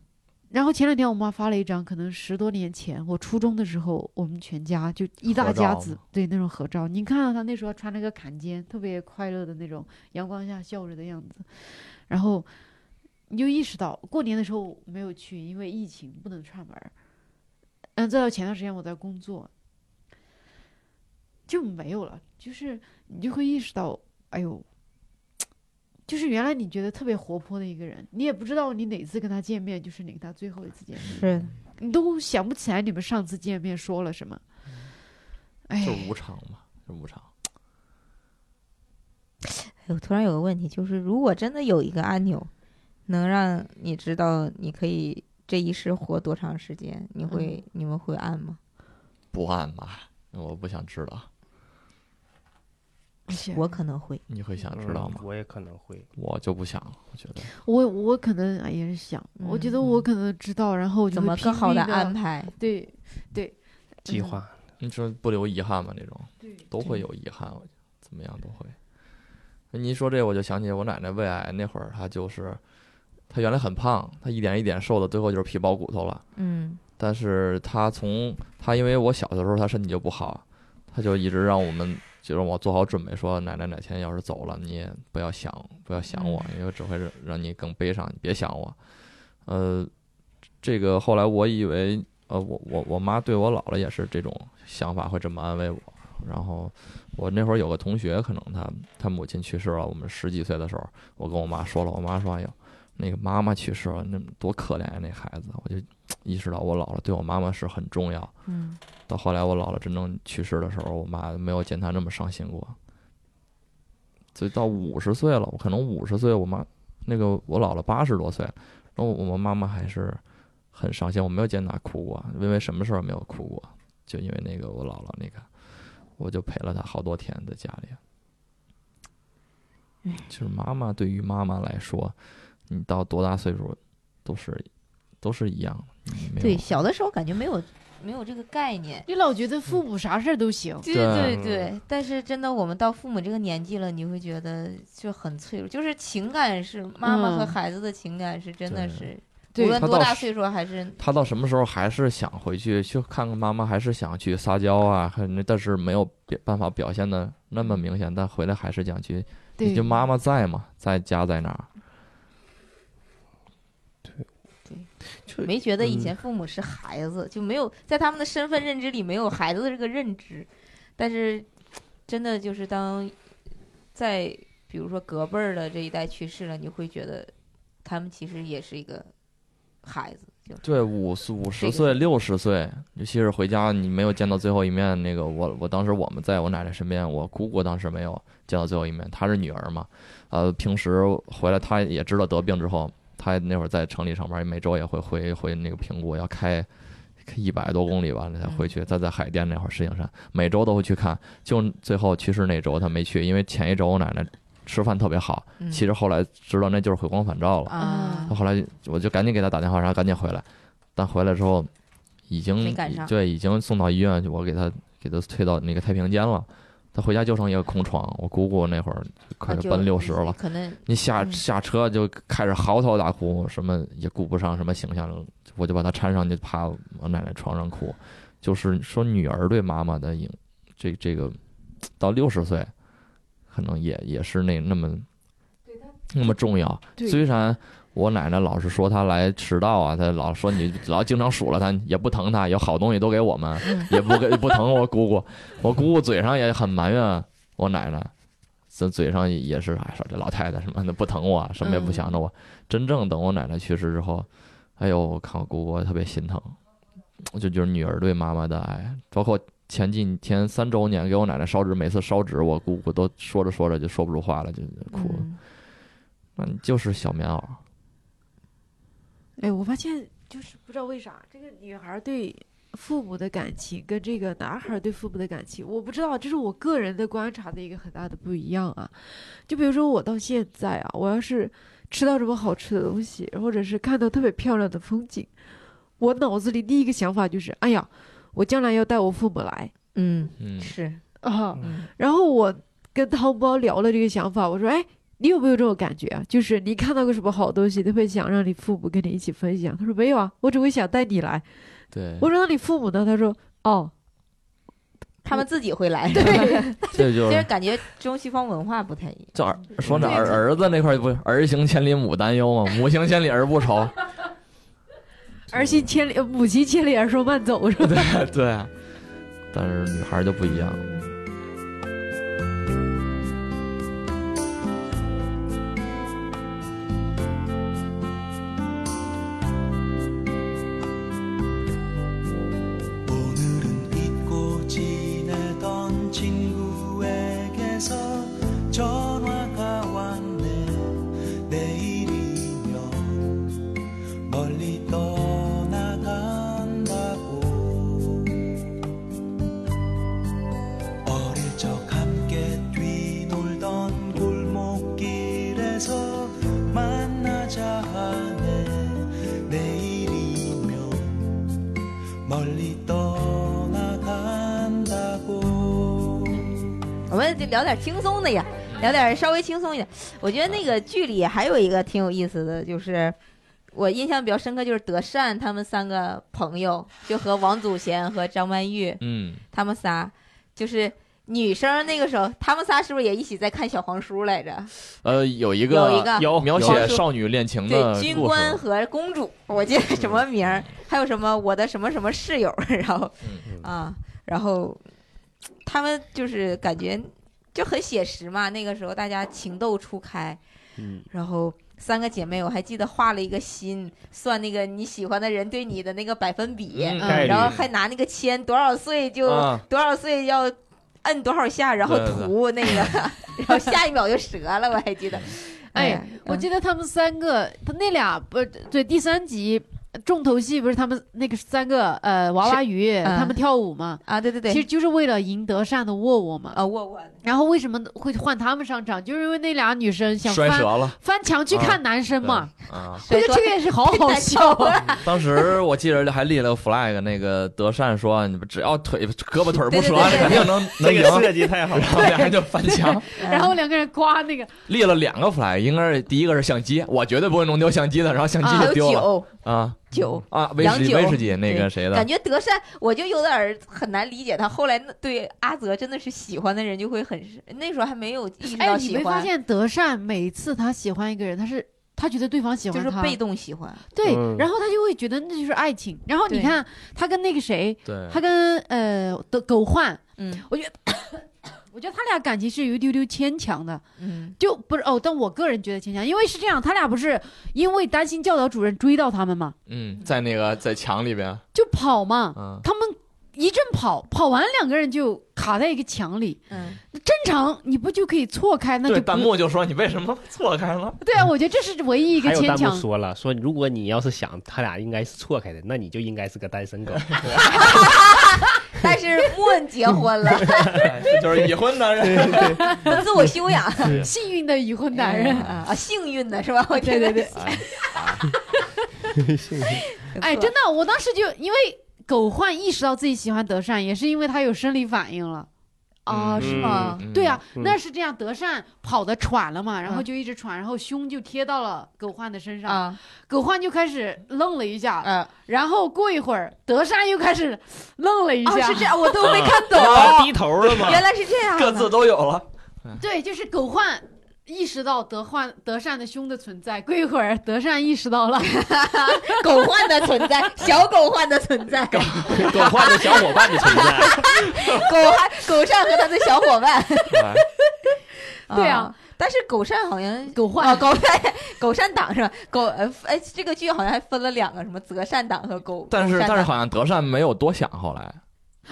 Speaker 1: 然后前两天我妈发了一张，可能十多年前我初中的时候，我们全家就一大
Speaker 3: 合照
Speaker 1: 家
Speaker 3: 吗
Speaker 1: 子对那种合照。你看到她那时候穿了个坎肩，特别快乐的那种阳光下笑着的样子，然后你就意识到过年的时候没有去，因为疫情不能串门儿。嗯，再到前段时间我在工作，就没有了，就是你就会意识到，哎呦，就是原来你觉得特别活泼的一个人，你也不知道你哪次跟他见面就是你跟他最后一次
Speaker 3: 嗯
Speaker 1: 见面，
Speaker 2: 是
Speaker 1: 你都想不起来你们上次见面说了什么。哎，
Speaker 3: 就是无常嘛，就是无常。
Speaker 2: 哎我突然有个问题，就是如果真的有一个按钮，能让你知道你可以这一世活多长时间，你会、你们会按吗？
Speaker 3: 不按吧，我不想知道。
Speaker 2: 我可能会，
Speaker 3: 你会想知道吗？嗯
Speaker 4: 我也可能会，
Speaker 3: 我就不想了，我觉得
Speaker 1: 我我可能哎也是想，我觉得
Speaker 2: 嗯
Speaker 1: 我可能知道，然后我就
Speaker 2: 怎
Speaker 1: 会
Speaker 2: 么
Speaker 1: 拼
Speaker 2: 更好
Speaker 1: 命
Speaker 2: 的
Speaker 1: 地
Speaker 2: 安？排？
Speaker 1: 对对，
Speaker 4: 计
Speaker 1: 嗯
Speaker 4: 划
Speaker 3: 你说不留遗憾嘛，那种
Speaker 1: 对
Speaker 3: 都会有遗憾，我觉得怎么样都会。你一说这，我就想起我奶奶胃癌那会儿，她就是她原来很胖，她一点一点瘦的，最后就是皮包骨头了。
Speaker 2: 嗯，
Speaker 3: 但是她从她因为我小的时候她身体就不好，她就一直让我们就让我做好准备，说奶奶哪天要是走了，你也不要想不要想我，因为只会让让你更悲伤，你别想我。呃，这个后来我以为呃我我我妈对我老了也是这种想法，会这么安慰我。然后我那会儿有个同学，可能他他母亲去世了，我们十几岁的时候，我跟我妈说了，我妈说：“哎呦，那个妈妈去世了，那多可怜呀、啊那孩子。”我就意识到我老了对我妈妈是很重要。
Speaker 2: 嗯，
Speaker 3: 到后来我姥姥真正去世的时候，我妈没有见她那么伤心过。所以到五十岁了，我可能五十岁，我妈那个我姥姥八十多岁，然后我妈妈还是很伤心，我没有见她哭过，因为什么事儿没有哭过，就因为那个我姥姥那个，我就陪了她好多天在家里。就是妈妈对于妈妈来说，你到多大岁数都是都是一样的，你没有
Speaker 2: 对，小的时候感觉没有没有这个概念。
Speaker 1: 你老觉得父母啥事儿都行，
Speaker 2: 对
Speaker 3: 对
Speaker 2: 对
Speaker 3: 嗯
Speaker 2: 对，但是真的，我们到父母这个年纪了，你会觉得就很脆弱，就是情感是妈妈和
Speaker 1: 嗯
Speaker 2: 孩子的情感是真的
Speaker 3: 对
Speaker 2: 是，
Speaker 1: 对
Speaker 2: 无论
Speaker 3: 他
Speaker 2: 多
Speaker 3: 到
Speaker 2: 大
Speaker 3: 十
Speaker 2: 岁数还 是
Speaker 3: 他到什么时候还是想回去去看看妈妈，还是想去撒娇啊，还但是没有别办法表现的那么明显，但回来还是想去，
Speaker 1: 对，
Speaker 3: 就妈妈在嘛，在家在哪儿，
Speaker 5: 就
Speaker 2: 没觉得以
Speaker 5: 嗯
Speaker 2: 前父母是孩子，就没有在他们的身份认知里没有孩子的这个认知。但是，真的就是当在比如说隔辈儿的这一代去世了，你会觉得他们其实也是一个孩子，就
Speaker 3: 对，五十五
Speaker 2: 这
Speaker 3: 十
Speaker 2: 个
Speaker 3: 岁、
Speaker 2: 是
Speaker 3: 六十岁，尤其是回家你没有见到最后一面，那个我我当时我们在我奶奶身边，我姑姑当时没有见到最后一面，她是女儿嘛，呃，平时回来她也知道得病之后，她那会儿在城里上班，每周也会回回那个平谷，要开一百多公里吧才回
Speaker 2: 嗯
Speaker 3: 去。她在海淀那会儿石景山，每周都会去看，就最后去世那周她没去，因为前一周我奶奶吃饭特别好，
Speaker 2: 嗯
Speaker 3: 其实哦后来知道那就是回光返照了。
Speaker 2: 啊
Speaker 3: 他，后来我就赶紧给他打电话，让他赶紧回来。但回来之后，已
Speaker 2: 没
Speaker 3: 经
Speaker 2: 赶上
Speaker 3: 对，已经送到医院，我给他给他推到那个太平间了。他回家就剩一个空床，我姑姑那会儿快
Speaker 2: 啊就
Speaker 3: 奔六十了，
Speaker 2: 可能
Speaker 3: 你下
Speaker 2: 嗯
Speaker 3: 下车就开始嚎啕大哭，什么也顾不上什么形象了，我就把她搀上去，趴我奶奶床上哭，就是说女儿对妈妈的影，这这个到六十岁，可能也也是那那么那么重要。
Speaker 1: 对
Speaker 3: 虽然我奶奶老是说她来迟到啊，她老说你老经常数落她，也不疼她，有好东西都给我们，也不给不疼我姑姑，我姑姑嘴上也很埋怨我奶奶。这嘴上也是哎说这老太太什么的不疼我啊，什么也不想着我。真正等我奶奶去世之后，哎呦，我看我姑姑我特别心疼，我就觉得女儿对妈妈的爱，包括前几天三周年给我奶奶烧纸，每次烧纸我姑姑都说着说着就说不出话了，就就哭了。
Speaker 2: 嗯
Speaker 3: 那你就是小棉袄，
Speaker 6: 哎，我发现就是不知道为啥，这个女孩儿对父母的感情跟这个男孩儿对父母的感情，我不知道，这是我个人的观察的一个很大的不一样啊。就比如说我到现在啊，我要是吃到什么好吃的东西，或者是看到特别漂亮的风景，我脑子里第一个想法就是，哎呀，我将来要带我父母来
Speaker 2: 嗯
Speaker 3: 嗯，
Speaker 2: 是
Speaker 6: 啊。
Speaker 2: 嗯
Speaker 6: 然后我跟汤包聊了这个想法，我说：“哎，你有没有这种感觉啊？就是你看到个什么好东西，特别想让你父母跟你一起分享。”他说：“没有啊，我只会想带你来。
Speaker 3: 对”，
Speaker 6: 我说：“那你父母呢？”他说：“哦，
Speaker 2: 他们自己会来，
Speaker 3: 这就
Speaker 2: 其实
Speaker 3: 是
Speaker 2: 感觉中西方文化不太一样。
Speaker 3: 这儿说那儿儿子那块儿不是儿行千里母担忧嘛，母行千里儿不愁，
Speaker 6: 儿行千里，母亲千里，儿孙慢走。”是吧？
Speaker 3: 对，但是女孩就不一样，
Speaker 2: 们就聊点轻松的呀，聊点稍微轻松一点。我觉得那个剧里还有一个挺有意思的，就是我印象比较深刻，就是德善他们三个朋友，就和王祖贤和张曼玉
Speaker 3: 嗯，
Speaker 2: 他们仨，就是女生那个时候，他们仨是不是也一起在看小黄书来着？
Speaker 3: 呃，有一
Speaker 2: 有一
Speaker 3: 个
Speaker 2: 个
Speaker 4: 有
Speaker 3: 描
Speaker 2: 黄
Speaker 3: 写
Speaker 2: 书
Speaker 3: 少女恋情的
Speaker 2: 对，军
Speaker 3: 故
Speaker 2: 官
Speaker 3: 事，
Speaker 2: 和公主，我记得什么名儿， 还有什么我的什么什么室友，然后
Speaker 4: 嗯
Speaker 2: 啊，然后他们就是感觉就很写实嘛。那个时候大家情窦初开，
Speaker 4: 嗯，
Speaker 2: 然后三个姐妹，我还记得画了一个心，算那个你喜欢的人对你的那个百分比，
Speaker 4: 嗯
Speaker 1: 概
Speaker 2: 然后还拿那个签，多少岁就、
Speaker 4: 啊
Speaker 2: 多少岁要摁多少下，然后
Speaker 4: 对对嗯
Speaker 2: 涂那个， 然后下一秒就折了，我还记得。
Speaker 1: 哎
Speaker 2: 呀，
Speaker 1: 我
Speaker 2: 嗯
Speaker 1: 记得他们三个，他那俩不对，第三集重头戏不是他们那个三个呃娃娃鱼、
Speaker 2: 嗯
Speaker 1: 他们跳舞嘛，
Speaker 2: 啊，对对对，
Speaker 1: 哎其实就是为了赢得善的沃沃嘛。
Speaker 6: 哦
Speaker 2: 啊，我我
Speaker 1: 然后为什么会换他们上场，就是因为那俩女生想
Speaker 3: 摔
Speaker 1: 翻
Speaker 3: 折 了
Speaker 1: 翻墙去看男生嘛。
Speaker 3: 啊！
Speaker 1: 我觉得
Speaker 2: 对
Speaker 1: 这个也是好
Speaker 2: 哦
Speaker 1: 好笑啊！
Speaker 3: 当时我记着还立了个 flag，那个德善说，你们只要腿胳膊腿
Speaker 2: 对
Speaker 3: 不折，
Speaker 2: 对对对
Speaker 3: 肯定能能赢。
Speaker 4: 计太好 了，
Speaker 3: 然后俩人就翻墙，
Speaker 2: 嗯
Speaker 1: 然后两个人刮那个，
Speaker 3: 立了两个 flag，应该是第一个是相机，我绝对不会弄丢相机的，然后相
Speaker 2: 还
Speaker 3: 机
Speaker 2: 有
Speaker 3: 就丢了
Speaker 2: 酒
Speaker 3: 啊
Speaker 2: 酒。
Speaker 3: 啊！威
Speaker 2: 洋
Speaker 3: 士忌
Speaker 2: 酒
Speaker 3: 威士忌那个
Speaker 2: 对
Speaker 3: 谁的
Speaker 2: 感，觉德善，我就有点儿很难理解他后来那对阿泽真的是喜欢的人就会很那时候还没有意识
Speaker 1: 哎，
Speaker 2: 到
Speaker 1: 你
Speaker 2: 喜
Speaker 1: 没
Speaker 2: 欢
Speaker 1: 发，现德善每次他喜欢一个人，他是他觉得对方喜
Speaker 2: 就
Speaker 1: 欢
Speaker 2: 是
Speaker 1: 他，
Speaker 2: 被动喜欢。
Speaker 1: 对，
Speaker 4: 嗯
Speaker 1: 然后他就会觉得那就是爱情。然后你
Speaker 2: 对
Speaker 1: 看他跟那个谁，
Speaker 3: 对，
Speaker 1: 他跟呃的狗焕，
Speaker 2: 嗯
Speaker 1: 我觉得他俩感情是有一丢丢牵强的，
Speaker 2: 嗯
Speaker 1: 就不是哦，但我个人觉得牵强，因为是这样，他俩不是因为担心教导主任追到他们嘛，
Speaker 3: 嗯，在那个在墙里边，
Speaker 1: 就跑嘛，
Speaker 3: 嗯，
Speaker 1: 他们一阵跑，跑完两个人就卡在一个墙里，
Speaker 2: 嗯，
Speaker 1: 正常你不就可以错开，那
Speaker 3: 对，
Speaker 1: 就不
Speaker 3: 弹幕就说你为什么错开了？
Speaker 1: 对啊，我觉得这是唯一一个
Speaker 4: 嗯还有
Speaker 1: 牵
Speaker 4: 弹幕
Speaker 1: 强。
Speaker 4: 说了，说如果你要是想他俩应该是错开的，那你就应该是个单身 狗。
Speaker 2: 但是莫恩结婚了，
Speaker 3: 哎这就是已婚男人。
Speaker 2: 自我修养，
Speaker 1: 幸运的已婚男人，
Speaker 2: 啊啊，幸运的是吧？我觉
Speaker 1: 对
Speaker 2: 得
Speaker 1: 对对， 哎，真的，我当时就因为狗焕意识到自己喜欢德善，也是因为他有生理反应了。
Speaker 2: 啊，是吗？
Speaker 3: 嗯
Speaker 1: 对啊，，
Speaker 4: 嗯
Speaker 1: 那是这样，德善跑的喘了嘛，然后
Speaker 2: 嗯
Speaker 1: 就一直喘，然后胸就贴到了狗焕的身上，
Speaker 2: 啊
Speaker 1: 狗焕就开始愣了一下，
Speaker 2: 啊
Speaker 1: 然后过一会儿，德善又开始愣了一
Speaker 2: 啊！
Speaker 1: 下，
Speaker 2: 是这样，我都没看 懂，
Speaker 4: 到低头了吗？
Speaker 2: 原来是这样的。
Speaker 3: 各自都有了，
Speaker 1: 对，就是狗焕意识到德焕德善的胸的存在，过一会儿德善意识到 了，
Speaker 2: 狗焕的存在，小狗焕的存在，狗
Speaker 4: 狗焕的小伙伴的 存在，
Speaker 2: 还狗善和他的小伙 伴。
Speaker 3: 哎
Speaker 1: 对啊，
Speaker 2: 但是狗善好像
Speaker 1: 狗焕
Speaker 2: 啊，狗善狗善党是吧？狗呃哎，这个剧好像还分了两个什么择善党和狗。
Speaker 3: 但是
Speaker 2: 狗善
Speaker 3: 但
Speaker 2: 党
Speaker 3: 是好像德善没有多想，后来，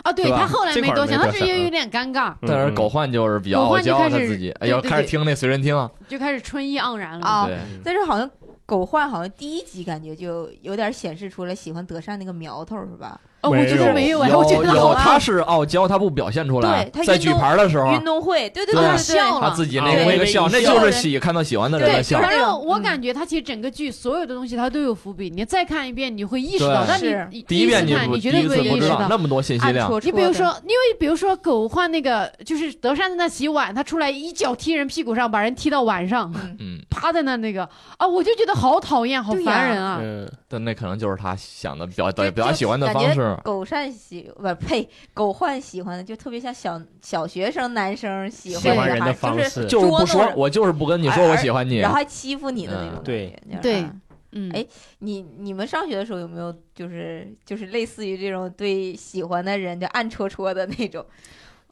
Speaker 1: 啊，对
Speaker 3: 对吧
Speaker 1: 他后来
Speaker 4: 这
Speaker 1: 没
Speaker 4: 块儿
Speaker 1: 多
Speaker 4: 没嗯
Speaker 1: 想，
Speaker 4: 多
Speaker 1: 他只
Speaker 4: 想
Speaker 1: 是有点尴尬，
Speaker 3: 但
Speaker 4: 嗯
Speaker 3: 是狗焕就是比较
Speaker 1: 狗
Speaker 3: 傲
Speaker 1: 焕就
Speaker 3: 娇，
Speaker 1: 开
Speaker 3: 他
Speaker 1: 始
Speaker 3: 自己，哎
Speaker 1: 对
Speaker 3: 呦，
Speaker 1: 对
Speaker 3: 开始
Speaker 1: 对哦
Speaker 3: 听那随身听啊，
Speaker 1: 就开始春意盎然了。
Speaker 2: 啊
Speaker 3: 对，
Speaker 4: 嗯
Speaker 2: 但是好像狗焕好像第一集感觉就有点显示出了喜欢德善那个苗头是吧？
Speaker 1: 哦，我觉得没有哎，我觉
Speaker 3: 有
Speaker 1: 得
Speaker 3: 有，
Speaker 1: 好啊
Speaker 3: 他是傲娇，他不表现出来
Speaker 2: 对他，
Speaker 3: 在
Speaker 2: 运
Speaker 3: 举
Speaker 2: 动
Speaker 3: 牌的时候
Speaker 2: 运，动会，对对
Speaker 3: 对
Speaker 2: 对对对，
Speaker 3: 啊
Speaker 1: 笑
Speaker 3: 他
Speaker 1: 了。
Speaker 3: 自己
Speaker 4: 啊
Speaker 3: 那个
Speaker 2: 对
Speaker 3: 那个笑，那
Speaker 4: 对
Speaker 3: 就是喜看到喜欢的 人
Speaker 1: 对，
Speaker 3: 的笑
Speaker 2: 就，是
Speaker 1: 反正我
Speaker 2: 嗯
Speaker 1: 感觉他其实整个剧所有的东西他都有伏笔，你再看一遍你会意识
Speaker 3: 对
Speaker 1: 到，但
Speaker 2: 是
Speaker 1: 你
Speaker 3: 第一遍
Speaker 1: 次看
Speaker 3: 不
Speaker 1: 你绝
Speaker 3: 第
Speaker 1: 对
Speaker 3: 一
Speaker 1: 不
Speaker 3: 次
Speaker 1: 会
Speaker 3: 不
Speaker 1: 意
Speaker 3: 知
Speaker 1: 识
Speaker 3: 道
Speaker 1: 到。
Speaker 3: 那么多信息
Speaker 2: 暗
Speaker 3: 量，
Speaker 2: 啊戳戳
Speaker 1: 你比如
Speaker 2: 的
Speaker 1: 说，因为比如说狗换那个，就是德善在那洗碗，他出来一脚踢人屁股上，把人踢到碗上，
Speaker 3: 嗯，
Speaker 1: 趴在那那个啊，我就觉得好讨厌，好
Speaker 2: 对呀
Speaker 1: 烦人啊！
Speaker 4: 嗯，
Speaker 3: 但那可能就是他想的比较
Speaker 2: 就
Speaker 3: 比较喜欢的
Speaker 2: 感
Speaker 3: 方
Speaker 2: 觉
Speaker 3: 式，
Speaker 2: 狗善喜不是呸，狗焕喜欢的就特别像小小学生男生喜
Speaker 3: 喜欢
Speaker 2: 欢
Speaker 4: 人的
Speaker 2: 孩
Speaker 4: 方
Speaker 2: 就是
Speaker 4: 式
Speaker 3: 就是不
Speaker 2: 捉弄
Speaker 3: 说，
Speaker 2: 人
Speaker 3: 我就是不跟你说我喜欢你
Speaker 2: 然，后还欺负你的那种
Speaker 3: 嗯
Speaker 2: 感
Speaker 4: 对
Speaker 2: 觉。就是
Speaker 1: 对
Speaker 2: 啊
Speaker 1: 嗯，
Speaker 2: 哎你你们上学的时候有没有就是就是类似于这种对喜欢的人就暗戳戳的那种，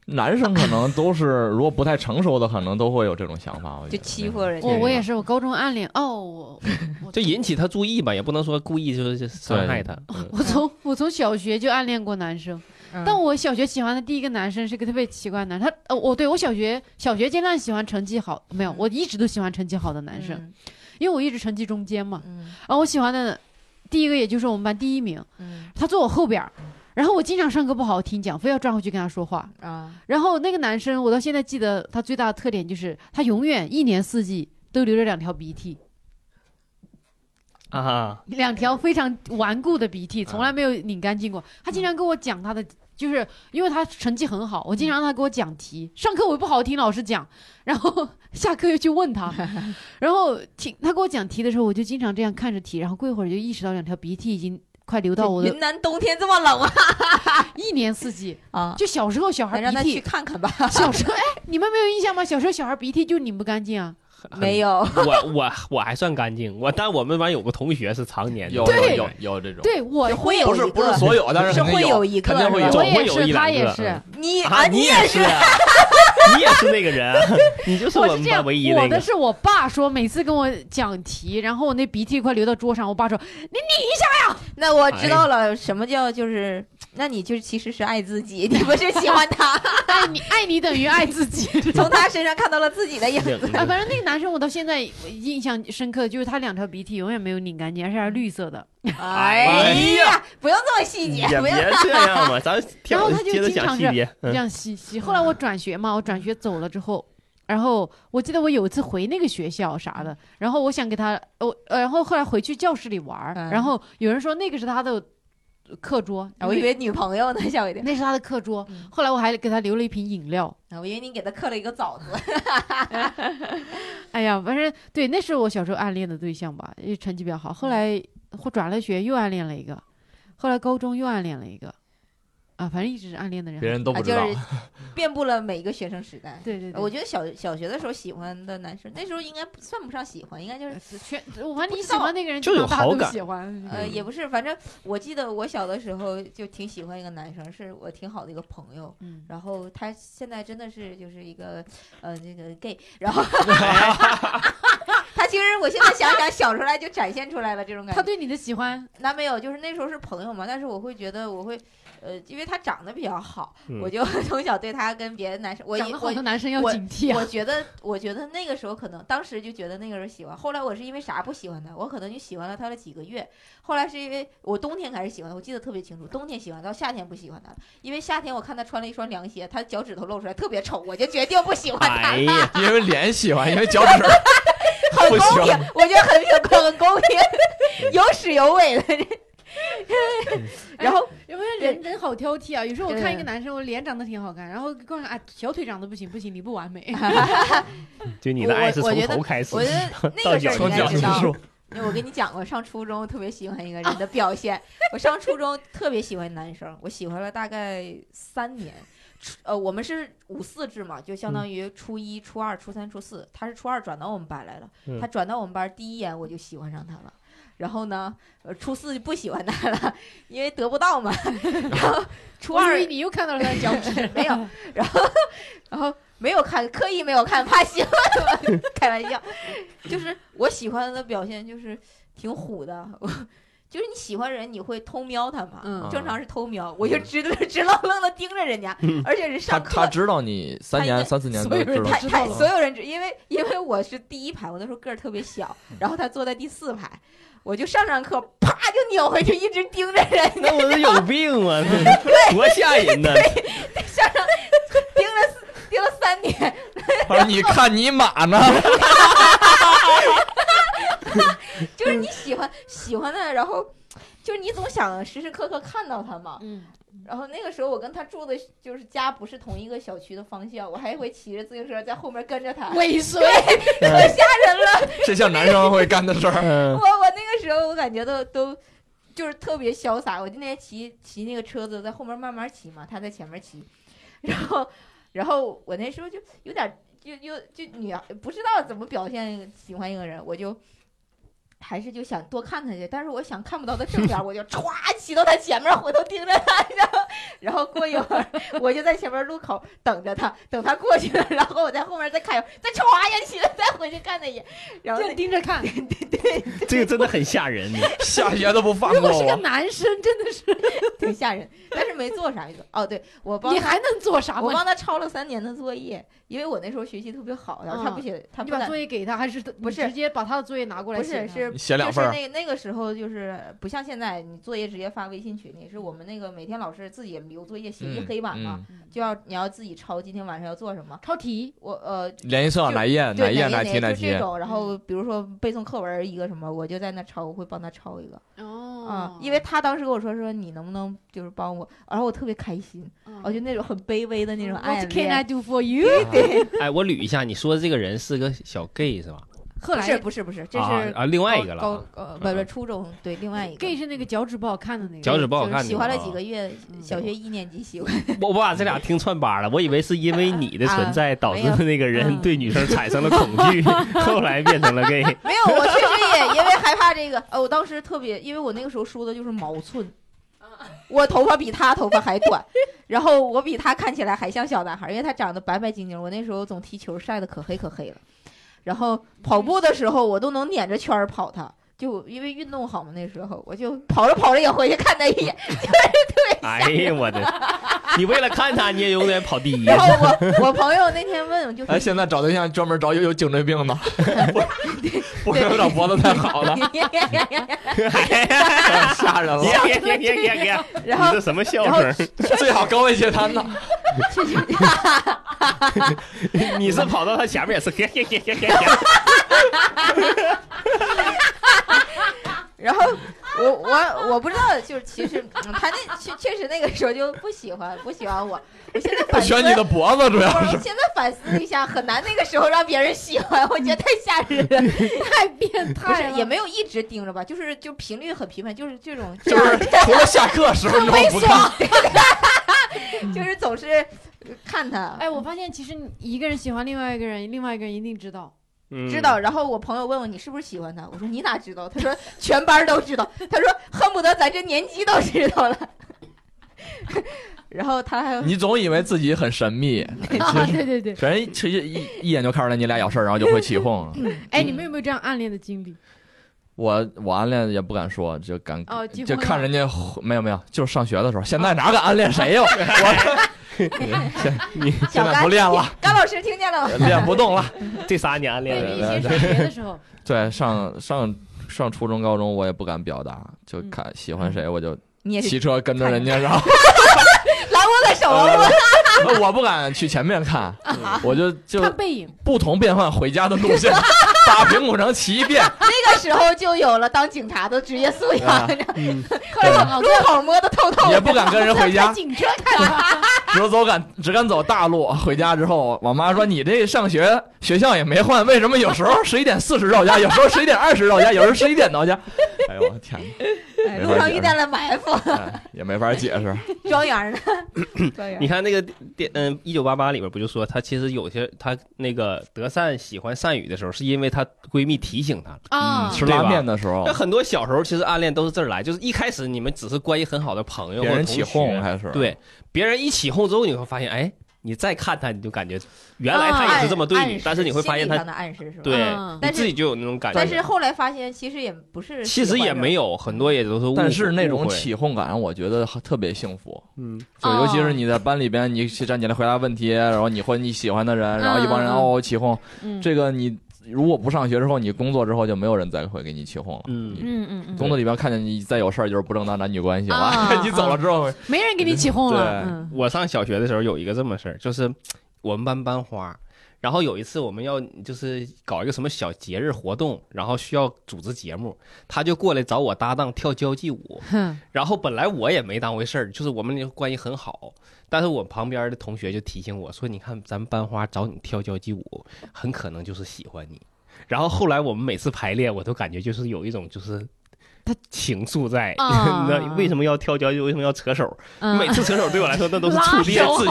Speaker 3: 男生可能都是如果不太成熟的，可能都会有这种想法，我
Speaker 2: 就
Speaker 3: 觉得
Speaker 2: 欺负人家？
Speaker 1: 我我也是，我高中暗恋哦，我 我
Speaker 4: 就引起他注意吧，也不能说故意就是伤害他。 嗯
Speaker 1: 我从我从小学就暗恋过男生，但我小学喜欢的第一个男生是个特别奇怪的男生，他呃，我对我小学小学阶段喜欢成绩好，没有，我一直都喜欢成绩好的男生，
Speaker 2: 嗯
Speaker 1: 因为我一直成绩中间嘛。
Speaker 2: 嗯
Speaker 1: 然后我喜欢的第一个也就是我们班第一名，
Speaker 2: 嗯
Speaker 1: 他坐我后边儿，然后我经常上课不好好听讲，非要转回去跟他说话。
Speaker 2: 啊
Speaker 1: 然后那个男生，我到现在记得他最大的特点就是他永远一年四季都流着两条鼻涕，
Speaker 4: 啊，
Speaker 1: 两条非常顽固的鼻涕，从来没有拧干净过。他经常跟我讲他的就是因为他成绩很好，我经常让他给我讲题，上课我又不好好听老师讲，然后 下课又去问他，然后听他给我讲题的时候，我就经常这样看着题，然后过一会儿就意识到两条鼻涕已经快流到我的
Speaker 2: 云南冬天这么冷啊
Speaker 1: 一年四季。
Speaker 2: 啊！
Speaker 1: 就小时候小孩
Speaker 2: 那让
Speaker 1: 鼻
Speaker 2: 他去
Speaker 1: 涕，
Speaker 2: 看看吧。
Speaker 1: 小时候哎，你们没有印象吗？小时候小孩鼻涕就拧不干净啊。
Speaker 4: 很
Speaker 2: 没有，
Speaker 4: 我我我还算干净，我但我们班有个同学是常年的啊
Speaker 3: 有
Speaker 1: 对
Speaker 3: 有有有这种，
Speaker 1: 对我
Speaker 2: 就会有
Speaker 3: 不是
Speaker 2: 一
Speaker 3: 不是
Speaker 2: 个
Speaker 3: 所有，但
Speaker 2: 是
Speaker 3: 肯定
Speaker 2: 会
Speaker 3: 有，
Speaker 2: 一个，
Speaker 3: 肯定会
Speaker 2: 是吧
Speaker 1: 我
Speaker 4: 总会
Speaker 1: 也
Speaker 4: 有
Speaker 1: 是，
Speaker 4: 一
Speaker 1: 他
Speaker 4: 两
Speaker 1: 也
Speaker 4: 个
Speaker 1: 是
Speaker 4: 嗯，
Speaker 2: 你
Speaker 4: 啊，你
Speaker 2: 你
Speaker 4: 也
Speaker 2: 是
Speaker 4: 是，你也是那个人，啊你就是
Speaker 1: 我
Speaker 4: 们
Speaker 1: 是这样，
Speaker 4: 班唯一那
Speaker 1: 我的
Speaker 4: 个。
Speaker 1: 是我爸说，每次跟我讲题，然后我那鼻涕快流到桌上，我 爸说
Speaker 2: 那我知道了，什么叫就是？那你就是其实是爱自己，你不是喜欢他，：“
Speaker 1: 爱你，爱你等于爱自己。
Speaker 2: 从他身上看到了自己的影子。
Speaker 1: 啊，反正那个男生我到现在印象深刻，就是他两条鼻涕永远没有拧干净，而且还是绿色的。
Speaker 2: 哎呀，不用这么细节，
Speaker 4: 嗯也
Speaker 2: 不用
Speaker 4: 别这样嘛，咱
Speaker 1: 然后
Speaker 4: 跳
Speaker 1: 他就
Speaker 4: 接着
Speaker 1: 经
Speaker 4: 讲
Speaker 1: 常
Speaker 4: 细
Speaker 1: 是
Speaker 4: 节。
Speaker 1: 这样吸吸。后来我转学嘛，我转学走了之后，然后我记得我有一次回那个学校啥的，然后我想给他，我呃然后后来回去教室里玩儿，
Speaker 2: 嗯
Speaker 1: 然后有人说那个是他的课桌，
Speaker 2: 我以为女朋友呢，吓我一跳。
Speaker 1: 那是他的课桌
Speaker 2: 嗯，
Speaker 1: 后来我还给他留了一瓶饮料。
Speaker 2: 啊我以为你给他刻了一个枣子。
Speaker 1: 哎呀，反正对，那是我小时候暗恋的对象吧，因为成绩比较好。后来后转了学又暗恋了一个，后来高中又暗恋了一个，啊，反正一直是暗恋的人还。
Speaker 3: 别人都
Speaker 2: 啊，
Speaker 3: 不知
Speaker 2: 就
Speaker 3: 道。
Speaker 2: 是遍布了每一个学生时 代。
Speaker 1: 对对对，
Speaker 2: 我觉得小小学的时候喜欢的男生，那时候应该不算不上喜欢，应该就是
Speaker 1: 呃全我反正
Speaker 2: 不
Speaker 1: 你
Speaker 2: 知
Speaker 1: 喜
Speaker 2: 道
Speaker 1: 欢那个人，
Speaker 4: 就有
Speaker 1: 让大家
Speaker 4: 好
Speaker 1: 都
Speaker 4: 感
Speaker 1: 喜欢。嗯
Speaker 2: 呃，也不是，反正我记得我小的时候就挺喜欢一个男生，是我挺好的一个朋友。
Speaker 1: 嗯，
Speaker 2: 然后他现在真的是就是一个呃那个 gay，然 后 他其实我现在想想想出来就展现出来了这种感
Speaker 1: 他
Speaker 2: 觉。
Speaker 1: 对你的喜欢，
Speaker 2: 那没有，就是那时候是朋友嘛，但是我会觉得我会呃，因为他长得比较好，
Speaker 4: 嗯
Speaker 2: 我就从小对他跟别的男生，我
Speaker 1: 长
Speaker 2: 以
Speaker 1: 得好
Speaker 2: 我
Speaker 1: 的男生要警惕
Speaker 2: 我
Speaker 1: 啊。
Speaker 2: 觉得，我觉得那个时候可能当时就觉得那个人喜欢，后来我是因为啥不喜欢他？我可能就喜欢了他了几个月，后来是因为我冬天开始喜欢，我记得特别清楚，冬天喜欢到夏天不喜欢他了，因为夏天我看他穿了一双凉鞋，他脚趾头露出来特别丑，我就决定不喜欢他
Speaker 4: 哎呀，
Speaker 3: 因为脸喜欢，因为脚 趾
Speaker 2: 很
Speaker 3: 哎不
Speaker 2: 公
Speaker 3: 喜
Speaker 2: 平
Speaker 3: 欢。，
Speaker 2: 我觉得很平衡，很公平， 有始有尾的。
Speaker 3: 嗯
Speaker 2: 然后
Speaker 1: 有没有人人好挑剔啊？有时候我看一个
Speaker 2: 对
Speaker 1: 男生，我脸长得挺好看，然后告诉他哎，小腿长得不行，不行，你不完美。
Speaker 2: 啊
Speaker 4: 就你的
Speaker 2: 我
Speaker 4: 爱是
Speaker 2: 我
Speaker 4: 从
Speaker 2: 觉得
Speaker 4: 头开始
Speaker 2: 我，觉得那
Speaker 4: 到
Speaker 2: 个事
Speaker 4: 脚
Speaker 2: 儿
Speaker 4: 趾
Speaker 2: 你应该
Speaker 3: 脚
Speaker 2: 知
Speaker 3: 趾
Speaker 2: 道
Speaker 3: 头。。
Speaker 2: 因为我跟你讲过，上初中我特别喜欢一个 人的表现。我上初中特别喜欢男生，我喜欢了大概三年。初呃，我们是五四制嘛，就相当于初一、初二、初三、初四。他是初二转到我们班来了，
Speaker 4: 嗯
Speaker 2: 他转到我们班第一眼我就喜欢上他了。然后呢，呃，初四就不喜欢他了，因为得不到嘛。 然后初
Speaker 1: 我以
Speaker 2: 二，
Speaker 1: 为你又看到了他的脚趾
Speaker 2: 没有，然后然后没有看，刻意没有看，怕喜欢我， 开玩笑，就是我喜欢的表现就是挺虎的，我就是你喜欢人你会偷瞄他嘛，
Speaker 1: 嗯嗯
Speaker 2: 正常是偷瞄，我就直直直愣愣的盯着人家，而且是
Speaker 3: 他
Speaker 2: 上
Speaker 3: 他
Speaker 2: 课。
Speaker 3: 知道你三
Speaker 2: 他应
Speaker 3: 年
Speaker 2: 该
Speaker 3: 三四年
Speaker 1: 所
Speaker 3: 都
Speaker 1: 有
Speaker 3: 知
Speaker 1: 人
Speaker 3: 道
Speaker 2: 他，
Speaker 1: 知道
Speaker 2: 他
Speaker 1: 了
Speaker 2: 所有人知，因为因为我是第一排，我那时候个儿特别小，
Speaker 1: 嗯
Speaker 2: 然后他坐在第四排，我就上上课，啪就扭回去，一直盯着人家
Speaker 4: 那我这有病啊！ 多吓人呢！
Speaker 2: 上上盯了四盯了三年，
Speaker 3: 他说你看你 马呢，
Speaker 2: 就是你喜欢喜欢的，然后就是你总想时时刻刻看到他嘛。
Speaker 1: 嗯，
Speaker 2: 然后那个时候我跟他住的就是家不是同一个小区的方向，我还会骑着自行车在后面跟着他，
Speaker 1: 尾随。
Speaker 2: 可
Speaker 3: 嗯
Speaker 2: 吓人了。
Speaker 3: 这像男生会干的事儿。
Speaker 4: 嗯
Speaker 2: 我我那个时候我感觉都都。就是特别潇洒，我就那天骑骑那个车子在后面慢慢骑嘛，他在前面骑，然后，然后我那时候就有点就就就女不知道怎么表现喜欢一个人，我就还是就想多看他去，但是我想看不到他正面，我就歘骑到他前面，回头盯着他， 然后然后过一会儿我就在前面路口等着他，等他过去了，然后我在后面再看一会儿，再歘一下骑了，再回去看他一眼，然后
Speaker 1: 就盯着 看，
Speaker 4: 这个真的很吓人。
Speaker 3: 下学都不放
Speaker 1: 如果
Speaker 3: 过
Speaker 1: 是
Speaker 4: 哦
Speaker 1: 个
Speaker 3: 我，
Speaker 1: 男生，真的是
Speaker 2: 挺吓人，但是没做啥，哦，对我帮
Speaker 1: 你
Speaker 2: 他
Speaker 1: 还能做啥
Speaker 2: 我
Speaker 1: 吗？
Speaker 2: 帮他抄了三年的作业，因为我那时候学习特别好，然后他不写，他
Speaker 1: 嗯你
Speaker 2: 不
Speaker 1: 把
Speaker 2: 敢
Speaker 1: 作业给他，还是他
Speaker 2: 不
Speaker 1: 你
Speaker 2: 是
Speaker 1: 直接把他的作业拿过来
Speaker 2: 不
Speaker 1: 写
Speaker 2: 是
Speaker 1: 他？
Speaker 2: 是
Speaker 3: 你写两份
Speaker 2: 就
Speaker 3: 儿
Speaker 2: 是那那个时候就是不像现在，你作业直接发微信群里，是我们那个每天老师自己留作业写一
Speaker 3: 嗯
Speaker 2: 黑板嘛，
Speaker 3: 嗯
Speaker 2: 就要你要自己抄今天晚上要做什么。
Speaker 1: 抄题，
Speaker 2: 我呃。
Speaker 3: 联系上
Speaker 2: 就
Speaker 3: 哪页
Speaker 2: 对，
Speaker 3: 页
Speaker 2: 哪
Speaker 3: 哪
Speaker 2: 页
Speaker 3: 题
Speaker 2: 就
Speaker 3: 哪
Speaker 2: 这
Speaker 3: 题，
Speaker 1: 嗯
Speaker 2: 种，然后比如说背诵课文一个什么，我就在那抄，我会帮他抄一个，
Speaker 1: 哦
Speaker 2: 嗯，因为他当时跟我说说你能不能就是帮我，然后我特别开心，我哦就那种很卑微的那种爱
Speaker 1: 嗯 What can I
Speaker 2: 恋。
Speaker 1: do for you？
Speaker 4: 哎，我捋一下，你说的这个人是个小 gay 是吧？
Speaker 1: 后
Speaker 2: 不
Speaker 1: 来
Speaker 2: 是不是不是，这
Speaker 4: 啊
Speaker 2: 是
Speaker 4: 啊，另外一个了
Speaker 2: 高
Speaker 4: 啊，
Speaker 2: 高呃不不初中对另外一个
Speaker 1: gay 是那个脚趾不好看的那个，
Speaker 4: 脚趾不好
Speaker 2: 就是
Speaker 4: 看的。
Speaker 2: 喜欢了
Speaker 4: 啊
Speaker 2: 几个月，
Speaker 1: 嗯
Speaker 2: 小学一年级喜欢，
Speaker 4: 我我把这俩听串巴了，我以为是因为你的存
Speaker 2: 啊
Speaker 4: 在导致的那个
Speaker 2: 嗯
Speaker 4: 人对女生产生了恐 惧，后来变成了 gay。
Speaker 2: 没有，我确实也因为害怕这个，呃，我当时特别，因为我那个时候梳的就是毛寸，我头发比他头发还短， 然后我比他看起来还像小男孩，因为他长得白白净净，我那时候总踢球晒得可黑可黑了，然后跑步的时候我都能撵着圈儿跑他。就因为运动好嘛，那时候我就跑着跑着也回去看他一眼，
Speaker 4: 哎呀，我的！你为了看他，你也永远跑第一。
Speaker 2: 然 后我我朋友那天问我就是
Speaker 3: 哎，现在找对象专门找有有颈 椎病的，不是不是找脖子太好的， 吓人了，
Speaker 4: 呀呀哎呀呀呀呀！
Speaker 2: 然后
Speaker 4: 你这什么笑
Speaker 2: 然后
Speaker 4: 声？
Speaker 3: 最好高位截瘫 的。
Speaker 4: 你是跑到他前面也是 呀呀呀呀呀呀？
Speaker 2: 然后我我我不知道，就是其实、嗯他那确确实那个时候就不喜欢不喜欢我，我现在
Speaker 3: 我
Speaker 2: 反思，
Speaker 3: 选你的脖子主要
Speaker 2: 我
Speaker 3: 是。
Speaker 2: 现在反思一下，很难那个时候让别人喜欢，我觉得太吓人 了，太变
Speaker 1: 态了
Speaker 2: 也没有一直盯着吧，就是就频率很频繁，就是这种这
Speaker 3: 就
Speaker 2: 样
Speaker 3: 是除 了下课时候
Speaker 2: 更
Speaker 3: 你
Speaker 2: 猥
Speaker 3: 都不看，
Speaker 2: 琐， 就是总是看他。
Speaker 1: 哎，我发现其实你一个人喜欢另外一个人，另外一个人一定知道。
Speaker 4: 嗯
Speaker 2: 知道，然后我朋友问我你是不是喜欢他，我说你哪知道？他说全班都知道，他说恨不得咱这年级都知道了。然后他还
Speaker 3: 你总以为自己很 神秘，
Speaker 1: 啊，对对对，
Speaker 3: 人其实一一眼就看出来你俩有事儿，然后就会起哄。
Speaker 1: 哎，你们有没有这样暗恋的经历？
Speaker 3: 我我暗恋也不敢说，就敢
Speaker 1: 哦，几乎
Speaker 3: 就
Speaker 1: 没有
Speaker 3: 看人家没有没有，就是上学的时候，现在哪敢暗恋谁呀？ 我现
Speaker 2: 小
Speaker 3: 现在
Speaker 2: 甘
Speaker 3: 不练了，
Speaker 2: 甘老师听见了吗？
Speaker 3: 练不动了。
Speaker 4: 这仨你暗恋
Speaker 1: 对
Speaker 4: 的
Speaker 1: 比起上学的时候，
Speaker 3: 对，上上上初中、高中我也不敢表达，就
Speaker 1: 嗯
Speaker 3: 看喜欢谁我就
Speaker 2: 你也是
Speaker 3: 骑车跟着人家，然后
Speaker 2: 拦我的手了， 我
Speaker 3: 我不敢去前面看，
Speaker 1: 啊
Speaker 4: 嗯
Speaker 2: 啊
Speaker 3: 我就就
Speaker 1: 看背 影，
Speaker 3: 不同变换回家的 路线，把平谷城骑一遍。
Speaker 2: 那个时候就有了当警察的职业素养
Speaker 3: 啊。
Speaker 2: 后来往路口摸得透透
Speaker 3: 也
Speaker 2: 的，
Speaker 3: 不敢跟人回
Speaker 1: 看
Speaker 3: 家，
Speaker 1: 警车看
Speaker 3: 只走敢只敢走大路。回家之后，我妈说：“你这上学学校也没换，为什么有时候十一点四十到家，有 时候十一点二十到家， 有时候十一点到家？”哎呦我天
Speaker 2: 哎
Speaker 3: 没
Speaker 2: 路
Speaker 3: 法
Speaker 2: 上遇
Speaker 3: 解
Speaker 2: 见了埋伏，
Speaker 3: 哪，哎也没法解 释。
Speaker 2: 庄园 呢？庄园
Speaker 4: 你看那个电，嗯，一九八八里边不就说她其实有些她那个德善喜欢善宇的时候，是因为她闺蜜提醒她了。
Speaker 1: 啊，
Speaker 3: 嗯吃
Speaker 4: 对吧
Speaker 3: 拉面的时候
Speaker 4: 那，很多小时候其实暗恋都是这儿来，就是一开始你们只是关系很好的朋友
Speaker 3: 别
Speaker 4: 或者
Speaker 3: 人
Speaker 4: 同
Speaker 3: 起
Speaker 4: 学，
Speaker 3: 哄还是，
Speaker 4: 对，别人一起哄之后，你会发现，哎，你再看他，你就感觉原来他也是这么对
Speaker 2: 啊暗
Speaker 4: 你，
Speaker 2: 示
Speaker 4: 但是你会发现
Speaker 2: 心理上的
Speaker 4: 他
Speaker 2: 暗示是吧？
Speaker 4: 对
Speaker 1: 嗯
Speaker 4: 你自己就有那种感觉。
Speaker 2: 但是后来发现其实也不是，
Speaker 4: 其实也没
Speaker 2: 有。
Speaker 4: 有很多，也都是误
Speaker 3: 但是那
Speaker 4: 误
Speaker 3: 种
Speaker 4: 会
Speaker 3: 起哄感让我觉得特别幸福。
Speaker 5: 嗯，
Speaker 3: 就
Speaker 1: 哦
Speaker 3: 尤其是你在班里边，你去站起来回答问题，然后你或你喜欢的人，然后一帮人
Speaker 1: 嗯嗯
Speaker 3: 哦起哄，
Speaker 1: 嗯
Speaker 3: 这个你如果不上学之后，你工作之后就没有人再会给你起哄了。
Speaker 4: 嗯，
Speaker 1: 嗯嗯嗯，
Speaker 3: 工作里边看见你再有事儿就是不正当男女关系了，
Speaker 1: 啊
Speaker 3: 你走了之后，
Speaker 1: 没人给你起哄了，
Speaker 3: 对
Speaker 1: 嗯
Speaker 4: 我上小学的时候有一个这么事儿，就是我们班班花。然后有一次我们要就是搞一个什么小节日活动，然后需要组织节目，他就过来找我搭档跳交际舞，
Speaker 1: 哼，
Speaker 4: 然后本来我也没当回事儿，就是我们那个关系很好，但是我旁边的同学就提醒我说：“你看咱们班花找你跳交际舞，很可能就是喜欢你。”然后后来我们每次排练，我都感觉就是有一种就是
Speaker 1: 他
Speaker 4: 情愫在，
Speaker 1: 啊
Speaker 4: 你知道为什么要跳交际舞，为什么要扯手？
Speaker 1: 嗯
Speaker 4: 每次扯手对我来说那都是
Speaker 1: 拉
Speaker 4: 触
Speaker 3: 自己
Speaker 4: 电
Speaker 1: 手，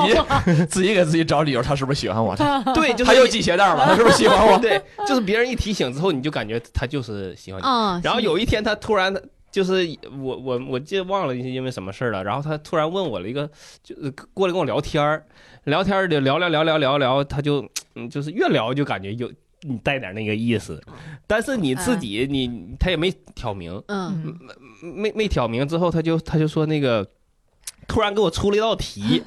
Speaker 3: 自 己自己给自己找理由，他是不是喜欢我？他
Speaker 4: 对，就是
Speaker 3: 他又系鞋带了，他是不是喜欢我？
Speaker 4: 对，就是别人一提醒之后，你就感觉他就是喜欢你。
Speaker 1: 啊，
Speaker 4: 然后有一天他突然就是我我我记得忘了因为什么事儿了，然后他突然问我了一个，就是过来跟我聊天儿，聊天儿就聊聊聊聊聊聊，他就嗯就是越聊就感觉有你带点那个意思，但是你自己你他也没挑明，
Speaker 1: 嗯
Speaker 2: 嗯
Speaker 4: 没没挑明之后，他就他就说那个。突然给我出了一道 题，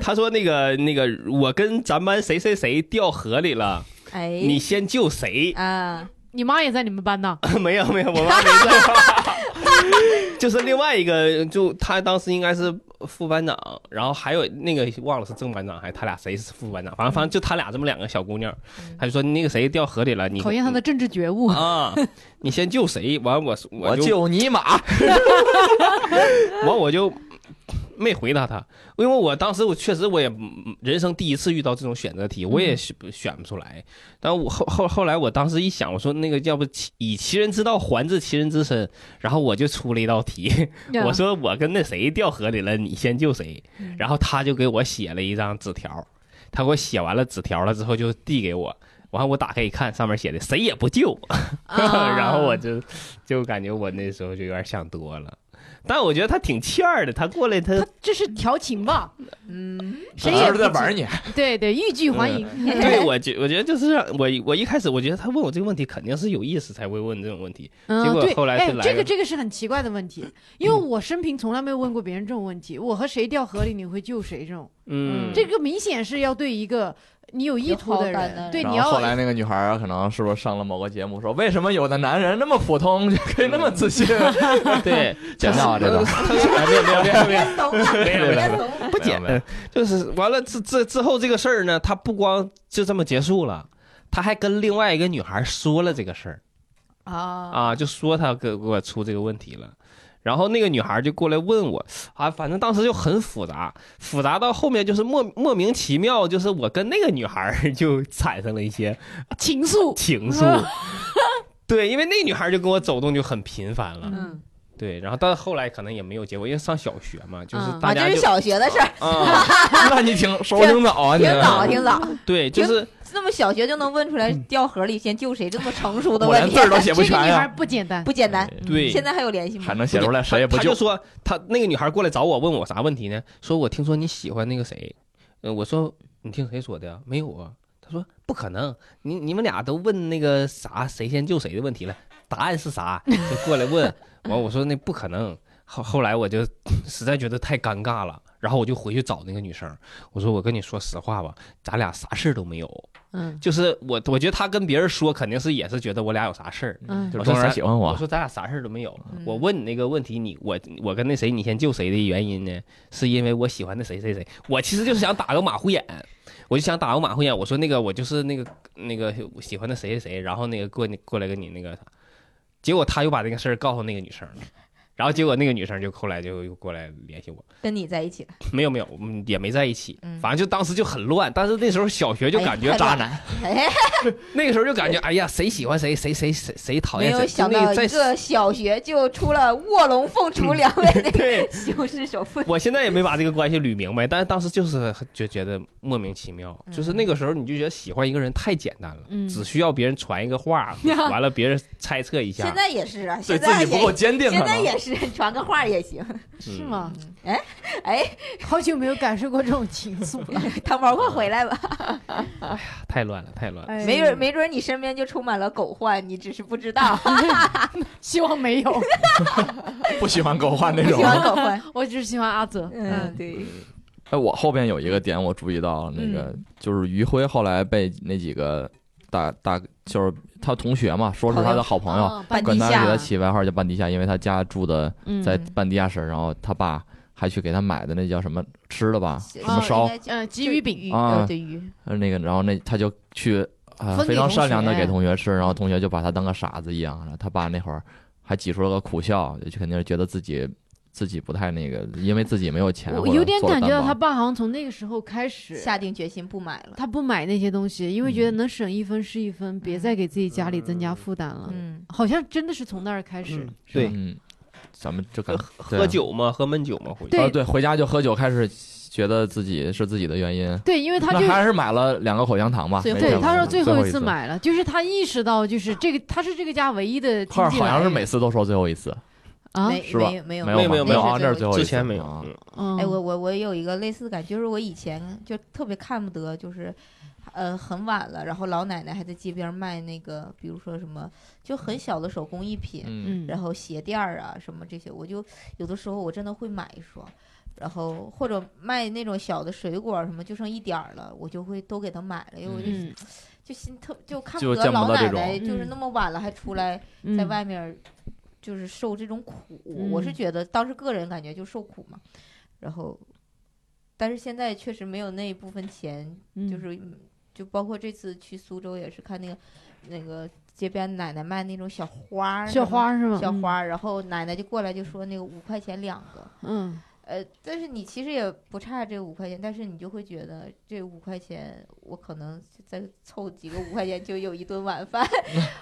Speaker 4: 他说：“那个那个，我跟咱班谁谁谁掉河里了，
Speaker 2: 哎，
Speaker 4: 你先 救谁？”
Speaker 2: 啊，
Speaker 1: 你妈也在你们班呢，
Speaker 4: 没 有没有，我妈没在。就是另外一个，就他当时应该是副班长，然后还有那个忘了是正班长还是他俩谁是副班长，反正反正就他俩这么两个小姑娘，他就说那个谁掉河里了，你
Speaker 1: 嗯考验他的政治觉悟。
Speaker 4: 啊，你先救谁？完 我
Speaker 3: 我
Speaker 4: 就
Speaker 3: 救你马，
Speaker 4: 完我就没回答他，因为我当时我确实我也嗯人生第一次遇到这种选择题，我也选选不出来。但我后后后来我当时一想，我说那个要不其以其人之道还治其人之身，然后我就出了一道题，
Speaker 1: 呀
Speaker 4: 我说我跟那谁掉河里了，你先救谁。然后他就给我写了一张纸条，他给我写完了纸条了之后就递给我。完，我打开一看，上面写的“谁也不救”，
Speaker 2: 啊
Speaker 4: 然后我就就感觉我那时候就有点想多了。但我觉得他挺欠儿的，他过来他
Speaker 1: 他这是调情吧？
Speaker 2: 嗯，
Speaker 1: 谁
Speaker 3: 是
Speaker 1: 也
Speaker 3: 不是在玩你？
Speaker 1: 对对，欲拒还迎。嗯
Speaker 4: 对我觉我觉得就是让我我一开始我觉得他问我这个问题肯定是有意思才会问这种问题，
Speaker 1: 嗯，
Speaker 4: 结果
Speaker 1: 对，
Speaker 4: 后来
Speaker 1: 哎
Speaker 4: 是来
Speaker 1: 这
Speaker 4: 个
Speaker 1: 个这个是很奇怪的问题，因为我生平从来没有问过别人这种问题。我和谁掉河里，你会救谁？这种，
Speaker 4: 嗯，
Speaker 1: 这个明显是要对一个你有意图
Speaker 2: 有好感的
Speaker 1: 人，对，
Speaker 3: 然
Speaker 1: 你
Speaker 3: 后后
Speaker 1: 要
Speaker 3: 来那个女孩儿可能是不是上了某个节目说，为什么有的男人那么普通就可以那么自信？
Speaker 4: 对，
Speaker 3: 剪掉啊这 段，
Speaker 4: 哎别别别别，没有没有
Speaker 5: 不简
Speaker 4: 没有没有
Speaker 5: 单，
Speaker 4: 就是完了之之之后这个事儿呢，他不光就这么结束了，他还跟另外一个女孩说了这个事儿。
Speaker 2: 啊，
Speaker 4: 啊，就说他给给我出这个问题了。然后那个女孩就过来问我啊，反正当时就很复杂，复杂到后面就是莫莫名其妙，就是我跟那个女孩儿 就产生了一些
Speaker 1: 情 愫。
Speaker 4: 情愫。对，因为那女孩就跟我走动就很频繁了，
Speaker 1: 嗯，
Speaker 4: 对。然后到后来可能也没有结果，因为上小学嘛，就是
Speaker 1: 嗯
Speaker 4: 大
Speaker 2: 啊，这
Speaker 4: 家
Speaker 2: 是
Speaker 4: 就
Speaker 2: 小学的事儿，
Speaker 4: 啊，
Speaker 3: 嗯那你挺手挺早啊，你
Speaker 2: 挺早挺早，
Speaker 4: 对，就是
Speaker 2: 那么小学就能问出来
Speaker 4: 嗯
Speaker 2: 掉河里先救谁这么成熟的
Speaker 3: 我
Speaker 2: 问
Speaker 3: 连
Speaker 2: 题
Speaker 3: 字，儿都 写
Speaker 1: 这
Speaker 3: 不啊
Speaker 1: 个女
Speaker 3: 全
Speaker 1: 孩
Speaker 3: 呀，
Speaker 1: 不简单。
Speaker 2: 不简单。
Speaker 4: 对，
Speaker 2: 现在还有联系吗？
Speaker 3: 还能写出来谁也哎不
Speaker 4: 他就
Speaker 3: 救。
Speaker 4: 说他那个女孩过来找我，问我啥问题呢？说我听说你喜欢那个谁，呃，我说你听谁说的呀？没有啊。他说不可能，你你们俩都问那个啥谁先救谁的问题了，答案是啥？就过来问 完，我说那不可能。后后来我就 实在觉得太尴尬了，然后我就回去找那个女生，我说我跟你说实话吧，咱俩啥事儿都没有。
Speaker 1: 嗯
Speaker 4: 就是我我觉得她跟别人说肯定是也是觉得我俩有啥事儿，
Speaker 1: 嗯
Speaker 3: 就是中国人喜欢
Speaker 4: 我
Speaker 3: 我，
Speaker 4: 说咱俩啥事儿都没有。
Speaker 2: 嗯
Speaker 4: 我问你那个问题，你我我跟那谁你先救谁的原因呢？是因为我喜欢那谁谁谁。我其实就是想打个马虎眼，我就想打个马虎眼。我说那个我就是那个那个喜欢那谁谁谁，然后那个过你过来跟你那个啥，结果他又把这个事儿告诉那个女生了。然后结果那个女生就后来就又过来联系我，
Speaker 2: 跟你在一起了，
Speaker 4: 没有没有，我们也没在一起
Speaker 2: 嗯，
Speaker 4: 反正就当时就很乱。但是那时候小学就
Speaker 2: 哎呀
Speaker 4: 感觉
Speaker 2: 太
Speaker 4: 渣
Speaker 2: 乱
Speaker 4: 男，
Speaker 2: 哎，
Speaker 4: 那个时候就感觉哎呀谁喜欢谁谁谁谁谁讨
Speaker 2: 哎没
Speaker 4: 厌谁，
Speaker 2: 有想
Speaker 4: 就那
Speaker 2: 到
Speaker 4: 个在
Speaker 2: 一 个小学就出了卧龙凤雏两位那个
Speaker 4: 嗯
Speaker 2: 修饰手 部，
Speaker 4: 我现在也没把这个关系捋明白，但是当时就是很就觉得莫名其妙，
Speaker 2: 嗯
Speaker 4: 就是那个时候你就觉得喜欢一个人太简单了，
Speaker 1: 嗯
Speaker 4: 只需要别人传一个 话，完了别人猜测一下
Speaker 2: 现，在也是啊，
Speaker 3: 对
Speaker 2: 现
Speaker 3: 自
Speaker 2: 在
Speaker 3: 己不够
Speaker 2: 也
Speaker 3: 坚定，
Speaker 2: 现
Speaker 3: 可
Speaker 2: 在
Speaker 3: 能
Speaker 2: 也是传个话也 行，
Speaker 1: 是吗？
Speaker 2: 哎，
Speaker 1: 好久没有感受过这种情愫 了。
Speaker 2: 糖宝快回来吧，
Speaker 4: 嗯太乱了，太乱
Speaker 1: 哎
Speaker 4: 了。
Speaker 2: 没准，没准你身边就充满了狗患，你只是不知道，
Speaker 1: 希望没有。
Speaker 3: 不喜欢狗换那
Speaker 2: 不
Speaker 3: 种
Speaker 2: 喜。欢狗 患，
Speaker 1: 我只是喜欢阿泽。
Speaker 2: 嗯，对，
Speaker 3: 哎，我后边有一个点我注意到，那个就是于辉后来被那几个大大就是他同学嘛，说是他的好朋友，
Speaker 1: 哦
Speaker 2: 半
Speaker 1: 半
Speaker 2: 地
Speaker 3: 管他给
Speaker 2: 下
Speaker 3: 他起外号叫半地下，因为他家住的
Speaker 1: 嗯
Speaker 3: 在半地下室，然后他爸还去给他买的那叫什么吃的吧，什么
Speaker 1: 哦
Speaker 3: 烧，
Speaker 1: 嗯鲫鱼饼
Speaker 2: 鱼，
Speaker 3: 啊
Speaker 2: 呃对鱼，
Speaker 3: 呃那个，然后那他就去啊、
Speaker 1: 分给
Speaker 3: 非常善良的
Speaker 1: 同学
Speaker 3: 给同学吃，然后同学就把他当个傻子一样，然后他爸那会儿还挤出了个苦笑，就肯定是觉得自己自己不太那个，因为自己没有钱，
Speaker 1: 我
Speaker 3: 或者
Speaker 1: 有点
Speaker 3: 做得
Speaker 1: 感觉
Speaker 3: 单
Speaker 1: 到
Speaker 3: 薄
Speaker 1: 他爸好像从那个时候开始，
Speaker 2: 下定决心不买了，
Speaker 1: 他不买那些东西，因为
Speaker 3: 嗯
Speaker 1: 觉得能省一分是一分，别再给自己家里增加负担了。
Speaker 2: 嗯，
Speaker 1: 好像真的是从那儿开始，
Speaker 4: 嗯
Speaker 1: 是吧
Speaker 4: 对
Speaker 3: 嗯，咱们就
Speaker 4: 喝
Speaker 3: 感
Speaker 1: 呃
Speaker 4: 喝酒嘛，喝闷酒嘛，回去
Speaker 1: 对
Speaker 3: 啊，对，回家就喝酒，开始觉得自己是自己的原因。
Speaker 1: 对，因为他就
Speaker 3: 那还是买了两个口香糖吧。
Speaker 2: 最
Speaker 3: 没
Speaker 2: 后一
Speaker 1: 对
Speaker 3: 见过
Speaker 1: 他说最
Speaker 3: 最后
Speaker 1: 后一次，买了，就是他意识到就是这个他是这个家唯一的经
Speaker 3: 后来
Speaker 1: 济
Speaker 3: 好像
Speaker 1: 来
Speaker 3: 是
Speaker 1: 源
Speaker 3: 每次都说最后一次，
Speaker 1: 啊，
Speaker 2: 没
Speaker 3: 是吧
Speaker 2: 没没有
Speaker 3: 有
Speaker 4: 没
Speaker 3: 吗
Speaker 4: 有没
Speaker 3: 没
Speaker 4: 有
Speaker 3: 啊，
Speaker 2: 那
Speaker 3: 那
Speaker 2: 是
Speaker 3: 是最后一次
Speaker 4: 之前没有，
Speaker 3: 啊
Speaker 4: 嗯
Speaker 1: 嗯，
Speaker 2: 哎，我我我有一个类似的感觉，就是我以前就特别看不得，就是，呃，很晚了，然后老奶奶还在街边卖那个，比如说什么，就很小的手工艺品，
Speaker 3: 嗯，
Speaker 1: 嗯，
Speaker 2: 然后鞋垫儿啊什么这些，我就有的时候我真的会买一双，然后或者卖那种小的水果儿什么，就剩一点儿了，我就会都给她买了，因为我就、
Speaker 1: 嗯
Speaker 2: 就心特就看
Speaker 3: 就
Speaker 2: 得
Speaker 3: 见不
Speaker 2: 老
Speaker 3: 得这
Speaker 2: 奶
Speaker 3: 种
Speaker 2: 奶就是
Speaker 1: 嗯
Speaker 2: 那么晚了还出来
Speaker 1: 嗯
Speaker 2: 在外面儿就是受这种苦，我是
Speaker 1: 嗯
Speaker 2: 觉得当时个人感觉就受苦嘛。然后，但是现在确实没有那一部分钱，
Speaker 1: 嗯
Speaker 2: 就是就包括这次去苏州也是看那个那个街边奶奶卖那种小花儿，
Speaker 1: 小花儿是吗？
Speaker 2: 小
Speaker 1: 嗯
Speaker 2: 花儿，然后奶奶就过来就说那个五块钱两个，
Speaker 1: 嗯，
Speaker 2: 呃，但是你其实也不差这五块钱，但是你就会觉得这五块钱，我可能再凑几个五块钱就有一顿晚饭，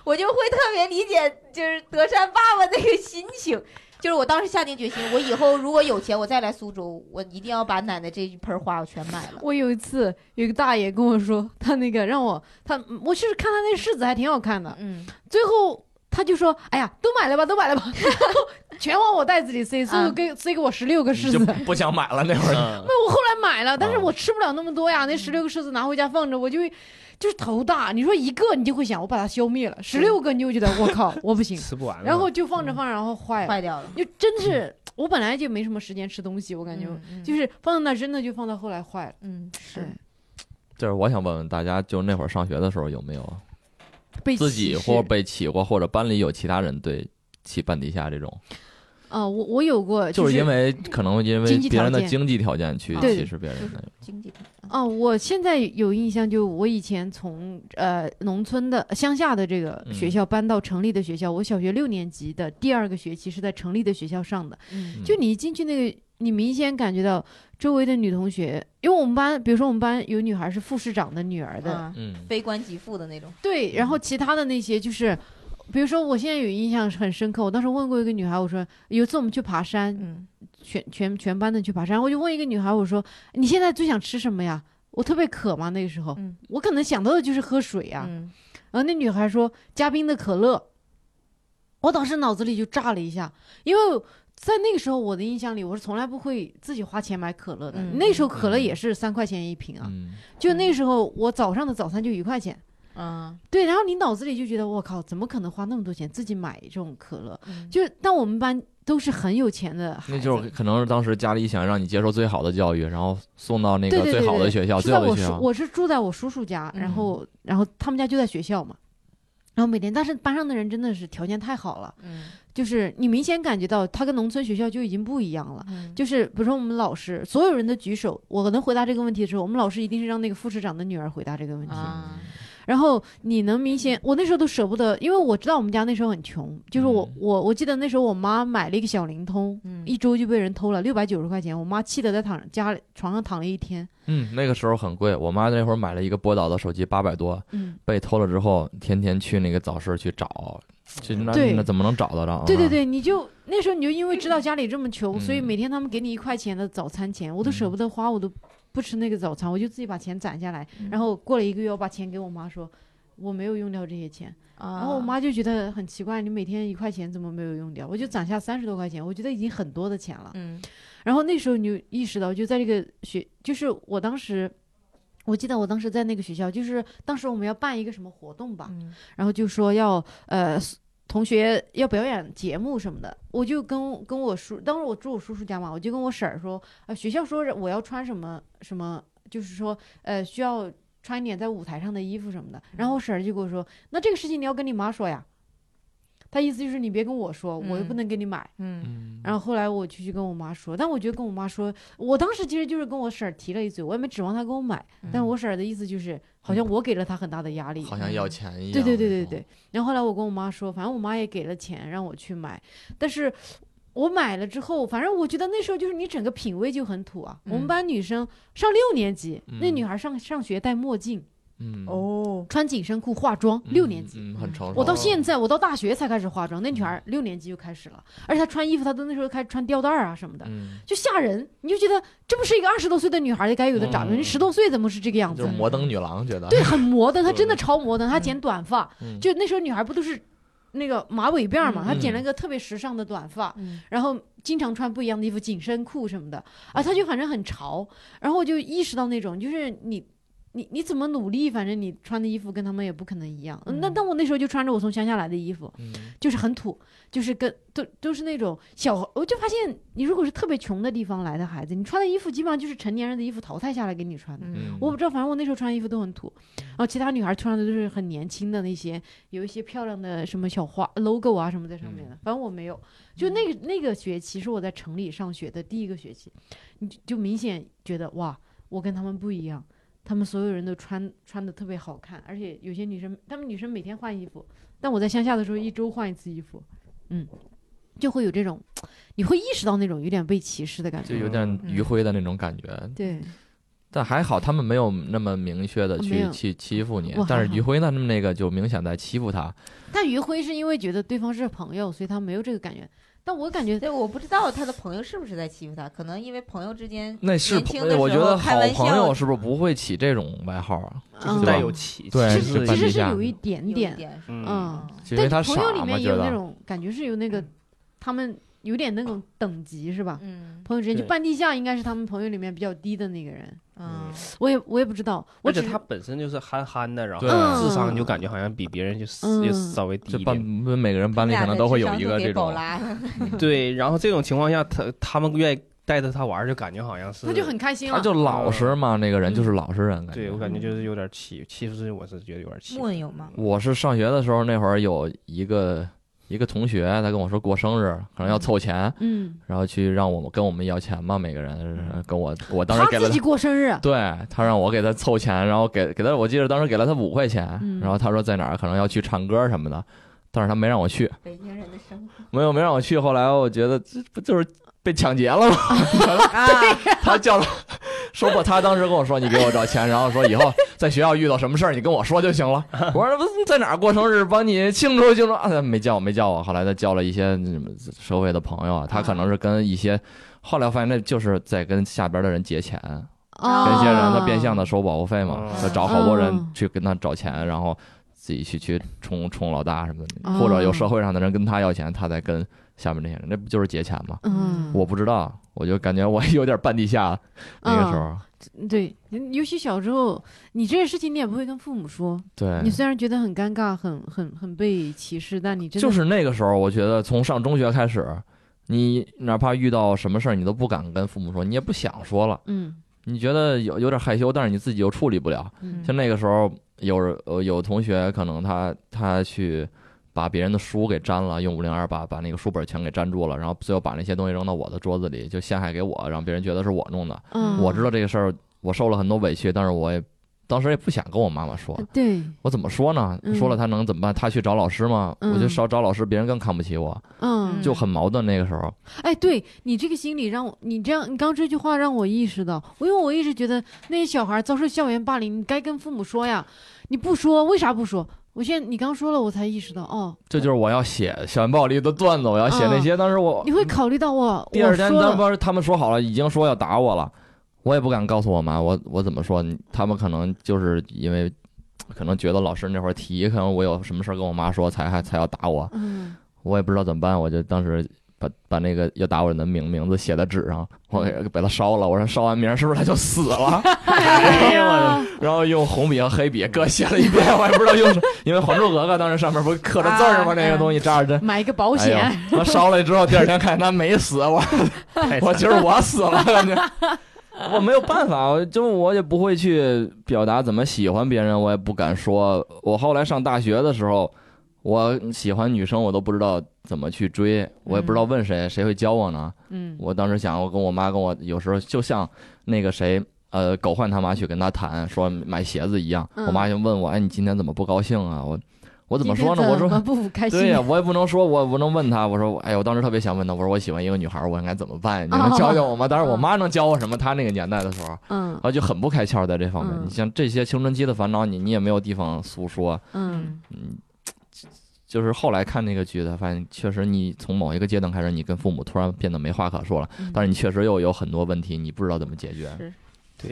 Speaker 2: 我就会特别理解就是德善爸爸那个心情。就是我当时下定决心，我以后如果有钱，我再来苏州，我一定要把奶奶这一盆花我全买了。
Speaker 1: 我有一次有个大爷跟我说，他那个让我他我就是看他那柿子还挺好看的，
Speaker 2: 嗯，
Speaker 1: 最后他就说：“哎呀，都买了吧，都买了吧。” 然后全往我袋子里塞，最后
Speaker 2: 嗯
Speaker 1: 给塞给我十六个柿
Speaker 3: 你
Speaker 1: 子
Speaker 3: 就。不想买了那会儿。
Speaker 4: 嗯
Speaker 1: 那我后来买了，但是
Speaker 3: 啊嗯
Speaker 1: 我吃不了那么多呀。那十六个柿子拿回家放着，我就会就是头大。你说一个，你就会想我把它消灭了；十六个，你就会觉得我 靠，我不行。
Speaker 4: 吃不完
Speaker 3: 哎
Speaker 4: 了。
Speaker 1: 然后就放着放着，然后坏了，
Speaker 2: 坏掉了，
Speaker 1: 就真是我本来就没什么时间吃东西，我感觉
Speaker 2: 嗯
Speaker 1: 就是放在那儿真的就放到后来坏了。
Speaker 2: 嗯是
Speaker 1: 哎
Speaker 3: 就是我想问问大家，就那会儿上学的时候有没有
Speaker 1: 被
Speaker 3: 自己
Speaker 1: 歧视
Speaker 3: 或被起过，或者班里有其他人对起半地下这种，
Speaker 1: 啊，我我有过，
Speaker 3: 就是是因为可能因为
Speaker 1: 经济
Speaker 3: 别人的
Speaker 1: 条件
Speaker 3: 经济条件去
Speaker 1: 对
Speaker 3: 歧视别人的。
Speaker 2: 经济啊
Speaker 1: 哦，我现在有印象，就我以前从呃农村的乡下的这个学
Speaker 3: 嗯
Speaker 1: 校搬到城里的学校，我小学六年级的第二个学期是在城里的学校上的。
Speaker 2: 嗯
Speaker 3: 嗯
Speaker 1: 就你一进去那个，你明显感觉到周围的女同学，因为我们班，比如说我们班有女孩是副市长的女儿的，
Speaker 2: 啊
Speaker 3: 嗯，
Speaker 2: 非官即妇的那种，
Speaker 1: 对，然后其他的那些就是。比如说，我现在有印象很深刻。我当时问过一个女孩，我说有一次我们去爬山，
Speaker 2: 嗯
Speaker 1: 全全全班的去爬山，我就问一个女孩，我说你现在最想吃什么呀？我特别渴嘛，那个时候，
Speaker 2: 嗯
Speaker 1: 我可能想到的就是喝水呀、
Speaker 2: 嗯
Speaker 1: 然后那女孩说加冰的可乐，我当时脑子里就炸了一下，因为在那个时候我的印象里，我是从来不会自己花钱买可乐的。
Speaker 2: 嗯
Speaker 1: 那时候可乐也是三块钱一瓶啊，
Speaker 3: 嗯，
Speaker 1: 就那时候我早上的早餐就一块钱。
Speaker 2: 啊
Speaker 1: 对，然后你脑子里就觉得我靠，怎么可能花那么多钱自己买这种可乐？
Speaker 2: 嗯
Speaker 1: 就但我们班都是很有钱的孩子，
Speaker 3: 那就是可能是当时家里想让你接受最好的教育，然后送到那
Speaker 1: 对
Speaker 3: 个
Speaker 1: 对对
Speaker 3: 最好
Speaker 1: 对
Speaker 3: 的学校，
Speaker 1: 是
Speaker 3: 最
Speaker 1: 在
Speaker 3: 好的
Speaker 1: 我
Speaker 3: 学
Speaker 1: 叔，
Speaker 3: 校。
Speaker 1: 我是住在我叔叔家，然
Speaker 2: 嗯
Speaker 1: 后然后他们家就在学校嘛，然后每天，但是班上的人真的是条件太好了，
Speaker 2: 嗯
Speaker 1: 就是你明显感觉到他跟农村学校就已经不一样了。
Speaker 2: 嗯
Speaker 1: 就是比如说我们老师，所有人的举手，我能回答这个问题的时候，我们老师一定是让那个副市长的女儿回答这个问题。
Speaker 2: 啊
Speaker 1: 然后你能明显，我那时候都舍不得，因为我知道我们家那时候很穷，就是我、
Speaker 3: 嗯
Speaker 1: 我我记得那时候我妈买了一个小灵通，
Speaker 2: 嗯
Speaker 1: 一周就被人偷了六百九十块钱，我妈气得在躺家里床上躺了一天。
Speaker 3: 嗯，那个时候很贵，我妈那会儿买了一个波导的手机，八百多，
Speaker 1: 嗯，
Speaker 3: 被偷了之后，天天去那个早市去找，去那
Speaker 1: 对
Speaker 3: 那怎么能找得着？啊
Speaker 1: 对对，对，你就那时候你就因为知道家里这么穷，所以
Speaker 3: 嗯
Speaker 1: 每天他们给你一块钱的早餐钱，我都舍不得花，我都不吃那个早餐，我就自己把钱攒下来，然后过了一个月，我把钱给我妈说。我没有用掉这些钱，
Speaker 2: 啊，
Speaker 1: 然后我妈就觉得很奇怪，你每天一块钱怎么没有用掉？我就攒下三十多块钱，我觉得已经很多的钱了。
Speaker 2: 嗯
Speaker 1: 然后那时候你就意识到，就在这个学，就是我当时，我记得我当时在那个学校，就是当时我们要办一个什么活动吧，
Speaker 2: 嗯
Speaker 1: 然后就说要呃同学要表演节目什么的，我就跟跟我叔，当时我住我叔叔家嘛，我就跟我婶儿说，呃学校说我要穿什么什么，就是说呃需要穿一点在舞台上的衣服什么的，然后我婶儿就跟我说，那这个事情你要跟你妈说呀。他意思就是你别跟我说，我又不
Speaker 2: 嗯
Speaker 1: 能给你买。
Speaker 2: 嗯
Speaker 3: 嗯，
Speaker 1: 然后后来我就去跟我妈说，但我觉得跟我妈说，我当时其实就是跟我婶儿提了一嘴，我也没指望她给我买，但我婶儿的意思就是好像我给了她很大的压力，
Speaker 3: 好像要钱一样。
Speaker 1: 对对对对对。然后后来我跟我妈说，反正我妈也给了钱让我去买，但是我买了之后，反正我觉得那时候就是你整个品味就很土啊。我们
Speaker 2: 嗯
Speaker 1: 班女生上六年级，那
Speaker 3: 嗯
Speaker 1: 女孩上上学戴墨镜，
Speaker 3: 嗯，
Speaker 2: 哦
Speaker 1: 穿紧身裤，化妆，
Speaker 3: 嗯，
Speaker 1: 六年级。
Speaker 3: 嗯，很成熟。
Speaker 1: 我到现在，我到大学才开始化妆，那女孩六年级就开始了，而且她穿衣服，她都那时候开始穿吊带儿啊什么的，
Speaker 3: 嗯，
Speaker 1: 就吓人。你就觉得这不是一个二十多岁的女孩儿该有的长相，你
Speaker 3: 嗯
Speaker 1: 十多岁怎么是这个样
Speaker 3: 就
Speaker 1: 子
Speaker 3: 是？摩登女郎，觉得
Speaker 1: 嗯对， 很摩登，她真的
Speaker 3: 嗯
Speaker 1: 超摩登，她剪短发，
Speaker 3: 嗯
Speaker 1: 就那时候女孩不都是那个马尾辫儿嘛，
Speaker 2: 嗯
Speaker 1: 她剪了
Speaker 3: 嗯
Speaker 1: 个特别时尚的短发，
Speaker 2: 嗯
Speaker 1: 然后经常穿不一样的衣服，紧身裤什么的啊，她就反正很潮。然后我就意识到那种，就是你你你怎么努力，反正你穿的衣服跟他们也不可能一样。嗯那
Speaker 2: 嗯
Speaker 1: 但我那时候就穿着我从乡下来的衣服，
Speaker 5: 嗯
Speaker 1: 就是很土，就是跟都都是那种小，我就发现你如果是特别穷的地方来的孩子，你穿的衣服基本上就是成年人的衣服淘汰下来给你穿的。
Speaker 2: 嗯
Speaker 1: 我不知道，反正我那时候穿衣服都很土，然后其他女孩穿的都是很年轻的那些，有一些漂亮的什么小花 logo 啊什么在上面的，反正我没有。就那个那个学期是我在城里上学的第一个学期，你就就明显觉得哇，我跟他们不一样，他们所有人都穿穿的特别好看，而且有些女生，她们女生每天换衣服，但我在乡下的时候一周换一次衣服，嗯，就会有这种，你会意识到那种有点被歧视的感
Speaker 3: 就
Speaker 1: 觉。
Speaker 3: 有点余晖的那种感觉。
Speaker 1: 对，
Speaker 3: 但还好他们没有那么明确的
Speaker 1: 没
Speaker 3: 去
Speaker 1: 有
Speaker 3: 去欺负你
Speaker 1: 我还，
Speaker 3: 但是
Speaker 1: 好
Speaker 3: 余晖呢，那个就明显在欺负他。
Speaker 1: 但余晖是因为觉得对方是朋友，所以他没有这个感觉。但我感觉
Speaker 2: 对，我不知道他的朋友是不是在欺负他，可能因为朋友之间
Speaker 3: 那是
Speaker 2: 年轻的时候
Speaker 3: 我觉得
Speaker 2: 开
Speaker 3: 好
Speaker 2: 玩
Speaker 3: 朋友
Speaker 2: 笑
Speaker 3: 是不是不会起这种外号啊？
Speaker 5: 就是带有歧
Speaker 3: 对
Speaker 5: 歧
Speaker 1: 其
Speaker 5: 视
Speaker 1: 实
Speaker 3: 是
Speaker 5: 的意
Speaker 1: 嗯其实
Speaker 3: 班
Speaker 5: 味
Speaker 3: 级
Speaker 1: 是
Speaker 3: 下
Speaker 1: 有一点
Speaker 2: 有一
Speaker 1: 点，
Speaker 2: 点是
Speaker 1: 嗯
Speaker 2: 嗯
Speaker 3: 因为他
Speaker 1: 朋
Speaker 3: 傻
Speaker 1: 友里
Speaker 3: 嘛，
Speaker 1: 面也
Speaker 3: 觉
Speaker 1: 有那
Speaker 3: 得
Speaker 1: 种感觉是有那个，他们有点那种等级是吧？
Speaker 2: 嗯
Speaker 1: 朋友之间就
Speaker 4: 对
Speaker 1: 半地下应该是他们朋友里面比较低的那个人，
Speaker 2: 嗯，
Speaker 1: 我也我也不知道，我
Speaker 4: 而
Speaker 1: 只
Speaker 4: 且
Speaker 1: 是
Speaker 4: 他本身就是憨憨的，然后
Speaker 3: 对
Speaker 1: 嗯
Speaker 4: 智商就感觉好像比别人就就
Speaker 1: 嗯
Speaker 4: 稍微低
Speaker 3: 这
Speaker 4: 一
Speaker 3: 班
Speaker 4: 点。
Speaker 3: 每个人班里可能都会有一个这种，
Speaker 4: 对，然后这种情况下，他他们愿意带着他玩儿，就感觉好像是
Speaker 1: 他就很开心啊
Speaker 3: 他
Speaker 1: 了。嗯
Speaker 3: 就老实嘛，那个人就是老实人。
Speaker 4: 对我感觉就是有点欺欺负，我是觉得有点欺
Speaker 2: 木
Speaker 4: 负。
Speaker 2: 恩有吗？
Speaker 3: 我是上学的时候那会儿有一个一个同学，他跟我说过生日，可能要凑钱，
Speaker 1: 嗯，
Speaker 3: 然后去让我们跟我们要钱嘛，每个人跟我我当时给
Speaker 1: 他
Speaker 3: 了
Speaker 1: 自己过生日，
Speaker 3: 对他让我给他凑钱，然后给给他，我记得当时给了他五块钱，
Speaker 1: 嗯
Speaker 3: 然后他说在哪儿可能要去唱歌什么的，但是他没让我去，
Speaker 2: 北京人的生活，
Speaker 3: 没有没让我去。后来我觉得这不就是被抢劫了吗？
Speaker 2: 啊，
Speaker 3: 他叫了，说不，他当时跟我说你给我找钱，然后说以后在学校遇到什么事儿你跟我说就行了。我说不在哪儿过生日，帮你庆祝庆祝啊，没叫我没叫我。后来他交了一些什么社会的朋友啊，他可能是跟一些，后来我发现那就是在跟下边的人结钱。
Speaker 1: 啊，
Speaker 3: 这些人他变相的收保护费嘛
Speaker 4: 哦，
Speaker 3: 他找好多人
Speaker 1: 嗯
Speaker 3: 去跟他找钱，然后自己去去冲冲老大什么的，
Speaker 1: 哦
Speaker 3: 或者有社会上的人跟他要钱，他再跟下面那些人，那不就是劫钱吗？
Speaker 1: 嗯，
Speaker 3: 我不知道，我就感觉我有点半地下那个时候，
Speaker 1: 嗯对，尤其小时候，你这些事情你也不会跟父母说，你
Speaker 3: 对，
Speaker 1: 虽然觉得很尴尬，很很很被歧视，但你真的
Speaker 3: 就是那个时候，我觉得从上中学开始，你哪怕遇到什么事儿，你都不敢跟父母说，你也不想说了，
Speaker 1: 嗯
Speaker 3: 你觉得有有点害羞，但是你自己又处理不了，
Speaker 1: 嗯
Speaker 3: 像那个时候有呃有同学可能他他去把别人的书给粘了，用五零二把把那个书本全给粘住了，然后最后把那些东西扔到我的桌子里，就陷害给我，让别人觉得是我弄的。
Speaker 1: 嗯，
Speaker 3: 我知道这个事儿，我受了很多委屈，但是我也当时也不想跟我妈妈说，
Speaker 1: 呃对，
Speaker 3: 我怎么说呢？
Speaker 1: 嗯
Speaker 3: 说了她能怎么办？她去找老师吗？
Speaker 1: 嗯
Speaker 3: 我就少找老师，别人更看不起我，
Speaker 1: 嗯，
Speaker 3: 就很矛盾。那个时候，
Speaker 1: 哎，对你这个心理让我，你这样，你刚这句话让我意识到，因为我一直觉得那些小孩遭受校园霸凌，你该跟父母说呀，你不说，为啥不说？我现在你刚说了，我才意识到，哦，
Speaker 3: 这就是我要写校园暴力的段子，我要写那些。当时我
Speaker 1: 嗯你会考虑到我，
Speaker 3: 嗯第二
Speaker 1: 我
Speaker 3: 天，
Speaker 1: 说
Speaker 3: 他
Speaker 1: 了，
Speaker 3: 们他们说好了，已经说要打我了，我也不敢告诉我妈，我我怎么说？你他们可能就是因为，可能觉得老师那会儿提，可能我有什么事儿跟我妈说，才还才要打我，
Speaker 1: 嗯，
Speaker 3: 我也不知道怎么办，我就当时。把把那个要打我的名名字写在纸上，我给把它烧了。我说烧完名是不是他就死了？
Speaker 1: 哎
Speaker 3: 呀
Speaker 1: 呀，
Speaker 3: 然后用红笔和黑笔各写了一遍，我也不知道用什么，因为《还珠格格》当时上面不是刻着字儿吗？
Speaker 2: 啊
Speaker 3: 那个
Speaker 1: 嗯
Speaker 3: 东西扎着针。
Speaker 1: 买一个保
Speaker 3: 哎呦
Speaker 1: 险，
Speaker 3: 我烧了之后，第二天看他没死，我
Speaker 4: 太
Speaker 3: 我觉得我死了，感觉 我没有办法，我就我也不会去表达怎么喜欢别人，我也不敢说。我后来上大学的时候，我喜欢女生，我都不知道怎么去追，我也不知道问谁，谁会教我呢？
Speaker 1: 嗯，
Speaker 3: 我当时想，我跟我妈跟我有时候就像那个谁。呃，狗焕他妈去跟他谈说买鞋子一样，
Speaker 1: 嗯
Speaker 3: 我妈就问我，哎，你今天怎么不高兴啊？我我怎么
Speaker 1: 今
Speaker 3: 说
Speaker 1: 天
Speaker 3: 呢？我说
Speaker 1: 怎么不开哎心
Speaker 3: 对呀、，我也不能说，我我能问他，我说，哎，我当时特别想问他，我说我喜欢一个女孩，我应该怎么办？你
Speaker 1: 啊
Speaker 3: 能教教我吗？当然，我妈能教我什么？她那个年代的时候，
Speaker 1: 嗯
Speaker 3: 啊，就很不开窍在这方面。
Speaker 1: 嗯
Speaker 3: 你像这些青春期的烦恼，你你也没有地方诉说。
Speaker 1: 嗯，
Speaker 3: 就是后来看那个剧，才发现确实你从某一个阶段
Speaker 1: 嗯
Speaker 3: 开始，你跟父母突然变得没话可说了，但是你确实又有很多问题，你不知道怎么解决。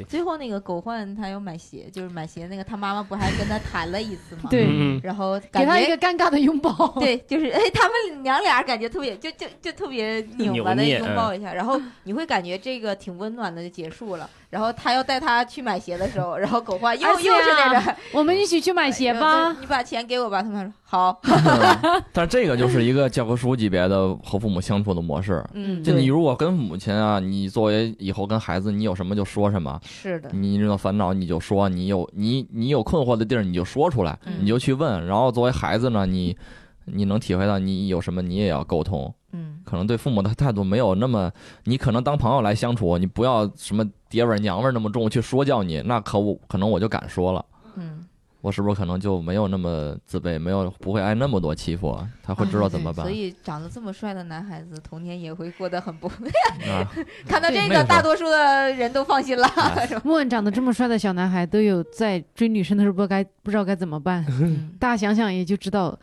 Speaker 2: 最后那个狗焕他要买鞋，就是买鞋那个他妈妈不还跟他谈了一次吗？
Speaker 1: 对
Speaker 4: 嗯
Speaker 2: 然后感
Speaker 1: 给他一个
Speaker 2: 觉
Speaker 1: 尴尬的拥抱。
Speaker 4: 哦
Speaker 2: 对，就是哎，他们娘俩感觉特别，就就就特别拧巴的
Speaker 4: 扭捏嗯
Speaker 2: 拥抱一下，然后你会感觉这个挺温暖的就结束了。然后他要带他去买鞋的时候，然后狗焕又
Speaker 1: 哎
Speaker 3: 啊
Speaker 2: 又是那种
Speaker 1: 我们一起去买鞋
Speaker 3: 哎
Speaker 1: 吧。
Speaker 2: 你把钱给我吧。他们说 好，
Speaker 3: 嗯但是这个就是一个教科书级别的和父母相处的模式。
Speaker 2: 嗯，
Speaker 3: 就
Speaker 2: 对
Speaker 3: 你如果跟母亲啊，你作为以后跟孩子，你有什么就说什么，
Speaker 2: 是的，
Speaker 3: 你遇到烦恼你就说，你有你你有困惑的地儿你就说出来，
Speaker 2: 嗯
Speaker 3: 你就去问。然后作为孩子呢，你你能体会到你有什么你也要沟通。
Speaker 2: 嗯
Speaker 3: 可能对父母的态度没有那么，你可能当朋友来相处，你不要什么爹味儿娘味儿那么重去说教你，那可我可能我就敢说了。
Speaker 2: 嗯，
Speaker 3: 我是不是可能就没有那么自卑，没有不会挨那么多欺负？啊他会知道怎么办
Speaker 2: 所。以长得这么帅的男孩子，童年也会过得 很不。
Speaker 3: 啊，
Speaker 2: 看到这
Speaker 3: 那
Speaker 2: 个，
Speaker 3: 个
Speaker 2: 大多数的人都放心了。
Speaker 3: 哎
Speaker 2: 是吧
Speaker 1: 莫恩长得这么帅的小男孩，都有在追女生的时候不知道该不知道该怎么 办。
Speaker 2: 嗯
Speaker 1: 大家想想也就知道，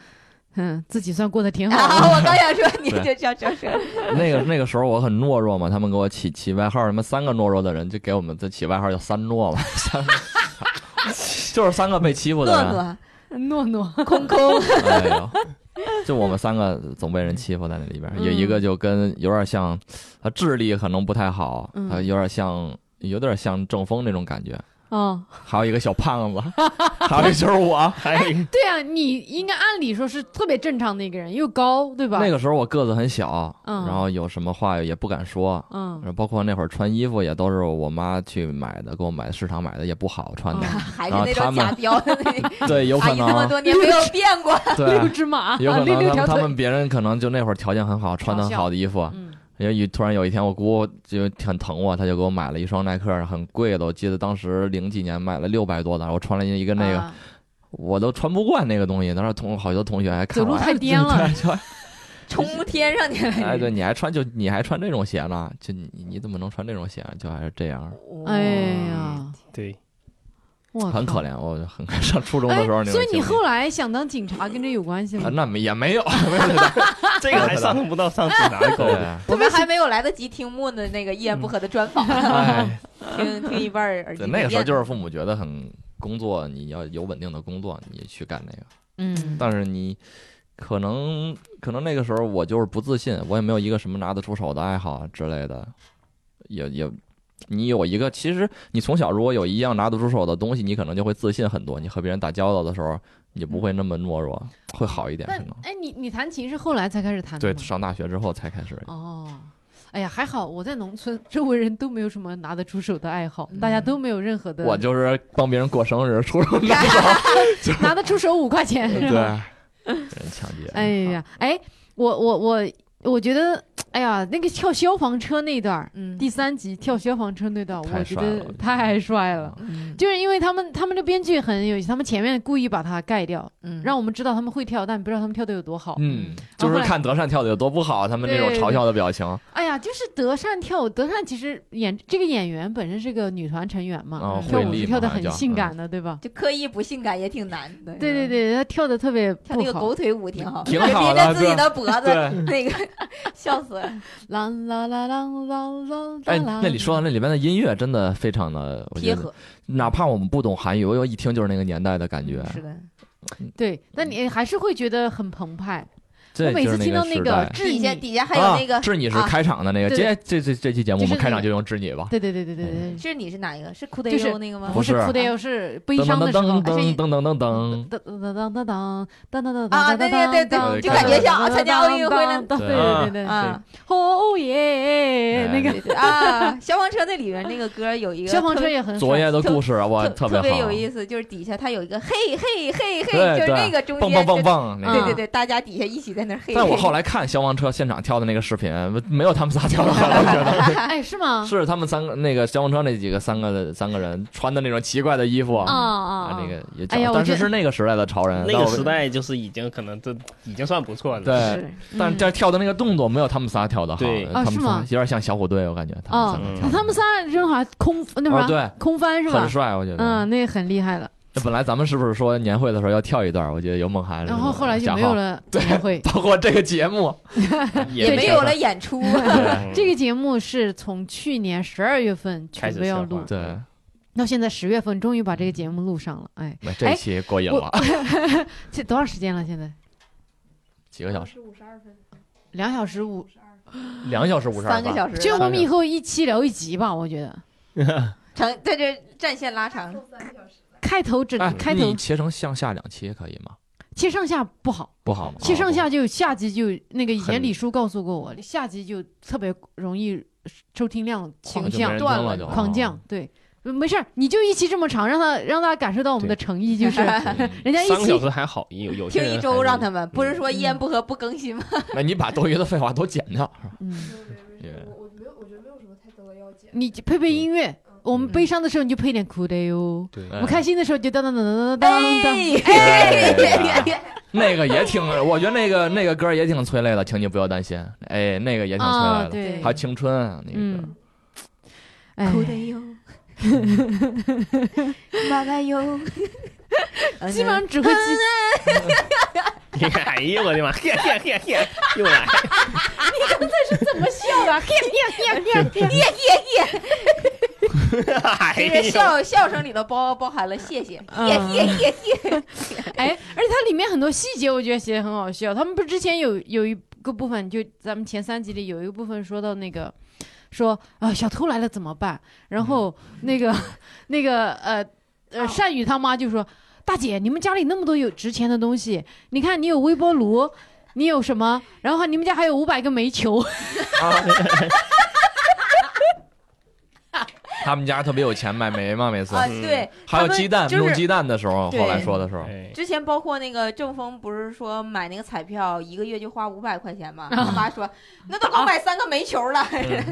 Speaker 1: 嗯，自己算过得挺好的。
Speaker 2: 啊，我刚想说你这
Speaker 3: 对
Speaker 2: 叫叫什
Speaker 3: 那个那个时候我很懦弱嘛，他们给我起起外号，他们三个懦弱的人就给我们这起外号叫“三懦”嘛，三 个就是三个被欺负的
Speaker 2: 诺
Speaker 3: 人。
Speaker 2: 诺
Speaker 1: 诺诺，
Speaker 2: 空空，
Speaker 3: 哎呦，就我们三个总被人欺负在那里边儿，有一
Speaker 1: 嗯
Speaker 3: 个就跟有点像，他智力可能不太好，
Speaker 1: 嗯
Speaker 3: 他有点像有点像郑峰那种感觉，
Speaker 1: 哦，
Speaker 3: 还有一个小胖子，还有一个就是我，还有一个
Speaker 1: 对啊，你应该按理说是特别正常的一个人，又高，对吧？
Speaker 3: 那个时候我个子很小，
Speaker 1: 嗯
Speaker 3: 然后有什么话也不敢说，
Speaker 1: 嗯，
Speaker 3: 然后包括那会儿穿衣服也都是我妈去买的，给我买的市场买的也不好穿的，
Speaker 1: 哦
Speaker 2: 还是那种假标的那个。
Speaker 3: 对，有
Speaker 2: 阿
Speaker 3: 可
Speaker 2: 啊姨这么
Speaker 3: 能，啊
Speaker 2: 多年没有变过，
Speaker 1: 六
Speaker 4: 啊
Speaker 3: 对，
Speaker 1: 只马，
Speaker 3: 有可
Speaker 1: 六
Speaker 3: 能
Speaker 1: 六
Speaker 3: 他
Speaker 1: 啊条
Speaker 3: 们他
Speaker 1: 腿。
Speaker 3: 们别人可能就那会儿条件很好，穿的很好的衣服，
Speaker 1: 嗯，
Speaker 3: 因为突然有一天我姑就很疼我，她就给我买了一双耐克，很贵的，我记得当时零几年买了六百多的，我穿了一个那个，
Speaker 1: 啊
Speaker 3: 我都穿不惯那个东西，当时同好多同学还看
Speaker 1: 走
Speaker 3: 我
Speaker 1: 路太颠 了
Speaker 2: 冲天上去了。
Speaker 3: 哎，对，你还穿就你还穿这种鞋呢？就你你怎么能穿这种鞋？啊就还是这样，
Speaker 1: 哎呀，
Speaker 4: 对，
Speaker 1: 我
Speaker 3: 很
Speaker 1: 靠
Speaker 3: 可怜。我很 上初中的
Speaker 1: 哎
Speaker 3: 时候那种经历、
Speaker 1: 所以你后来想当警察，跟这有关系
Speaker 3: 啊
Speaker 1: 吗？
Speaker 3: 那没也没有，
Speaker 4: 这个还上升不到上警察 的高度。
Speaker 3: 对
Speaker 2: 我们还没有来得及听木的那个一言不合的专访，
Speaker 3: 哎，
Speaker 2: 听听一半儿耳 机
Speaker 3: 嗯对，那个时候就是是父母觉得很工作，你要有稳定的工作，你去干那个。
Speaker 1: 嗯，
Speaker 3: 但是你可能可能那个时候我就是不自信，我也没有一个什么拿得出手的爱好之类的，也也。你有一个，其实你从小如果有一样拿得出手的东西，你可能就会自信很多。你和别人打交道的时候，你就不会那么懦弱，会好一点。
Speaker 1: 那
Speaker 3: 可能
Speaker 1: 哎，你你弹琴是后来才开始弹的
Speaker 3: 对，
Speaker 1: 吗？
Speaker 3: 上大学之后才开始。
Speaker 1: 哦，哎呀，还好我在农村，周围人都没有什么拿得出手的爱好，大家都没有任何的，
Speaker 3: 嗯我就是帮别人过生日，初中的
Speaker 1: 拿得出手五块钱。
Speaker 3: 对，被人抢劫。
Speaker 1: 哎呀，哎，我我我我觉得，哎呀，那个跳消防车那段儿，
Speaker 2: 嗯
Speaker 1: 第三集跳消防车那段儿，
Speaker 3: 太
Speaker 1: 我觉
Speaker 3: 帅
Speaker 1: 得
Speaker 3: 了
Speaker 1: 太帅了。
Speaker 2: 嗯
Speaker 1: 就是因为他们，他们的编剧很有意思，他们前面故意把它盖掉，
Speaker 2: 嗯
Speaker 1: 让我们知道他们会跳，但不知道他们跳的有多好。
Speaker 3: 嗯，
Speaker 1: 然
Speaker 3: 就
Speaker 1: 后后
Speaker 3: 是
Speaker 1: 来
Speaker 3: 看德善跳的有多不好，他们那种
Speaker 1: 对
Speaker 3: 嘲笑的表情。
Speaker 1: 哎呀，就是德善跳舞，德善其实演这个演员本身是个女团成员嘛，
Speaker 3: 哦
Speaker 1: 跳
Speaker 3: 惠
Speaker 1: 舞
Speaker 3: 利
Speaker 1: 是
Speaker 3: 嘛
Speaker 1: 跳的
Speaker 3: 好
Speaker 1: 很
Speaker 3: 像叫
Speaker 1: 性
Speaker 3: 嗯
Speaker 1: 感的，对吧？
Speaker 2: 就刻意不性感也挺难的。
Speaker 1: 对对，对，她跳的特别不
Speaker 2: 跳
Speaker 1: 好。
Speaker 2: 那个狗腿舞挺好，
Speaker 3: 挺好
Speaker 2: 别
Speaker 3: 的
Speaker 2: 着自己的脖子
Speaker 3: 对，
Speaker 2: 那个 笑死了。
Speaker 1: 啦啦啦啦啦啦啦！
Speaker 3: 哎，那你说到那里边的音乐真的非常的我觉
Speaker 2: 贴
Speaker 3: 得
Speaker 2: 合，
Speaker 3: 哪怕我们不懂韩语，我一听就是那个年代的感觉
Speaker 2: 嗯。是的，
Speaker 1: 对，那你还是会觉得很澎湃。我
Speaker 3: 这
Speaker 1: 每
Speaker 3: 就
Speaker 1: 次
Speaker 3: 是
Speaker 1: 听到那
Speaker 3: 时
Speaker 1: 个
Speaker 3: 代。
Speaker 1: 致
Speaker 2: 底
Speaker 1: 你，
Speaker 2: 下
Speaker 1: 对
Speaker 2: 底下还有那
Speaker 3: 啊
Speaker 2: 个，
Speaker 3: 致你是
Speaker 2: 啊
Speaker 3: 开场的那个，
Speaker 1: 对
Speaker 3: 这这这这期节目
Speaker 1: 就
Speaker 3: 我
Speaker 1: 是
Speaker 3: 们开
Speaker 1: 那
Speaker 3: 场
Speaker 1: 个
Speaker 3: 就用致你吧。
Speaker 1: 对对对对对，
Speaker 2: 是你是哪一个？是酷得
Speaker 1: 就是
Speaker 2: 肉那个吗
Speaker 1: 不？是
Speaker 3: 不是
Speaker 1: 哭的，又是悲
Speaker 3: 噔
Speaker 1: 伤的
Speaker 3: 噔
Speaker 1: 时候，
Speaker 3: 噔
Speaker 1: 还是
Speaker 3: 噔噔噔噔
Speaker 1: 噔噔
Speaker 3: 噔
Speaker 1: 噔噔噔噔噔噔
Speaker 2: 啊对对对对
Speaker 3: 就感觉
Speaker 2: 像参加奥运会了
Speaker 1: 对对对对，
Speaker 2: 啊
Speaker 1: 哦
Speaker 3: 哎
Speaker 1: 耶，那个
Speaker 2: 对对啊，消防车那里边那个歌有一个
Speaker 1: 消防
Speaker 2: 特
Speaker 1: 车
Speaker 2: 别
Speaker 1: 也很
Speaker 3: 噔。昨夜的
Speaker 2: 特
Speaker 3: 故事啊我
Speaker 2: 特
Speaker 3: 别好，
Speaker 2: 有意思，就是底下它有一个嘿嘿嘿嘿，
Speaker 3: 对
Speaker 2: 就是
Speaker 3: 对
Speaker 2: 那个中
Speaker 3: 棒
Speaker 2: 间
Speaker 3: 棒
Speaker 2: 是
Speaker 3: 棒棒那
Speaker 1: 嗯
Speaker 3: 个
Speaker 2: 对。对对，大家底下一起在那儿嘿嘿。
Speaker 3: 但我后来看消防车现场跳的那个视频，没有他们仨跳的好，我觉得
Speaker 1: 哎是吗？
Speaker 3: 是他们三个那个消防车那几个三个三个人穿的那种奇怪的衣服
Speaker 1: 啊
Speaker 3: 啊
Speaker 1: 啊，
Speaker 3: 那个也
Speaker 1: 哎呀
Speaker 3: 讲，
Speaker 1: 我
Speaker 3: 但是
Speaker 1: 觉得
Speaker 3: 是那个时代的潮人，
Speaker 4: 那
Speaker 3: 但
Speaker 4: 个
Speaker 3: 我
Speaker 4: 时代就是已经可能这已经算不错了。
Speaker 3: 对，
Speaker 2: 是
Speaker 3: 哎但是这跳的那个动作没有他们仨跳的好，呃
Speaker 4: 对
Speaker 1: 啊
Speaker 3: 他
Speaker 1: 嗯
Speaker 3: 们
Speaker 1: 是
Speaker 3: 仨
Speaker 1: 吗
Speaker 3: 有点像小虎队，我感觉他们
Speaker 1: 哦
Speaker 3: 三个
Speaker 1: 他们仨扔好像空那
Speaker 3: 跳的，
Speaker 1: 啥
Speaker 3: 哦对，
Speaker 1: 空翻是吧
Speaker 3: 很？帅，我觉得。
Speaker 1: 嗯，那个很厉害了。
Speaker 3: 那本来咱们是不是说年会的时候要跳一段？我觉得有梦涵，
Speaker 1: 然后后来就没有，了年会。
Speaker 3: 包括这个节目
Speaker 2: 也没有
Speaker 3: 了。
Speaker 2: 了演出，
Speaker 4: 嗯
Speaker 1: 这个节目是从去年十二月份
Speaker 4: 开
Speaker 1: 准
Speaker 4: 始
Speaker 1: 备要
Speaker 4: 策划
Speaker 1: 录，
Speaker 3: 对，
Speaker 1: 到现在十月份，终于把这个节目录上了。哎，
Speaker 3: 哎这期过瘾了，
Speaker 1: 这多长时间了？现在
Speaker 3: 几个小时，
Speaker 1: 两小时五，
Speaker 3: 两小时五十二
Speaker 2: 三
Speaker 3: 分
Speaker 2: 个。小时
Speaker 1: 这
Speaker 2: 了，
Speaker 1: 我们以后一期聊一集吧，我觉得
Speaker 2: 长在这战线拉长，
Speaker 1: 开头只能
Speaker 3: 哎，
Speaker 1: 开头
Speaker 3: 你切成上下两期可以吗？
Speaker 1: 切上下不好，
Speaker 3: 不好吗？
Speaker 1: 切上
Speaker 3: 哦
Speaker 1: 下就下集就那个以前
Speaker 3: 很
Speaker 1: 李叔告诉过我，下集就特别容易收听量
Speaker 3: 就
Speaker 1: 倾
Speaker 3: 没
Speaker 1: 向
Speaker 3: 人
Speaker 1: 断
Speaker 3: 听了
Speaker 1: 了，
Speaker 3: 就
Speaker 1: 狂降对。没事儿，你就一期这么长，让他让大家感受到我们的诚意， 就是
Speaker 3: 不好嗯
Speaker 1: 人家一
Speaker 4: 三个小
Speaker 1: 期
Speaker 4: 时还好，有有些
Speaker 2: 听
Speaker 4: 人
Speaker 2: 一
Speaker 4: 还
Speaker 2: 周
Speaker 4: 是
Speaker 2: 让他们不是说一言
Speaker 1: 嗯
Speaker 2: 不合不更新吗？
Speaker 3: 那你把多余的废话都剪 掉。
Speaker 1: 嗯，
Speaker 3: 也
Speaker 7: 我没有，我觉得没有什么太多的要解。
Speaker 1: 你配配音乐，我们悲伤的时候你就配点哭的哟，
Speaker 4: 对
Speaker 1: 我们开心的时候就当当当当当当当。哎
Speaker 3: 哎
Speaker 2: 哎，
Speaker 3: 那个也挺，我觉得那个那个歌也挺催泪的，请你不要担心。哎，那个也挺催泪
Speaker 1: 啊，
Speaker 3: 的，
Speaker 1: 对，
Speaker 3: 还有青春啊那个歌。
Speaker 1: 嗯，哎，
Speaker 2: 哭的 哟，妈妈 哟，
Speaker 1: 基
Speaker 2: 嗯
Speaker 1: 本上只会记，
Speaker 4: 哎呀，我的妈！嘿嘿嘿嘿，又来！
Speaker 1: 怎么笑啊？
Speaker 4: 哎
Speaker 2: 这个
Speaker 4: 呀，
Speaker 2: 笑笑声里头包包含了谢谢，
Speaker 1: 嗯
Speaker 2: 耶耶耶耶，
Speaker 1: 哎，而且它里面很多细节，我觉得写的很好笑。他们不是之前有有一个部分，就咱们前三集里有一个部分说到那个，说啊小偷来了怎么办？然后
Speaker 2: 嗯
Speaker 1: 那个 那个呃
Speaker 2: 哦
Speaker 1: 呃善宇他妈就说：“大姐，你们家里那么多有值钱的东西，你看你有微波炉。”你有什么？然后你们家还有五百个煤球，
Speaker 3: 啊他们家特别有钱，买煤嘛，每次。
Speaker 2: 啊，对，
Speaker 3: 嗯还有
Speaker 2: 他们
Speaker 3: 鸡蛋，
Speaker 2: 就
Speaker 3: 弄
Speaker 2: 是
Speaker 3: 鸡蛋的时候，
Speaker 2: 对
Speaker 3: 后来说的时候，
Speaker 4: 哎
Speaker 2: 之前包括那个郑峰不是说买那个彩票一个月就花五百块钱吗？他妈说那都够买三个煤球了，
Speaker 4: 嗯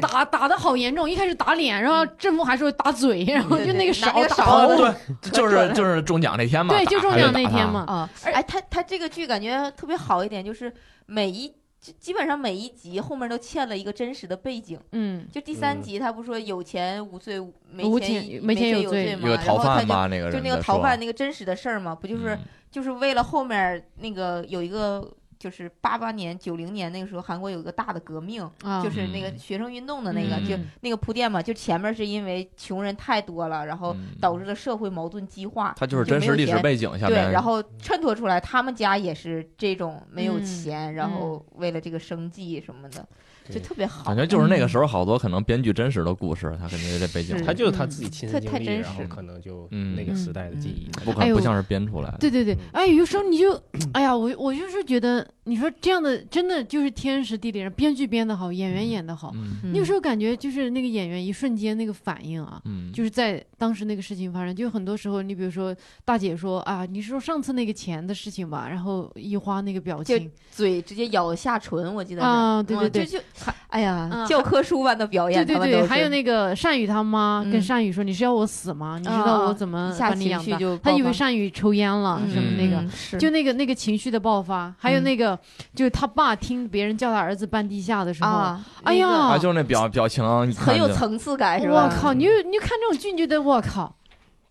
Speaker 1: 打打的好严重，一开始打脸，然后政府还说打嘴，然后
Speaker 2: 嗯对
Speaker 1: 就
Speaker 2: 对
Speaker 1: 那个
Speaker 2: 拿那个
Speaker 1: 打
Speaker 2: 勺
Speaker 1: 跑
Speaker 2: 子
Speaker 1: 了
Speaker 3: 对，就是就是中奖那天嘛，
Speaker 1: 对，
Speaker 3: 打
Speaker 1: 就中奖那天。嘛。
Speaker 2: 啊，哎，他他这个剧感觉特别好一点，就是每一基基本上每一集后面都嵌了一个真实的背景。
Speaker 1: 嗯，
Speaker 2: 就第三
Speaker 4: 嗯
Speaker 2: 集，他不说有钱无罪，没
Speaker 1: 无
Speaker 2: 钱
Speaker 1: 钱没
Speaker 2: 没
Speaker 1: 钱有
Speaker 2: 有
Speaker 1: 罪
Speaker 2: 罪
Speaker 3: 还
Speaker 2: 嘛？
Speaker 3: 有一个
Speaker 2: 然
Speaker 3: 逃
Speaker 2: 后他就
Speaker 3: 犯吧，那个人
Speaker 2: 就那
Speaker 3: 在
Speaker 2: 个
Speaker 3: 说啊
Speaker 2: 逃犯那个真实的事儿嘛，不就是
Speaker 3: 嗯
Speaker 2: 就是为了后面那个有一个就是八八年九零年那个时候韩国有一个大的革命，
Speaker 1: 啊
Speaker 2: 就是那个
Speaker 3: 嗯
Speaker 2: 学生运动的那个
Speaker 3: 嗯
Speaker 2: 就那个铺垫嘛，就前面是因为穷人太多了，然后
Speaker 3: 嗯
Speaker 2: 导致了社会矛盾激化，
Speaker 3: 他就是
Speaker 2: 就
Speaker 3: 真
Speaker 2: 哦没
Speaker 3: 实
Speaker 2: 有
Speaker 3: 历史
Speaker 2: 钱
Speaker 3: 背景下
Speaker 2: 对，
Speaker 3: 面，
Speaker 2: 然后衬托出来他们家也是这种没有
Speaker 1: 嗯
Speaker 2: 钱，然后为了这个生计什么的，就
Speaker 4: 对
Speaker 2: 特别好
Speaker 3: 感。觉就是那个时候好多可能编剧真实的故事，他肯定这背景
Speaker 2: 嗯是，嗯
Speaker 4: 他就是他自己亲身
Speaker 2: 太太
Speaker 4: 经历，
Speaker 2: 真
Speaker 4: 然后
Speaker 2: 实
Speaker 4: 可能就
Speaker 3: 嗯
Speaker 4: 那个时代的记忆。
Speaker 3: 不可
Speaker 1: 哎
Speaker 3: 能
Speaker 1: 呦
Speaker 3: 不像是编出来的。
Speaker 1: 对对对
Speaker 4: 嗯，
Speaker 1: 哎，有时候你就，哎呀，我我就是觉得，你说这样的真的就是天时地利人，编剧编的好，演员演的好，
Speaker 3: 嗯
Speaker 1: 你有时候感觉就是那个演员一瞬间那个反应啊。
Speaker 3: 嗯，
Speaker 1: 就是在当时那个事情发生，就很多时候，你比如说大姐说啊，你是说上次那个钱的事情吧，然后一花那个表情，
Speaker 2: 嘴直接咬下唇，我记得是
Speaker 1: 啊对对
Speaker 2: 嗯
Speaker 1: 对
Speaker 2: 就就哎呀
Speaker 1: 嗯，
Speaker 2: 教科书般的表
Speaker 1: 对
Speaker 2: 演，
Speaker 1: 对
Speaker 2: 他们都
Speaker 1: 对，
Speaker 2: 是
Speaker 1: 还有那个善宇他妈
Speaker 2: 嗯
Speaker 1: 跟善宇说，你是要我死吗？你知道
Speaker 2: 啊
Speaker 1: 我怎么
Speaker 2: 一下
Speaker 1: 把你
Speaker 2: 情
Speaker 1: 养
Speaker 2: 绪
Speaker 1: 大？
Speaker 2: 就
Speaker 1: 他
Speaker 2: 爆
Speaker 1: 以为
Speaker 2: 发
Speaker 1: 善宇抽烟了
Speaker 2: 嗯
Speaker 1: 什么那个，
Speaker 2: 嗯是嗯
Speaker 1: 就那个那个情绪的爆发，还有那个、就是他爸听别人叫他儿子搬地下的时候，
Speaker 2: 啊，
Speaker 1: 哎
Speaker 2: 那个
Speaker 1: 呀
Speaker 3: 啊，就是那表表情，你
Speaker 2: 很
Speaker 3: 看
Speaker 2: 有
Speaker 3: 着
Speaker 2: 层次感，是
Speaker 1: 我
Speaker 2: 吧？
Speaker 1: 靠！你就你就看这种剧，你就觉得我靠，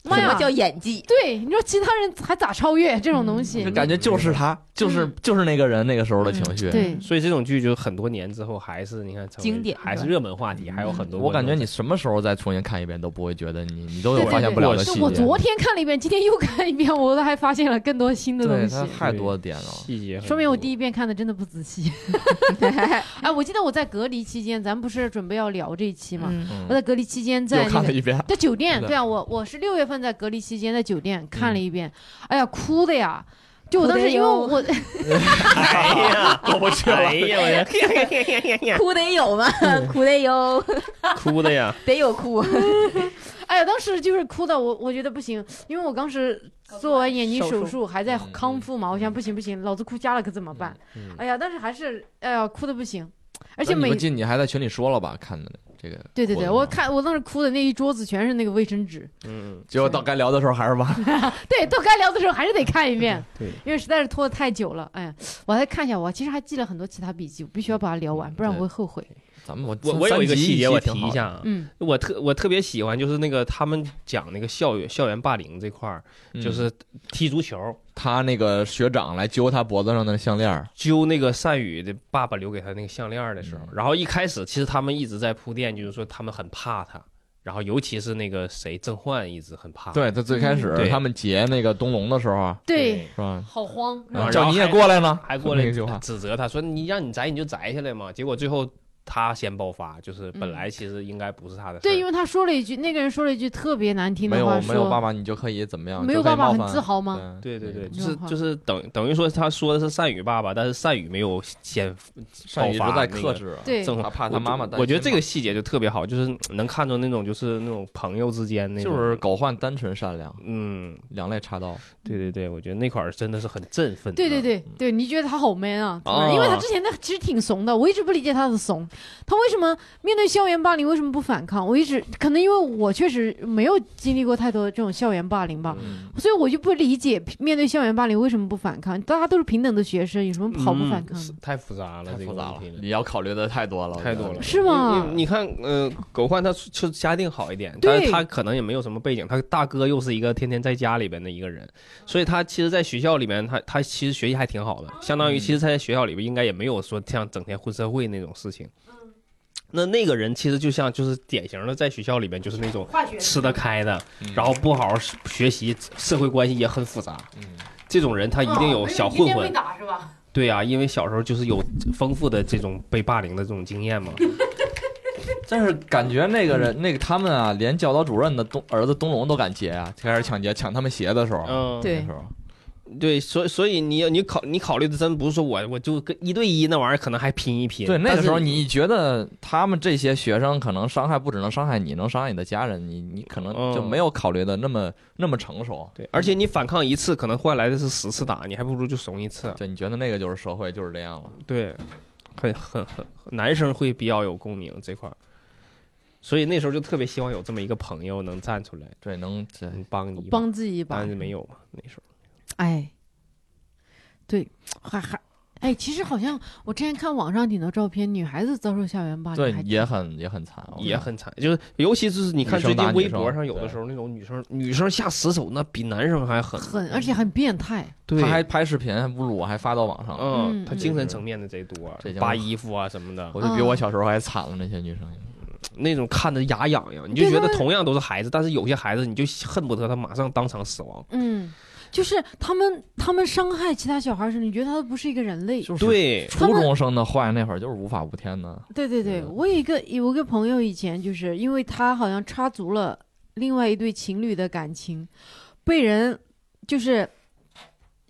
Speaker 1: 妈
Speaker 2: 什
Speaker 1: 呀
Speaker 2: 么！叫演 技？
Speaker 1: 对，你说其他人还咋超越这种东西？
Speaker 3: 就感觉嗯就是他，就是就是那个人那个时候的情绪。，
Speaker 1: 嗯对，
Speaker 4: 所以这种剧就很多年之后还是你看成
Speaker 2: 嗯
Speaker 4: 为
Speaker 2: 经典
Speaker 4: 还是
Speaker 2: 对
Speaker 4: 热门话题，还有很多。
Speaker 3: 我感觉你什么时候再重新看一遍都不会觉得你你都有
Speaker 1: 对
Speaker 3: 发现不了的
Speaker 4: 对
Speaker 1: 就
Speaker 3: 细
Speaker 4: 对
Speaker 3: 节。
Speaker 1: 我昨天看了一遍，今天又看一遍，我都还发现了更多新的
Speaker 3: 对
Speaker 1: 东西
Speaker 3: 他。太多点了。
Speaker 4: 细节很多，
Speaker 1: 说明我第一遍看的真的不仔细。 哎，我记得我在隔离期间，咱不是准备要聊这一期吗？
Speaker 2: 嗯
Speaker 1: 我
Speaker 3: 嗯，
Speaker 1: 在隔离期间在
Speaker 3: 又
Speaker 1: 那
Speaker 3: 看
Speaker 1: 个
Speaker 3: 了一遍，
Speaker 1: 在酒店，
Speaker 3: 对的嗯
Speaker 1: 对啊，我我是六月份在隔离期间在酒店看了一遍，哎呀，哭的呀！就我当时因为
Speaker 2: 哭
Speaker 1: 我
Speaker 4: 哎呀， 过不去了，哎呀， 我的
Speaker 2: 哭得有吗？哭得有，
Speaker 4: 哭的呀，
Speaker 2: 得有哭。
Speaker 1: 哎呀，当时就是哭的我，我觉得不行，因为我当时做完眼睛
Speaker 2: 手
Speaker 1: 手
Speaker 2: 术
Speaker 1: 术还在
Speaker 3: 嗯
Speaker 1: 康复嘛，我想不行不行，老子哭瞎了可怎么办？
Speaker 4: 嗯
Speaker 1: 哎呀，但是还是哎呀哭的不行， 而且
Speaker 3: 那你
Speaker 1: 每
Speaker 3: 们进你还在群里说了吧？看的这个，
Speaker 1: 对对对，我，看我当时哭的那一桌子全是那个卫生纸，
Speaker 4: 嗯，
Speaker 3: 结果到该聊的时候还是忘了。
Speaker 1: 对，到该聊的时候还是得看一遍，
Speaker 4: 对，
Speaker 1: 因为实在是拖得太久了，哎呀，我还看一下，我其实还记了很多其他笔记，我必须要把它聊完，不然我会后悔。
Speaker 3: 咱们我
Speaker 4: 我我有一个细节我提一，下啊，
Speaker 1: 嗯
Speaker 4: 我特我特别喜欢就是那个他们讲那个校园校园霸凌这块儿，
Speaker 3: 嗯
Speaker 4: 就是踢足球
Speaker 3: 他那个学长来揪他脖子上的项链儿，
Speaker 4: 揪那个善宇的爸爸留给他那个项链儿的时候
Speaker 3: 嗯，
Speaker 4: 然后一开始其实他们一直在铺垫，就是说他们很怕他。然后尤其是那个谁郑焕一直很怕，
Speaker 3: 嗯对他最开始
Speaker 4: 对
Speaker 3: 他们劫那个东龙的时候啊，
Speaker 1: 对，
Speaker 3: 是吧？
Speaker 1: 好慌，
Speaker 4: 然后
Speaker 3: 叫你也过来了，
Speaker 4: 还过来
Speaker 3: 那句话，
Speaker 4: 指责他说你让你宅你就宅下来嘛，结果最后他先爆发，就是本来其实应该不是他的事儿，
Speaker 1: 嗯对，因为他说了一句，那个人说了一句特别难听
Speaker 3: 没
Speaker 1: 的
Speaker 3: 有
Speaker 1: 话，
Speaker 3: 没有爸
Speaker 1: 说
Speaker 3: 爸你就可以怎么样？
Speaker 1: 没有
Speaker 3: 就可以
Speaker 1: 爸爸
Speaker 3: 冒
Speaker 1: 很
Speaker 3: 犯
Speaker 1: 自豪吗？？
Speaker 4: 对对对，就
Speaker 1: 那
Speaker 4: 是
Speaker 1: 个话
Speaker 4: 就是等等于说他说的是善宇爸爸，但是善宇没有先
Speaker 3: 善宇一
Speaker 4: 爆
Speaker 3: 直
Speaker 4: 发
Speaker 3: 在
Speaker 4: 那
Speaker 3: 克
Speaker 4: 个
Speaker 3: 制啊，
Speaker 1: 对，
Speaker 4: 正
Speaker 3: 他怕他
Speaker 4: 我
Speaker 3: 妈妈
Speaker 4: 就
Speaker 3: 担
Speaker 4: 我觉得
Speaker 3: 心
Speaker 4: 这
Speaker 3: 嘛
Speaker 4: 个细节就特别好，就是能看出那种就是那种朋友之间那种，
Speaker 3: 就是狗焕单纯善良，
Speaker 4: 嗯，
Speaker 3: 两肋插刀。
Speaker 4: 对对对，我觉得那块儿真的是很振奋。
Speaker 1: 对对，对对，你觉得他好 man 啊？
Speaker 4: 啊
Speaker 1: 因为他之前那其实挺怂的，我一直不理解他的怂。他为什么面对校园霸凌为什么不反抗？我一直可能因为我确实没有经历过太多这种校园霸凌吧，
Speaker 3: 嗯
Speaker 1: 所以我就不理解面对校园霸凌为什么不反抗？大家都是平等的学生，有什么好不反抗的？
Speaker 4: 是太复杂了，
Speaker 3: 太
Speaker 4: 这个
Speaker 3: 复杂了
Speaker 4: 问，题
Speaker 3: 你要考虑的太多了，我
Speaker 4: 太
Speaker 3: 觉
Speaker 4: 多
Speaker 3: 得
Speaker 4: 了。
Speaker 1: 是吗
Speaker 4: 因为你看，呃，狗焕他就家庭好一点，但
Speaker 1: 对
Speaker 4: 是他可能也没有什么背景，他大哥又是一个天天在家里边的一个人，所以他其实，在学校里面，他他其实学习还挺好的，相当于
Speaker 3: 嗯
Speaker 4: 其实他在学校里边应该也没有说像整天混社会那种事情。那那个人其实就像就是典型的在学校里边就是那种
Speaker 7: 化学
Speaker 4: 吃得开的，
Speaker 3: 嗯
Speaker 4: 然后不好好学习，社会关系也很复杂。
Speaker 3: 嗯
Speaker 4: 这种人他一定
Speaker 1: 哦
Speaker 4: 有小混混，
Speaker 1: 打是吧？
Speaker 4: 对呀、因为小时候就是有丰富的这种被霸凌的这种经验嘛。
Speaker 3: 但是感觉那个人，那个他们啊，连教导主任的东儿子东龙都敢劫啊，开始抢劫抢他们鞋的时候，
Speaker 4: 嗯，
Speaker 1: 对
Speaker 3: 那时候
Speaker 4: 对，所以所以你你考你考虑的真不是说我我就跟一对一那玩意儿可能还拼一拼。
Speaker 3: 对，那
Speaker 4: 但
Speaker 3: 个
Speaker 4: 是
Speaker 3: 时候你觉得他们这些学生可能伤害不只能伤害你，能伤害你的家人，你你可能就
Speaker 4: 嗯
Speaker 3: 没有考虑的那么那么成熟。
Speaker 4: 对，而且你反抗一次，可能换来的是十次打，你还不如就怂一次。
Speaker 3: 对，你觉得那个就是社会就是这样了。
Speaker 4: 对，很很很，男生会比较有共鸣这块儿，所以那时候就特别希望有这么一个朋友能站出来，
Speaker 3: 对，能这
Speaker 4: 能帮你一把，
Speaker 1: 帮自己一把
Speaker 4: 但。是没有嘛，那时候。
Speaker 1: 哎，对，还还。哎，其实好像我之前看网上挺多照片，女孩子遭受校园霸凌，
Speaker 3: 对
Speaker 1: 还挺
Speaker 3: 也很也很惨，我觉
Speaker 4: 也
Speaker 3: 得
Speaker 4: 很惨，就是尤其就是你看
Speaker 3: 女生
Speaker 4: 最近
Speaker 3: 打女
Speaker 4: 微博
Speaker 3: 生
Speaker 4: 上有的
Speaker 3: 对
Speaker 4: 时候那种女生女生下死手，那比男生还狠。
Speaker 1: 很，而且很变态。
Speaker 4: 对，
Speaker 3: 他还拍视频，还侮辱我，还发到网上，
Speaker 1: 嗯
Speaker 4: 嗯，他
Speaker 1: 嗯
Speaker 4: 精神层面的贼多
Speaker 3: 这就，是
Speaker 4: 扒衣服啊什么的，
Speaker 3: 我就比我小时候还惨了。那些女生，
Speaker 4: 那种看着牙痒痒，你就
Speaker 1: 对
Speaker 4: 觉
Speaker 1: 他
Speaker 4: 得
Speaker 1: 们
Speaker 4: 同样都是孩子，但是有些孩子你就恨不得他马上当场死亡。
Speaker 1: 嗯，就是他们他们伤害其他小孩时，你觉得他不是一个人类？
Speaker 3: 就是
Speaker 4: 对，
Speaker 1: 他
Speaker 3: 初
Speaker 1: 们
Speaker 3: 中生的坏那会儿就是无法无天的，
Speaker 1: 对对对，我有一个有一个朋友以前就是因为他好像插足了另外一对情侣的感情，被人就是。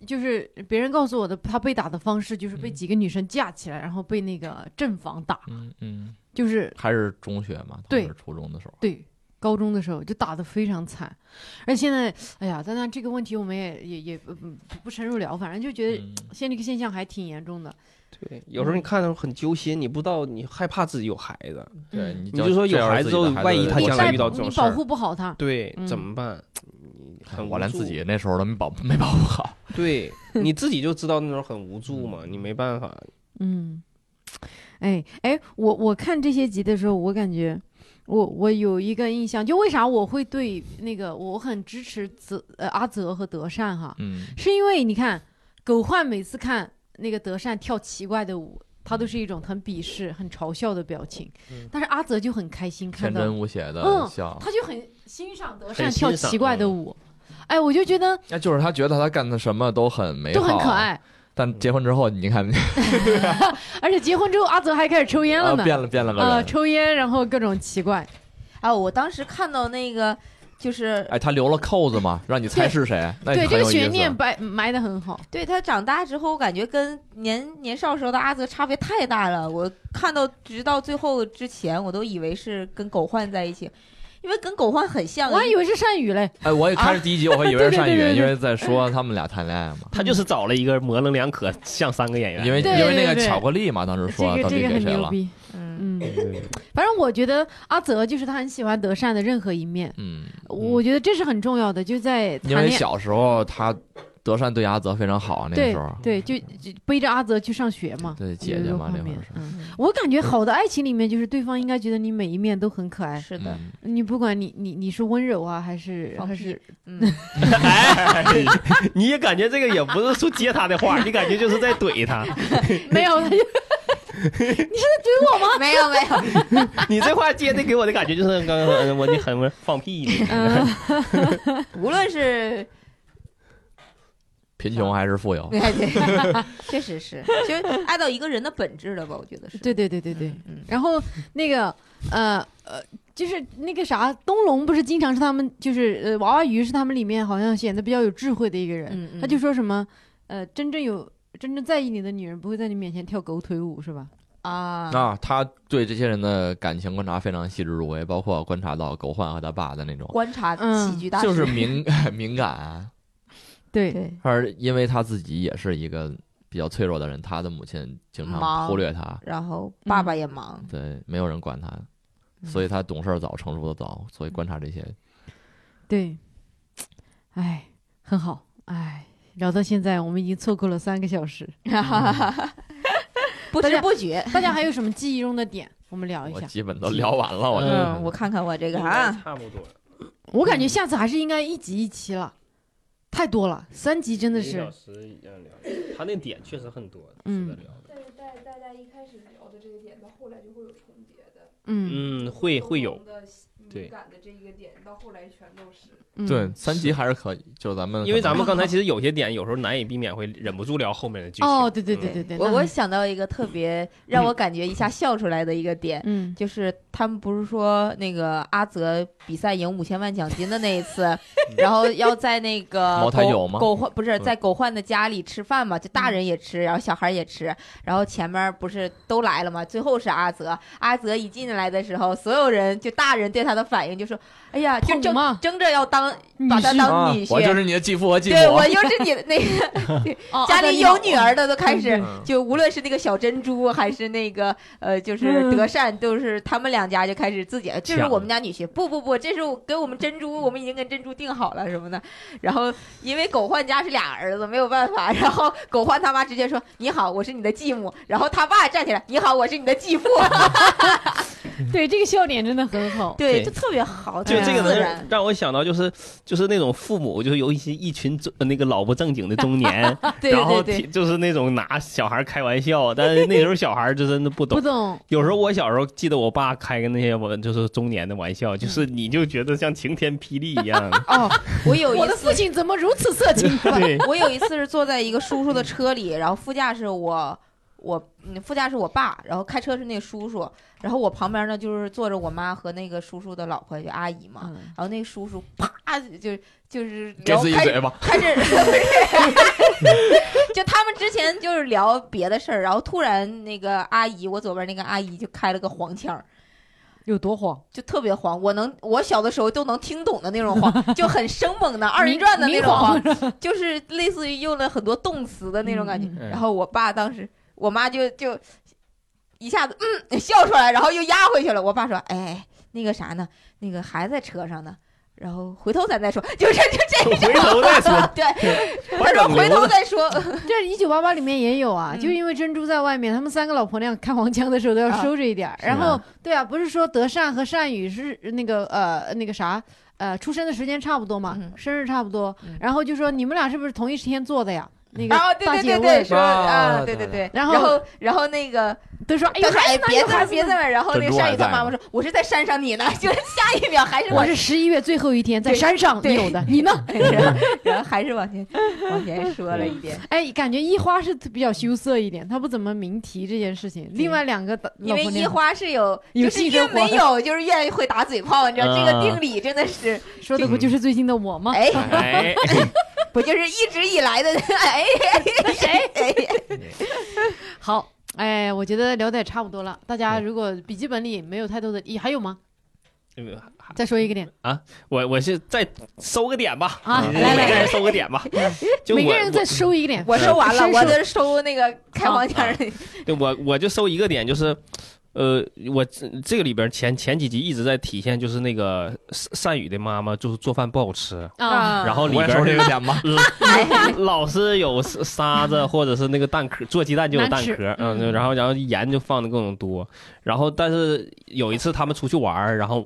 Speaker 1: 就是别人告诉我的，他被打的方式就是被
Speaker 3: 嗯
Speaker 1: 几个女生架起来，然后被那个正房打，
Speaker 3: 嗯嗯，
Speaker 1: 就是
Speaker 3: 还是中学嘛，
Speaker 1: 对
Speaker 3: 当时初中的时候，
Speaker 1: 对，高中的时候就打得非常惨，而现在，哎呀，当然这个问题我们也也也不不不深入聊，反正就觉得
Speaker 3: 嗯
Speaker 1: 现在这个现象还挺严重的。
Speaker 4: 对，有时候你看着很揪心，你不知道你害怕自己有孩子，
Speaker 3: 对，
Speaker 1: 嗯
Speaker 3: 你
Speaker 4: 你就说有孩
Speaker 3: 孩
Speaker 4: 子之后万一他
Speaker 1: 你
Speaker 4: 将来
Speaker 1: 再
Speaker 4: 遇到
Speaker 1: 不
Speaker 4: 这种
Speaker 1: 你
Speaker 4: 事儿
Speaker 1: 保护不好他，
Speaker 4: 对
Speaker 1: 嗯，
Speaker 4: 怎么办？你很
Speaker 3: 哎我连
Speaker 4: 无助
Speaker 3: 自己那时候都没保没保护 好，
Speaker 4: 对你自己就知道那种很无助嘛，你没办法。
Speaker 1: 嗯，哎哎，我我看这些集的时候，我感觉我我有一个印象，就为啥我会对那个我很支持泽呃阿泽和德善哈，
Speaker 3: 嗯，
Speaker 1: 是因为你看狗焕每次看那个德善跳奇怪的舞，他都是一种很鄙视、很嘲笑的表情，但是阿泽就很开心看
Speaker 3: 天
Speaker 1: 到，
Speaker 3: 真无邪的
Speaker 1: 嗯
Speaker 3: 笑，
Speaker 1: 他就很欣赏德
Speaker 4: 很
Speaker 1: 善
Speaker 4: 欣
Speaker 1: 跳
Speaker 4: 赏
Speaker 1: 奇怪的
Speaker 4: 嗯
Speaker 1: 舞，哎，我就觉得
Speaker 3: 那就是他觉得他干的什么都很美好，
Speaker 1: 都很可，爱，
Speaker 3: 但结婚之后你看
Speaker 1: 而且结婚之后阿泽还开始抽烟了
Speaker 3: 啊
Speaker 1: 呢，
Speaker 3: 变了变了个
Speaker 1: 呃，
Speaker 3: 人，
Speaker 1: 抽烟然后各种奇怪。
Speaker 2: 啊，我当时看到那个就是
Speaker 3: 哎，他留了扣子嘛，让你猜是谁，那
Speaker 1: 对，
Speaker 3: 很
Speaker 1: 这个
Speaker 3: 有意
Speaker 1: 悬
Speaker 3: 思
Speaker 1: 念埋埋的很好。
Speaker 2: 对他长大之后，我感觉跟年年少时候的阿泽差别太大了。我看到直到最后之前，我都以为是跟狗焕在一起，因为跟狗焕很像。
Speaker 1: 我还以为是善宇嘞，
Speaker 3: 哎，我也看始第一集，我还以为是善
Speaker 1: 啊对对对对对
Speaker 3: 宇，因为在说他们俩谈恋爱嘛，
Speaker 4: 他就是找了一个模棱两可，像三个演员，
Speaker 3: 因为
Speaker 1: 对
Speaker 3: 因为那
Speaker 1: 对
Speaker 3: 个
Speaker 1: 对
Speaker 3: 巧克力嘛，当时
Speaker 1: 这
Speaker 3: 说
Speaker 1: 个
Speaker 3: 到底
Speaker 1: 这个
Speaker 3: 给
Speaker 1: 很
Speaker 3: 谁
Speaker 1: 牛
Speaker 3: 了，
Speaker 1: 逼。
Speaker 2: 嗯，
Speaker 1: 嗯，反正我觉得阿泽就是他很喜欢德善的任何一面，
Speaker 3: 嗯，
Speaker 1: 我觉得这是很重要的。就在
Speaker 3: 因
Speaker 1: 谈
Speaker 3: 为
Speaker 1: 恋爱，
Speaker 3: 小时候他德善对阿泽非常好，啊那个
Speaker 1: 对
Speaker 3: 时候
Speaker 1: 对，就就背着阿泽去上学嘛。
Speaker 3: 对姐
Speaker 1: 有
Speaker 3: 姐嘛
Speaker 1: 一个画
Speaker 3: 那会
Speaker 1: 面
Speaker 3: 儿是，
Speaker 1: 嗯，我感觉好的爱情里面，就是对方应该觉得你每一面都很可爱。
Speaker 2: 是的，
Speaker 3: 嗯，
Speaker 1: 你不管你你你是温柔啊，还是
Speaker 2: 放
Speaker 1: 还
Speaker 2: 屁
Speaker 1: 是
Speaker 2: 嗯，
Speaker 4: 哎，你也感觉这个也不是说接他的话，你感觉就是在怼他。
Speaker 1: 没有，他就
Speaker 2: 怼我吗？没有没有，
Speaker 4: 你这话接的给我的感觉就是刚刚嗯我你很放 屁的感
Speaker 1: 嗯
Speaker 4: 觉。
Speaker 2: 无论是，
Speaker 3: 贫穷还是富有
Speaker 2: 对 对，确实是，其实爱到一个人的本质了吧，我觉得是。
Speaker 1: 对对对对对。
Speaker 2: 嗯，
Speaker 1: 然后那个呃呃，就是那个啥，东龙不是经常是他们就是呃娃娃鱼是他们里面好像显得比较有智慧的一个人，
Speaker 2: 嗯嗯，
Speaker 1: 他就说什么呃真正有真正在意你的女人不会在你面前跳狗腿舞是吧？
Speaker 2: 啊，
Speaker 3: 那他对这些人的感情观察非常细致入微，包括观察到狗焕和他爸的那种，
Speaker 2: 观察
Speaker 1: 嗯
Speaker 2: 喜剧大师
Speaker 3: 就是敏 敏感啊。
Speaker 1: 对，
Speaker 2: 对，
Speaker 3: 而因为他自己也是一个比较脆弱的人，他的母亲经常
Speaker 2: 忙
Speaker 3: 忽略他，
Speaker 2: 然后爸爸也忙，
Speaker 3: 对，没有人管他，所以他懂事儿早，成熟的早，所以观察这些
Speaker 1: 对，哎，很好，哎，聊到现在我们已经错过了三个小时，
Speaker 2: 啊不
Speaker 1: 大
Speaker 2: 知
Speaker 1: 家
Speaker 2: 不觉。
Speaker 1: 大家还有什么记忆中的点？我们聊一
Speaker 2: 哎
Speaker 3: 我
Speaker 1: 下。
Speaker 3: 基本都聊完了，我觉得
Speaker 2: 嗯，我看看我这个
Speaker 4: 应
Speaker 2: 啊
Speaker 4: 该，差不多。
Speaker 1: 我感觉下次还是应该一集一期了，太多了，三集真的
Speaker 4: 一个
Speaker 1: 是
Speaker 4: 小，时一样聊，他那点确实很多，
Speaker 1: 嗯
Speaker 4: 值得聊的。
Speaker 7: 但是大大家一开始聊的这个点，到后来就会有重叠的，
Speaker 1: 嗯
Speaker 4: 嗯，会会有
Speaker 7: 不同的敏
Speaker 4: 对
Speaker 7: 感的这一个点，到后来全都是。
Speaker 1: 嗯，
Speaker 3: 对，三级还是可以，就是咱们
Speaker 4: 因为咱们刚才其实有些点，有时候难以避免会忍不住聊后面的剧情。
Speaker 1: 哦，对对对对对，
Speaker 2: 我
Speaker 1: 那
Speaker 2: 我
Speaker 1: 还
Speaker 2: 想到一个特别让
Speaker 3: 嗯
Speaker 2: 我感觉一下笑出来的一个点，
Speaker 1: 嗯
Speaker 2: 就是他们不是说那个阿泽比赛赢五千万奖金的那一 次，然后要在那个
Speaker 3: 茅台酒
Speaker 2: 狗
Speaker 3: 吗
Speaker 2: 狗焕不是
Speaker 3: 嗯
Speaker 2: 在狗焕的家里吃饭嘛，就大人也吃，然后小孩也吃，然后前面不是都来了嘛，最后是阿泽，阿泽一进来的时候，所有人就大人对他的反应就说，哎呀，就
Speaker 1: 捧
Speaker 2: 争
Speaker 1: 嘛
Speaker 2: 争着要当
Speaker 1: 女
Speaker 2: 把他
Speaker 1: 婿
Speaker 2: 当
Speaker 3: 啊
Speaker 2: 女婿，
Speaker 3: 我就是你的继父和继母，
Speaker 2: 对我就是你的那个。
Speaker 1: 哦
Speaker 2: 家
Speaker 1: 阿德
Speaker 2: 里
Speaker 1: 你
Speaker 2: 有
Speaker 1: 好
Speaker 2: 女儿的都开始
Speaker 3: 嗯，
Speaker 2: 就无论是那个小珍珠还是那个呃，就是德善，都是他们两家就开始自己，这是我们家女婿，不不不，这是我给我们珍珠，我们已经跟珍珠定好了什么的。然后因为狗焕家是俩儿子，没有办法，然后狗焕他妈直接说：“你好，我是你的继母。”然后他爸站起来：“你好，我是你的继父。
Speaker 1: 对这个笑点真的很 好”，
Speaker 2: 对，
Speaker 4: 对
Speaker 2: 就特别好，
Speaker 4: 就这个
Speaker 2: 自
Speaker 4: 能
Speaker 2: 然。
Speaker 4: 让我想到，就是就是那种父母，就是有一些一群中呃那个老不正经的中年，
Speaker 2: 对
Speaker 4: 然后
Speaker 2: 对对
Speaker 4: 挺就是那种拿小孩开玩笑，但是那时候小孩就真的不
Speaker 1: 不
Speaker 4: 懂。
Speaker 1: 懂，
Speaker 4: 有时候我小时候记得我爸开个那些我就是中年的玩笑，就是
Speaker 1: 嗯
Speaker 4: 你就觉得像晴天霹雳一样。
Speaker 2: 哦，我有
Speaker 1: 我
Speaker 2: 一
Speaker 1: 的
Speaker 2: 次
Speaker 1: 父亲怎么如此色 情？
Speaker 4: 对，
Speaker 2: 我有一次是坐在一个叔叔的车里，然后副驾是我我嗯副驾是我爸，然后开车是那叔叔，然后我旁边呢就是坐着我妈和那个叔叔的老婆就阿姨嘛，
Speaker 1: 嗯
Speaker 2: 然后那个叔叔啪就就是
Speaker 3: 给
Speaker 2: 聊
Speaker 3: 自己
Speaker 2: 开始
Speaker 3: 嘴巴，
Speaker 2: 开始，就他们之前就是聊别的事儿，然后突然那个阿姨我左边那个阿姨就开了个黄腔儿。
Speaker 1: 有多 慌？
Speaker 2: 就特别黄，我能我小的时候都能听懂的那种黄，就很生猛的二人转的那种
Speaker 1: 明
Speaker 2: 黄，就是类似于用了很多动词的那种感觉。
Speaker 1: 嗯
Speaker 4: 嗯
Speaker 2: 然后我爸当时，我妈就就一下子嗯笑出来，然后又压回去了。我爸说：“哎，那个啥呢？那个还在车上呢。”然后回头咱再说，就是就这种。
Speaker 4: 回头再说
Speaker 2: 对，
Speaker 4: 不
Speaker 2: 他
Speaker 4: 是
Speaker 2: 说
Speaker 4: 整
Speaker 2: 回
Speaker 4: 流
Speaker 2: 头
Speaker 4: 的。
Speaker 2: 再 说。
Speaker 1: 这一九八八里面也有啊，
Speaker 2: 嗯
Speaker 1: 就因为珍珠在外面，他们三个老婆娘开黄腔的时候都要
Speaker 2: 啊
Speaker 1: 收着一点儿。然后对啊，不是说德善和善宇是那个呃那个啥呃出生的时间差不多嘛
Speaker 2: 嗯，
Speaker 1: 生日差不多
Speaker 2: 嗯。
Speaker 1: 然后就说你们俩是不是同一天做的呀？那个
Speaker 2: 然后对
Speaker 1: 大
Speaker 2: 对
Speaker 1: 姐
Speaker 2: 对对，
Speaker 1: 问，
Speaker 2: 说啊，
Speaker 3: 啊
Speaker 2: 对对对。
Speaker 1: 然
Speaker 2: 然
Speaker 1: 后
Speaker 2: 后然后那个
Speaker 1: 都说哎
Speaker 2: 他
Speaker 1: 呦
Speaker 2: 说：“哎，别
Speaker 1: 有孩
Speaker 2: 在
Speaker 1: 子
Speaker 2: 别
Speaker 1: 呢
Speaker 2: 在那。”然后那
Speaker 3: 珍珠
Speaker 2: 山
Speaker 3: 还
Speaker 2: 里他
Speaker 3: 在
Speaker 2: 妈妈
Speaker 3: 吗
Speaker 2: 说：“我是在山上你呢。” 就是下一秒还是
Speaker 1: 我
Speaker 2: 往
Speaker 1: 是十一月最后一天在
Speaker 2: 对
Speaker 1: 山上
Speaker 2: 对
Speaker 1: 有的，你呢？
Speaker 2: 然后然后还是往前往前说了一点，
Speaker 1: 哎，感觉一花是比较羞涩一点，她不怎么明提这件事情。另外两个
Speaker 2: 因
Speaker 1: 老
Speaker 2: 为
Speaker 1: 婆
Speaker 2: 一
Speaker 1: 娘
Speaker 2: 花是有，
Speaker 1: 有
Speaker 2: 就是
Speaker 1: 性
Speaker 2: 越
Speaker 1: 生活
Speaker 2: 没有就是越会打嘴炮，你知道这
Speaker 3: 嗯
Speaker 2: 个
Speaker 4: 啊
Speaker 2: 定理真的是，
Speaker 1: 说的不就是最近的我吗？
Speaker 2: 哎，
Speaker 4: 哎，
Speaker 2: 不就是一直以来的哎 谁哎
Speaker 1: 好，哎，我觉得聊的也差不多了。大家如果笔记本里没有太多的，咦，还有吗？再说一个点
Speaker 4: 哎我我是再收个点吧，
Speaker 1: 啊，
Speaker 4: 你
Speaker 1: 来来来，
Speaker 4: 再收个点 吧。就
Speaker 1: 每
Speaker 4: 我
Speaker 1: 个人再收一个点。
Speaker 2: 我说完了，
Speaker 1: 伸手
Speaker 2: 我这收那个开黄腔的，
Speaker 4: 对我我就收一个点，就是，呃，我这这个里边前前几集一直在体现，就是那个善善宇的妈妈就是做饭不好吃，
Speaker 1: 啊，
Speaker 4: 然后里
Speaker 3: 我也说这
Speaker 4: 边
Speaker 3: 个点吧。
Speaker 4: 老是有沙子或者是那个蛋壳，做鸡蛋就有蛋壳，
Speaker 1: 难吃
Speaker 4: 嗯，然后然后盐就放的各种多，然后但是有一次他们出去玩儿然后。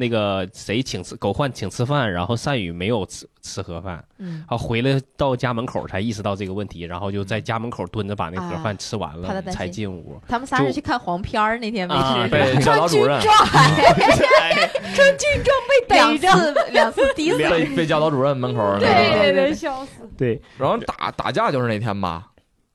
Speaker 4: 那个谁请吃狗焕请吃饭，然后善宇没有吃吃盒饭，
Speaker 2: 嗯，
Speaker 4: 然后回来到家门口才意识到这个问题，然后就在家门口蹲着把那盒
Speaker 2: 啊
Speaker 4: 饭吃完
Speaker 2: 怕他
Speaker 4: 了
Speaker 2: 担心
Speaker 4: 才进屋。
Speaker 2: 他们仨是
Speaker 4: 就
Speaker 2: 去看黄片儿，那天没
Speaker 4: 啊
Speaker 2: 事，
Speaker 3: 被教导主任
Speaker 2: 两 次两次滴 死，
Speaker 3: 被被教导主任门口儿那
Speaker 1: 对
Speaker 3: 个，
Speaker 1: 对对，笑死。
Speaker 4: 对，
Speaker 3: 然后打打架就是那天吧，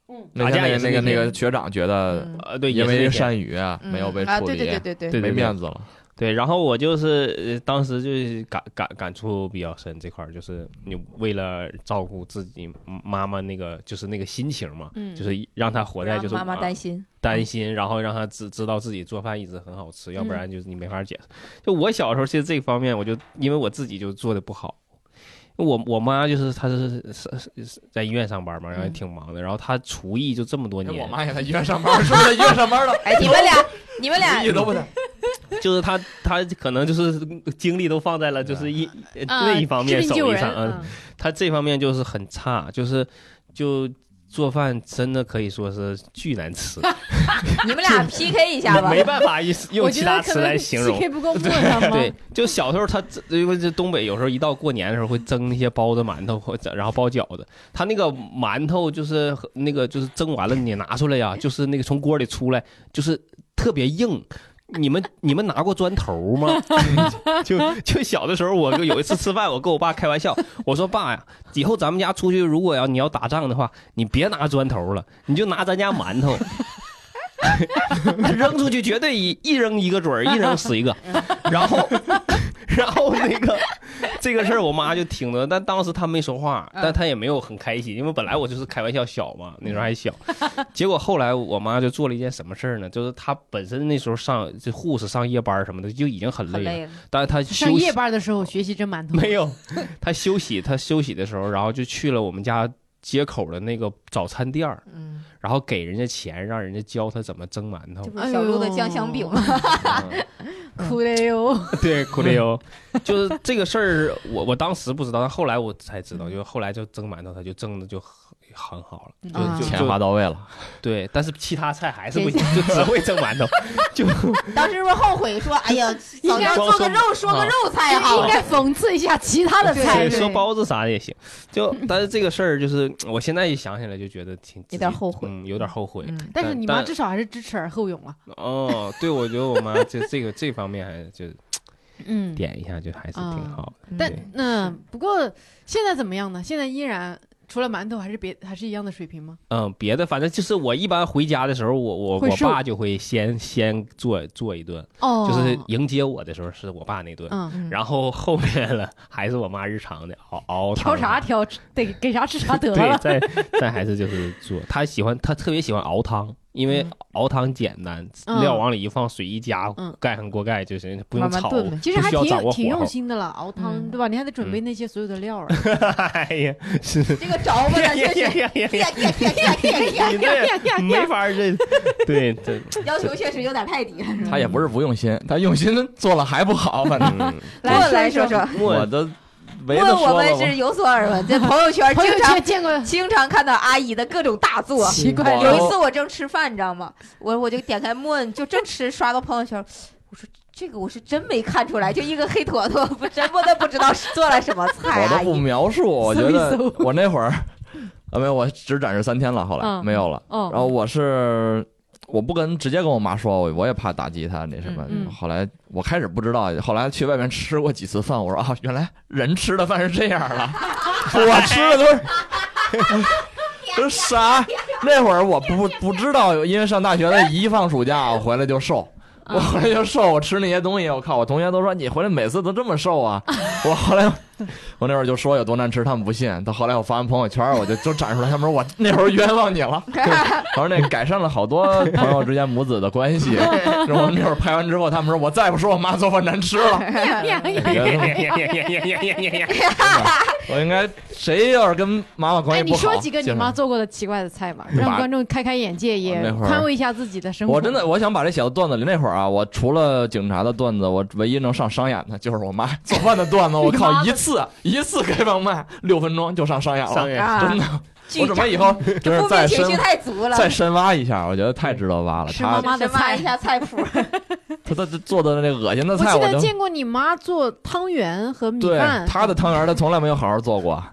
Speaker 1: 嗯，
Speaker 3: 那天
Speaker 4: 打架也是
Speaker 3: 那个
Speaker 4: 那
Speaker 3: 那
Speaker 4: 天
Speaker 3: 个学长觉得
Speaker 2: 嗯
Speaker 4: 呃，对，
Speaker 3: 因
Speaker 4: 也是那
Speaker 3: 为
Speaker 4: 天
Speaker 3: 善宇啊
Speaker 2: 嗯
Speaker 3: 没有被
Speaker 2: 啊，
Speaker 3: 处
Speaker 2: 对
Speaker 3: 理，
Speaker 2: 对对对对，
Speaker 4: 对
Speaker 3: 没
Speaker 4: 对
Speaker 3: 面子了，
Speaker 4: 对，然后我就是、呃、当时就是感感感触比较深这块儿，就是你为了照顾自己妈妈那个就是那个心情嘛，
Speaker 1: 嗯
Speaker 4: 就是让她活在
Speaker 2: 让
Speaker 4: 就是
Speaker 2: 妈妈
Speaker 4: 啊
Speaker 2: 担心，嗯
Speaker 4: 担心，然后让她知知道自己做饭一直很好吃，要不
Speaker 1: 嗯
Speaker 4: 然就是你没法解释。就我小时候其实这方面，我就因为我自己就做的不好。我我妈就是她是是是是在医院上班嘛，然后也
Speaker 2: 嗯
Speaker 4: 挺忙的，然后她厨艺就这么多
Speaker 3: 那
Speaker 4: 年，
Speaker 3: 哎我妈也在医院上班，是不是在医院 上班了？
Speaker 2: 哎，你们俩你们 俩
Speaker 3: 一都不太
Speaker 4: 就是她她可能就是精力都放在了就是一呃那一方面
Speaker 1: 治病救
Speaker 4: 手艺
Speaker 1: 人
Speaker 4: 上，嗯，
Speaker 1: 嗯
Speaker 4: 他这方面就是很差，就是就做饭真的可以说是巨 难吃，
Speaker 2: 你们俩 PK 一下吧，
Speaker 4: 没办法用用
Speaker 1: 我
Speaker 4: 其
Speaker 1: 觉
Speaker 4: 他
Speaker 1: 得可
Speaker 4: 词
Speaker 1: 能
Speaker 4: 来形容。
Speaker 1: PK 不过陌上吗？
Speaker 4: 对，就小时候他这因为这东北有时候一到过年的时候会蒸那些包子、馒头或者然后包饺子，他那个馒头就是和那个就是蒸完了你拿出来呀、就是那个从锅里出来就是特别硬。你们你们拿过砖头吗？就就小的时候，我跟有一次吃饭，我跟我爸开玩笑，我说爸呀，以后咱们家出去，如果要你要打仗的话，你别拿砖头了，你就拿咱家馒头。 扔出去绝对一一扔一个准儿，一扔死一个。然后， 然后那个这个事儿，我妈就听着，但当时她没说话，
Speaker 1: 嗯
Speaker 4: 但她也没有很开心，因为本来我就是开玩笑小嘛，那时候 还小。结果后来我妈就做了一件什么事儿呢？就是她本身那时候上这护士上夜班什么的就已经很
Speaker 2: 很
Speaker 4: 累了，
Speaker 2: 累了，
Speaker 4: 但是她
Speaker 1: 上
Speaker 4: 休息
Speaker 1: 夜班的时候学习真 馒头，
Speaker 4: 没 有，她休息她休息的时候，然后就去了我们家街口的那个早餐店儿，
Speaker 2: 嗯，
Speaker 4: 然后给人家钱，让人家教她怎么蒸馒 头
Speaker 2: 这。不
Speaker 1: 哎
Speaker 2: 是小鹿的酱香饼吗？
Speaker 1: 哭的哟。
Speaker 4: 对，苦力
Speaker 2: 哦
Speaker 4: 油，就是这个事儿，我我当时不知道，但后来我才知
Speaker 2: 嗯
Speaker 4: 道，就是后来就蒸馒头，他就蒸的就很很好了，就
Speaker 2: 啊
Speaker 4: 就
Speaker 3: 钱花
Speaker 4: 就
Speaker 3: 到位了，
Speaker 4: 对，但是其他菜还是不行，就只会蒸馒头，就
Speaker 2: 当时是不是后悔说， 哎呀，早知道做个肉，说
Speaker 4: 啊
Speaker 2: 个肉菜好
Speaker 1: 应。该讽刺一下其他的菜
Speaker 4: 对，
Speaker 1: 对
Speaker 4: 说包子啥的也行，就但是这个事儿就是我现在一想起来就觉得挺自己
Speaker 2: 有点后悔
Speaker 4: 嗯，有点后悔。
Speaker 2: 嗯，
Speaker 1: 但是你妈
Speaker 4: 但
Speaker 1: 至少还是知耻而后勇啊了。
Speaker 4: 哦，对，我觉得我妈这这个这方面还就
Speaker 1: 嗯，
Speaker 4: 点一下，就还是挺好的。
Speaker 1: 但
Speaker 4: 对
Speaker 1: 嗯，不过现在怎么样呢？现在依然除了馒头，还是别还是一样的水平吗？
Speaker 4: 嗯，别的反正就是我一般回家的时候，我我
Speaker 1: 会
Speaker 4: 我
Speaker 1: 瘦
Speaker 4: 爸就会先先做做一顿。
Speaker 1: 哦
Speaker 4: 就是迎接我的时候是我爸那顿，
Speaker 1: 嗯，
Speaker 4: 然后后面了还是我妈日常的熬熬
Speaker 1: 挑
Speaker 4: 汤
Speaker 1: 啥挑，得给啥吃啥得
Speaker 4: 对，
Speaker 1: 了。
Speaker 4: 再再还是就是做，她喜欢她特别喜欢熬汤，因为熬汤简单，
Speaker 1: 嗯
Speaker 4: 料往里一放，水一加
Speaker 1: 嗯，
Speaker 4: 盖上锅盖就行，不用
Speaker 2: 慢慢
Speaker 4: 炒。
Speaker 2: 炖呗。
Speaker 1: 其实还
Speaker 4: 不
Speaker 1: 挺
Speaker 4: 需要掌握
Speaker 1: 挺
Speaker 4: 火候
Speaker 1: 用心的了，熬汤
Speaker 2: 嗯
Speaker 1: 对吧？你还得准备那些所有的料啊。
Speaker 4: 哎呀，是，
Speaker 2: 这个着吧，咱
Speaker 4: 呀
Speaker 2: 就
Speaker 4: 呀
Speaker 2: 是
Speaker 4: 呀呀呀！
Speaker 2: 呀呀呀呀呀！
Speaker 4: 你这没法儿 这，对这，
Speaker 2: 要求确实有点太低了，是吧？
Speaker 3: 他也不是不用心，他用心做了还不好，反正
Speaker 4: 嗯，
Speaker 1: 来
Speaker 2: 来
Speaker 1: 说一
Speaker 2: 说，
Speaker 3: 我
Speaker 4: 我
Speaker 3: 的没得
Speaker 2: 问我
Speaker 3: 说了
Speaker 2: 们是有所耳闻，在朋友圈
Speaker 1: 朋友
Speaker 2: 经常
Speaker 1: 圈见过
Speaker 2: 经常看到阿姨的各种 大作。
Speaker 1: 奇怪
Speaker 3: 我
Speaker 1: 的
Speaker 2: 有一次我正吃饭，你知道吗？我我就点开问，就正吃，刷到朋友圈，我说这个我是真没看出来，就一个黑坨坨，不真不的不知道是哎做了什么菜。啊
Speaker 3: 我
Speaker 2: 阿
Speaker 3: 都不
Speaker 2: 姨，
Speaker 3: 描述，我觉
Speaker 1: 搜一
Speaker 3: 得
Speaker 1: 搜
Speaker 3: 我那会儿 啊，没有，我只展示三天了，后来
Speaker 1: 嗯
Speaker 3: 没有了。
Speaker 1: 哦
Speaker 3: 然后我是我不跟直接跟我妈说，我我也怕打击她那什么
Speaker 1: 嗯嗯。
Speaker 3: 后来我开始不知道，后来去外面吃过几次饭，我 说啊，原来人吃的饭是这样了，我吃的都是。 都是啥？那会儿我不不知道，因为上大学的一放 暑假，我回来就瘦，
Speaker 1: 嗯
Speaker 3: 我回来就瘦，我吃那些东西，我靠，我同学都说你回来每次都这么 瘦啊！我后来我那会儿就说有多难吃，他们不信。到后来我发完朋友圈，我就就展示了，他们说我那会儿冤枉你了。他说那改善了好多朋友之间母子的关系。 然后我那会儿拍完之后，他们说我再不说我妈做饭难吃了。
Speaker 1: 呀呀呀
Speaker 3: 我觉得
Speaker 4: 呀呀呀呀呀呀呀呀！
Speaker 3: 我应该谁要是跟妈妈关
Speaker 1: 哎，
Speaker 3: 系
Speaker 1: 你
Speaker 3: 不好，
Speaker 1: 说几个你
Speaker 3: 介绍
Speaker 1: 妈做过的奇怪的菜吧，
Speaker 3: 妈
Speaker 1: 让观众开开眼界，也
Speaker 3: 那会儿
Speaker 1: 宽慰一下自己的生活。
Speaker 3: 我真的，我想把这写到段子里。那会儿啊，我除了警察的段子，我唯一能上商演的就是我妈 做饭的段子。我靠，一次一次开放麦六分钟就上商演了，
Speaker 4: 商业
Speaker 2: 啊
Speaker 3: 真的。我准备以后真是
Speaker 2: 负
Speaker 3: 再
Speaker 2: 面情
Speaker 3: 深
Speaker 2: 绪太足了。
Speaker 3: 再深挖一下，我觉得太值得挖了。
Speaker 1: 是
Speaker 3: 他
Speaker 1: 妈妈的
Speaker 2: 深挖
Speaker 1: 菜
Speaker 2: 一下菜谱，
Speaker 3: 他他他做的那恶心的
Speaker 1: 我
Speaker 3: 菜，
Speaker 1: 记
Speaker 3: 我
Speaker 1: 得
Speaker 3: 就
Speaker 1: 见过你妈做汤圆和米
Speaker 3: 对
Speaker 1: 饭，
Speaker 3: 他的汤圆儿他从来没有好好做过。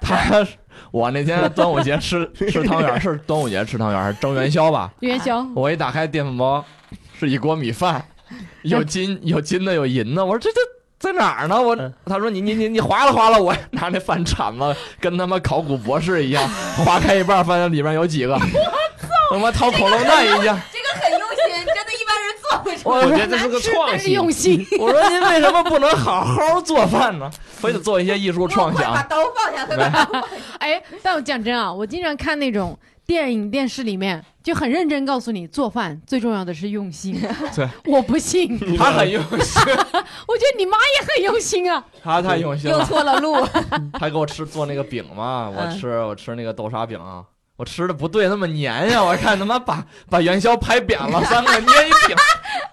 Speaker 3: 他我那天端午节吃吃汤圆儿，是端午节吃汤圆儿还是蒸元宵吧？
Speaker 1: 元 宵。
Speaker 3: 我一打开电饭煲，是一锅米饭，有金有金的有银的，我说这这。在哪儿呢？我他说你你你你划拉划拉，我拿那饭铲子跟他妈考古博士一样，划开一半儿，发现里面有几个，他妈掏恐龙蛋一样。
Speaker 2: 这个很用心，真的一般人做不出。
Speaker 3: 我
Speaker 4: 我
Speaker 3: 说
Speaker 4: 觉得这是个创
Speaker 1: 但是
Speaker 4: 新，
Speaker 1: 用心，
Speaker 3: 我说您为什么不能好好做饭呢？非得做一些艺术创
Speaker 2: 快把
Speaker 3: 想？
Speaker 2: 刀放下，快
Speaker 3: 没
Speaker 2: 把
Speaker 1: 哎，但我讲真啊，我经常看那种电影、电视里面，就很认真告诉你，做饭最重要的是用心。
Speaker 3: 对，
Speaker 1: 我不信，我
Speaker 3: 他很用心，
Speaker 1: 觉得你妈也很用心啊。
Speaker 3: 他太用心
Speaker 2: 用
Speaker 3: 了。
Speaker 2: 错了路。
Speaker 3: 他给我吃做那个饼嘛，我
Speaker 2: 嗯
Speaker 3: 吃我吃那个豆沙饼，我吃的不对，那么粘呀！我看他妈把把元宵拍扁了，三个捏一饼。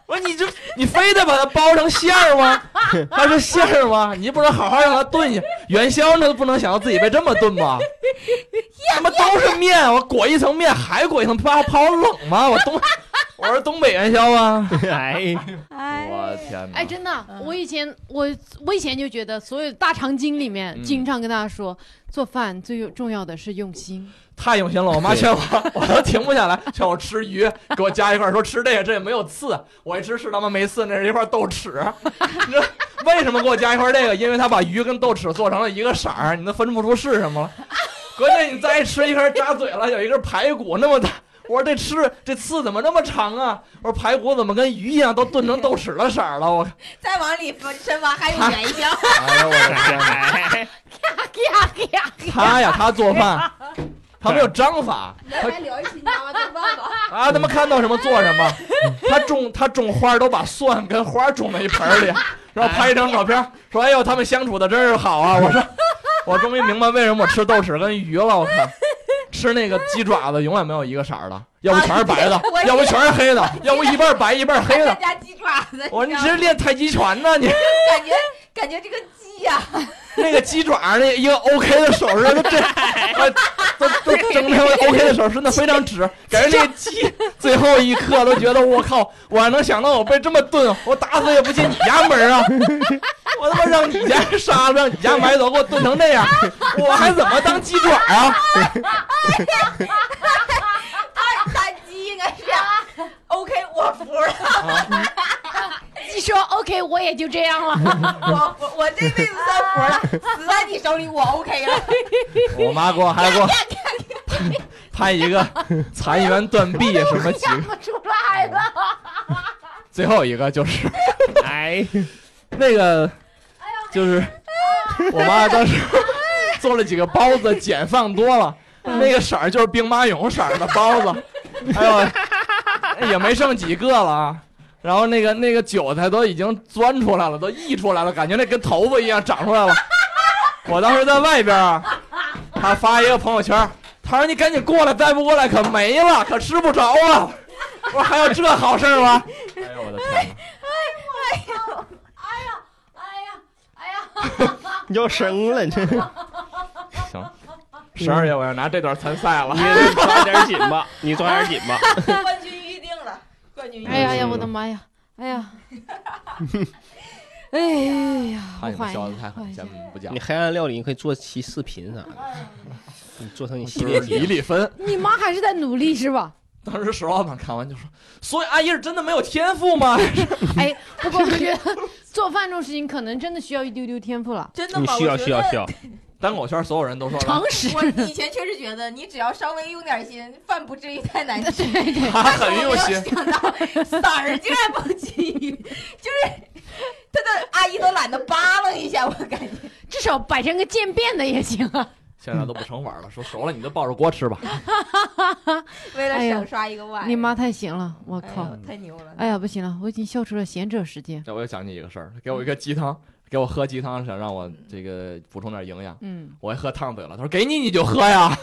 Speaker 3: 我说你这你非得把它包成馅儿吗？ 它是馅儿吗？你不能好好让它炖下元宵，那不能想到自己被这么炖吗？他妈都是面，我裹一层面，还裹一层，怕怕我冷吗？我东 我是东北元宵啊！
Speaker 4: 哎，
Speaker 3: 我天哪！
Speaker 1: 哎，真的，
Speaker 2: 嗯
Speaker 1: 我以前我我以前就觉得，所有大长今里面
Speaker 3: 嗯
Speaker 1: 经常跟大家说，做饭最重要的是用心。
Speaker 3: 太用心了，我妈劝我，我 都停不下来，劝我吃鱼，给我加一块儿，说吃这个，这也没有刺，我一吃是他妈没刺，那是一块豆豉。 你知道为什么给我加一块这个？因为他把鱼跟豆豉做成了一个色儿，你都分不出是什么了。关键你再一吃一块扎嘴了，有一根排骨那么大。我说这吃这刺怎么那么长啊？我说排骨怎么跟鱼一样都炖成豆豉的色儿了？我，
Speaker 2: 再往里深挖，还有元宵。
Speaker 3: 哎呦我的天哪！
Speaker 4: 哎
Speaker 3: 他呀，他做饭，他没有章法，他
Speaker 2: 来聊一期你妈妈做饭吧。
Speaker 3: 啊，他妈看到什么做什么，他种他种花都把蒜跟花种在一盆儿里，然后拍一张照片，说哎呦他们相处的真是好啊！我说我终于明白为什么我吃豆豉跟鱼了，我靠，吃那个鸡爪子永远没有一个色儿的，要不全是白的
Speaker 2: 啊我，
Speaker 3: 要不全是黑的，要不一半白一半 黑
Speaker 2: 还
Speaker 3: 的。
Speaker 2: 加鸡爪子，
Speaker 3: 我说你
Speaker 2: 知
Speaker 3: 这
Speaker 2: 道
Speaker 3: 是
Speaker 2: 吗
Speaker 3: 练太极拳呢，你
Speaker 2: 感觉感觉这个鸡呀，
Speaker 3: 那个鸡爪那一个 OK 的手势，都这，啊都都整成 OK 的手势，那非常直，感觉那个鸡最后一刻都觉得我靠，我还能想到我被这么炖，我打死也不进你家门啊！我他妈让你家杀，让你家买走，给我炖成这样，我还怎么当鸡爪啊？
Speaker 2: 大鸡应该是 OK，我服 了，
Speaker 1: 你说 OK，我也就这样了。
Speaker 2: 我服，我这辈子算服了，死在你手里我 OK 了。
Speaker 3: 我妈给我还给我 拍一个残垣断壁什 么几个，
Speaker 1: 出来了，
Speaker 3: 最后一个就是。
Speaker 4: 哎，
Speaker 3: 那个，就是我妈当时做了几个包子，碱放多了，那个色儿就是兵马俑色儿的包子，哎呦，也没剩几个了啊。然后那个那个韭菜都已经钻出来了，都溢出来了，感觉那跟头发一样长出来了。我当时在外边啊，他发一个朋友圈儿，他说：“你赶紧过来，再不过来可没了，可吃不着了。” 我说：“还有这好事儿吗？”哎呦我的天！
Speaker 5: 要生了， 这
Speaker 3: 行，十二月我要拿这段参赛了
Speaker 4: 你。抓点紧吧，你抓点紧吧。
Speaker 2: 冠军预定了，冠
Speaker 3: 嗯
Speaker 2: 军预
Speaker 1: 哎
Speaker 2: 定。
Speaker 1: 呀哎呀，我的妈呀，哎 呀，哎呀，我
Speaker 3: 看你们
Speaker 1: 换一
Speaker 3: 笑
Speaker 1: 个
Speaker 3: 的太狠，
Speaker 1: 换一
Speaker 3: 先
Speaker 1: 个。
Speaker 3: 不讲
Speaker 4: 你。黑暗料理，你可以做期视频啥的，
Speaker 2: 哎
Speaker 4: 你做成你系
Speaker 3: 就
Speaker 4: 列
Speaker 3: 是
Speaker 4: 节
Speaker 3: 李
Speaker 4: 目。
Speaker 3: 丽芬，
Speaker 1: 你妈还是在努力是 吧？
Speaker 3: 当时石老板看完就说：“所以阿姨是真的没有天赋吗？
Speaker 1: 哎，不过我觉得做饭这种事情可能真的需要一丢丢天赋了，
Speaker 2: 真的
Speaker 4: 你
Speaker 2: 吗？
Speaker 4: 需要
Speaker 2: 我觉
Speaker 4: 需要
Speaker 2: 得
Speaker 4: 需要，
Speaker 3: 单口圈所有人都说
Speaker 1: 常识。
Speaker 2: 我以前确实觉得，你只要稍微用点心，饭不至于太难 吃。
Speaker 3: 他很用心
Speaker 2: 但，是我没有想到色儿竟然不均匀，就是他的阿姨都懒得扒拉一下，我感觉。
Speaker 1: 至少摆成个渐变的也行啊。
Speaker 3: 现在都不成碗了，说熟了你就抱着锅吃 吧。
Speaker 2: 为了
Speaker 1: 哎呀
Speaker 2: 省刷一个碗，
Speaker 1: 你妈太行了，我
Speaker 2: 哎呦
Speaker 1: 靠！
Speaker 2: 太牛了！
Speaker 1: 哎呀，不行了，我已经笑出了贤者时间。
Speaker 3: 那我又想起一个事儿，给我一个鸡汤，给我喝鸡汤，想让我这个补充点营养。
Speaker 1: 嗯
Speaker 3: 我一喝烫嘴了，他说：“给你你就喝呀，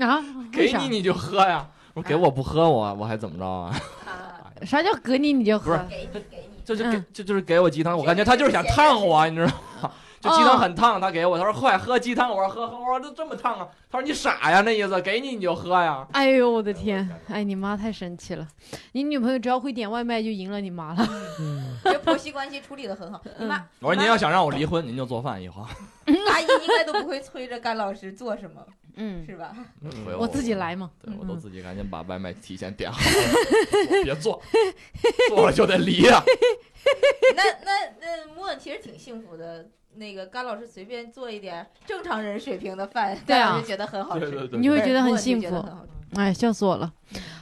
Speaker 1: 啊，为
Speaker 3: 给
Speaker 1: 啥啊
Speaker 3: 你？你就喝呀。”我说：“给我不喝我我还怎么着啊？
Speaker 2: 啊
Speaker 1: 啥叫给你你就
Speaker 3: 不是
Speaker 1: 喝？
Speaker 2: 给你给你，
Speaker 3: 就是给
Speaker 1: 嗯
Speaker 3: 就就是给我鸡汤，我感觉他就是想烫我，你知道吗？就鸡汤很烫，他给我，他说快喝鸡汤，我说喝喝，我说这这么烫啊，他说你傻呀，那意思给你你就喝呀，
Speaker 1: 哎呦我的天！哎，你妈太神奇了，你女朋友只要会点外卖就赢了你妈了。
Speaker 2: 这婆媳关系处理的很好。你 妈，
Speaker 3: 我说您要想让我离婚，您就做饭以后，
Speaker 2: 阿姨应该都不会催着甘老师做什么，
Speaker 1: 嗯，
Speaker 2: 是吧？
Speaker 3: 回
Speaker 1: 我自己，来嘛。
Speaker 3: 对我
Speaker 1: 嗯
Speaker 3: 都
Speaker 1: 嗯
Speaker 3: 自己赶紧把外卖提前点好了，我别 做，做了就得离呀、
Speaker 2: 那那那莫其实挺幸福的。那个甘老师随便做一点正常人水平的饭，
Speaker 1: 对啊
Speaker 2: 甘老师觉得很好
Speaker 3: 对
Speaker 2: 吃，
Speaker 3: 对
Speaker 1: 你
Speaker 3: 对，
Speaker 1: 会
Speaker 2: 对
Speaker 1: 觉得很
Speaker 2: 莫就
Speaker 1: 幸
Speaker 2: 觉
Speaker 1: 福
Speaker 2: 很好吃
Speaker 1: 哎，笑死我了。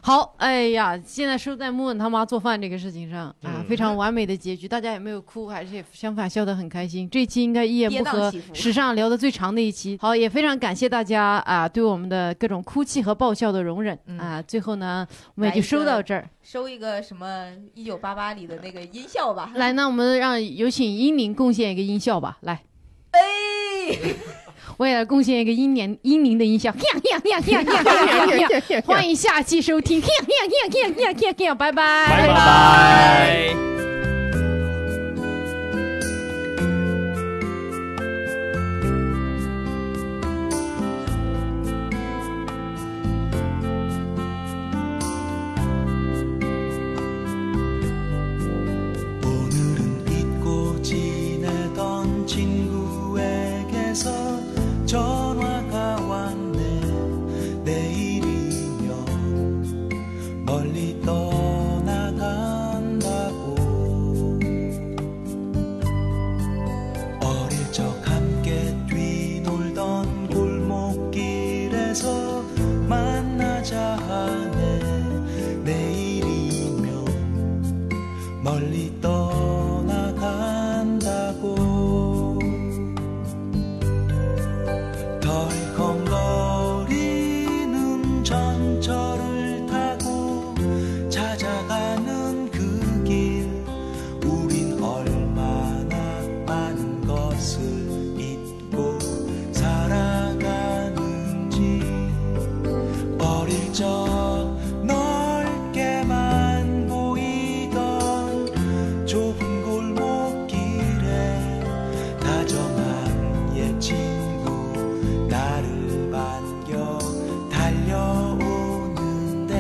Speaker 1: 好，哎呀，现在是在莫问他妈做饭这个事情上啊，
Speaker 5: 嗯
Speaker 1: 非常完美的结局，大家也没有哭，还是也相反笑得很开心。这一期应该一言
Speaker 2: 跌
Speaker 1: 不
Speaker 2: 宕
Speaker 1: 合
Speaker 2: 起，伏
Speaker 1: 史上聊的最长的一期。好，也非常感谢大家啊，对我们的各种哭泣和爆笑的容忍、
Speaker 2: 嗯
Speaker 1: 啊。最后呢，我们
Speaker 2: 来
Speaker 1: 也就
Speaker 2: 一
Speaker 1: 收
Speaker 2: 个
Speaker 1: 到这儿。
Speaker 2: 收一个什么一九八八里的那个音效吧。
Speaker 1: 来，那我们让有请英宁贡献一个音效吧。来，
Speaker 2: 哎，
Speaker 1: 我也来贡献一个英年英宁的音效。 欢迎下期收听。 拜拜，拜
Speaker 4: 拜拜。
Speaker 8: 오늘은 잊고 지내던 친구에게서 전화가 왔네 내일이면 멀리 떠나간다고 어릴 적 함께 뛰놀던 골목길에서 만나자 하네 내일이면 멀리 떠나간다고 덜컹거리는 전철을 타고 찾아가는 그 길 우린 얼마나 많은 것을 잊고 살아가는지 어릴 적 넓게만 보이던 좁은 골목길에 다정한 옛 친구 나를 반겨 달려오는데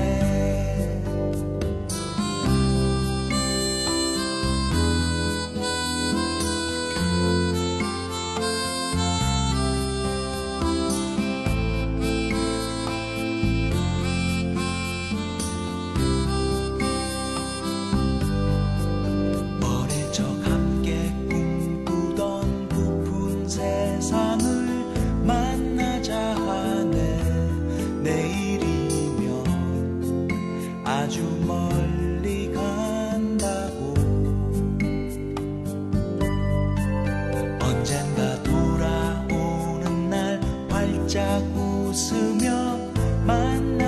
Speaker 8: 어릴 적 함께 꿈꾸던 부푼 세상을 만나자 하네 내일이면 아주 멀리 간다고 언젠가 돌아오는 날 활짝 웃으며 만나 그